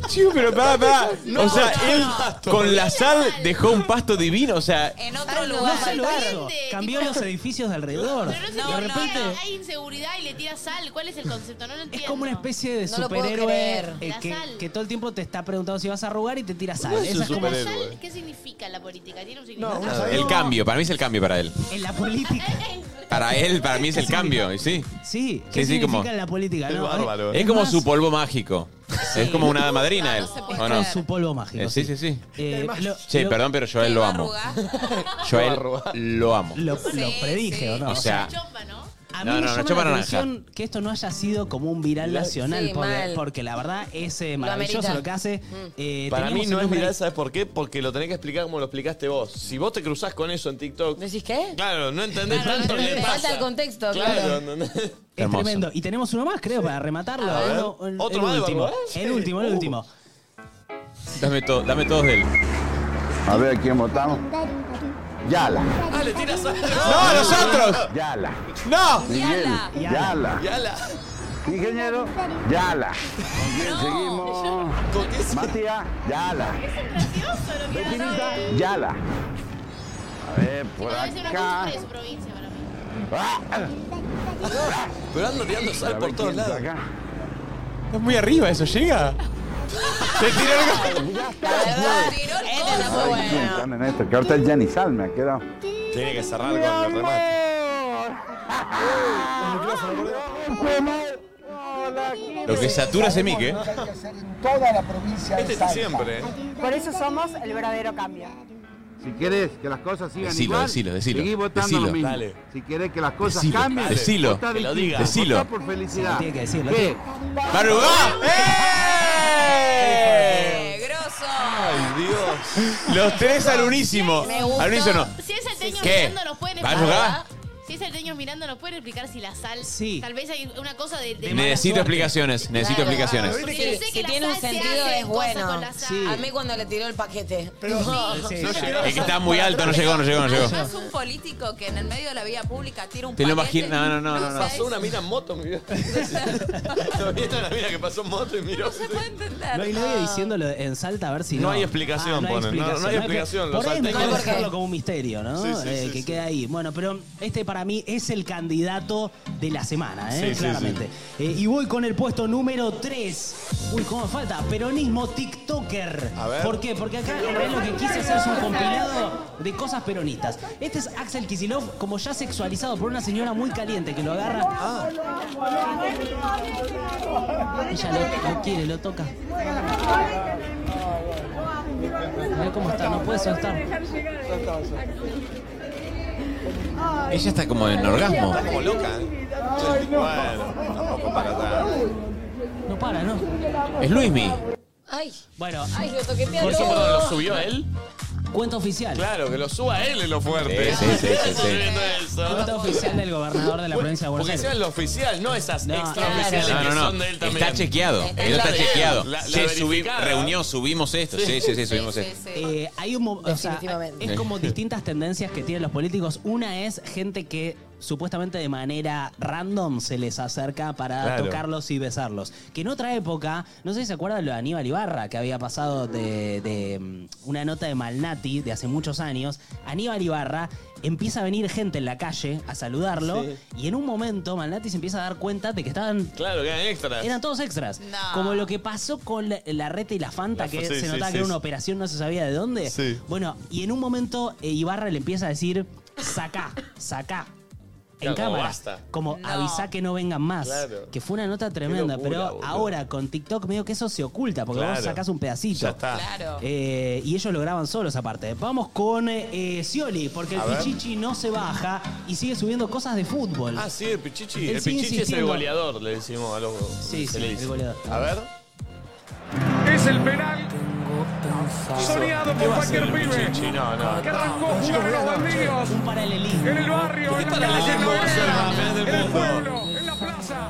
S6: Chico, pero pará, pará.
S3: No,
S6: o sea,
S3: no,
S6: él
S3: no.
S6: con la sal dejó un pasto divino. O sea,
S3: En otro lugar.
S23: Sal grueso. Cambió los edificios de alrededor.
S9: Pero no se
S23: de
S9: entiende por qué
S23: repente...
S9: hay inseguridad y le tira sal. ¿Cuál es el concepto? No lo entiendo.
S23: Es como una especie de
S9: No lo puedo
S23: superhéroe
S9: creer.
S23: eh,
S9: La
S23: que,
S9: sal.
S23: que todo el tiempo te está preguntando si vas a arrugar y te tira sal.
S6: No es
S23: Esa
S6: un
S23: es como
S9: ¿La
S6: superhéroe.
S9: sal qué significa la política? ¿Tiene un significado?
S6: el cambio, para mí es el cambio para él.
S23: en la política.
S6: Para él, para mí es el cambio, y sí.
S23: Sí,
S6: sí,
S23: ¿qué
S6: sí,
S23: significa
S6: como.
S23: en la política? no?
S6: Es como
S23: más,
S6: su polvo mágico. Es como una madrina él.
S23: es
S6: ¿o
S23: como
S6: no?
S23: su polvo mágico.
S6: Eh, sí, sí, sí.
S23: Eh, lo-
S6: Sí,
S23: lo-
S6: perdón, pero Joel lo amo. Joel lo amo.
S23: Lo, lo predije, ¿o no?
S6: O sea,
S23: A mí
S6: no,
S23: me
S6: no, no,
S23: llama
S6: chompa
S23: la
S6: naranja.
S23: atención que esto no haya sido como un viral
S2: La-
S23: nacional,
S2: Sí,
S23: porque,
S2: mal.
S23: porque la verdad es eh, maravilloso
S2: amerita.
S23: lo, que hace. Eh,
S2: Para
S23: teníamos
S2: mí no
S23: el
S2: es
S23: número-
S2: viral, ¿sabes por qué? Porque lo tenés que explicar como lo explicaste vos. Si vos te cruzás con eso en TikTok.
S5: ¿Decís qué?
S2: Claro, no entendés
S5: Claro,
S2: tanto
S5: no
S2: que
S5: entendés. Falta el
S2: pasa.
S5: contexto,
S2: Claro,
S5: claro.
S2: ¿entendés?
S23: Es
S6: Hermoso.
S23: tremendo. Y tenemos uno más, creo, para rematarlo.
S2: A ver.
S23: Uno- el-
S2: ¿Otro
S23: el
S2: más de
S23: último.
S2: Barbarán?
S6: ¿eh?
S23: El último, el último.
S6: dame, to- dame todos de él.
S13: A ver quién votamos. Yala.
S2: Ah, le tiras a.
S6: ¡No, nosotros!
S13: Yala.
S6: ¡No!
S13: Miguel. Yala.
S2: Yala.
S13: Ingeniero. Yala. ¿Con quién seguimos? Matías. Yala. Yala. A ver, por acá. Ah,
S2: Pero ando tirando sal por todos lados.
S6: Estás muy arriba, ¿eso llega? ¡Te tiró el
S13: ay, ¿quién está en esto? Que ahorita el Gianni Sal me ha quedado.
S2: Tiene que cerrar con el remate.
S6: Lo que satura es Emic, ¿eh?
S15: Toda la provincia
S2: Este está siempre.
S15: Por eso somos el verdadero cambio.
S13: Si querés que las cosas sigan
S6: Decilo,
S13: igual,
S6: decilo, decilo.
S13: seguí votando
S6: Decilo.
S13: lo mismo.
S6: Dale.
S13: Si querés que las cosas
S6: Decilo,
S13: cambien,
S6: decilo,
S13: votá
S6: que lo
S13: distinto,
S6: diga.
S13: votá
S6: Decilo.
S13: por felicidad.
S23: Tiene que decirlo.
S13: ¿Qué?
S6: ¡Eh!
S3: ¡Qué grosso!
S6: ¡Ay, Dios! Los tres al unísimo.
S3: Me gustó.
S6: Al unísono.
S9: Si es salteños
S6: ¿Qué?
S9: mirando, nos pueden
S6: ¿Va a
S9: explicar. Si es salteños mirando, nos pueden explicar si la sal.
S6: Sí.
S9: Tal vez hay una cosa de. de
S6: Necesito explicaciones, necesito
S5: Claro.
S6: explicaciones.
S9: Porque yo sé que
S5: Si
S9: la
S5: tiene
S9: sal
S5: un
S9: se
S5: sentido
S9: hace
S5: es
S9: cosas con
S5: bueno.
S9: la sal.
S5: A mí cuando le tiró el paquete.
S15: Pero
S5: sí,
S6: No llegó. Es que estaba muy alto, no llegó, no llegó, no llegó.
S3: Es un político que en el medio de la vida pública tira un
S6: Te lo
S3: paquete.
S6: imaginas. No, no, no, no.
S2: Pasó
S6: no.
S2: una mina en moto, mi vida. Lo vi una mina que pasó en moto y miró. No se puede entender.
S23: No hay nadie diciéndolo en Salta a ver si.
S2: No
S23: No,
S2: hay explicación,
S23: Ah,
S2: ponen. No- no hay explicación, los
S23: Por ahí es mejor
S2: salteños-
S23: dejarlo como un misterio, ¿no?
S2: Sí, sí,
S23: Eh,
S2: sí,
S23: que
S2: sí.
S23: queda ahí. Bueno, pero este para mí es el candidato de la semana,
S6: Sí,
S23: ¿eh?
S6: sí,
S23: Claramente. Eh, y voy con el puesto número 3. Uy, cómo falta. Peronismo TikToker.
S19: A ver.
S23: ¿Por qué? Porque acá en realidad lo que quise hacer es un compilado de cosas peronistas. Este es Axel Kisilov, como ya sexualizado por una señora muy caliente que lo agarra. Ella lo, lo quiere, lo toca. Mirá cómo está, no puede soltar.
S6: Ella está como en orgasmo.
S19: Está como
S6: loca.
S8: ¿eh?
S2: Tampoco para
S23: No para, ¿no?
S6: Es Luismi.
S5: Ay.
S23: Bueno.
S5: Ay, lo toquetearon.
S23: Por eso,
S8: perdón, ¿lo subió
S23: él? Cuenta oficial.
S8: Claro, que lo suba él es lo fuerte.
S23: Sí, sí, sí, sí, sí.
S8: Subiendo eso.
S23: Cuenta oficial del gobernador de la provincia de Buenos
S8: Porque
S23: Aires.
S8: sea lo oficial, no esas extraoficiales
S6: No,
S8: que
S6: no,
S8: son de él
S6: no.
S8: también.
S6: Está chequeado.
S23: Está
S6: Eso está
S23: la de él,
S6: chequeado.
S23: la- la
S6: Che, subí-
S23: verificada.
S6: reunió, subimos esto. Sí, sí, sí, subimos esto.
S23: Eh, hay un, mo- o sea,
S5: Definitivamente.
S23: es como distintas tendencias que tienen los políticos. Una es gente que supuestamente de manera random se les acerca para
S19: Claro.
S23: tocarlos y besarlos. Que en otra época, no sé si se acuerdan lo de Aníbal Ibarra, que había pasado de, de, mm, una nota de Malnati de hace muchos años. Aníbal Ibarra empieza a venir gente en la calle a saludarlo
S8: Sí.
S23: y en un momento Malnati se empieza a dar cuenta de que estaban
S8: Claro, que eran extras.
S23: eran todos extras. Como lo que pasó con la, la Reta y la Fanta,
S8: La-
S23: que
S8: sí,
S23: se
S8: sí,
S23: notaba
S8: sí,
S23: que era
S8: sí.
S23: una operación, no se sabía de dónde.
S8: Sí.
S23: Bueno, y en un momento eh, Ibarra le empieza a decir, sacá, sacá. En
S8: Claro, como
S23: cámara.
S8: basta.
S23: Como
S8: No.
S23: avisá que no vengan más.
S8: Claro.
S23: Que fue una nota tremenda.
S8: locura,
S23: pero
S8: boludo.
S23: ahora con TikTok medio que eso se oculta, porque vos
S8: Claro.
S23: sacás un pedacito.
S8: Ya está.
S23: Claro. Eh, y ellos lo graban solos aparte. Vamos con eh, eh, Scioli, porque el
S8: A ver.
S23: Pichichi no se baja y sigue subiendo cosas de fútbol.
S8: Ah, sí, el Pichichi.
S23: Él
S8: El
S23: sigue
S8: Pichichi es el
S23: insistiendo.
S8: goleador, le decimos a los.
S23: Sí,
S8: se
S23: sí,
S8: le
S23: el
S8: dice.
S23: goleador.
S8: A ver.
S19: Es el penal soñado
S8: ¿Qué
S19: por
S8: va a hacer
S19: cualquier
S8: el
S19: pibe.
S8: Pichichi? No, no.
S19: Que arrancó jugando en los baldíos.
S23: Un paralelismo.
S19: En el barrio, en la calle, en la vereda, en el pueblo, en la plaza.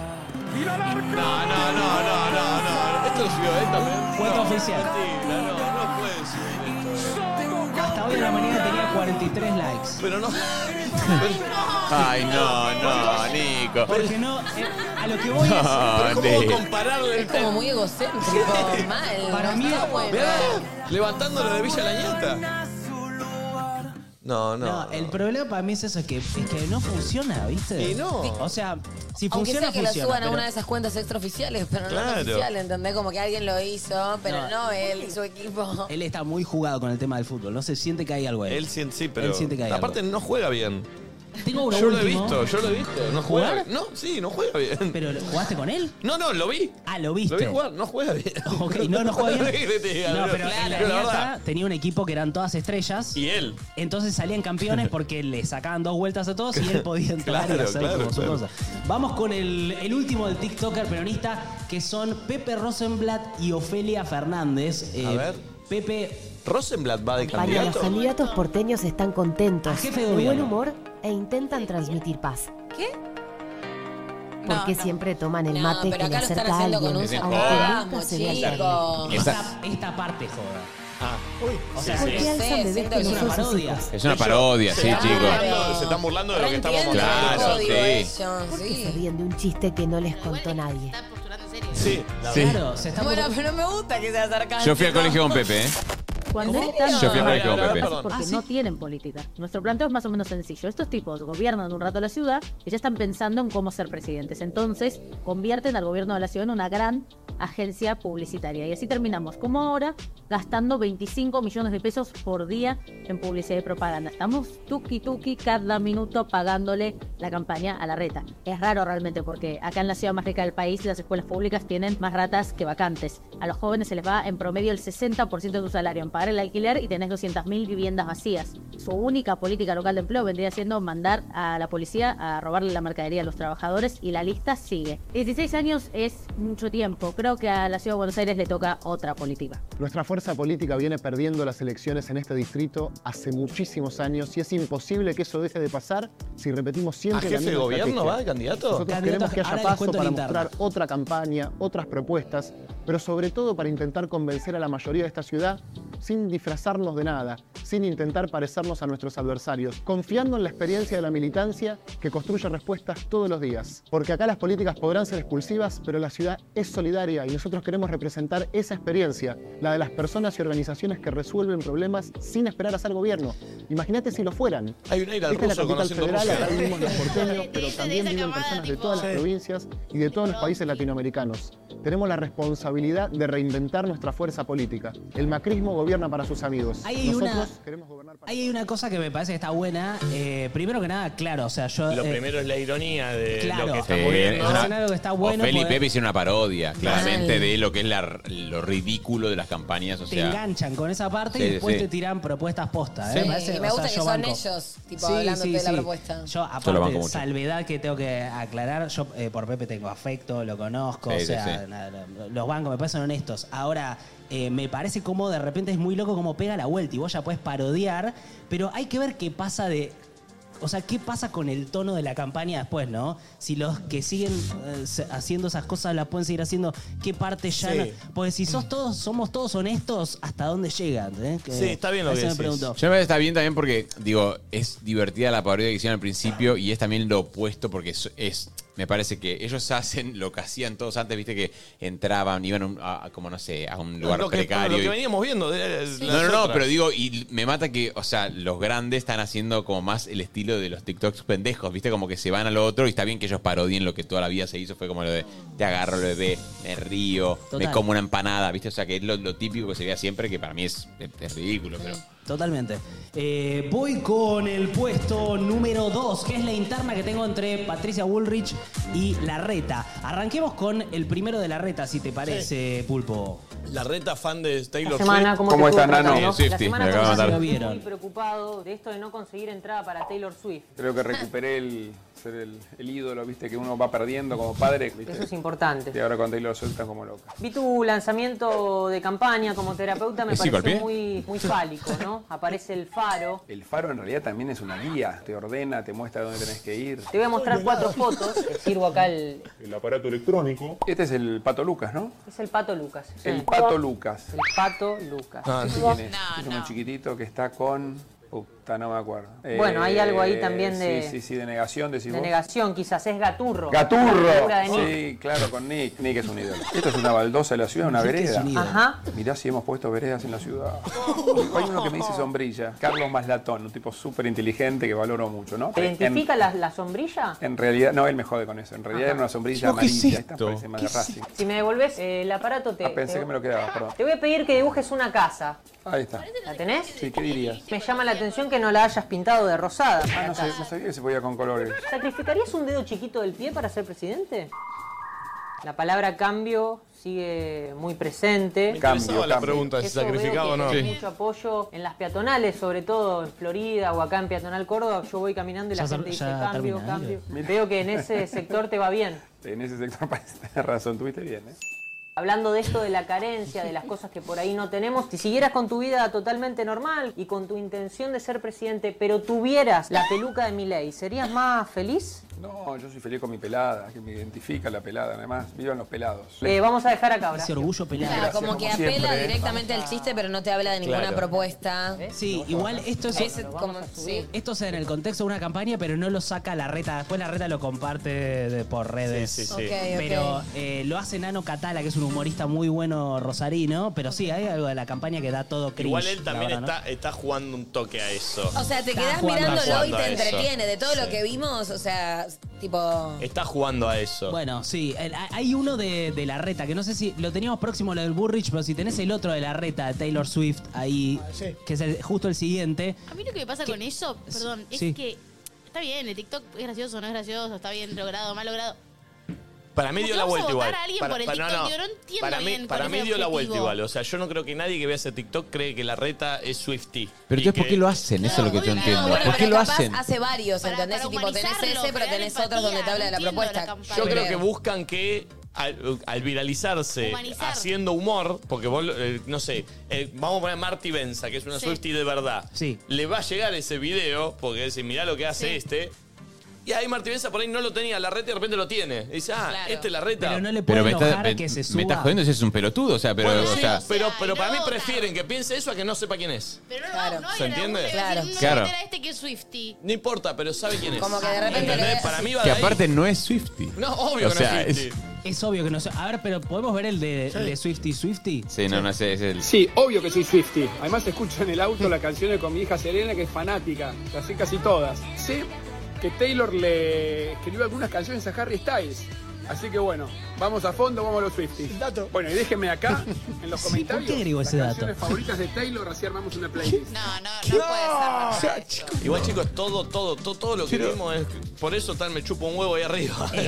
S19: Tira al arco.
S8: No, no, no, no, no, no. Esto lo subió él también.
S23: Cuenta
S8: No,
S23: oficial.
S8: Mentira, no, no puede subir esto. eh.
S23: Hasta hoy en la mañana tenía 43 likes.
S8: Pero no.
S6: Ay, no, no, Nico.
S23: Porque no, eh, a lo que voy es.
S6: No,
S8: ¿Cómo
S6: Nico.
S8: compararle el
S5: Es como muy egocéntrico, mal.
S23: Para mí-
S5: Está bueno.
S8: Mirá, levantándolo de Villa Lañata. No, no.
S23: No, el problema para mí es eso, es que, es que no funciona, ¿viste?
S8: Y no.
S23: O sea, si
S5: Aunque
S23: funciona,
S5: sea que
S23: funciona.
S5: lo suban a
S23: pero-
S5: una de esas cuentas extraoficiales, pero no
S23: Claro.
S5: es oficial, ¿entendés? Como que alguien lo hizo, pero
S23: No.
S5: no, él y su equipo.
S23: Él está muy jugado con el tema del fútbol, no se siente que hay algo ahí.
S2: Él siente, sí, pero.
S23: Él siente que hay
S2: aparte, no juega bien.
S23: Tengo uno
S2: yo lo he
S23: último.
S2: visto, yo lo he visto. No juega
S23: ¿Jugar?
S2: bien. No, sí, no juega bien.
S23: ¿Pero jugaste con él?
S2: No, no, lo vi.
S23: Ah, lo viste.
S2: Lo vi jugar, no juega bien.
S23: Ok, no, no juega bien.
S2: ¿Qué te diga,
S23: No,
S2: bro?
S23: pero en la
S2: Yo, la
S23: Riata
S2: verdad.
S23: tenía un equipo que eran todas estrellas.
S2: Y él.
S23: Entonces salían campeones porque le sacaban dos vueltas a todos y él podía entrar y
S2: Claro,
S23: hacer
S2: claro,
S23: como su
S2: claro.
S23: cosa. Vamos con el, el último del TikToker peronista, que son Pepe Rosenblatt y Ofelia Fernández. Eh,
S2: A ver.
S23: Pepe.
S2: Rosenblatt va de
S3: Para los
S2: candidato.
S3: candidatos porteños están contentos,
S23: jefe de
S3: de buen
S23: gobierno.
S3: humor e intentan transmitir paz.
S5: ¿Qué?
S3: Porque siempre toman el
S5: No,
S3: mate
S5: pero
S3: que le
S5: acá lo están
S3: acerca a
S5: haciendo con
S3: alguien,
S5: un
S3: aunque
S5: sarcasmo,
S3: nunca se vea
S5: chicos.
S3: cerca.
S23: Esta, esta parte joda.
S2: Ah.
S23: O sea,
S3: ¿Por qué alzan
S23: es
S3: bebés
S23: una
S3: pelujosos y
S23: parodia.
S6: Es una parodia, sí,
S2: burlando,
S6: chicos.
S2: se están burlando de lo que estamos
S6: Entiendo el
S2: mostrando.
S6: Claro, código sí. ese.
S3: que se ríen de un chiste que no les contó nadie?
S6: Sí,
S23: Sí. Claro, se está
S5: Bueno, pero no me gusta que sea sarcasmo.
S6: Yo fui al colegio con Pepe, ¿eh?
S9: Cuando
S6: ¿Cómo?
S9: están
S6: Yo fui a
S9: Ay,
S6: colegio con
S9: ay, ay,
S6: Pepe.
S9: perdón.
S3: Ah,
S9: Porque no tienen política. Nuestro planteo es más o menos sencillo. Estos tipos gobiernan un rato la ciudad y ya están pensando en cómo ser presidentes. Entonces convierten al gobierno de la ciudad en una gran agencia publicitaria. Y así terminamos, como ahora, gastando 25 millones de pesos por día en publicidad y propaganda. Estamos tuki tuki cada minuto pagándole la campaña a la reta. Es raro realmente porque acá en la ciudad más rica del país las escuelas públicas tienen más ratas que vacantes. A los jóvenes se les va en promedio el 60% de su salario en pagar el alquiler y tenés 200.000 viviendas vacías. Su única política local de empleo vendría siendo mandar a la policía a robarle la mercadería a los trabajadores y la lista sigue. 16 años es mucho tiempo. Creo que a la ciudad de Buenos Aires le toca otra política.
S10: Nuestra fuerza política viene perdiendo las elecciones en este distrito hace muchísimos años y es imposible que eso deje de pasar si repetimos
S2: ¿A
S10: siempre la
S2: jefe de
S10: misma
S2: gobierno
S10: estrategia.
S2: va de candidato?
S10: Nosotros
S2: Candidato,
S10: queremos que
S2: ahora
S10: haya
S2: les
S10: paso
S2: cuento
S10: para
S2: la interna.
S10: mostrar otra campaña, otras propuestas, pero sobre todo para intentar convencer a la mayoría de esta ciudad sin disfrazarnos de nada, sin intentar parecernos a nuestros adversarios, confiando en la experiencia de la militancia que construye respuestas todos los días. Porque acá las políticas podrán ser expulsivas, pero la ciudad es solidaria y nosotros queremos representar esa experiencia, la de las personas y organizaciones que resuelven problemas sin esperar a ser gobierno. Imagínate si lo fueran.
S2: Hay un aire al
S10: Esta es la capital
S2: ruso conociendo
S10: federal,
S2: Rusia.
S10: acá vivimos los porteños, pero también viven personas de todas las provincias y de todos los países latinoamericanos. tenemos la responsabilidad de reinventar nuestra fuerza política. El macrismo gobierna para sus amigos.
S23: Ahí hay
S10: Nosotros
S23: una- Ahí hay una cosa que me parece que está buena. eh, primero que nada, claro, o sea, yo.
S18: Lo
S23: eh,
S18: primero es la ironía de
S23: claro,
S18: lo que está
S6: Sí,
S18: moviendo.
S6: es una-
S23: Es algo que está
S6: o
S23: bueno
S6: Feli y
S23: poder-
S6: Pepe hicieron una parodia, claramente,
S23: Mal.
S6: de lo que es la- lo ridículo de las campañas. O
S23: te
S6: sea,
S23: enganchan con esa parte y
S6: Sí,
S23: después
S6: sí.
S23: te tiran propuestas ¿eh? postas.
S5: Sí, y me gusta que
S23: yo
S5: son
S23: banco.
S5: ellos, tipo, hablándote de la propuesta.
S23: Yo, aparte,
S6: Yo lo banco mucho.
S23: salvedad que tengo que aclarar, yo eh, por Pepe tengo afecto, lo conozco,
S6: Sí,
S23: o
S6: sí,
S23: sea,
S6: sí.
S23: nada, lo- los bancos me parecen honestos. Ahora, eh, me parece como de repente es muy loco como pega la vuelta y vos ya puedes parodiar, pero hay que ver qué pasa de... O sea, ¿qué pasa con el tono de la campaña después, no? Si los que siguen eh, se- haciendo esas cosas las pueden seguir haciendo, ¿qué parte ya
S18: Sí.
S23: no? Porque si sos todos, somos todos honestos, ¿hasta dónde llegan? eh? Que- a veces me pregunto.
S6: Yo me parece que está bien también porque, digo, es divertida la parodia que hicieron al principio y es también lo opuesto porque es, es- me parece que ellos hacen lo que hacían todos antes, viste, que entraban, iban a, un- a- a como no sé, a un lugar
S2: lo que,
S6: precario.
S2: lo que
S6: y-
S2: veníamos viendo.
S18: eh,
S2: de- de- las
S6: No, no, no,
S2: otras.
S6: pero digo, y me mata que, o sea, los grandes están haciendo como más el estilo de los TikToks pendejos, ¿viste? Como que se van a lo otro y está bien que ellos parodien lo que toda la vida se hizo, fue como lo de te agarro el bebé, me río,
S23: Total.
S6: me como una empanada, ¿viste? O sea, que es lo, lo típico que se vea siempre, que para mí es, es- es ridículo, pero...
S23: Totalmente. Eh, voy con el puesto número 2, que es la interna que tengo entre Patricia Woolrich y La Reta. Arranquemos con el primero de La Reta, si te parece, Pulpo.
S18: La reta fan de Taylor
S19: semana,
S18: Swift.
S19: ¿cómo ¿Cómo te estuvo están, tratando?
S6: Nano? Bien, Swifty, me acaba de
S19: pasada
S6: matar.
S19: estuve muy
S6: Vieron.
S19: preocupado de esto de no conseguir entrada para Taylor Swift.
S20: Creo que recuperé el ser el, el ídolo, viste, que uno va perdiendo como padre. ¿viste?
S19: Eso es importante.
S20: Y ahora con Taylor Swift están como loca.
S19: Vi tu lanzamiento de campaña como terapeuta, me
S20: ¿Es cinco al
S19: pareció
S20: pie?
S19: muy, muy fálico, ¿no? Aparece el faro.
S20: El faro en realidad también es una guía, te ordena, te muestra dónde tenés que ir.
S19: Te voy a mostrar cuatro fotos. Te sirvo acá el...
S20: El aparato electrónico. Este es el Pato Lucas, ¿no?
S19: Es el Pato Lucas.
S20: El Pato Lucas.
S19: El Pato Lucas.
S6: Ah,
S20: ¿Este quién es? Es un chiquitito que está con... Puta, no me acuerdo. Eh,
S19: Bueno, hay algo ahí también de-
S20: Sí, sí, sí, de negación, decís
S19: De
S20: vos.
S19: negación, quizás. Es Gaturro. La
S20: ¡Gaturro!
S19: figura de Nick.
S20: Sí, claro, con Nick. Nick es un ídolo. Esto es una baldosa de la ciudad, una
S19: Nick es
S20: vereda.
S19: un ídolo. Ajá.
S20: Mirá si hemos puesto veredas en la ciudad. Hay uno que me dice sombrilla. Carlos Maslatón, un tipo súper inteligente que valoro mucho, ¿no?
S19: ¿Te identifica la, la sombrilla?
S20: En, en realidad, no, él me jode con eso. En realidad
S19: Ajá.
S20: era una sombrilla
S19: Yo, ¿qué es
S20: amarilla. Esta
S19: esto?
S20: parece más de Racing.
S19: Si me devolves eh, el aparato, te,
S20: Ah, pensé
S19: te-
S20: que me lo quedaba, perdón.
S19: te voy a pedir que dibujes una casa.
S20: Ahí está.
S19: ¿La tenés?
S20: Sí, ¿qué dirías?
S19: Me llama la atención que no la hayas pintado de rosada.
S20: Ah,
S19: la
S20: no, sé,
S19: casa.
S20: no sabía que se podía con colores.
S19: ¿Sacrificarías un dedo chiquito del pie para ser presidente? La palabra cambio sigue muy presente.
S18: Me Cambio, interesaba la cambio. pregunta, si
S19: Eso veo
S18: sacrificaba
S19: que
S18: o no.
S19: tiene
S18: Sí.
S19: mucho apoyo en las peatonales, sobre todo en Florida o acá en Peatonal Córdoba. Yo voy caminando y la
S20: Ya
S19: gente
S20: sal-
S19: dice
S20: ya
S19: cambio,
S20: termina,
S19: cambio.
S20: ¿eh?
S19: Veo que en ese sector te va bien.
S20: En ese sector parece tener razón. Tuviste bien, ¿eh?
S19: Hablando de esto de la carencia, de las cosas que por ahí no tenemos, si siguieras con tu vida totalmente normal y con tu intención de ser presidente, pero tuvieras la peluca de Milei, ¿serías más feliz?
S20: No, yo soy feliz con mi pelada, que me identifica la pelada. Además, vivan los pelados.
S19: Eh, vamos a dejar acá,
S23: Ese orgullo pelado.
S5: Claro, como que apela
S20: siempre, ¿eh?
S5: directamente al chiste, pero no te habla de ninguna
S23: Claro.
S5: propuesta.
S23: Sí, igual esto es,
S5: como, sí.
S23: esto es en el contexto de una campaña, pero no lo saca la reta. Después la reta lo comparte de- por redes.
S18: Sí, sí, sí. Ok, ok.
S23: Pero eh, lo hace Nano Catala, que es un humorista muy bueno rosarino. Pero sí, hay algo de la campaña que da todo cringe.
S18: Igual él
S23: la
S18: también
S23: verdad, ¿no?
S18: está, está jugando un toque a eso.
S5: O sea, te quedás
S18: jugando-
S5: mirándolo y
S18: jugando
S5: te
S18: a eso.
S5: entretiene. De todo lo
S18: Sí.
S5: que vimos, o sea, tipo.
S18: Está jugando a eso.
S23: Bueno, sí, el- hay- hay uno de, de la reta, que no sé si lo teníamos próximo lo del Burrich, pero si tenés el otro de la reta, de Taylor Swift, ahí,
S6: Ah,
S23: que es el- justo el siguiente.
S9: A mí lo que me pasa con eso, perdón, es
S23: sí.
S9: que está bien, el TikTok es gracioso, no es gracioso, está bien logrado, mal logrado.
S18: Para mí
S9: Como
S18: dio
S9: que
S18: la
S9: vamos a
S18: vuelta
S9: votar
S18: igual.
S9: a alguien
S18: Para-
S9: por el
S18: para-
S9: TikTok, yo no entiendo
S18: para mí,
S9: bien
S18: para
S9: cuál
S18: mí
S9: es el
S18: dio la vuelta
S9: objetivo.
S18: igual. O sea, yo no creo que nadie que vea ese TikTok cree que la reta es Swifty.
S6: Pero
S18: Y
S6: entonces, ¿por
S18: que-
S6: qué lo hacen? Eso es lo que yo entiendo.
S5: Bueno,
S6: ¿Por qué
S5: pero
S6: lo
S5: capaz
S6: hacen?
S5: Hace varios, ¿entendés? Y tipo, tenés ese, pero tenés otros donde te habla de la propuesta.
S18: Yo creo que buscan que al, al viralizarse
S5: Humanizar.
S18: haciendo humor, porque vos, eh, no sé, eh, vamos a poner a Marty Benza, que es una
S9: Sí.
S18: Swiftie de verdad.
S23: Sí.
S18: Le va a llegar ese video, porque dice, mirá lo que hace este. Y ahí Marty Benza por ahí no lo tenía, la reta y de repente lo tiene. Y dice, ah, este es la reta.
S23: Pero no le puede
S6: Pero me está,
S23: enojar
S6: me,
S23: que se
S6: me
S23: suba.
S6: está jodiendo si es un pelotudo, o sea, pero...
S18: Bueno,
S6: o
S18: sí,
S6: sea,
S18: pero, pero para mí prefieren que piense eso a que no sepa quién es.
S9: Pero no, no, no,
S18: ¿Se entiende?
S9: Claro. No
S6: Claro.
S9: meter a este que es Swifty.
S18: No importa, pero sabe quién es.
S9: Como que de
S5: repente
S18: ¿Entendés?
S9: le ves-
S18: Para mí va
S6: que
S18: de ahí.
S6: aparte no es Swifty.
S18: No, obvio
S6: o
S18: que no
S6: sea,
S18: es
S6: es-
S18: Swiftie.
S23: Es obvio que no sé. A ver, pero ¿podemos ver el de,
S18: Sí.
S23: el de Swifty Swifty?
S6: Sí, no, no sé, es el...
S20: Sí, obvio que soy Swifty. Además escucho en el auto las canciones con mi hija Serena, que es fanática. Las sé casi todas. Sé que Taylor le escribió algunas canciones a Harry Styles.
S7: Así que bueno, vamos a fondo, vamos a los Swifties. Bueno, y déjenme acá en los
S23: Sí,
S7: comentarios
S23: ¿por qué agregó
S7: las
S23: ese dato?
S7: canciones favoritas de Taylor, así armamos una playlist.
S3: No, no,
S2: Igual, chicos, todo, todo, todo, todo lo que vimos es. Por eso tal me chupo un huevo ahí arriba.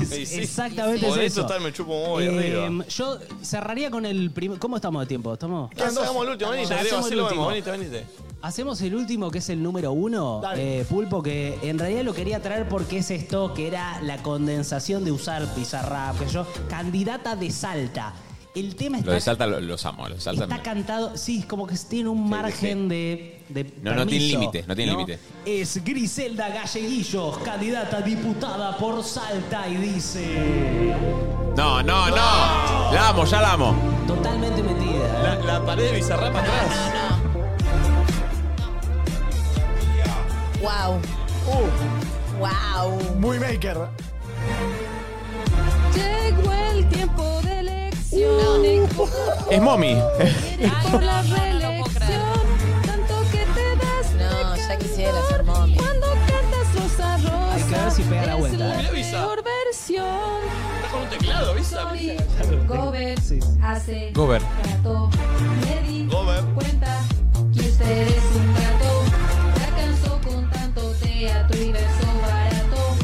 S2: Y sí,
S23: Eh, Exactamente
S2: Por
S23: es eso.
S2: eso tal me chupo un huevo ahí
S23: Eh,
S2: arriba.
S23: yo cerraría con el primer. ¿Cómo estamos de tiempo? ¿Estamos?
S2: Ya, Hagamos el último, venite,
S23: Ya,
S2: Grego,
S23: hacemos
S2: así
S23: el
S2: lo vemos,
S23: último.
S2: venite, venite.
S23: Hacemos el último, que es el número uno,
S2: Dale.
S23: eh, Pulpo, que en realidad lo quería traer porque es esto, que era la condensación de usar Pizarrap, que yo, candidata de Salta. El tema
S6: Lo
S23: está,
S6: de Salta lo- los amo, los de Salta.
S23: está
S6: me-
S23: cantado, sí, es como que tiene un margen de, de
S6: No, no tiene
S23: permiso,
S6: límite, no tiene límite.
S23: Es Griselda Galleguillos, candidata a diputada por Salta, y dice...
S6: No, no, no. La amo, ya la amo.
S23: Totalmente metida. ¿eh?
S2: La, pared de Bizarrap atrás.
S5: Wow. Wow.
S26: Muy maker.
S21: Llegó el tiempo de elecciones.
S6: Es mommy.
S21: Por la reelección. Tanto que te das. No, ya quisiera ser mommy. Cuando cantas Rosa Rosa.
S23: Hay que ver si pega la
S21: es
S23: vuelta.
S21: la
S23: Mirá,
S2: Visa.
S21: peor versión.
S2: Está con un teclado, Visa.
S21: Gober hace
S6: Gober.
S21: gato. Me di
S2: Gober.
S21: cuenta que este es un gato. Ya cansó con tanto teatro y verso barato.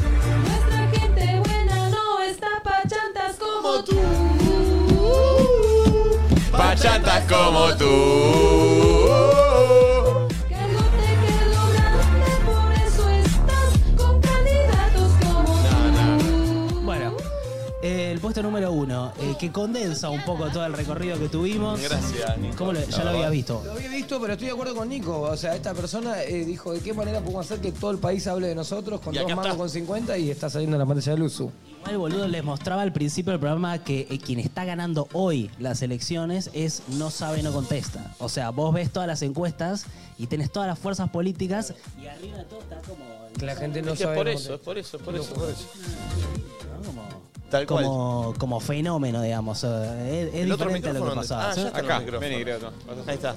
S21: Nuestra gente buena no está pa' chantas como tú.
S6: Pachatas como tú.
S21: Que algo te quedó grande, por eso estás con candidatos como
S23: Bueno, eh, el puesto número uno, eh, que condensa un poco todo el recorrido que tuvimos.
S2: Gracias, Nico.
S23: ¿Cómo lo- ya
S2: La
S23: lo había
S2: verdad.
S23: visto.
S26: Lo había visto, pero estoy de acuerdo con Nico. O sea, esta persona eh, dijo, ¿de qué manera podemos hacer que todo el país hable de nosotros con
S23: Y
S26: dos
S23: acá
S26: manos con 50 y está saliendo en la pantalla del uso?
S23: Igual, boludo, les mostraba al principio del programa que eh, quien está ganando hoy las elecciones es no sabe, no contesta. O sea, vos ves todas las encuestas y tenés todas las fuerzas políticas. Y arriba de todo está como...
S26: Que la gente no
S2: Es que es
S26: sabe.
S2: por
S26: cómo
S2: eso,
S26: te-
S2: es por eso, es por
S26: No,
S2: eso.
S26: por eso.
S2: Tal cual.
S23: como, como fenómeno, digamos. Eh, Es, es
S2: El otro
S23: diferente a lo
S2: micrófono.
S23: que
S2: ¿dónde está?
S23: pasaba.
S2: Ah, ya está
S6: Acá,
S2: el micrófono.
S6: vení, Grego, toma,
S2: Ahí está.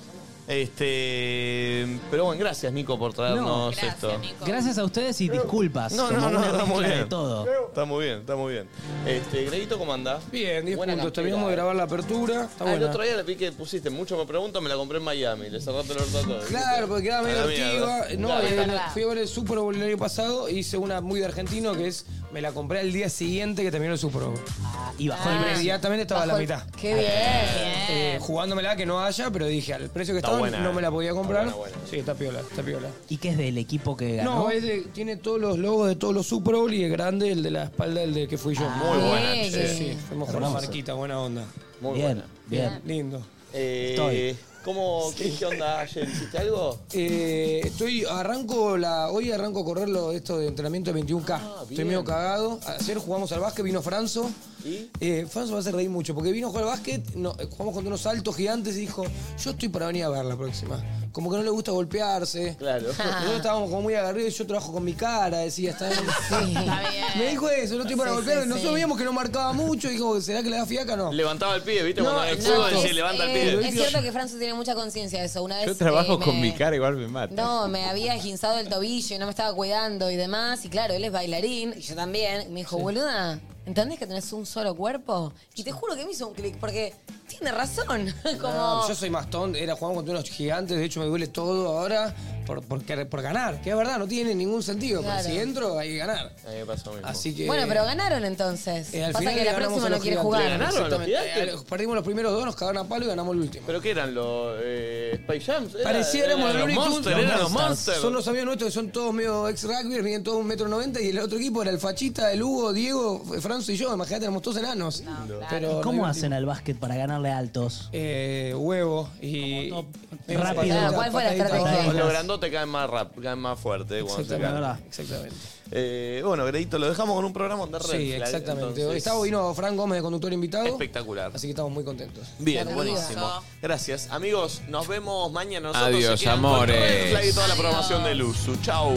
S2: Este, pero bueno, gracias Nico por
S23: No,
S2: traernos
S23: gracias,
S2: esto.
S23: Gracias a ustedes y disculpas.
S2: No,
S23: Como
S2: no, no,
S23: una
S2: está muy
S23: mezcla de
S2: bien.
S23: todo.
S2: Está muy bien, está muy bien. Este, Greguito, ¿cómo andás?
S26: Bien, 10
S2: Buena
S26: puntos.
S2: captura,
S26: Terminamos de
S2: eh.
S26: grabar la apertura. Está
S2: Ah, el
S26: buena.
S2: otro día le vi que pusiste mucho me pregunta, me la compré en Miami, le cerraste el orto a todo.
S26: Claro, porque quedaba medio
S2: A la mierda.
S26: ortiva. No,
S2: Claro.
S26: eh, fui a ver el Super Bowl el año pasado y hice una muy de argentino que es me la compré al día siguiente que terminó el Super Bowl.
S23: Ah,
S26: Ah.
S23: y bajó el precio.
S26: Inmediatamente estaba a la
S23: Bajó el-
S26: mitad.
S23: ¡Qué bien!
S26: Eh, jugándomela que no haya, pero dije al precio que
S23: Está
S26: estaba
S23: buena.
S26: no
S2: eh.
S26: me la podía comprar. Sí, está piola, está piola.
S23: ¿Y qué es del equipo que ganó?
S26: No, es de- tiene todos los logos de todos los Super Bowl y es grande el de la espalda el de que fui yo.
S23: Ah, Muy buena, bien. che.
S26: Sí, sí, fuimos con una
S23: Hermoso.
S26: marquita, buena onda.
S2: Muy Bien, buena. bien.
S26: Lindo.
S2: Eh, ¿Cómo, qué, qué onda ayer? ¿Hiciste algo?
S26: Eh, estoy, arranco la, hoy arranco a correr lo, esto de entrenamiento de 21K. estoy
S2: Ah, bien.
S26: medio cagado. Ayer jugamos al básquet, vino Franzo. Eh, Franzo me hace reír mucho, porque vino a jugar al básquet, no, eh, jugamos contra unos altos gigantes y dijo, yo estoy para venir a ver la próxima. Como que no le gusta golpearse.
S2: Claro.
S26: Nosotros estábamos como muy agarridos, yo trabajo con mi cara, decía, está bien. Me dijo eso, no estoy para
S2: Sí,
S26: golpearme.
S2: sí,
S26: Nosotros
S2: sí.
S26: veíamos que no marcaba mucho, dijo, ¿será que le da fiaca no?
S2: Levantaba el pie, ¿viste?
S26: No,
S2: Cuando en el
S26: no,
S2: fútbol
S26: es-
S2: decís, levanta el
S26: eh,
S2: pie.
S5: Es cierto que Franzo tiene mucha conciencia de eso. Una vez
S6: Yo trabajo
S5: eh,
S6: con
S5: me-
S6: mi cara, igual me mata.
S5: No, me había esguinzado el tobillo y no me estaba cuidando y demás. Y claro, él es bailarín y yo también. Y me dijo, boluda, ¿entendés que tenés un solo cuerpo? Y te juro que me hizo un clic porque tiene razón. Como...
S26: No, yo soy más tonto, era jugando contra unos gigantes, de hecho me duele todo ahora por, por, querer- por ganar, que es verdad, no tiene ningún sentido,
S5: Claro.
S26: pero si entro hay que ganar.
S2: A mí me pasó mismo.
S26: Así que...
S5: Bueno, pero ganaron entonces.
S26: eh, al
S5: Pasa
S26: final
S5: que
S26: le
S5: la
S26: ganamos
S5: próxima
S26: a
S5: no
S26: los
S5: quiere
S26: gigantes.
S5: jugar.
S2: ¿Le ganaron a los
S26: Exactamente.
S2: gigantes?
S26: Eh, Perdimos los primeros dos, nos cagaron a palo y ganamos el último.
S2: ¿Pero qué eran los eh, Space Jams? Era-
S26: Parecía éramos
S2: eran
S26: los
S2: los
S26: Looney Tunes.
S2: Monsters, eran los Monsters.
S26: Son los amigos nuestros que son todos medio ex rugby, miden todos un metro noventa y el otro equipo era el Fachita, el Hugo, Diego, Franzo y yo. Imagínate, éramos todos enanos. Pero
S23: ¿Y
S26: nos
S23: ¿Cómo
S26: divertimos.
S23: hacen al básquet para ganarle a altos?
S26: Eh, huevo y.
S23: Rápido. Ah, ¿cuál fue la
S2: Los los grandotes caen más rápido, caen más fuerte. eh, cuando se
S26: Exactamente,
S2: caen.
S26: verdad, exactamente.
S2: Eh, bueno, Gredito, lo dejamos con un programa de red.
S26: Sí,
S2: Flag,
S26: exactamente.
S2: entonces.
S26: Estaba vino Fran Gómez de conductor invitado.
S2: Espectacular.
S26: Así que estamos muy contentos.
S2: Bien, buenísimo. Gracias. Amigos, nos vemos mañana. Nosotros
S6: Adiós,
S2: se quedan con
S6: amores.
S2: Red Flag y toda la programación de Luzu. Chau.